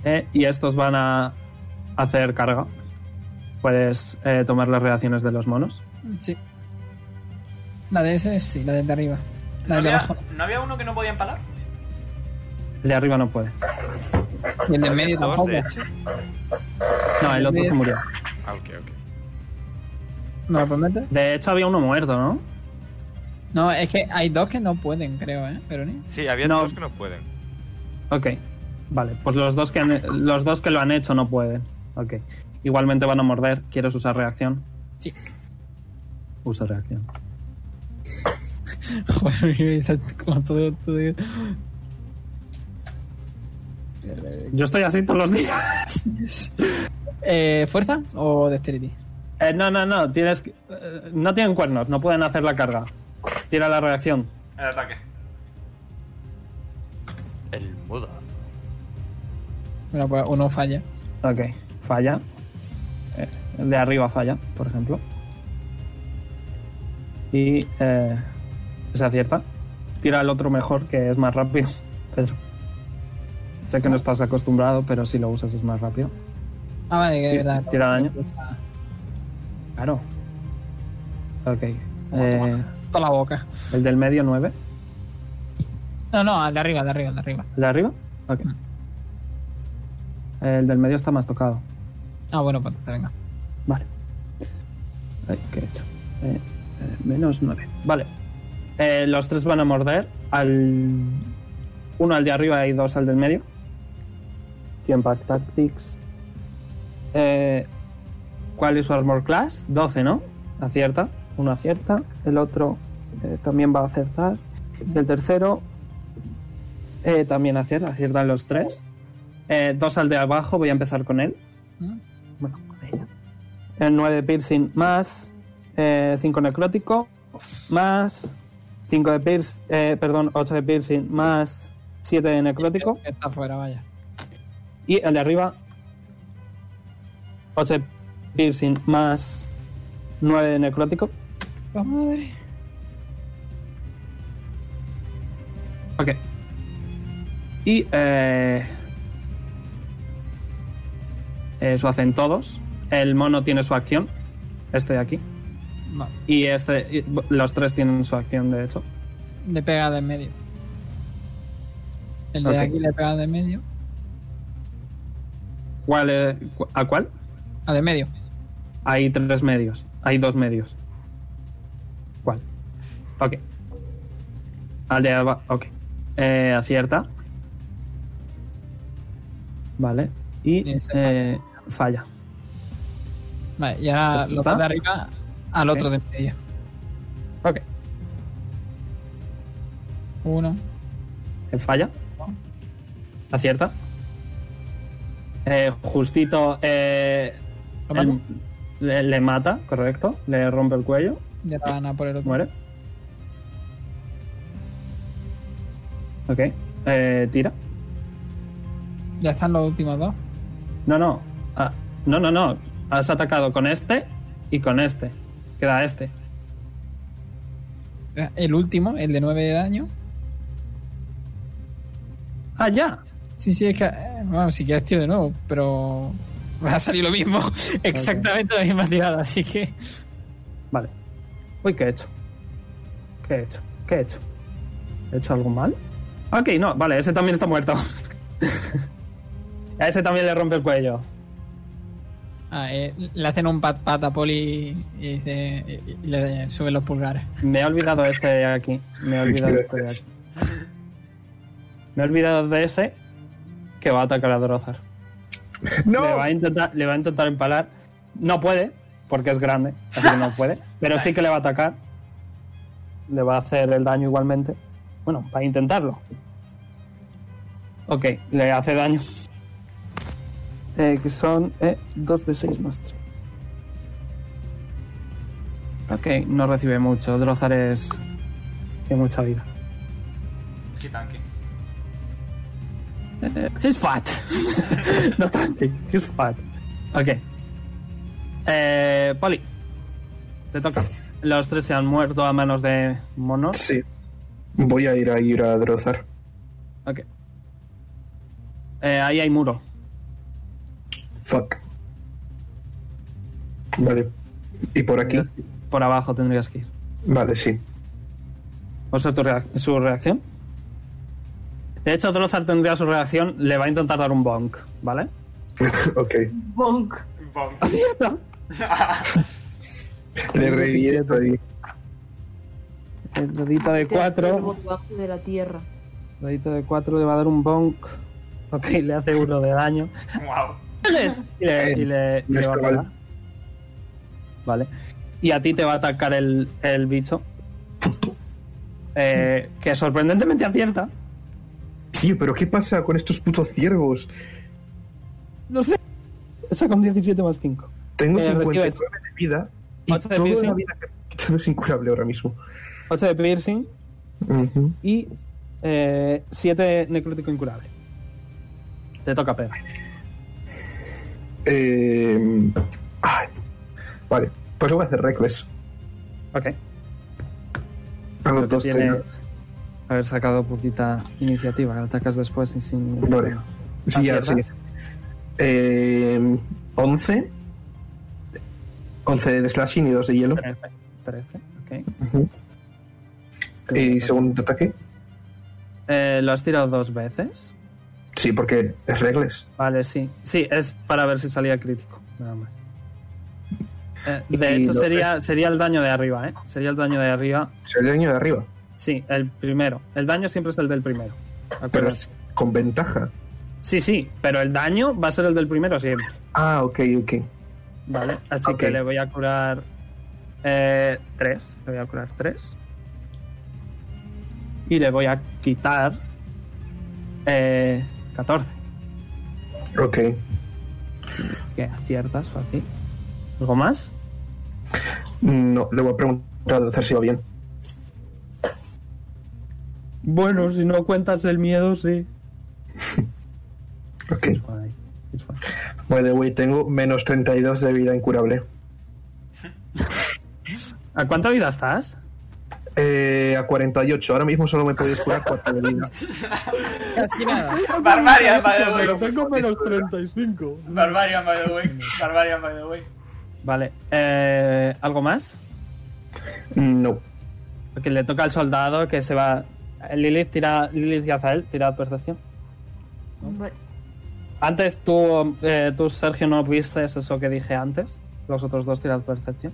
[SPEAKER 1] Eh, y estos van a hacer carga. Puedes eh, tomar las reacciones de los monos.
[SPEAKER 3] sí. La de ese sí, la de arriba.
[SPEAKER 2] ¿No
[SPEAKER 3] La de
[SPEAKER 2] había,
[SPEAKER 3] abajo.
[SPEAKER 2] ¿No había uno que no podía empalar?
[SPEAKER 1] El de arriba no puede.
[SPEAKER 3] Y el de
[SPEAKER 7] Había
[SPEAKER 3] en medio
[SPEAKER 7] dos,
[SPEAKER 3] tampoco.
[SPEAKER 7] de hecho.
[SPEAKER 1] No, el otro se murió.
[SPEAKER 7] Ah, ok, ok.
[SPEAKER 3] ¿Me lo puedes meter?
[SPEAKER 1] De hecho, había uno muerto, ¿no?
[SPEAKER 3] No, es que hay dos que no pueden, creo, ¿eh? Pero ni.
[SPEAKER 7] Sí, había
[SPEAKER 1] No.
[SPEAKER 7] dos que no pueden.
[SPEAKER 1] Ok. Vale, pues los dos que, han- los dos que lo han hecho no pueden. Ok. Igualmente van a morder. ¿Quieres usar reacción?
[SPEAKER 3] Sí.
[SPEAKER 1] Usa reacción.
[SPEAKER 3] Joder, está como todo, todo.
[SPEAKER 1] Yo estoy así todos los días.
[SPEAKER 3] Eh, ¿Fuerza o dexterity?
[SPEAKER 1] Eh, no, no, no. Tienes que- eh, no tienen cuernos. No pueden hacer la carga. Tira la reacción.
[SPEAKER 2] El ataque.
[SPEAKER 7] El muda.
[SPEAKER 3] Bueno, pues uno falla.
[SPEAKER 1] Ok. Falla. Eh, el de arriba falla, por ejemplo. Y eh, se acierta. Tira el otro mejor, que es más rápido. Pedro. Sé que no estás acostumbrado, pero si lo usas es más rápido.
[SPEAKER 3] Ah, vale, que
[SPEAKER 1] Sí,
[SPEAKER 3] es verdad.
[SPEAKER 1] tira daño.
[SPEAKER 3] Fuerza.
[SPEAKER 1] Claro. Ok. Eh,
[SPEAKER 3] Toda la boca.
[SPEAKER 1] el del medio 9.
[SPEAKER 3] No, no, al de arriba, al de arriba, al de arriba.
[SPEAKER 1] ¿El de arriba? Ok. El del medio está más tocado.
[SPEAKER 3] Ah, bueno, pues entonces venga.
[SPEAKER 1] Vale. Ay, ¿Qué he hecho? Eh, eh, menos 9. Vale. Eh, los tres van a morder. Al... Uno al de arriba y dos al del medio. 100 pack tactics. Eh, ¿Cuál es su armor class? 12, ¿no? Acierta. Uno acierta. El otro eh, también va a acertar. Y el tercero eh, también acierta. Aciertan los tres. Eh, dos al de abajo. Voy a empezar con él.
[SPEAKER 3] Mm.
[SPEAKER 1] Bueno, con ella. El 9 piercing más 5 necrótico. Más 5 de piercing. perdón, 8 de piercing más 7 de necrótico.
[SPEAKER 3] Está fuera, vaya.
[SPEAKER 1] Y el de arriba. 8 de piercing más 9 de necrótico.
[SPEAKER 3] ¡La madre!
[SPEAKER 1] Ok. Y eh, eso eh, hacen todos. El mono tiene su acción. Este de aquí.
[SPEAKER 3] Va,
[SPEAKER 1] Y este. y los tres tienen su acción, de hecho.
[SPEAKER 3] le pega de en medio. El de
[SPEAKER 4] Ok.
[SPEAKER 3] aquí le pega de en medio.
[SPEAKER 1] ¿Cuál, eh, cu- ¿A cuál?
[SPEAKER 3] A Ah, de en medio.
[SPEAKER 1] Hay tres medios. Hay dos medios. ¿Cuál? Ok. Al de abajo. Ok. Eh, acierta. Vale. Y
[SPEAKER 3] Ese
[SPEAKER 1] eh, falla.
[SPEAKER 3] Vale, y ahora
[SPEAKER 1] ¿Esto
[SPEAKER 3] lo
[SPEAKER 1] está?
[SPEAKER 3] de arriba al
[SPEAKER 1] Ok.
[SPEAKER 3] otro de en medio.
[SPEAKER 1] Ok.
[SPEAKER 3] Uno.
[SPEAKER 1] Eh, Falla. Acierta. Eh, justito. eh,
[SPEAKER 3] ¿Lo mata?
[SPEAKER 1] el- le, le mata, correcto. Le rompe el cuello.
[SPEAKER 3] Ya van a por el otro.
[SPEAKER 1] Muere. Ok. Eh, tira.
[SPEAKER 3] Ya están los últimos dos.
[SPEAKER 1] No, no. Ah, no, no, no. Has atacado con este y con este. Queda este.
[SPEAKER 3] El último, el de 9 de daño.
[SPEAKER 1] Ah, ya.
[SPEAKER 3] Sí, sí, es que. eh, Bueno, si quieres tiro de nuevo, pero. Va a salir lo mismo. Exactamente la misma tirada, así que.
[SPEAKER 1] Vale. Uy, ¿qué he hecho? ¿Qué he hecho? ¿Qué he hecho? ¿He hecho algo mal? Ok, no, vale, ese también está muerto. A ese también le rompe el cuello.
[SPEAKER 3] Ah, eh, le hacen un pat pat a Poli y, dice- y- y le suben los pulgares.
[SPEAKER 1] Me he olvidado este de aquí. Me he olvidado este de aquí. Me he olvidado de ese que va a atacar a Drozar. Le, va a intentar, le va a intentar empalar. No puede, porque es grande, así que no puede. Pero sí que le va a atacar. Le va a hacer el daño igualmente. Bueno, para intentarlo. Ok, le hace daño. Eh, que son 2 de 6 más 3. Ok, no recibe mucho. Drozar es. Tiene mucha vida.
[SPEAKER 2] Gitanki.
[SPEAKER 1] Eh, She's fat. no tanque, she's fat. Ok. Eh, Poli, te toca. Los tres se han muerto a manos de monos.
[SPEAKER 4] Sí. Voy a ir a ir a Drozar.
[SPEAKER 1] Ok. Eh, ahí hay muro.
[SPEAKER 4] Fuck. Vale. ¿Y por aquí?
[SPEAKER 1] Por abajo tendrías que ir.
[SPEAKER 4] Vale, sí.
[SPEAKER 1] O sea, tu reac- su reacción. De hecho, Drozar tendría su reacción. Le va a intentar dar un bonk, ¿vale?
[SPEAKER 4] ok.
[SPEAKER 5] Bonk.
[SPEAKER 2] Bonk.
[SPEAKER 1] ¡Acierta!
[SPEAKER 4] Le reviento ahí.
[SPEAKER 1] El dedito de
[SPEAKER 5] Te
[SPEAKER 1] 4.
[SPEAKER 5] hace el bocaje de la tierra.
[SPEAKER 1] Dedito de 4 le va a dar un bonk. Ok, le hace uno de daño.
[SPEAKER 2] Wow.
[SPEAKER 1] Ángeles. Y le, y le- y
[SPEAKER 4] no
[SPEAKER 1] le va a
[SPEAKER 4] está mal.
[SPEAKER 1] pegar. Vale. Y a ti te va a atacar el, el bicho. Eh, que sorprendentemente acierta.
[SPEAKER 4] Tío, pero ¿qué pasa con estos putos ciervos?
[SPEAKER 1] No sé. Saca un 17 más 5.
[SPEAKER 4] Tengo
[SPEAKER 1] Eh,
[SPEAKER 4] 59
[SPEAKER 1] recibes.
[SPEAKER 4] de vida. Y
[SPEAKER 1] Ocho de
[SPEAKER 4] toda la
[SPEAKER 1] piercing.
[SPEAKER 4] vida que he quitado es incurable ahora mismo.
[SPEAKER 1] 8 de piercing
[SPEAKER 4] Ujú.
[SPEAKER 1] y 7 de necrótico incurable. Te toca pegar.
[SPEAKER 4] Eh, ay. Vale. Pues lo voy a hacer Reckless.
[SPEAKER 1] Ok.
[SPEAKER 4] Hago
[SPEAKER 1] Lo que
[SPEAKER 4] dos
[SPEAKER 1] tiene-
[SPEAKER 4] tiradas.
[SPEAKER 1] Haber sacado poquita iniciativa. Atacas después y sin.
[SPEAKER 4] Vale. Sí, ya, sí.
[SPEAKER 1] ¿Aciertas?
[SPEAKER 4] Eh, 11. 11 de slashing y 2 de hielo.
[SPEAKER 1] 13. 13. Ok.
[SPEAKER 4] Ujú. Y segundo ataque.
[SPEAKER 1] Eh, lo has tirado dos veces.
[SPEAKER 4] Sí, porque es Reckless.
[SPEAKER 1] Vale, sí. Sí, es para ver si salía crítico, nada más. Eh, de
[SPEAKER 4] Y
[SPEAKER 1] hecho,
[SPEAKER 4] lo-
[SPEAKER 1] sería, sería el daño de arriba, ¿eh? Sería el daño de arriba.
[SPEAKER 4] Es el daño de arriba.
[SPEAKER 1] Sí, el primero. El daño siempre es el del primero. ¿de
[SPEAKER 4] Pero
[SPEAKER 1] acuerdo?
[SPEAKER 4] es con ventaja.
[SPEAKER 1] Sí, sí, pero el daño va a ser el del primero siempre.
[SPEAKER 4] Ah, ok, ok.
[SPEAKER 1] Vale, así
[SPEAKER 4] Ok.
[SPEAKER 1] que le voy a curar eh, tres. Le voy a curar tres. Y le voy a quitar eh, 14.
[SPEAKER 4] Ok.
[SPEAKER 1] Que aciertas, fácil. ¿Algo más?
[SPEAKER 4] No, le voy a preguntar a Dazar si va bien.
[SPEAKER 1] Bueno, si no cuentas el miedo, sí.
[SPEAKER 4] Ok.
[SPEAKER 1] It's fine, it's fine.
[SPEAKER 4] By the way, tengo menos 32 de vida incurable.
[SPEAKER 1] ¿A cuánta vida estás?
[SPEAKER 4] Eh, a 48. Ahora mismo solo me podéis curar 4 de vida.
[SPEAKER 3] Casi nada.
[SPEAKER 2] Barbaria, by the way.
[SPEAKER 1] tengo menos 35.
[SPEAKER 2] Barbarian, by the way. Barbarian, by the way.
[SPEAKER 1] Vale, eh, ¿algo más?
[SPEAKER 4] No.
[SPEAKER 1] Porque le toca al soldado que se va. eh, Lilith, tira, Lilith y Azael, tira percepción.
[SPEAKER 5] Vale.
[SPEAKER 1] Antes tú, eh, tú, Sergio, no viste eso que dije antes. Los otros dos tirad percepción.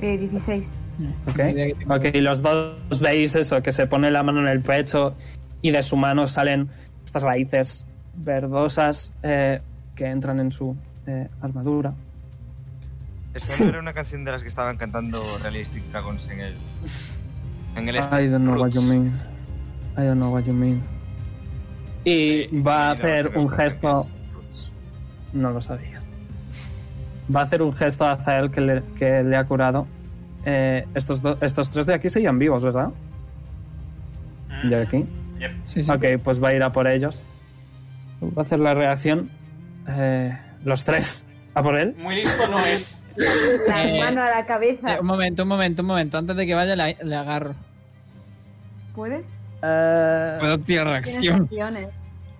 [SPEAKER 5] Eh, 16.
[SPEAKER 1] Ok.
[SPEAKER 3] Ni idea que tengo.
[SPEAKER 1] Ok, y los dos veis eso, que se pone la mano en el pecho y de su mano salen estas raíces verdosas eh, que entran en su eh, armadura.
[SPEAKER 7] Eso no era una canción de las que estaban cantando Realistic Dragons en el. En el este.
[SPEAKER 1] I don't know what you
[SPEAKER 7] Roots.
[SPEAKER 1] mean. I don't know what you mean. Y va a
[SPEAKER 7] Sí, no,
[SPEAKER 1] hacer
[SPEAKER 7] creo
[SPEAKER 1] un
[SPEAKER 7] que
[SPEAKER 1] gesto.
[SPEAKER 7] es Roots.
[SPEAKER 1] No lo sabía. Va a hacer un gesto a Zael que le, que le ha curado. Eh, estos, do- estos tres de aquí seguían vivos, ¿verdad?
[SPEAKER 2] Mm.
[SPEAKER 1] De aquí.
[SPEAKER 2] Yep.
[SPEAKER 3] Sí, sí.
[SPEAKER 1] Ok, pues va a ir a por ellos. Va a hacer la reacción. eh, los tres. A por él.
[SPEAKER 2] Muy listo no es.
[SPEAKER 5] La
[SPEAKER 3] Eh,
[SPEAKER 5] mano a la
[SPEAKER 3] Eh,
[SPEAKER 5] cabeza.
[SPEAKER 3] un momento, un momento, un momento. Antes de que vaya, la- le agarro.
[SPEAKER 5] ¿Puedes?
[SPEAKER 1] Eh,
[SPEAKER 3] Puedo tirar
[SPEAKER 5] Tienes
[SPEAKER 3] reacción.
[SPEAKER 5] opciones.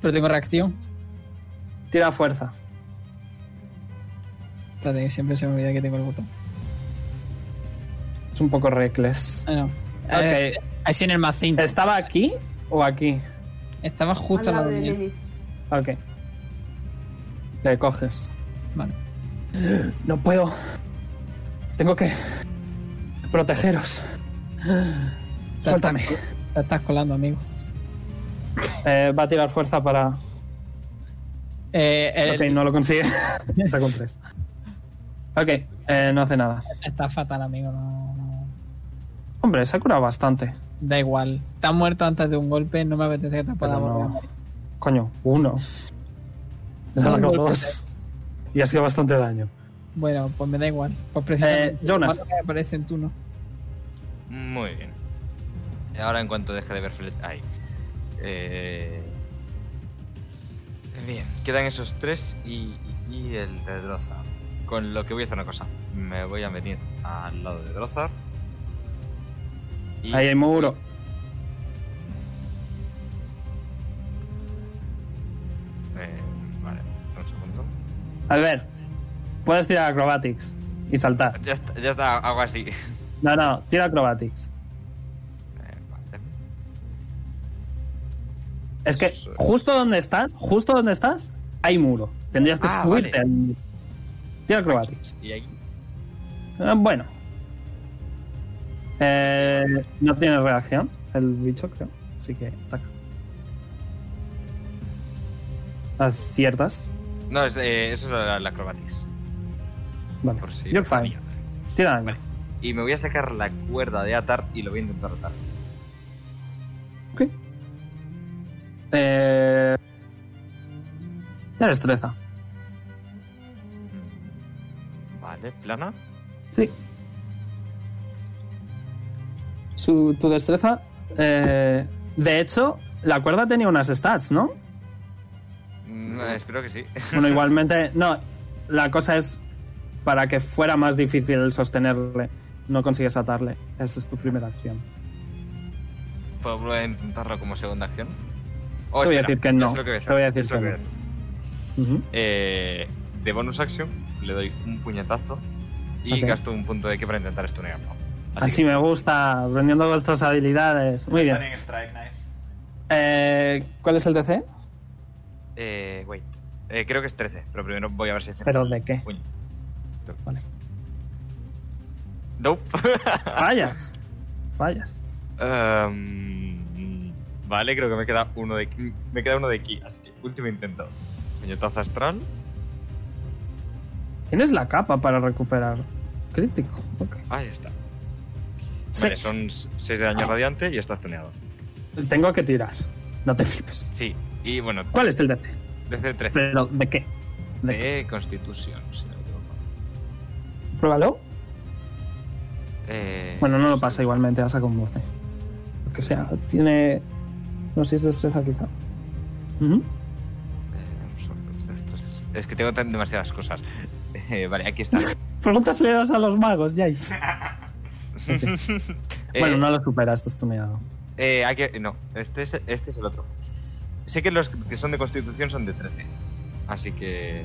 [SPEAKER 3] Pero tengo reacción.
[SPEAKER 1] tira fuerza.
[SPEAKER 3] Espérate, que siempre se me olvida que tengo el botón.
[SPEAKER 1] Es un poco reckless.
[SPEAKER 3] Ah, no. Eh,
[SPEAKER 1] Ok.
[SPEAKER 3] así en el más 5.
[SPEAKER 1] ¿Estaba aquí o aquí?
[SPEAKER 3] Estaba justo
[SPEAKER 5] Al
[SPEAKER 3] al lado
[SPEAKER 5] lado de
[SPEAKER 3] mío.
[SPEAKER 5] Lilith.
[SPEAKER 1] Ok. Le coges.
[SPEAKER 3] Vale.
[SPEAKER 1] No puedo. Tengo que protegeros.
[SPEAKER 3] Te
[SPEAKER 1] Suéltame.
[SPEAKER 3] estás- Te estás colando, amigo.
[SPEAKER 1] Eh, va a tirar fuerza para.
[SPEAKER 3] Eh, el-
[SPEAKER 1] Ok, no lo consigue. Saca un 3. Ok, eh, no hace nada.
[SPEAKER 3] Está fatal, amigo. no- no.
[SPEAKER 1] Hombre, se ha curado bastante.
[SPEAKER 3] Da igual. Está muerto antes de un golpe. No me apetece que te pueda
[SPEAKER 1] Pero no.
[SPEAKER 3] volver a
[SPEAKER 1] Coño, uno. Le ha
[SPEAKER 3] Un
[SPEAKER 1] sacado
[SPEAKER 3] golpe.
[SPEAKER 1] dos. Y ha sido bastante daño.
[SPEAKER 3] Bueno, pues me da igual. Pues precisamente.
[SPEAKER 1] Eh, Jonas.
[SPEAKER 3] igual que me aparecen tú, ¿no?
[SPEAKER 7] Muy bien. Y ahora en cuanto deje de ver flechas. Ahí. Eh... Bien, quedan esos tres y, y el de Drozar. Con lo que voy a hacer una cosa. Me voy a venir al lado de Drozar. Y
[SPEAKER 1] Ahí hay muro.
[SPEAKER 7] eh, vale, un segundo.
[SPEAKER 1] A ver, puedes tirar acrobatics y saltar.
[SPEAKER 7] Ya está, ya está, hago así. Eh,
[SPEAKER 1] No, no, tira acrobatics.
[SPEAKER 7] vale.
[SPEAKER 1] Es que justo donde estás, justo donde estás, hay muro. Tendrías que
[SPEAKER 7] Ah,
[SPEAKER 1] subirte
[SPEAKER 7] vale. Ah,
[SPEAKER 1] al muro. Tira acrobatics.
[SPEAKER 7] Y ahí.
[SPEAKER 1] Eh, bueno. Eh, no tiene reacción el bicho, creo. Así que ataca. Aciertas.
[SPEAKER 7] No, es, eh, eso es la, la acrobatics.
[SPEAKER 1] Vale.
[SPEAKER 7] Por si
[SPEAKER 1] You're
[SPEAKER 7] lo
[SPEAKER 1] fine.
[SPEAKER 7] sabía.
[SPEAKER 1] Tira daño.
[SPEAKER 7] Vale. Y me voy a sacar la cuerda de atar y lo voy a intentar atar.
[SPEAKER 1] Ok. Eh, tira destreza.
[SPEAKER 7] Vale, plana.
[SPEAKER 1] Sí. Su, tu destreza. eh, de hecho, la cuerda tenía unas stats, ¿no?
[SPEAKER 7] Mm, espero que sí.
[SPEAKER 1] Bueno, igualmente, no. La cosa es para que fuera más difícil sostenerle. No consigues atarle. Esa es tu primera acción.
[SPEAKER 7] ¿Puedo volver a intentarlo como segunda acción? O
[SPEAKER 1] Te voy a
[SPEAKER 7] espera,
[SPEAKER 1] decir que
[SPEAKER 7] ya
[SPEAKER 1] no.
[SPEAKER 7] sé lo voy a hacer,
[SPEAKER 1] Te voy a
[SPEAKER 7] ya
[SPEAKER 1] decir
[SPEAKER 7] sé lo
[SPEAKER 1] que
[SPEAKER 7] voy a
[SPEAKER 1] no.
[SPEAKER 7] hacer.
[SPEAKER 1] Ujú.
[SPEAKER 7] Eh, de bonus action le doy un puñetazo y
[SPEAKER 1] Ok.
[SPEAKER 7] gasto un punto de que para intentar stunearlo.
[SPEAKER 1] Así, me gusta, aprendiendo vuestras habilidades. Muy bien.
[SPEAKER 2] Stunning Strike, nice.
[SPEAKER 1] Eh, ¿Cuál es el DC?
[SPEAKER 7] Eh, wait. Eh, creo que es 13, pero primero voy a ver si hace.
[SPEAKER 1] ¿Pero de qué?
[SPEAKER 7] Puño.
[SPEAKER 1] Vale.
[SPEAKER 7] Nope.
[SPEAKER 1] Fallas. Fallas.
[SPEAKER 7] Um, vale, creo que me queda uno de ki- me queda uno de ki, así que último intento. Puñetazo astral.
[SPEAKER 1] Tienes la capa para recuperar. Crítico. ok.
[SPEAKER 7] Ahí Ah, está. Vale,
[SPEAKER 1] Sex.
[SPEAKER 7] son 6 de
[SPEAKER 1] Ah.
[SPEAKER 7] daño radiante y estás tuneado.
[SPEAKER 1] Tengo que tirar. No te flipes.
[SPEAKER 7] Sí, y bueno,
[SPEAKER 1] ¿Cuál es el DC?
[SPEAKER 7] DC 13
[SPEAKER 1] ¿Pero de qué? ¿De qué?
[SPEAKER 7] de Constitución, si no me equivoco.
[SPEAKER 1] Pruébalo.
[SPEAKER 7] Eh,
[SPEAKER 1] Bueno, no lo pasa igualmente, la saca un 12. Lo que sea, tiene. No sé si es destreza quizá. Ujú.
[SPEAKER 7] eh, son estas tres- Es que tengo tan- demasiadas cosas. Eh, vale, aquí está.
[SPEAKER 1] Preguntas le das a los magos, ya.
[SPEAKER 7] Eh,
[SPEAKER 1] bueno, no lo supera, estás tuneado.
[SPEAKER 7] eh, hay que- no, este es, este es el otro. Sé que los que son de Constitución son de 13. Así que.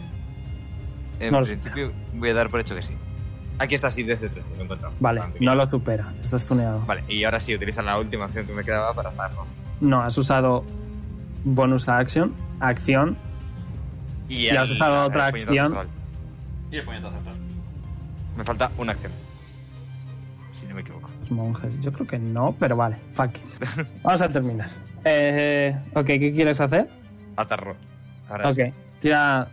[SPEAKER 7] En
[SPEAKER 1] No lo sé.
[SPEAKER 7] principio voy a dar por hecho que sí. Aquí está, sí, DC 13, lo he encontrado.
[SPEAKER 1] Vale,
[SPEAKER 7] Ah, muy bien.
[SPEAKER 1] no lo supera, estás tuneado.
[SPEAKER 7] Vale, y ahora sí, utiliza la última acción que me quedaba para hacerlo.
[SPEAKER 1] No, has usado bonus a action, acción.
[SPEAKER 7] Y,
[SPEAKER 1] has
[SPEAKER 7] el-
[SPEAKER 1] usado
[SPEAKER 7] el
[SPEAKER 1] otra
[SPEAKER 7] puñetazo
[SPEAKER 1] acción.
[SPEAKER 7] actual.
[SPEAKER 2] Y el puñetazo atrás.
[SPEAKER 7] Me falta una acción. Si no me equivoco.
[SPEAKER 1] Los monjes, yo creo que no, pero vale, fuck it. Vamos a terminar. Eh, ok, ¿qué quieres hacer?
[SPEAKER 7] Atarro. Ahora
[SPEAKER 1] Ok,
[SPEAKER 7] sí.
[SPEAKER 1] tira.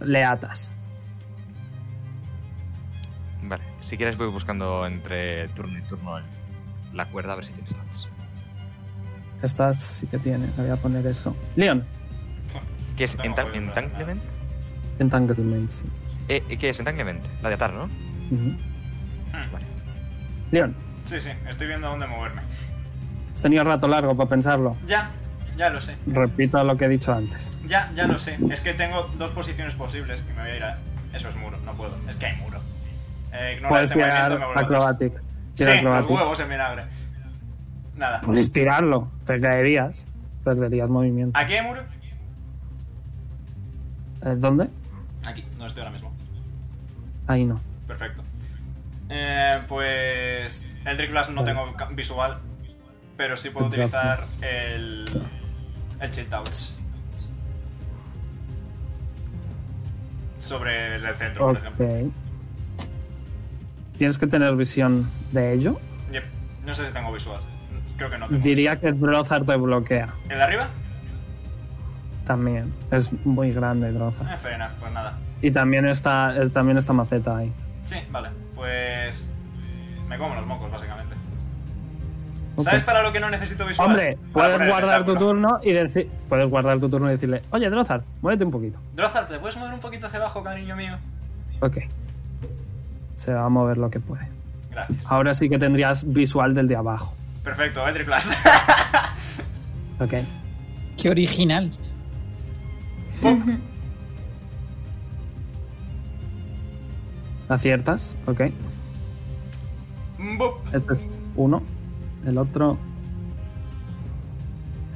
[SPEAKER 1] Le atas.
[SPEAKER 7] Vale, si quieres voy buscando entre turno y turno el- la cuerda a ver si tienes tantas.
[SPEAKER 1] Estas sí que tiene, le voy a poner eso. Leon,
[SPEAKER 7] ¿Qué es
[SPEAKER 2] No
[SPEAKER 7] enta-
[SPEAKER 2] puedo entrar,
[SPEAKER 7] entanglement?
[SPEAKER 1] entanglement, sí.
[SPEAKER 7] Eh, eh, ¿Qué es entanglement? La de atar, ¿no?
[SPEAKER 1] Ujú.
[SPEAKER 7] Vale.
[SPEAKER 1] Leon,
[SPEAKER 2] Mm. Sí, sí, estoy viendo dónde moverme.
[SPEAKER 1] has tenido rato largo para pensarlo.
[SPEAKER 2] Ya, ya lo sé.
[SPEAKER 1] Repito lo que he dicho antes.
[SPEAKER 2] Ya, ya lo sé. Es que tengo dos posiciones posibles que me voy a ir a. Eso es muro, no puedo. Es que hay muro. Eh, ignora
[SPEAKER 1] Puedes
[SPEAKER 2] este movimiento,
[SPEAKER 1] tirar
[SPEAKER 2] me vuelvo atrás.
[SPEAKER 1] acrobatic.
[SPEAKER 2] Sí,
[SPEAKER 1] Tira
[SPEAKER 2] los
[SPEAKER 1] acrobatic.
[SPEAKER 2] huevos en vinagre. Nada.
[SPEAKER 1] Puedes tirarlo, te caerías, perderías movimiento.
[SPEAKER 2] ¿Aquí hay muro?
[SPEAKER 1] Eh, ¿Dónde?
[SPEAKER 2] Aquí, no estoy ahora mismo.
[SPEAKER 1] Ahí no.
[SPEAKER 2] Perfecto. Eh, pues. Eldritch Blast no
[SPEAKER 1] Vale.
[SPEAKER 2] tengo ca- visual, pero sí puedo
[SPEAKER 1] Perfecto.
[SPEAKER 2] utilizar el. el Chill Touch. Sobre el del centro, por
[SPEAKER 1] Ok.
[SPEAKER 2] ejemplo.
[SPEAKER 1] Tienes que tener visión de ello.
[SPEAKER 2] Yep. No sé si tengo visual. Creo que no tengo.
[SPEAKER 1] Diría que Drozar te bloquea
[SPEAKER 2] ¿El de arriba?
[SPEAKER 1] también. Es muy grande Drozar.
[SPEAKER 2] Eh, fair enough, pues nada.
[SPEAKER 1] Y también está, eh, también está Maceta ahí.
[SPEAKER 2] Sí, vale. Pues. Me como los mocos, básicamente.
[SPEAKER 1] Ok.
[SPEAKER 2] ¿Sabes para lo que no necesito visual?
[SPEAKER 1] Hombre,
[SPEAKER 2] Para
[SPEAKER 1] puedes
[SPEAKER 2] poner el
[SPEAKER 1] guardar tu
[SPEAKER 2] tentáculo.
[SPEAKER 1] turno y decir, puedes guardar tu turno y decirle, oye Drozar, muévete un poquito.
[SPEAKER 2] Drozar, ¿te puedes mover un poquito hacia abajo, cariño mío?
[SPEAKER 1] Ok. Se va a mover lo que puede.
[SPEAKER 2] Gracias.
[SPEAKER 1] Ahora sí que tendrías visual del de abajo.
[SPEAKER 2] Perfecto, Eldritch Blast.
[SPEAKER 1] Ok.
[SPEAKER 3] Qué original.
[SPEAKER 1] Aciertas, ok.
[SPEAKER 2] Bup.
[SPEAKER 1] Este es uno. El otro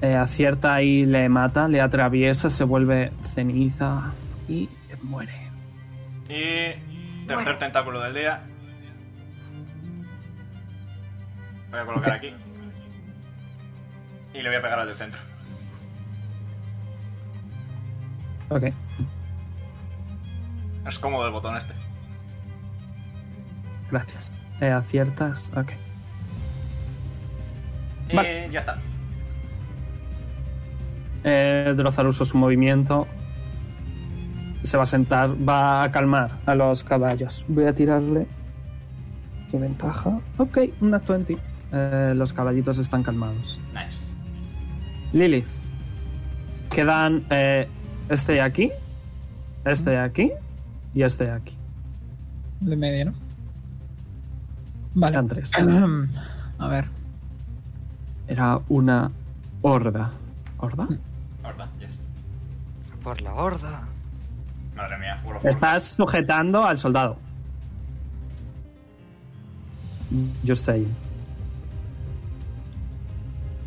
[SPEAKER 1] eh, acierta y le mata, le atraviesa, se vuelve ceniza y muere.
[SPEAKER 2] Y tercer tentáculo del día. Voy a colocar aquí. Y le voy a pegar al del centro.
[SPEAKER 1] Ok.
[SPEAKER 2] Es cómodo el botón este.
[SPEAKER 1] Gracias. Eh, aciertas, ok.
[SPEAKER 2] Y
[SPEAKER 1] Vale.
[SPEAKER 2] ya está.
[SPEAKER 1] Eh, Drozar usó su movimiento. Se va a sentar, va a calmar a los caballos. Voy a tirarle. Qué ventaja. Ok, una 20. Eh, los caballitos están calmados.
[SPEAKER 2] Nice.
[SPEAKER 1] Lilith. Quedan eh, este de aquí, este de aquí y este de aquí.
[SPEAKER 3] De media, ¿no? Vale.
[SPEAKER 1] Eran tres.
[SPEAKER 3] A ver.
[SPEAKER 1] Era una horda. ¿Horda?
[SPEAKER 2] Horda, yes.
[SPEAKER 7] Por la horda.
[SPEAKER 2] Madre mía, juro. por-
[SPEAKER 1] Estás sujetando al soldado. Yo estoy.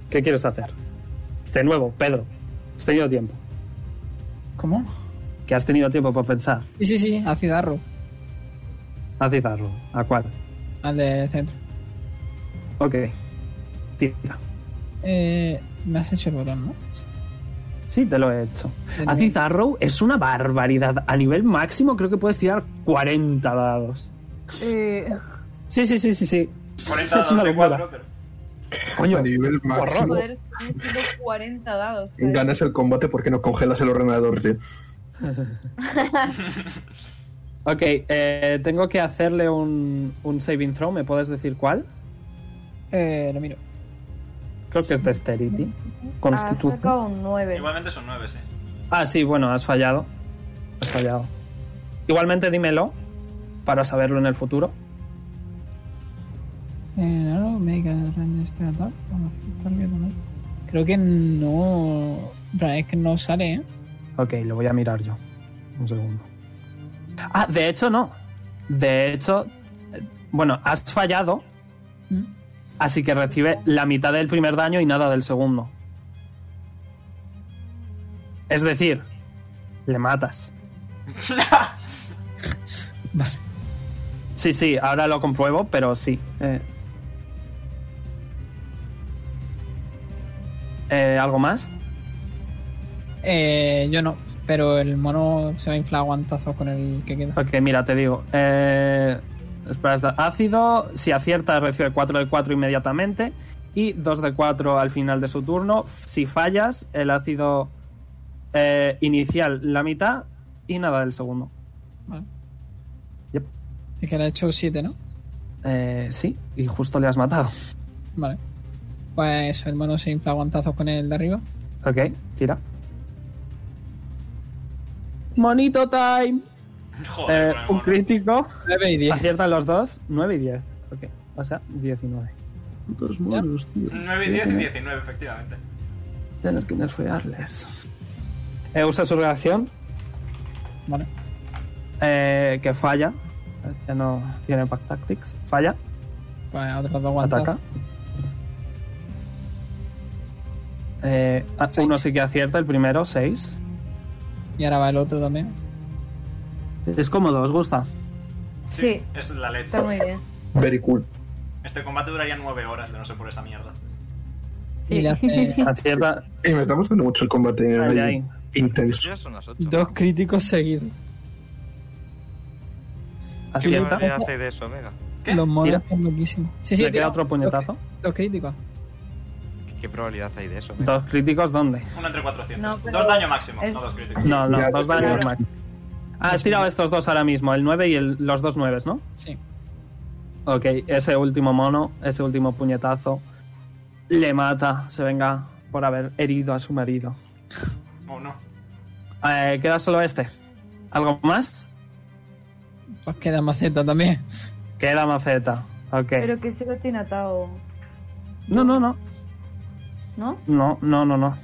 [SPEAKER 1] ¿Qué quieres hacer? De nuevo, Pedro. Has tenido tiempo.
[SPEAKER 3] ¿Cómo?
[SPEAKER 1] Que has tenido tiempo para pensar.
[SPEAKER 3] Sí, sí, sí, a Cidarro.
[SPEAKER 1] A Cizarro. ¿A cuál?
[SPEAKER 3] Al del centro.
[SPEAKER 1] Ok. Tira.
[SPEAKER 3] Eh, me has hecho el botón, ¿no?
[SPEAKER 1] Sí, te lo he hecho.
[SPEAKER 3] De nuevo.
[SPEAKER 1] Acid Arrow es una barbaridad. A nivel máximo creo que puedes tirar 40 dados.
[SPEAKER 6] Eh,
[SPEAKER 1] Sí, sí, sí, sí, sí.
[SPEAKER 2] 40
[SPEAKER 1] Es una
[SPEAKER 2] dados de
[SPEAKER 1] locura.
[SPEAKER 2] 4, pero.
[SPEAKER 1] Coño,
[SPEAKER 4] A nivel máximo,
[SPEAKER 6] joder, necesito 40 dados. ¿sabes?
[SPEAKER 4] ganas el combate porque no congelas el ordenador, tío.
[SPEAKER 1] Ok, eh, tengo que hacerle un, un saving throw. ¿Me puedes decir cuál?
[SPEAKER 3] Eh, lo miro.
[SPEAKER 1] Creo que es Dexterity.
[SPEAKER 5] Ah, saca
[SPEAKER 1] Constitución.
[SPEAKER 5] un 9.
[SPEAKER 2] Igualmente son nueve, sí.
[SPEAKER 1] Ah, sí, bueno, has fallado. Has fallado. Igualmente dímelo para saberlo en el futuro.
[SPEAKER 3] Eh, no, Mega Range Spell Attack, vamos a estar viendo, ¿no? Creo que no. en plan, Es que no sale, ¿eh?
[SPEAKER 1] Ok, lo voy a mirar yo. Un segundo. Ah, de hecho no. De hecho, eh, bueno, has fallado,
[SPEAKER 3] ¿Mm?
[SPEAKER 1] así que recibe la mitad del primer daño y nada del segundo. Es decir, le matas.
[SPEAKER 3] Vale.
[SPEAKER 1] Sí, sí, ahora lo compruebo, pero sí. eh. Eh, ¿Algo más?
[SPEAKER 3] Eh, yo no, pero el mono se va a inflar a guantazos con el que queda.
[SPEAKER 1] Ok, mira, te digo. Eh, esperas da- ácido. Si acierta, recibe 4 de 4 inmediatamente. Y 2 de 4 al final de su turno. Si fallas, el ácido eh, inicial la mitad y nada del segundo.
[SPEAKER 3] Vale.
[SPEAKER 1] Yep.
[SPEAKER 3] Es que le ha hecho 7, ¿no?
[SPEAKER 1] Eh, sí, y justo le has matado.
[SPEAKER 3] Vale. Pues eso, el mono se infla a guantazos con el de arriba.
[SPEAKER 1] Ok, tira. Monito time.
[SPEAKER 2] Joder,
[SPEAKER 1] Eh,
[SPEAKER 2] con el
[SPEAKER 1] un
[SPEAKER 2] mono.
[SPEAKER 1] crítico.
[SPEAKER 3] 9 y 10.
[SPEAKER 1] Aciertan los dos. 9 y 10. Ok, o sea, 19. Putos monos, tío.
[SPEAKER 2] 9 y 10 y 19, efectivamente.
[SPEAKER 1] Tener que nerfearles. Eh, usa su reacción,
[SPEAKER 3] Vale.
[SPEAKER 1] eh, que falla. Eh, Ya no tiene pack tactics. Falla,
[SPEAKER 3] Pues otros dos guantazos.
[SPEAKER 1] ataca. Eh, ah,
[SPEAKER 3] Seis.
[SPEAKER 1] uno sí que acierta, el primero, 6.
[SPEAKER 3] Y ahora va el otro también.
[SPEAKER 1] Es cómodo, os gusta.
[SPEAKER 5] Sí.
[SPEAKER 2] Es la leche.
[SPEAKER 5] Está muy bien.
[SPEAKER 4] Very cool.
[SPEAKER 2] Este combate duraría 9 horas, de no ser por esa mierda.
[SPEAKER 3] Y
[SPEAKER 5] Sí.
[SPEAKER 3] le hace
[SPEAKER 1] Acierta.
[SPEAKER 4] Y me está gustando mucho el combate
[SPEAKER 1] Ahí,
[SPEAKER 4] ahí.
[SPEAKER 1] ahí.
[SPEAKER 4] intenso.
[SPEAKER 7] Pues Ya son las 8.
[SPEAKER 3] dos críticos seguidos.
[SPEAKER 7] ¿Qué
[SPEAKER 1] Acierta.
[SPEAKER 7] probabilidad hace de eso, Omega?
[SPEAKER 2] ¿Qué?
[SPEAKER 3] Los monos
[SPEAKER 1] Tira.
[SPEAKER 3] son loquísimos. Sí, sí,
[SPEAKER 1] Le
[SPEAKER 3] tira.
[SPEAKER 1] queda otro puñetazo.
[SPEAKER 3] Dos, cri- dos críticos.
[SPEAKER 7] ¿Qué- ¿Qué probabilidad hay de eso, Omega?
[SPEAKER 1] Dos críticos, ¿dónde?
[SPEAKER 2] Uno entre 400.
[SPEAKER 5] No, pero-
[SPEAKER 2] Dos daño máximo,
[SPEAKER 5] es-
[SPEAKER 2] no dos críticos.
[SPEAKER 1] No, no,
[SPEAKER 4] Ya,
[SPEAKER 1] dos
[SPEAKER 4] ya.
[SPEAKER 1] daños más. Ah, has tirado estos dos ahora mismo, el 9 y el- los dos 9, ¿no?
[SPEAKER 3] Sí.
[SPEAKER 1] Ok, ese último mono, ese último puñetazo, le mata, se venga por haber herido a su marido.
[SPEAKER 2] Oh, no.
[SPEAKER 1] Eh, queda solo este. ¿Algo más?
[SPEAKER 3] Pues queda maceta también.
[SPEAKER 1] Queda maceta. Ok.
[SPEAKER 5] Pero que sí lo tiene atado,
[SPEAKER 1] No, no, no.
[SPEAKER 5] ¿no?
[SPEAKER 1] No, no, no, no.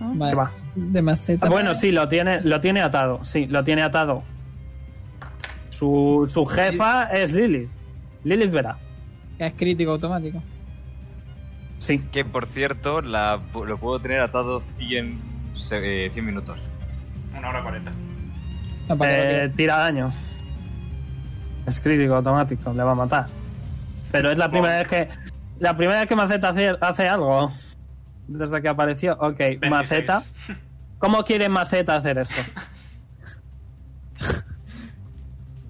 [SPEAKER 3] Vale.
[SPEAKER 1] Que va.
[SPEAKER 3] De maceta.
[SPEAKER 1] Ah, Bueno, sí, lo tiene, lo tiene atado. Sí, lo tiene atado. Su, su jefa es Lilith. Lilith verá.
[SPEAKER 3] que es crítico automático.
[SPEAKER 1] Sí.
[SPEAKER 7] Que por cierto, la, lo puedo tener atado 100, se- eh, 100 minutos.
[SPEAKER 2] Una hora 40.
[SPEAKER 3] No, para que lo
[SPEAKER 1] Eh,
[SPEAKER 3] tire.
[SPEAKER 1] tira daño. Es crítico automático, le va a matar. Pero es la primera vez que. La primera vez que Maceta hace, hace algo. Desde que apareció. Ok,
[SPEAKER 2] 26.
[SPEAKER 1] Maceta. ¿Cómo quiere Maceta hacer esto?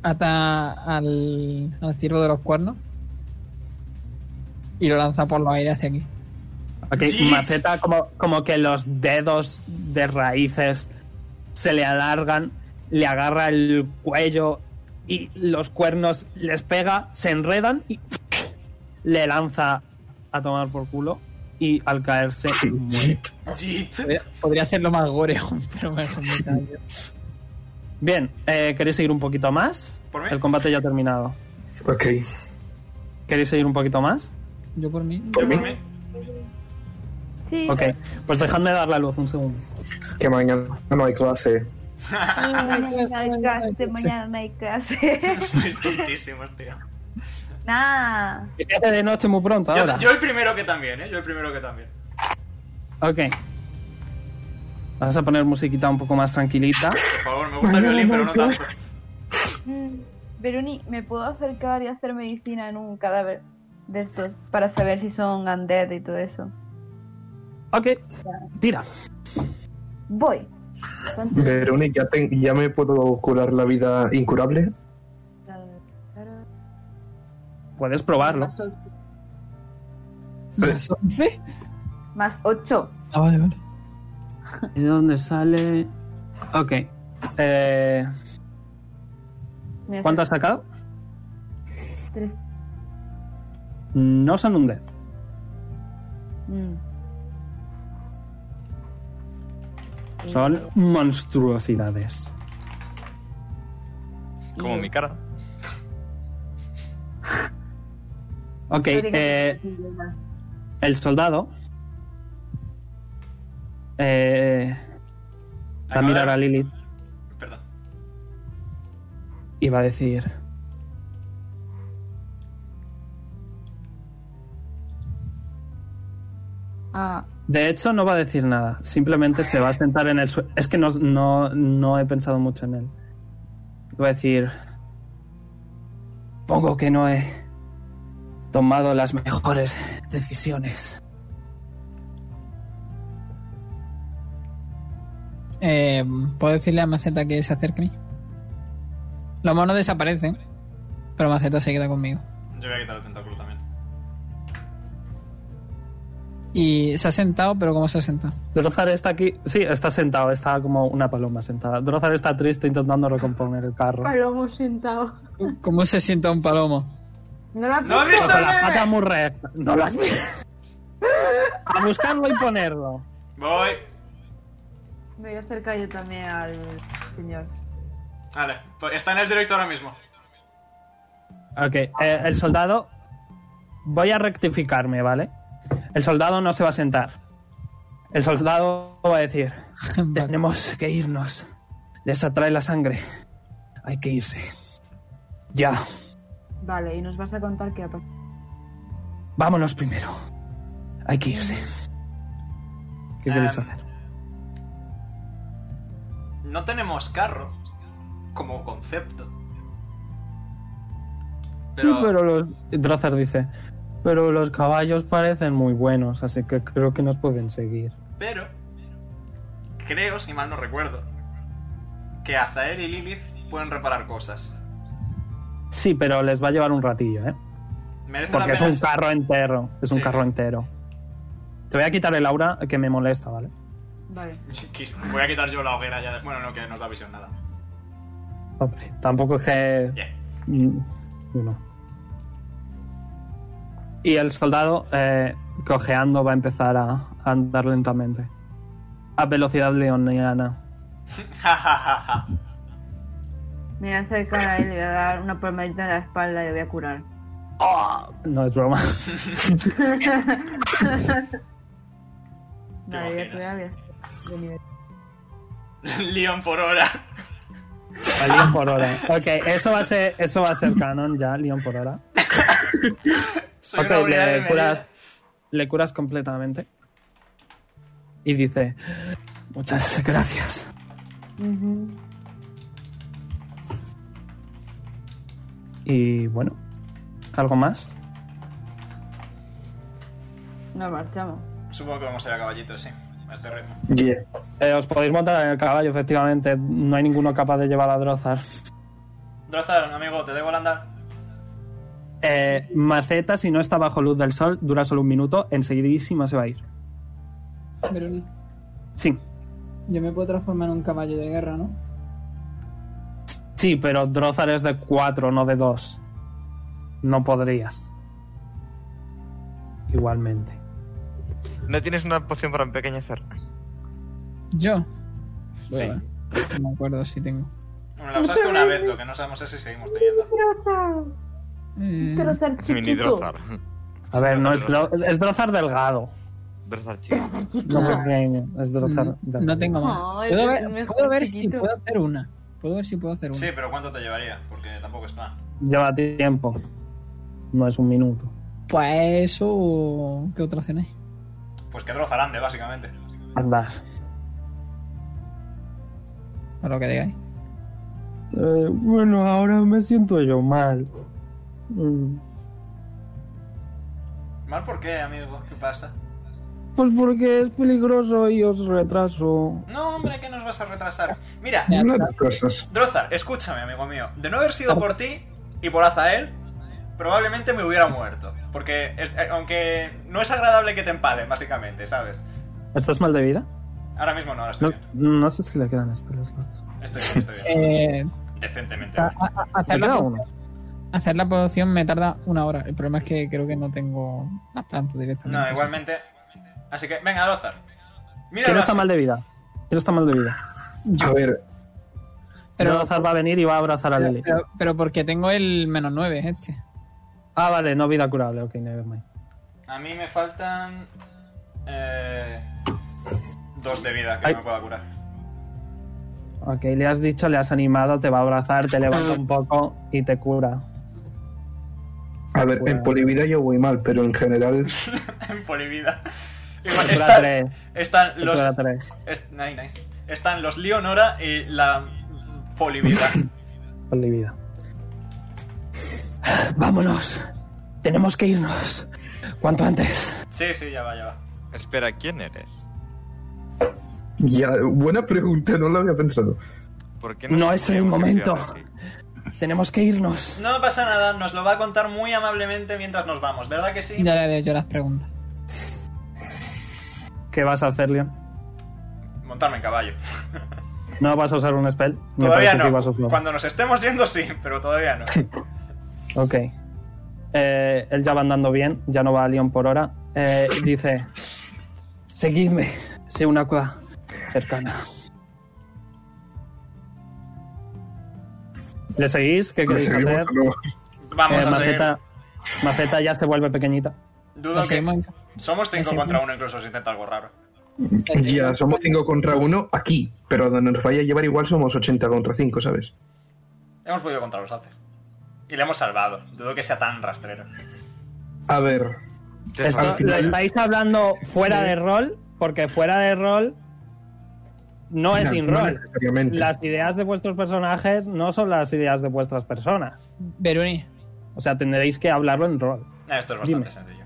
[SPEAKER 3] ata al, al ciervo de los cuernos y lo lanza por los aires hacia aquí.
[SPEAKER 1] Ok,
[SPEAKER 2] Jeez.
[SPEAKER 1] Maceta como, como que los dedos de raíces se le alargan, le agarra el cuello y los cuernos les pega, se enredan y le lanza a tomar por culo y al caerse muere. ¿Eh?
[SPEAKER 2] Jeet.
[SPEAKER 3] Podría, podría hacerlo más gore, aún, pero mejor me callo.
[SPEAKER 1] Bien, eh, ¿queréis seguir un poquito más?
[SPEAKER 2] ¿Por mí?
[SPEAKER 1] El combate ya ha terminado.
[SPEAKER 4] Ok.
[SPEAKER 1] ¿Queréis seguir un poquito más?
[SPEAKER 3] Yo por mí.
[SPEAKER 2] Yo
[SPEAKER 4] Por mí,
[SPEAKER 2] por mí.
[SPEAKER 5] Sí.
[SPEAKER 1] Ok, pues dejadme dar la luz un segundo.
[SPEAKER 4] que mañana no hay clase.
[SPEAKER 5] Mañana hay clase, mañana no hay clase.
[SPEAKER 2] Sois tontísimos, tío.
[SPEAKER 5] nah.
[SPEAKER 1] Es que hace de noche muy pronto ahora.
[SPEAKER 2] Yo, yo el primero que también, ¿eh? Yo el primero que también.
[SPEAKER 1] Ok. Vamos a poner musiquita un poco más tranquilita.
[SPEAKER 2] Por favor, me gusta el violín, pero no tanto.
[SPEAKER 5] Mm, Veroni, ¿me puedo acercar y hacer medicina en un cadáver de estos para saber si son undead y todo eso?
[SPEAKER 1] Ok, tira.
[SPEAKER 5] Voy. ¿Cuánto?
[SPEAKER 4] Veroni, ¿ya, te- ¿ya me puedo curar la vida incurable?
[SPEAKER 1] Puedes probarlo.
[SPEAKER 5] Más ocho.
[SPEAKER 3] ¿Las 11?
[SPEAKER 5] Más 8.
[SPEAKER 3] Ah, vale, vale.
[SPEAKER 1] ¿De dónde sale? Ok. Eh,
[SPEAKER 5] Me hace
[SPEAKER 1] ¿Cuánto has sacado?
[SPEAKER 5] tres.
[SPEAKER 1] No son un D.
[SPEAKER 5] Mm.
[SPEAKER 1] Son monstruosidades.
[SPEAKER 8] Como mi cara.
[SPEAKER 1] Ok,
[SPEAKER 5] No digas
[SPEAKER 1] eh,
[SPEAKER 5] que no digas.
[SPEAKER 1] el soldado. Eh, va a
[SPEAKER 2] Acaba-
[SPEAKER 1] mirar a Lilith
[SPEAKER 2] Perdón.
[SPEAKER 1] y va a decir:
[SPEAKER 5] Ah,
[SPEAKER 1] De hecho, no va a decir nada. Simplemente se va a sentar en el suelo. Es que no, no, no he pensado mucho en él. Va a decir... Pongo que no he tomado las mejores decisiones.
[SPEAKER 3] Eh, ¿Puedo decirle a Maceta que se acerque a mí? Los monos desaparecen, pero Maceta se queda conmigo.
[SPEAKER 2] Yo voy a quitar el tentáculo también.
[SPEAKER 3] Y se ha sentado, pero ¿cómo se ha sentado?
[SPEAKER 1] Drozar está aquí... Sí, está sentado. Está como una paloma sentada. Drozar está triste intentando recomponer el carro.
[SPEAKER 6] Palomo sentado.
[SPEAKER 3] ¿Cómo se sienta un palomo?
[SPEAKER 5] no la
[SPEAKER 2] ¡No eh! he visto
[SPEAKER 1] Con
[SPEAKER 2] el
[SPEAKER 1] la pata
[SPEAKER 2] meme!
[SPEAKER 1] muy recta. No lo has visto. A buscarlo y ponerlo.
[SPEAKER 2] Voy.
[SPEAKER 5] Me voy a acercar yo también al señor.
[SPEAKER 2] Vale, pues está en el directo ahora mismo.
[SPEAKER 1] Ok, eh, el soldado. Voy a rectificarme, ¿vale? El soldado no se va a sentar. El soldado va a decir: Tenemos que irnos. Les atrae la sangre. Hay que irse. Ya.
[SPEAKER 5] Vale, y nos vas a contar qué ha pasado.
[SPEAKER 1] Vámonos primero. Hay que irse. ¿Qué
[SPEAKER 2] Em,
[SPEAKER 1] queréis hacer?
[SPEAKER 2] No tenemos carro como concepto. Pero,
[SPEAKER 1] Sí, pero los. Drazar dice: Pero los caballos parecen muy buenos, así que creo que nos pueden seguir.
[SPEAKER 2] pero creo, si mal no recuerdo, que Azael y Lilith pueden reparar cosas.
[SPEAKER 1] Sí, pero les va a llevar un ratillo, ¿eh?
[SPEAKER 2] Merece
[SPEAKER 1] Porque
[SPEAKER 2] la
[SPEAKER 1] es
[SPEAKER 2] pena.
[SPEAKER 1] un carro entero. Es un
[SPEAKER 2] Sí.
[SPEAKER 1] carro entero. Te voy a quitar el aura que me molesta, ¿vale?
[SPEAKER 5] Vale.
[SPEAKER 2] Quis- Voy a quitar yo la hoguera ya. de- Bueno, no, que no da visión nada.
[SPEAKER 1] Hombre, tampoco es que.
[SPEAKER 2] Yeah.
[SPEAKER 1] Mm, no. Y el soldado, eh, cojeando, va a empezar a, a andar lentamente. A velocidad leoniana.
[SPEAKER 5] Me voy a acercar a él, le voy a dar una palmadita en la espalda y le voy a curar.
[SPEAKER 1] No es broma.
[SPEAKER 5] Vale, voy a
[SPEAKER 2] imaginas?
[SPEAKER 5] curar, voy a- de nivel.
[SPEAKER 2] Leon por hora.
[SPEAKER 1] A Leon por hora. Ok, eso va a ser, eso va a ser canon ya, Leon por hora.
[SPEAKER 2] Soy
[SPEAKER 1] Ok,
[SPEAKER 2] una unidad de
[SPEAKER 1] le curas,
[SPEAKER 2] medida.
[SPEAKER 1] le curas completamente. Y dice, muchas gracias.
[SPEAKER 5] Ujú.
[SPEAKER 1] Y bueno, ¿algo más?
[SPEAKER 5] Nos marchamos.
[SPEAKER 2] Supongo que vamos a ir a caballito, sí. A este ritmo.
[SPEAKER 4] Yeah.
[SPEAKER 1] Eh, os podéis montar en el caballo, efectivamente. No hay ninguno capaz de llevar a Drozar.
[SPEAKER 2] Drozar, amigo, te debo el andar.
[SPEAKER 1] Eh, Maceta, si no está bajo luz del sol, dura solo un minuto. Enseguidísima se va a ir.
[SPEAKER 3] Verona,
[SPEAKER 1] Sí,
[SPEAKER 3] yo me puedo transformar en un caballo de guerra, ¿no?
[SPEAKER 1] sí, pero Drozar es de 4, no de 2. No podrías. Igualmente.
[SPEAKER 8] ¿No tienes una poción para empequeñecer?
[SPEAKER 3] ¿Yo?
[SPEAKER 8] Sí.
[SPEAKER 3] Bueno, No me acuerdo si tengo.
[SPEAKER 2] Bueno, la usaste una vez, lo que no sabemos es si seguimos teniendo.
[SPEAKER 3] Eh,
[SPEAKER 6] Trozar
[SPEAKER 8] Mini
[SPEAKER 6] chiquito.
[SPEAKER 8] Drozar.
[SPEAKER 1] A ver, no es, Dro- es Drozar delgado.
[SPEAKER 8] Drozar chico.
[SPEAKER 1] No pequeño, es Drozar
[SPEAKER 3] Mm, no,
[SPEAKER 1] delgado.
[SPEAKER 3] no tengo más.
[SPEAKER 5] Ay,
[SPEAKER 3] puedo
[SPEAKER 5] el
[SPEAKER 3] ver,
[SPEAKER 5] mejor
[SPEAKER 3] puedo ver si
[SPEAKER 5] chiquito.
[SPEAKER 3] puedo hacer una. Puedo ver si puedo hacer una.
[SPEAKER 2] Sí, pero ¿cuánto te llevaría? Porque tampoco es plan.
[SPEAKER 1] Lleva tiempo. No es un minuto.
[SPEAKER 3] Pues eso. ¿Qué otra opción hay?
[SPEAKER 2] Pues que Drozar ande, básicamente.
[SPEAKER 1] Andar.
[SPEAKER 3] Para lo que digáis.
[SPEAKER 1] Eh, bueno, ahora me siento yo mal. Mm,
[SPEAKER 2] ¿Mal por qué, amigo? ¿Qué pasa?
[SPEAKER 1] Pues porque es peligroso y os retraso.
[SPEAKER 2] No, hombre, que nos vas a retrasar. Mira,
[SPEAKER 3] Ya,
[SPEAKER 4] Una de las cosas.
[SPEAKER 2] Drozar, escúchame, amigo mío. De no haber sido por ti y por Azael, probablemente me hubiera muerto. Porque, es- eh, aunque no es agradable que te empalen, básicamente, ¿sabes?
[SPEAKER 1] ¿Estás mal de vida?
[SPEAKER 2] Ahora mismo no, ahora
[SPEAKER 1] No,
[SPEAKER 2] estoy bien.
[SPEAKER 1] no sé si le quedan espelos.
[SPEAKER 2] Estoy bien, estoy bien.
[SPEAKER 3] Eh,
[SPEAKER 2] Decentemente.
[SPEAKER 3] sea, a- a-
[SPEAKER 1] ¿Te
[SPEAKER 3] hacer, la,
[SPEAKER 1] queda
[SPEAKER 3] produ-
[SPEAKER 1] uno?
[SPEAKER 3] hacer la producción me tarda una hora. El problema es que creo que no tengo las plantas directamente.
[SPEAKER 2] No, igualmente. Así que, venga, Alozar. Mira,
[SPEAKER 1] Quiero
[SPEAKER 2] lo
[SPEAKER 1] está
[SPEAKER 2] has-
[SPEAKER 1] mal de vida. Quiero está mal de vida.
[SPEAKER 4] A ver,
[SPEAKER 1] Pero
[SPEAKER 3] Pero,
[SPEAKER 1] Lozar va a venir y va a abrazar a
[SPEAKER 3] pero,
[SPEAKER 1] Lilith.
[SPEAKER 3] pero- pero porque tengo el menos 9 este.
[SPEAKER 1] Ah, vale, no vida curable. Ok, nevermind.
[SPEAKER 2] a mí me faltan. eh, dos de vida que
[SPEAKER 1] Ay.
[SPEAKER 2] no me pueda curar.
[SPEAKER 1] Ok, le has dicho, le has animado, te va a abrazar, te levanta un poco y te cura.
[SPEAKER 4] a ver, en polivida yo voy mal, pero en general
[SPEAKER 2] en polivida. Igual,
[SPEAKER 1] Te cura
[SPEAKER 2] están-
[SPEAKER 1] tres.
[SPEAKER 2] están
[SPEAKER 1] Te
[SPEAKER 2] los.
[SPEAKER 1] cura tres.
[SPEAKER 2] est- ay, nice. Están los Leonora y la polivida.
[SPEAKER 1] Con mi vida. Vámonos. Tenemos que irnos. Cuanto antes.
[SPEAKER 2] sí, sí, ya va, ya va.
[SPEAKER 8] Espera, ¿quién eres?
[SPEAKER 4] ya, buena pregunta, no lo había pensado.
[SPEAKER 8] ¿Por qué
[SPEAKER 1] No es el
[SPEAKER 8] tenemos que
[SPEAKER 1] momento.
[SPEAKER 8] fiar de ti?
[SPEAKER 1] Tenemos que irnos.
[SPEAKER 2] No pasa nada, nos lo va a contar muy amablemente mientras nos vamos, ¿verdad que sí?
[SPEAKER 3] Ya le haré yo las preguntas.
[SPEAKER 1] ¿Qué vas a hacer, Leon?
[SPEAKER 2] Montarme en caballo.
[SPEAKER 1] ¿No vas a usar un spell? Me
[SPEAKER 2] Todavía
[SPEAKER 1] parece que ibas a
[SPEAKER 2] no.
[SPEAKER 1] usarlo.
[SPEAKER 2] Cuando nos estemos yendo, sí, pero todavía no.
[SPEAKER 1] Ok. Eh, él ya va andando bien, ya no va a Leon por hora. Eh, dice: Seguidme. Sé una cua cercana. ¿Le seguís? ¿Qué queréis
[SPEAKER 4] Seguimos,
[SPEAKER 1] hacer?
[SPEAKER 4] ¿no?
[SPEAKER 2] Vamos
[SPEAKER 1] Eh,
[SPEAKER 2] a seguir.
[SPEAKER 1] Maceta, Maceta ya se vuelve pequeñita.
[SPEAKER 2] Dudo
[SPEAKER 3] Lo
[SPEAKER 2] que.
[SPEAKER 3] seguimos en-
[SPEAKER 2] Somos
[SPEAKER 3] lo
[SPEAKER 2] 5
[SPEAKER 3] seguimos.
[SPEAKER 2] contra 1, incluso si intenta algo raro.
[SPEAKER 1] Eh,
[SPEAKER 3] eh,
[SPEAKER 4] Ya somos 5 contra 1 aquí, pero donde nos vaya a llevar igual somos 80 contra 5, ¿sabes?
[SPEAKER 2] Hemos podido contra los haces. Y le hemos salvado. Dudo que sea tan rastrero.
[SPEAKER 4] A ver,
[SPEAKER 8] Te
[SPEAKER 1] Esto
[SPEAKER 4] Al
[SPEAKER 8] salvo.
[SPEAKER 4] final-
[SPEAKER 1] lo estáis hablando fuera de rol, porque fuera de rol no es
[SPEAKER 4] Ya,
[SPEAKER 1] sin
[SPEAKER 4] no
[SPEAKER 1] rol.
[SPEAKER 4] necesariamente.
[SPEAKER 1] Las ideas de vuestros personajes no son las ideas de vuestras personas.
[SPEAKER 3] Veruni,
[SPEAKER 1] O sea, tendréis que hablarlo en rol.
[SPEAKER 2] Ah, Esto es bastante
[SPEAKER 1] Dime.
[SPEAKER 2] sencillo.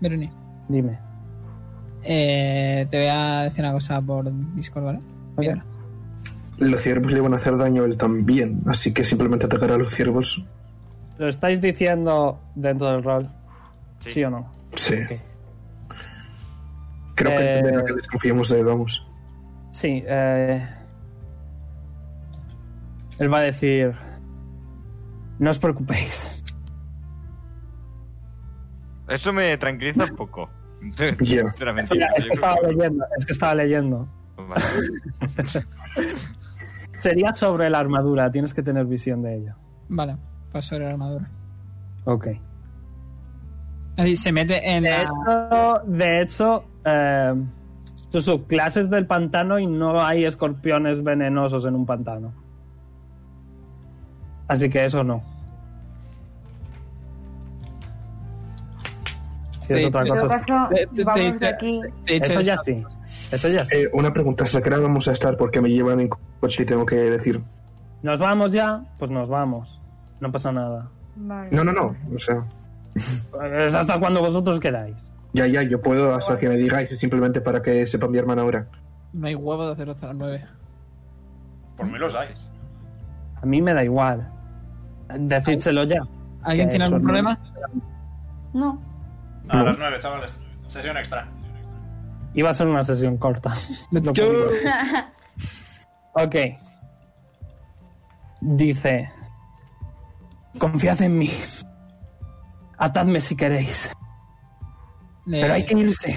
[SPEAKER 3] Veruni.
[SPEAKER 1] Dime.
[SPEAKER 3] Eh, te voy a decir una cosa por Discord, ¿vale? Mira.
[SPEAKER 4] los ciervos le van a hacer daño a él también, así que simplemente atacar a los ciervos,
[SPEAKER 1] ¿Lo estáis diciendo dentro del rol? Sí,
[SPEAKER 8] Sí.
[SPEAKER 1] o no.
[SPEAKER 4] sí.
[SPEAKER 1] Ok.
[SPEAKER 4] Creo
[SPEAKER 1] Eh,
[SPEAKER 4] que entenderá que desconfiemos de él, vamos.
[SPEAKER 1] Sí. eh, Él va a decir... No os preocupéis.
[SPEAKER 8] Eso me tranquiliza un poco.
[SPEAKER 4] Ya.
[SPEAKER 8] Sinceramente.
[SPEAKER 1] Mira, es
[SPEAKER 8] yo
[SPEAKER 1] que
[SPEAKER 8] creo
[SPEAKER 1] estaba leyendo, es que estaba leyendo.
[SPEAKER 8] que- Vale.
[SPEAKER 1] Sería sobre la armadura, tienes que tener visión de ella.
[SPEAKER 3] Vale, pues sobre la armadura.
[SPEAKER 1] Ok.
[SPEAKER 3] Así se mete en
[SPEAKER 1] De
[SPEAKER 3] la...
[SPEAKER 2] Eh,
[SPEAKER 1] hecho, de hecho eh, tus subclases del pantano y no hay escorpiones venenosos en un pantano. Así que eso no. Si es
[SPEAKER 3] Sí,
[SPEAKER 1] otra
[SPEAKER 3] sí,
[SPEAKER 5] En todo
[SPEAKER 1] cosa.
[SPEAKER 5] caso,
[SPEAKER 3] Te- te- te
[SPEAKER 5] vamos
[SPEAKER 3] dice-
[SPEAKER 5] de aquí.
[SPEAKER 3] De hecho,
[SPEAKER 1] Eso ya
[SPEAKER 3] es-
[SPEAKER 1] sí. Eso ya sí.
[SPEAKER 4] Eh, una pregunta, ¿hasta qué hora vamos a estar? Porque me llevan en coche y tengo que decir...
[SPEAKER 1] Nos vamos ya, pues nos vamos. No pasa nada.
[SPEAKER 5] Vale.
[SPEAKER 4] No, no, no, o sea...
[SPEAKER 1] Es hasta cuando vosotros queráis.
[SPEAKER 4] Ya, ya, yo puedo hasta que me digáis, es simplemente para que sepa mi hermana ahora.
[SPEAKER 3] no hay huevo de hacerlo hasta las 9.
[SPEAKER 2] Por mí los hay.
[SPEAKER 1] A mí me da igual. Decídselo ya.
[SPEAKER 3] ¿Alguien
[SPEAKER 1] Que
[SPEAKER 3] tiene
[SPEAKER 1] eso
[SPEAKER 3] algún
[SPEAKER 1] no-
[SPEAKER 3] problema?
[SPEAKER 5] No.
[SPEAKER 2] A las 9, chavales. Sesión extra.
[SPEAKER 1] Iba a ser una sesión corta.
[SPEAKER 3] Let's
[SPEAKER 1] Lo
[SPEAKER 3] go.
[SPEAKER 1] que digo. Ok. Dice: Confiad en mí. Atadme si queréis.
[SPEAKER 3] Le-
[SPEAKER 1] Pero hay que irse.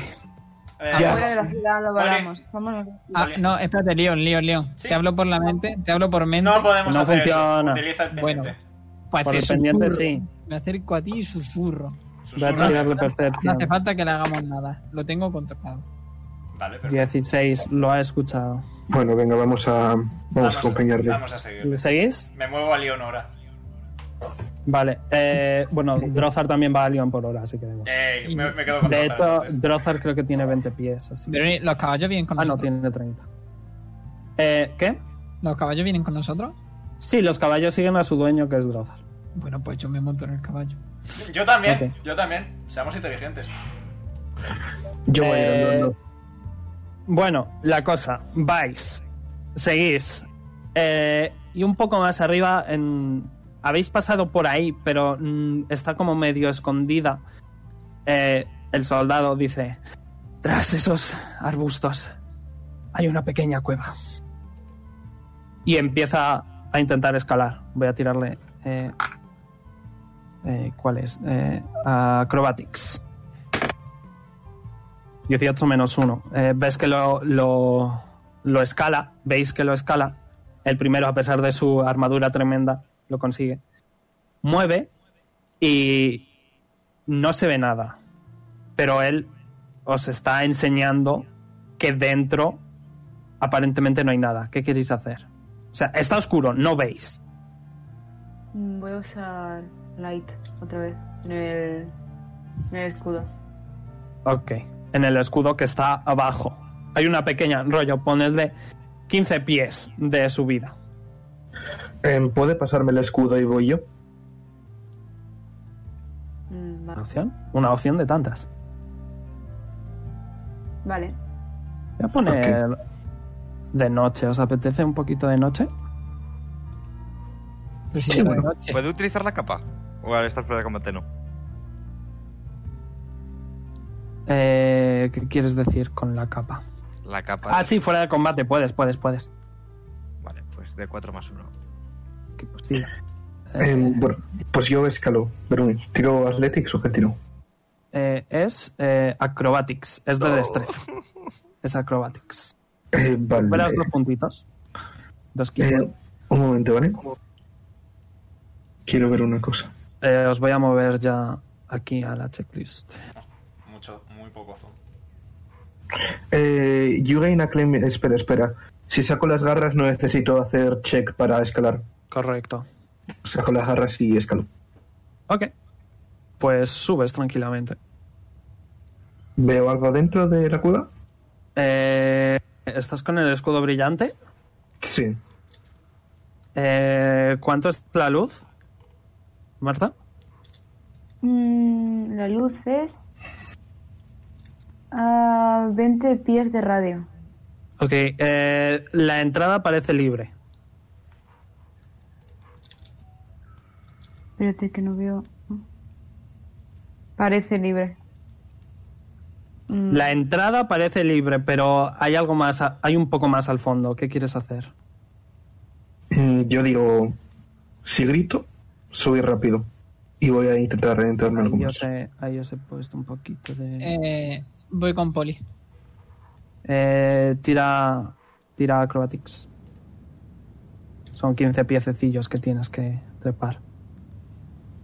[SPEAKER 2] Eh,
[SPEAKER 1] Ya.
[SPEAKER 5] Fuera de la ciudad lo
[SPEAKER 2] Vale.
[SPEAKER 5] valoramos. Vámonos.
[SPEAKER 3] Ah, no, espérate, Leon, Leon, Leon.
[SPEAKER 2] Sí.
[SPEAKER 3] Te hablo por la mente, te hablo por mente.
[SPEAKER 2] No podemos
[SPEAKER 1] No
[SPEAKER 2] hacer
[SPEAKER 1] funciona.
[SPEAKER 2] eso. Utiliza el
[SPEAKER 3] Bueno.
[SPEAKER 2] pendiente.
[SPEAKER 3] Pues
[SPEAKER 1] Por
[SPEAKER 3] te
[SPEAKER 1] el pendiente,
[SPEAKER 3] susurro.
[SPEAKER 1] sí.
[SPEAKER 3] Me acerco a ti y susurro.
[SPEAKER 1] Voy a
[SPEAKER 2] Susurra.
[SPEAKER 1] tirarle
[SPEAKER 3] No hace
[SPEAKER 1] percepción.
[SPEAKER 3] falta que le hagamos nada. Lo tengo controlado.
[SPEAKER 2] Vale, perfecto.
[SPEAKER 1] 16, lo ha escuchado.
[SPEAKER 4] Bueno, venga, vamos a, vamos a acompañarle.
[SPEAKER 2] Vamos a seguir.
[SPEAKER 1] ¿Le seguís?
[SPEAKER 2] Me muevo a Leonora.
[SPEAKER 1] Vale. eh, bueno, Drozar también va a Leon por hora, así que da igual.
[SPEAKER 2] Ey, Eh, me, me quedo con
[SPEAKER 1] De
[SPEAKER 2] Drozar,
[SPEAKER 1] hecho,
[SPEAKER 2] entonces.
[SPEAKER 1] Drozar creo que tiene 20 pies. Así.
[SPEAKER 3] Pero ¿y los caballos vienen con
[SPEAKER 1] Ah, no,
[SPEAKER 3] nosotros.
[SPEAKER 1] tiene 30. Eh, ¿Qué?
[SPEAKER 3] Los caballos vienen con nosotros.
[SPEAKER 1] Sí, los caballos siguen a su dueño, que es Drozar.
[SPEAKER 3] Bueno, pues yo me monto en el caballo.
[SPEAKER 2] Yo también,
[SPEAKER 1] Ok.
[SPEAKER 2] yo también. Seamos inteligentes.
[SPEAKER 4] Yo voy
[SPEAKER 1] Eh,
[SPEAKER 4] a ir andando.
[SPEAKER 1] Bueno, la cosa, vais, seguís. eh, y un poco más arriba, en- habéis pasado por ahí, pero mm, está como medio escondida. Eh, el soldado dice, tras esos arbustos hay una pequeña cueva. Y empieza a intentar escalar. Voy a tirarle. eh, eh, ¿Cuál es? Eh, acrobatics. 18 menos 1. ves que lo, lo, lo escala. Veis que lo escala. El primero, a pesar de su armadura tremenda, lo consigue. Mueve y no se ve nada. Pero él os está enseñando que dentro aparentemente no hay nada. ¿Qué queréis hacer? O sea, está oscuro, no veis.
[SPEAKER 5] Mm, Voy a usar Light otra vez en el, en el escudo.
[SPEAKER 1] Ok. En el escudo que está abajo. Hay una pequeña rollo, ponedle 15 pies de subida.
[SPEAKER 4] Em, ¿Puede pasarme el escudo y voy yo?
[SPEAKER 5] Mm, va-
[SPEAKER 1] Una opción, una opción de tantas.
[SPEAKER 5] Vale.
[SPEAKER 1] Voy a poner de noche. ¿Os apetece un poquito de noche?
[SPEAKER 3] Pero si
[SPEAKER 4] Sí,
[SPEAKER 3] llega
[SPEAKER 4] bueno.
[SPEAKER 3] de noche.
[SPEAKER 8] ¿Puede utilizar la capa? O al estar fuera de combate no.
[SPEAKER 1] Eh, ¿Qué quieres decir con la capa?
[SPEAKER 8] La capa.
[SPEAKER 1] Ah, sí, fuera de combate. Puedes, puedes, puedes.
[SPEAKER 8] Vale, pues de 4 más 1.
[SPEAKER 1] Qué postilla.
[SPEAKER 4] Em, bueno, pues yo escalo. Pero, ¿Tiro Athletics o qué tiro?
[SPEAKER 1] Eh, es eh, acrobatics. Es de
[SPEAKER 4] Oh.
[SPEAKER 1] destreza. Es acrobatics.
[SPEAKER 4] Eh, vale.
[SPEAKER 1] Verás dos puntitos. Dos
[SPEAKER 4] Eh,
[SPEAKER 1] quince.
[SPEAKER 4] un momento, ¿vale? Quiero ver una cosa.
[SPEAKER 1] Eh, os voy a mover ya aquí a la checklist.
[SPEAKER 2] Mucho, muy poco zoom.
[SPEAKER 4] Eh, you gain acclaim- Espera, espera. Si saco las garras no necesito hacer check para escalar.
[SPEAKER 1] Correcto.
[SPEAKER 4] Saco las garras y escalo.
[SPEAKER 1] Ok. Pues subes tranquilamente.
[SPEAKER 4] ¿Veo algo dentro de la cueva?
[SPEAKER 1] Eh, ¿Estás con el escudo brillante?
[SPEAKER 4] Sí.
[SPEAKER 1] Eh, ¿Cuánto es la luz? Marta.
[SPEAKER 5] Mm, la luz es. A 20 pies de radio.
[SPEAKER 1] Ok. eh, la entrada parece libre.
[SPEAKER 5] Espérate que no veo. Parece libre. Mm,
[SPEAKER 1] La entrada parece libre, pero hay algo más. a- Hay un poco más al fondo. ¿Qué quieres hacer?
[SPEAKER 4] Mm, Yo digo, si grito, subir rápido. Y voy a intentar reventarme
[SPEAKER 1] Ahí
[SPEAKER 4] algunos.
[SPEAKER 1] os, he, ahí os he puesto un poquito de.
[SPEAKER 3] Eh, voy con Poli.
[SPEAKER 1] Eh, tira. Tira acrobatics. Son 15 piececillos que tienes que trepar.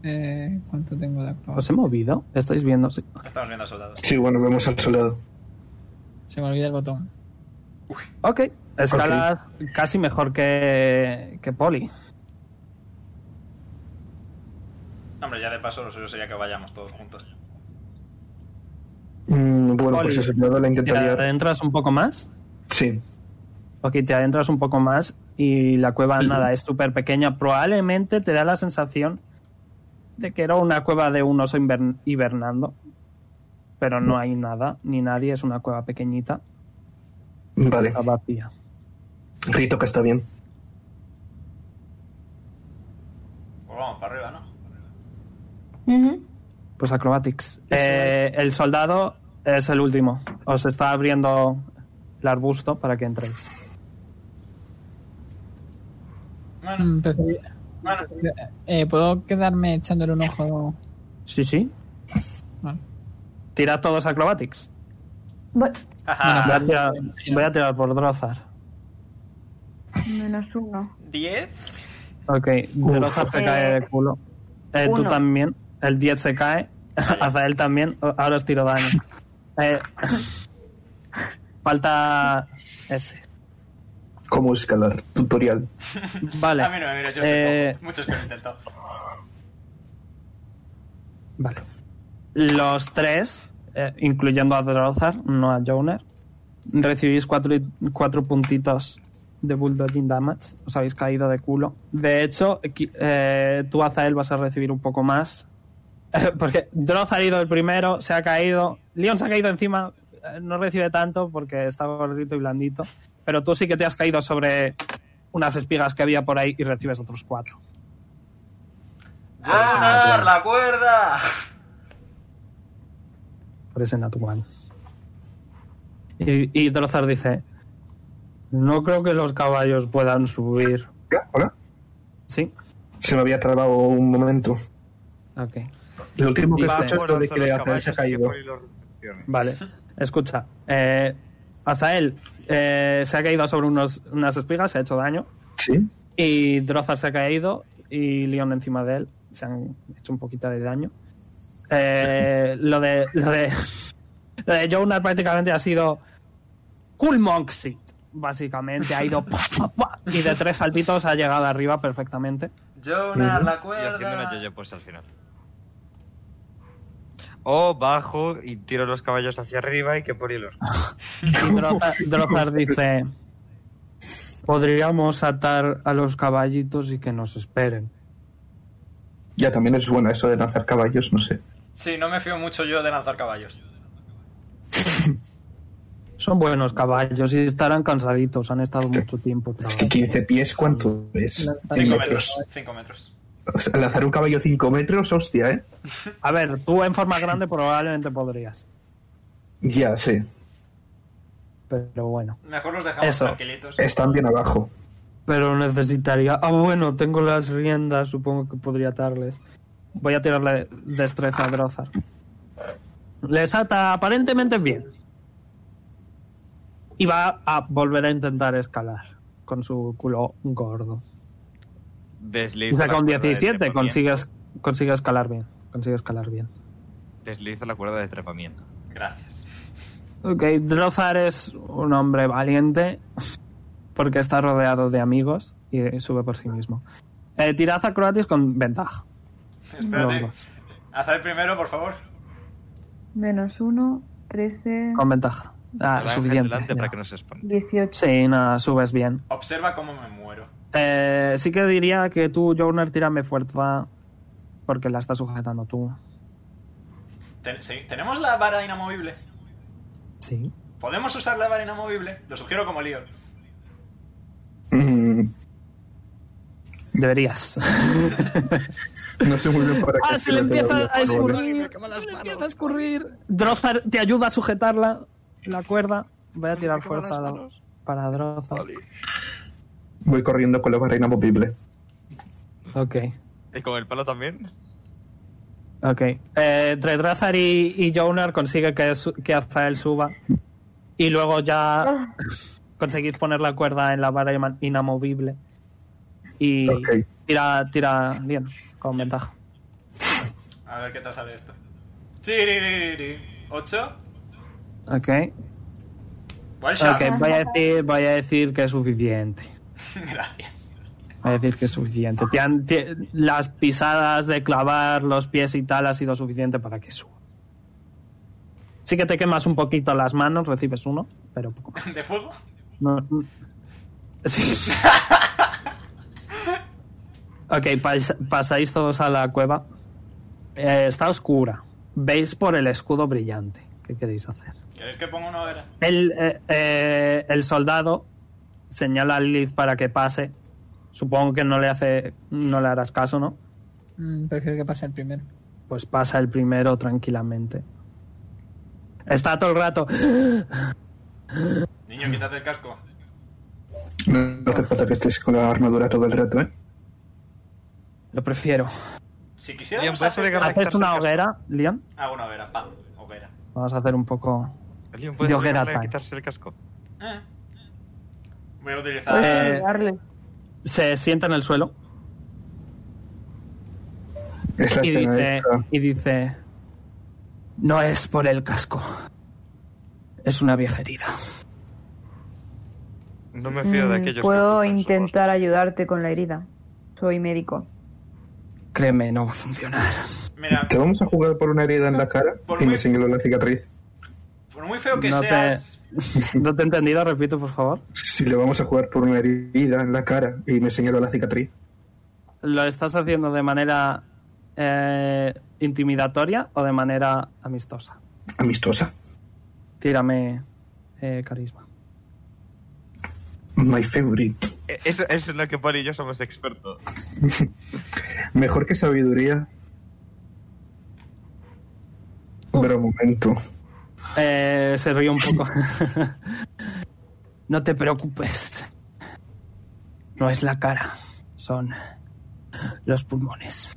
[SPEAKER 3] Eh, ¿Cuánto tengo de
[SPEAKER 1] ¿Os
[SPEAKER 3] acrobatics?
[SPEAKER 1] he movido? ¿Estáis viendo? Sí.
[SPEAKER 2] Estamos viendo al soldado.
[SPEAKER 8] eh.
[SPEAKER 4] Sí, bueno, vemos al soldado.
[SPEAKER 3] Se me olvida el botón.
[SPEAKER 1] Ok. Escalas casi mejor que, que Poli.
[SPEAKER 2] Hombre, ya de paso lo suyo sería que vayamos todos juntos.
[SPEAKER 4] Mm, bueno,
[SPEAKER 1] Oli,
[SPEAKER 4] pues el soldado
[SPEAKER 1] Te
[SPEAKER 4] la intentaría.
[SPEAKER 1] adentras un poco más.
[SPEAKER 4] Sí.
[SPEAKER 1] Ok, te adentras un poco más y la cueva nada, es súper pequeña. Probablemente te da la sensación de que era una cueva de un oso invern- hibernando. Pero no hay nada, ni nadie, es una cueva pequeñita,
[SPEAKER 4] Vale.
[SPEAKER 1] está vacía.
[SPEAKER 4] Grito que está bien.
[SPEAKER 2] Pues vamos para arriba, ¿no?
[SPEAKER 5] ujú.
[SPEAKER 1] Pues acrobatics. Eh, el soldado es el último. Os está abriendo el arbusto para que entréis.
[SPEAKER 2] Bueno,
[SPEAKER 3] Mm, preferir-
[SPEAKER 2] bueno.
[SPEAKER 3] eh, ¿Puedo quedarme echándole un ojo?
[SPEAKER 1] Sí, sí.
[SPEAKER 3] Vale.
[SPEAKER 1] Tira todos acrobatics.
[SPEAKER 5] Voy-
[SPEAKER 1] Voy
[SPEAKER 2] Ajá.
[SPEAKER 1] a tirar, voy a tirar por Drozar.
[SPEAKER 5] Menos uno.
[SPEAKER 2] 10.
[SPEAKER 1] Ok, Drozar se
[SPEAKER 5] Eh,
[SPEAKER 1] cae de culo. Eh, tú
[SPEAKER 5] uno.
[SPEAKER 1] también. El 10 se cae. Azael también. O- Ahora os tiro daño. Eh, falta ese.
[SPEAKER 4] ¿Cómo escalar? Tutorial.
[SPEAKER 1] Vale.
[SPEAKER 2] A mí no me Ah, mira, yo
[SPEAKER 1] Eh,
[SPEAKER 2] estoy cojo. Muchos que lo he intentado.
[SPEAKER 1] Vale. Los tres, eh, incluyendo a Drozar, no a Joner, recibís cuatro, y- cuatro puntitos de bulldogging damage. Os habéis caído de culo. De hecho, qui- eh, tú, Azael, vas a recibir un poco más. Porque Drozar ha ido el primero, se ha caído. Leon se ha caído encima. eh, No recibe tanto porque está gordito y blandito. Pero tú sí que te has caído sobre unas espigas que había por ahí y recibes otros cuatro.
[SPEAKER 2] ¡Jonar, la cuerda!
[SPEAKER 1] por ese natural. Y, y Drozar dice: No creo que los caballos puedan subir.
[SPEAKER 4] ¿Hola?
[SPEAKER 1] Sí,
[SPEAKER 4] Se me había trabado un momento.
[SPEAKER 1] ok.
[SPEAKER 4] Lo último que he
[SPEAKER 1] Dice-
[SPEAKER 4] escuchado es lo de que la
[SPEAKER 8] Lanza
[SPEAKER 4] hacer
[SPEAKER 8] los
[SPEAKER 4] se ha
[SPEAKER 8] caballos y que
[SPEAKER 4] caído.
[SPEAKER 8] por ahí los recepciones.
[SPEAKER 1] Vale, escucha. Eh, Azael eh, se ha caído sobre unos- unas espigas, se ha hecho daño.
[SPEAKER 4] Sí.
[SPEAKER 1] Y Drozar se ha caído y Leon encima de él. Se han hecho un poquito de daño. Eh, lo de. Lo de. Lo de Jonar prácticamente ha sido. Cool Monksy. Básicamente ha ido. pa, pa, pa, y de tres saltitos ha llegado arriba perfectamente.
[SPEAKER 2] Jonar, la
[SPEAKER 8] Y haciendo una
[SPEAKER 2] cuerda.
[SPEAKER 8] yo-yo pues al final.
[SPEAKER 7] O bajo y tiro los caballos hacia arriba y que por hilos.
[SPEAKER 1] Y Drozar, Drozar dice: Podríamos atar a los caballitos y que nos esperen.
[SPEAKER 4] Ya también es buena eso de lanzar caballos, no sé.
[SPEAKER 2] Sí, no me fío mucho yo de lanzar caballos.
[SPEAKER 1] Son buenos caballos y estarán cansaditos. Han estado mucho tiempo.
[SPEAKER 4] Es que 15 pies, ¿cuánto es?
[SPEAKER 3] Lanzar
[SPEAKER 4] En
[SPEAKER 2] 5
[SPEAKER 4] metros.
[SPEAKER 2] metros. 5 metros.
[SPEAKER 4] O sea, Lanzar un caballo 5 metros, hostia, ¿eh?
[SPEAKER 1] A ver, tú en forma grande probablemente podrías.
[SPEAKER 4] Ya, sí.
[SPEAKER 1] Pero bueno.
[SPEAKER 2] Mejor los dejamos
[SPEAKER 1] Eso.
[SPEAKER 2] tranquilitos.
[SPEAKER 4] Están bien abajo.
[SPEAKER 1] Pero necesitaría. Ah, bueno, tengo las riendas. Supongo que podría atarles. Voy a tirarle destreza a Drozar. Les ata aparentemente bien. Y va a volver a intentar escalar con su culo gordo. O
[SPEAKER 8] Desliza.
[SPEAKER 1] sea,
[SPEAKER 8] la
[SPEAKER 1] con
[SPEAKER 8] cuerda de
[SPEAKER 1] 17
[SPEAKER 8] trepamiento.
[SPEAKER 1] consigues, consigue escalar bien. Consigue escalar bien.
[SPEAKER 8] Desliza la cuerda de trepamiento.
[SPEAKER 2] Gracias.
[SPEAKER 1] Ok, Drozar es un hombre valiente porque está rodeado de amigos y eh, sube por sí mismo. Eh, tirad acrobatis con ventaja.
[SPEAKER 2] Espérate.
[SPEAKER 1] No.
[SPEAKER 2] Haz el primero, por favor.
[SPEAKER 5] Menos uno, 13,
[SPEAKER 1] Con ventaja. Ah,
[SPEAKER 8] Al ángel
[SPEAKER 1] suficiente.
[SPEAKER 8] delante
[SPEAKER 1] ya.
[SPEAKER 8] para que no se expanda.
[SPEAKER 5] 18.
[SPEAKER 1] Sí, nada, subes bien.
[SPEAKER 2] Observa cómo me muero.
[SPEAKER 1] Eh, sí que diría que tú, Jonar, tírame fuerza porque la estás sujetando tú.
[SPEAKER 2] Ten- sí, tenemos la vara inamovible.
[SPEAKER 1] Sí.
[SPEAKER 2] ¿Podemos usar la vara inamovible? Lo sugiero como lío.
[SPEAKER 4] Mm,
[SPEAKER 1] Deberías.
[SPEAKER 4] no sé muy bien para qué.
[SPEAKER 1] Ah, se le empieza a
[SPEAKER 4] pero bueno.
[SPEAKER 1] escurrir. Se le empieza a escurrir. Drozar te ayuda a sujetarla. La cuerda. Voy a tirar fuerza para Drozar.
[SPEAKER 4] Voy corriendo con la vara inamovible.
[SPEAKER 1] Ok,
[SPEAKER 8] ¿Y con el palo también?
[SPEAKER 1] ok. Eh, entre Drazar y, y Jonar consigue que, su- que Azael suba. Y luego ya conseguís poner la cuerda en la vara ima- inamovible. Y
[SPEAKER 4] Ok.
[SPEAKER 1] tira, tira bien, con ventaja.
[SPEAKER 2] A ver qué tal sale esto. Tiririri. ¿Ocho?
[SPEAKER 1] Ok,
[SPEAKER 2] One shot.
[SPEAKER 1] ok, voy a decir, voy a decir que es suficiente.
[SPEAKER 2] Gracias.
[SPEAKER 1] Voy a decir que es suficiente. Te han- te- las pisadas de clavar los pies y tal ha sido suficiente para que suba. Sí que te quemas un poquito las manos, recibes uno, pero poco más.
[SPEAKER 2] ¿De fuego?
[SPEAKER 1] No. mm. Sí. ok, pas- pasáis todos a la cueva. Eh, está oscura. Veis por el escudo brillante. ¿Qué queréis hacer?
[SPEAKER 2] ¿Queréis que ponga una hoguera?
[SPEAKER 1] El, eh, eh, el soldado señala a Lilith para que pase. Supongo que no le hace, no le harás caso, ¿no?
[SPEAKER 3] Mm, prefiero que pase el primero.
[SPEAKER 1] Pues pasa el primero tranquilamente. Está todo el rato. Mm.
[SPEAKER 2] Niño, quítate el casco.
[SPEAKER 4] No, no hace falta que estés con la armadura todo el rato, ¿eh?
[SPEAKER 1] Lo prefiero.
[SPEAKER 2] Si
[SPEAKER 8] Bien,
[SPEAKER 2] quisiéramos
[SPEAKER 8] puedes
[SPEAKER 2] hacer...
[SPEAKER 8] obligar a-
[SPEAKER 1] ¿Haces una hoguera, Leon?
[SPEAKER 2] Hago una hoguera. Pa, hoguera.
[SPEAKER 1] Vamos a hacer un poco
[SPEAKER 8] Leon, ¿puedes
[SPEAKER 1] De hoguera
[SPEAKER 8] obligarle a
[SPEAKER 1] tal.
[SPEAKER 8] quitarse el casco?
[SPEAKER 2] Eh. Voy a utilizar...
[SPEAKER 5] Puedes
[SPEAKER 1] Eh,
[SPEAKER 5] obligarle.
[SPEAKER 1] se sienta en el suelo
[SPEAKER 4] Es la
[SPEAKER 1] y
[SPEAKER 4] escena
[SPEAKER 1] dice,
[SPEAKER 4] esta.
[SPEAKER 1] y dice, no es por el casco, es una vieja herida.
[SPEAKER 8] No me fío de
[SPEAKER 5] Mm,
[SPEAKER 8] aquellos. que
[SPEAKER 5] Puedo
[SPEAKER 8] cruzan su
[SPEAKER 5] intentar ayudarte con la herida. Soy médico.
[SPEAKER 1] Créeme, no va a funcionar.
[SPEAKER 2] Mira,
[SPEAKER 4] ¿Te vamos a jugar por una herida en la cara?
[SPEAKER 2] Por
[SPEAKER 4] y
[SPEAKER 2] muy-
[SPEAKER 4] me señaló la cicatriz.
[SPEAKER 2] por muy feo que
[SPEAKER 1] No te-
[SPEAKER 2] seas...
[SPEAKER 1] No te he entendido, repito, por favor.
[SPEAKER 4] Si le vamos a jugar por una herida en la cara y me señaló la cicatriz.
[SPEAKER 1] ¿Lo estás haciendo de manera eh, intimidatoria o de manera amistosa?
[SPEAKER 4] Amistosa.
[SPEAKER 1] Tírame eh, carisma.
[SPEAKER 4] My favorite.
[SPEAKER 8] rostros. Eh, Eso, eso es lo que Poli y yo somos expertos.
[SPEAKER 4] Mejor que sabiduría. Pero un momento.
[SPEAKER 1] Eh, se ríe un poco. no te preocupes. No es la cara, son los pulmones.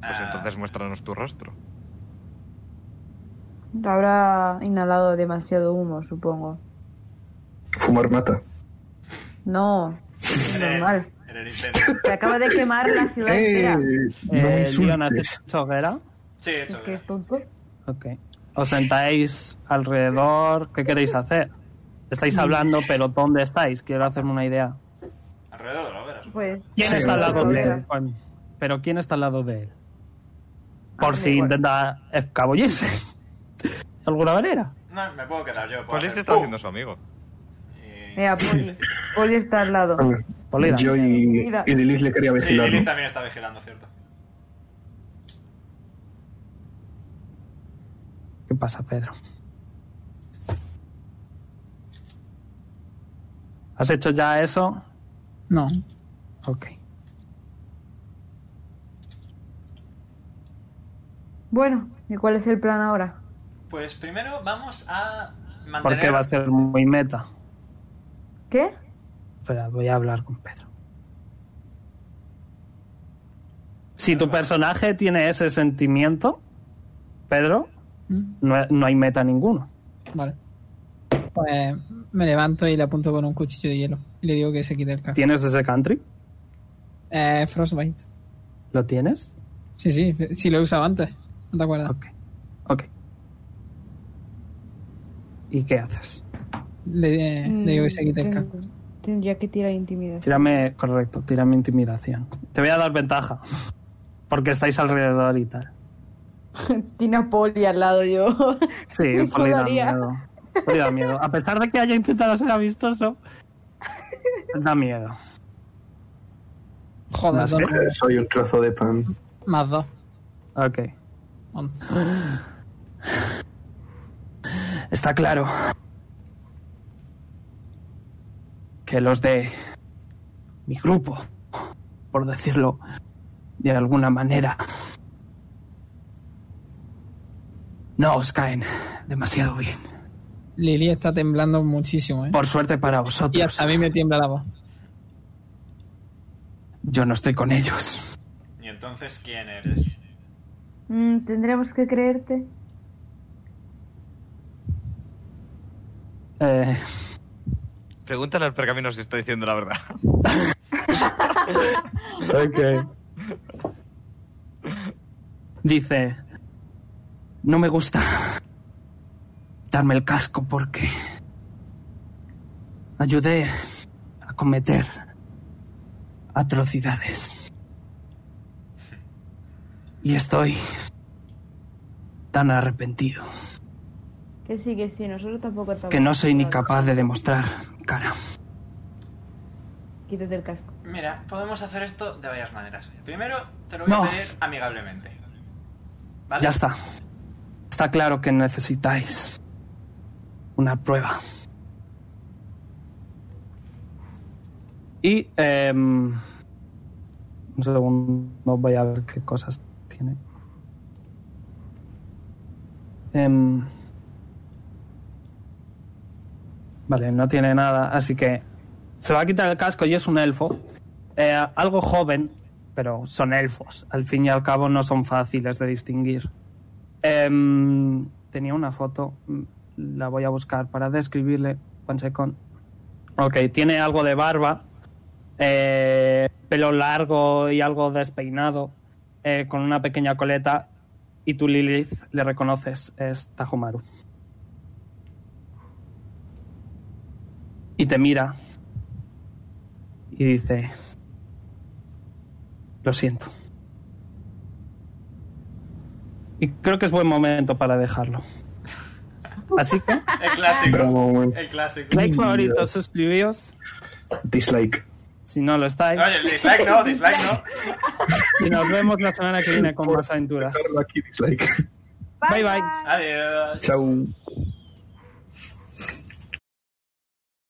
[SPEAKER 7] Pues
[SPEAKER 2] Ah.
[SPEAKER 7] entonces muéstranos tu rostro.
[SPEAKER 5] Habrá inhalado demasiado humo, supongo.
[SPEAKER 4] Fumar mata.
[SPEAKER 5] No, normal.
[SPEAKER 2] En el incendio.
[SPEAKER 5] Se acaba de quemar la ciudad entera.
[SPEAKER 4] ¡Eh! No me
[SPEAKER 1] Eh, Leon,
[SPEAKER 4] insultes.
[SPEAKER 1] ¿haces hoguera?
[SPEAKER 2] Sí, he hecho
[SPEAKER 5] Es que
[SPEAKER 2] bien.
[SPEAKER 5] es tonto.
[SPEAKER 1] Ok. ¿Os sentáis alrededor? ¿Qué queréis hacer? Estáis hablando, pero ¿dónde estáis? Quiero hacerme una idea.
[SPEAKER 2] Alrededor de la hoguera. supongo.
[SPEAKER 5] Pues
[SPEAKER 1] ¿Quién
[SPEAKER 4] Sí,
[SPEAKER 1] está al lado de
[SPEAKER 5] hoguera.
[SPEAKER 1] él? Coño. Pero ¿quién está al lado de él? Por
[SPEAKER 5] Ah,
[SPEAKER 1] si
[SPEAKER 5] igual.
[SPEAKER 1] intenta escabullirse. De alguna manera.
[SPEAKER 2] No, me puedo quedar yo. puedo
[SPEAKER 8] Polis
[SPEAKER 2] hacer-
[SPEAKER 8] Pues
[SPEAKER 2] ¡Pum!
[SPEAKER 8] está
[SPEAKER 7] Oh.
[SPEAKER 8] haciendo su amigo.
[SPEAKER 2] Y-
[SPEAKER 5] Mira, Poli. Poli está al lado.
[SPEAKER 4] A ver,
[SPEAKER 1] Polida.
[SPEAKER 4] Yo y,
[SPEAKER 5] Mira.
[SPEAKER 4] y Lilith le quería
[SPEAKER 2] Sí, Lilith
[SPEAKER 4] vigilar.
[SPEAKER 2] también está vigilando, ¿cierto?
[SPEAKER 1] ¿Qué pasa, Pedro? ¿Has hecho ya eso?
[SPEAKER 3] No.
[SPEAKER 1] Ok.
[SPEAKER 5] Bueno, ¿y cuál es el plan ahora?
[SPEAKER 2] Pues primero vamos a mantener...
[SPEAKER 1] Porque va a ser muy meta.
[SPEAKER 5] ¿Qué?
[SPEAKER 1] Espera, voy a hablar con Pedro. Si tu personaje tiene ese sentimiento, Pedro,
[SPEAKER 3] Mm,
[SPEAKER 1] no, no hay meta ninguno.
[SPEAKER 3] Vale. Pues me levanto y le apunto con un cuchillo de hielo. Y le digo que se quite el casco.
[SPEAKER 1] ¿Tienes ese country?
[SPEAKER 3] Eh, Frostbite.
[SPEAKER 1] ¿Lo tienes?
[SPEAKER 3] Sí, sí, sí lo he usado antes. ¿No te acuerdas?
[SPEAKER 1] Ok. Ok. ¿Y qué haces?
[SPEAKER 3] Le, eh, le digo que se quite el
[SPEAKER 5] Mm,
[SPEAKER 3] casco.
[SPEAKER 5] ten- Tendría que tirar intimidad.
[SPEAKER 1] Tírame, correcto, tírame intimidación. Te voy a dar ventaja. Porque estáis alrededor y tal.
[SPEAKER 5] Tiene a Poli al lado yo.
[SPEAKER 1] Sí,
[SPEAKER 5] Me
[SPEAKER 1] por da
[SPEAKER 5] jodería.
[SPEAKER 1] miedo. Por da miedo. A pesar de que haya intentado ser amistoso, da miedo.
[SPEAKER 3] Joder,
[SPEAKER 1] Más
[SPEAKER 3] dos,
[SPEAKER 4] Eh, Soy un trozo de pan.
[SPEAKER 3] más dos.
[SPEAKER 1] Ok.
[SPEAKER 3] Once.
[SPEAKER 1] Está claro que los de mi grupo, por decirlo de alguna manera, no os caen demasiado bien.
[SPEAKER 3] Lili está temblando muchísimo, ¿eh?
[SPEAKER 1] Por suerte para
[SPEAKER 3] Y
[SPEAKER 1] vosotros,
[SPEAKER 3] hasta a mí me tiembla la voz.
[SPEAKER 1] yo no estoy con ellos.
[SPEAKER 2] Y entonces, ¿quién eres?
[SPEAKER 5] Mm, Tendremos que creerte.
[SPEAKER 1] Eh,
[SPEAKER 8] Pregúntale al pergamino si está diciendo la verdad.
[SPEAKER 1] Dice, no me gusta darme el casco porque ayudé a cometer atrocidades. Y estoy tan arrepentido
[SPEAKER 5] Que sí, que sí, nosotros tampoco estamos.
[SPEAKER 1] que no soy ni capaz de demostrar mi cara.
[SPEAKER 5] Quítate el casco.
[SPEAKER 2] Mira, podemos hacer esto de varias maneras. Primero, te lo voy
[SPEAKER 1] No.
[SPEAKER 2] a pedir amigablemente. ¿Vale?
[SPEAKER 1] Ya está. Está claro que necesitáis una prueba. Y... em, un segundo, voy a ver qué cosas tiene. Em, vale, no tiene nada, así que... Se va a quitar el casco y es un elfo. Eh, algo joven, pero son elfos. Al fin y al cabo no son fáciles de distinguir. Em, tenía una foto, mm, la voy a buscar para describirle. One second. Ok, tiene algo de barba, eh, pelo largo y algo despeinado, eh, con una pequeña coleta. Y tú, Lilith, le reconoces, es Tajomaru. Y te mira y dice, lo siento. Y creo que es buen momento para dejarlo. Así que,
[SPEAKER 2] El clásico.
[SPEAKER 4] Bravo, man.
[SPEAKER 2] El clásico.
[SPEAKER 1] like favorito, suscribíos.
[SPEAKER 4] Dislike.
[SPEAKER 1] Si no lo estáis.
[SPEAKER 2] Oye, el dislike no, dislike no.
[SPEAKER 1] Y nos vemos la semana que viene con más aventuras.
[SPEAKER 4] Carla aquí, dislike.
[SPEAKER 1] bye. bye.
[SPEAKER 2] Adiós.
[SPEAKER 4] Chao.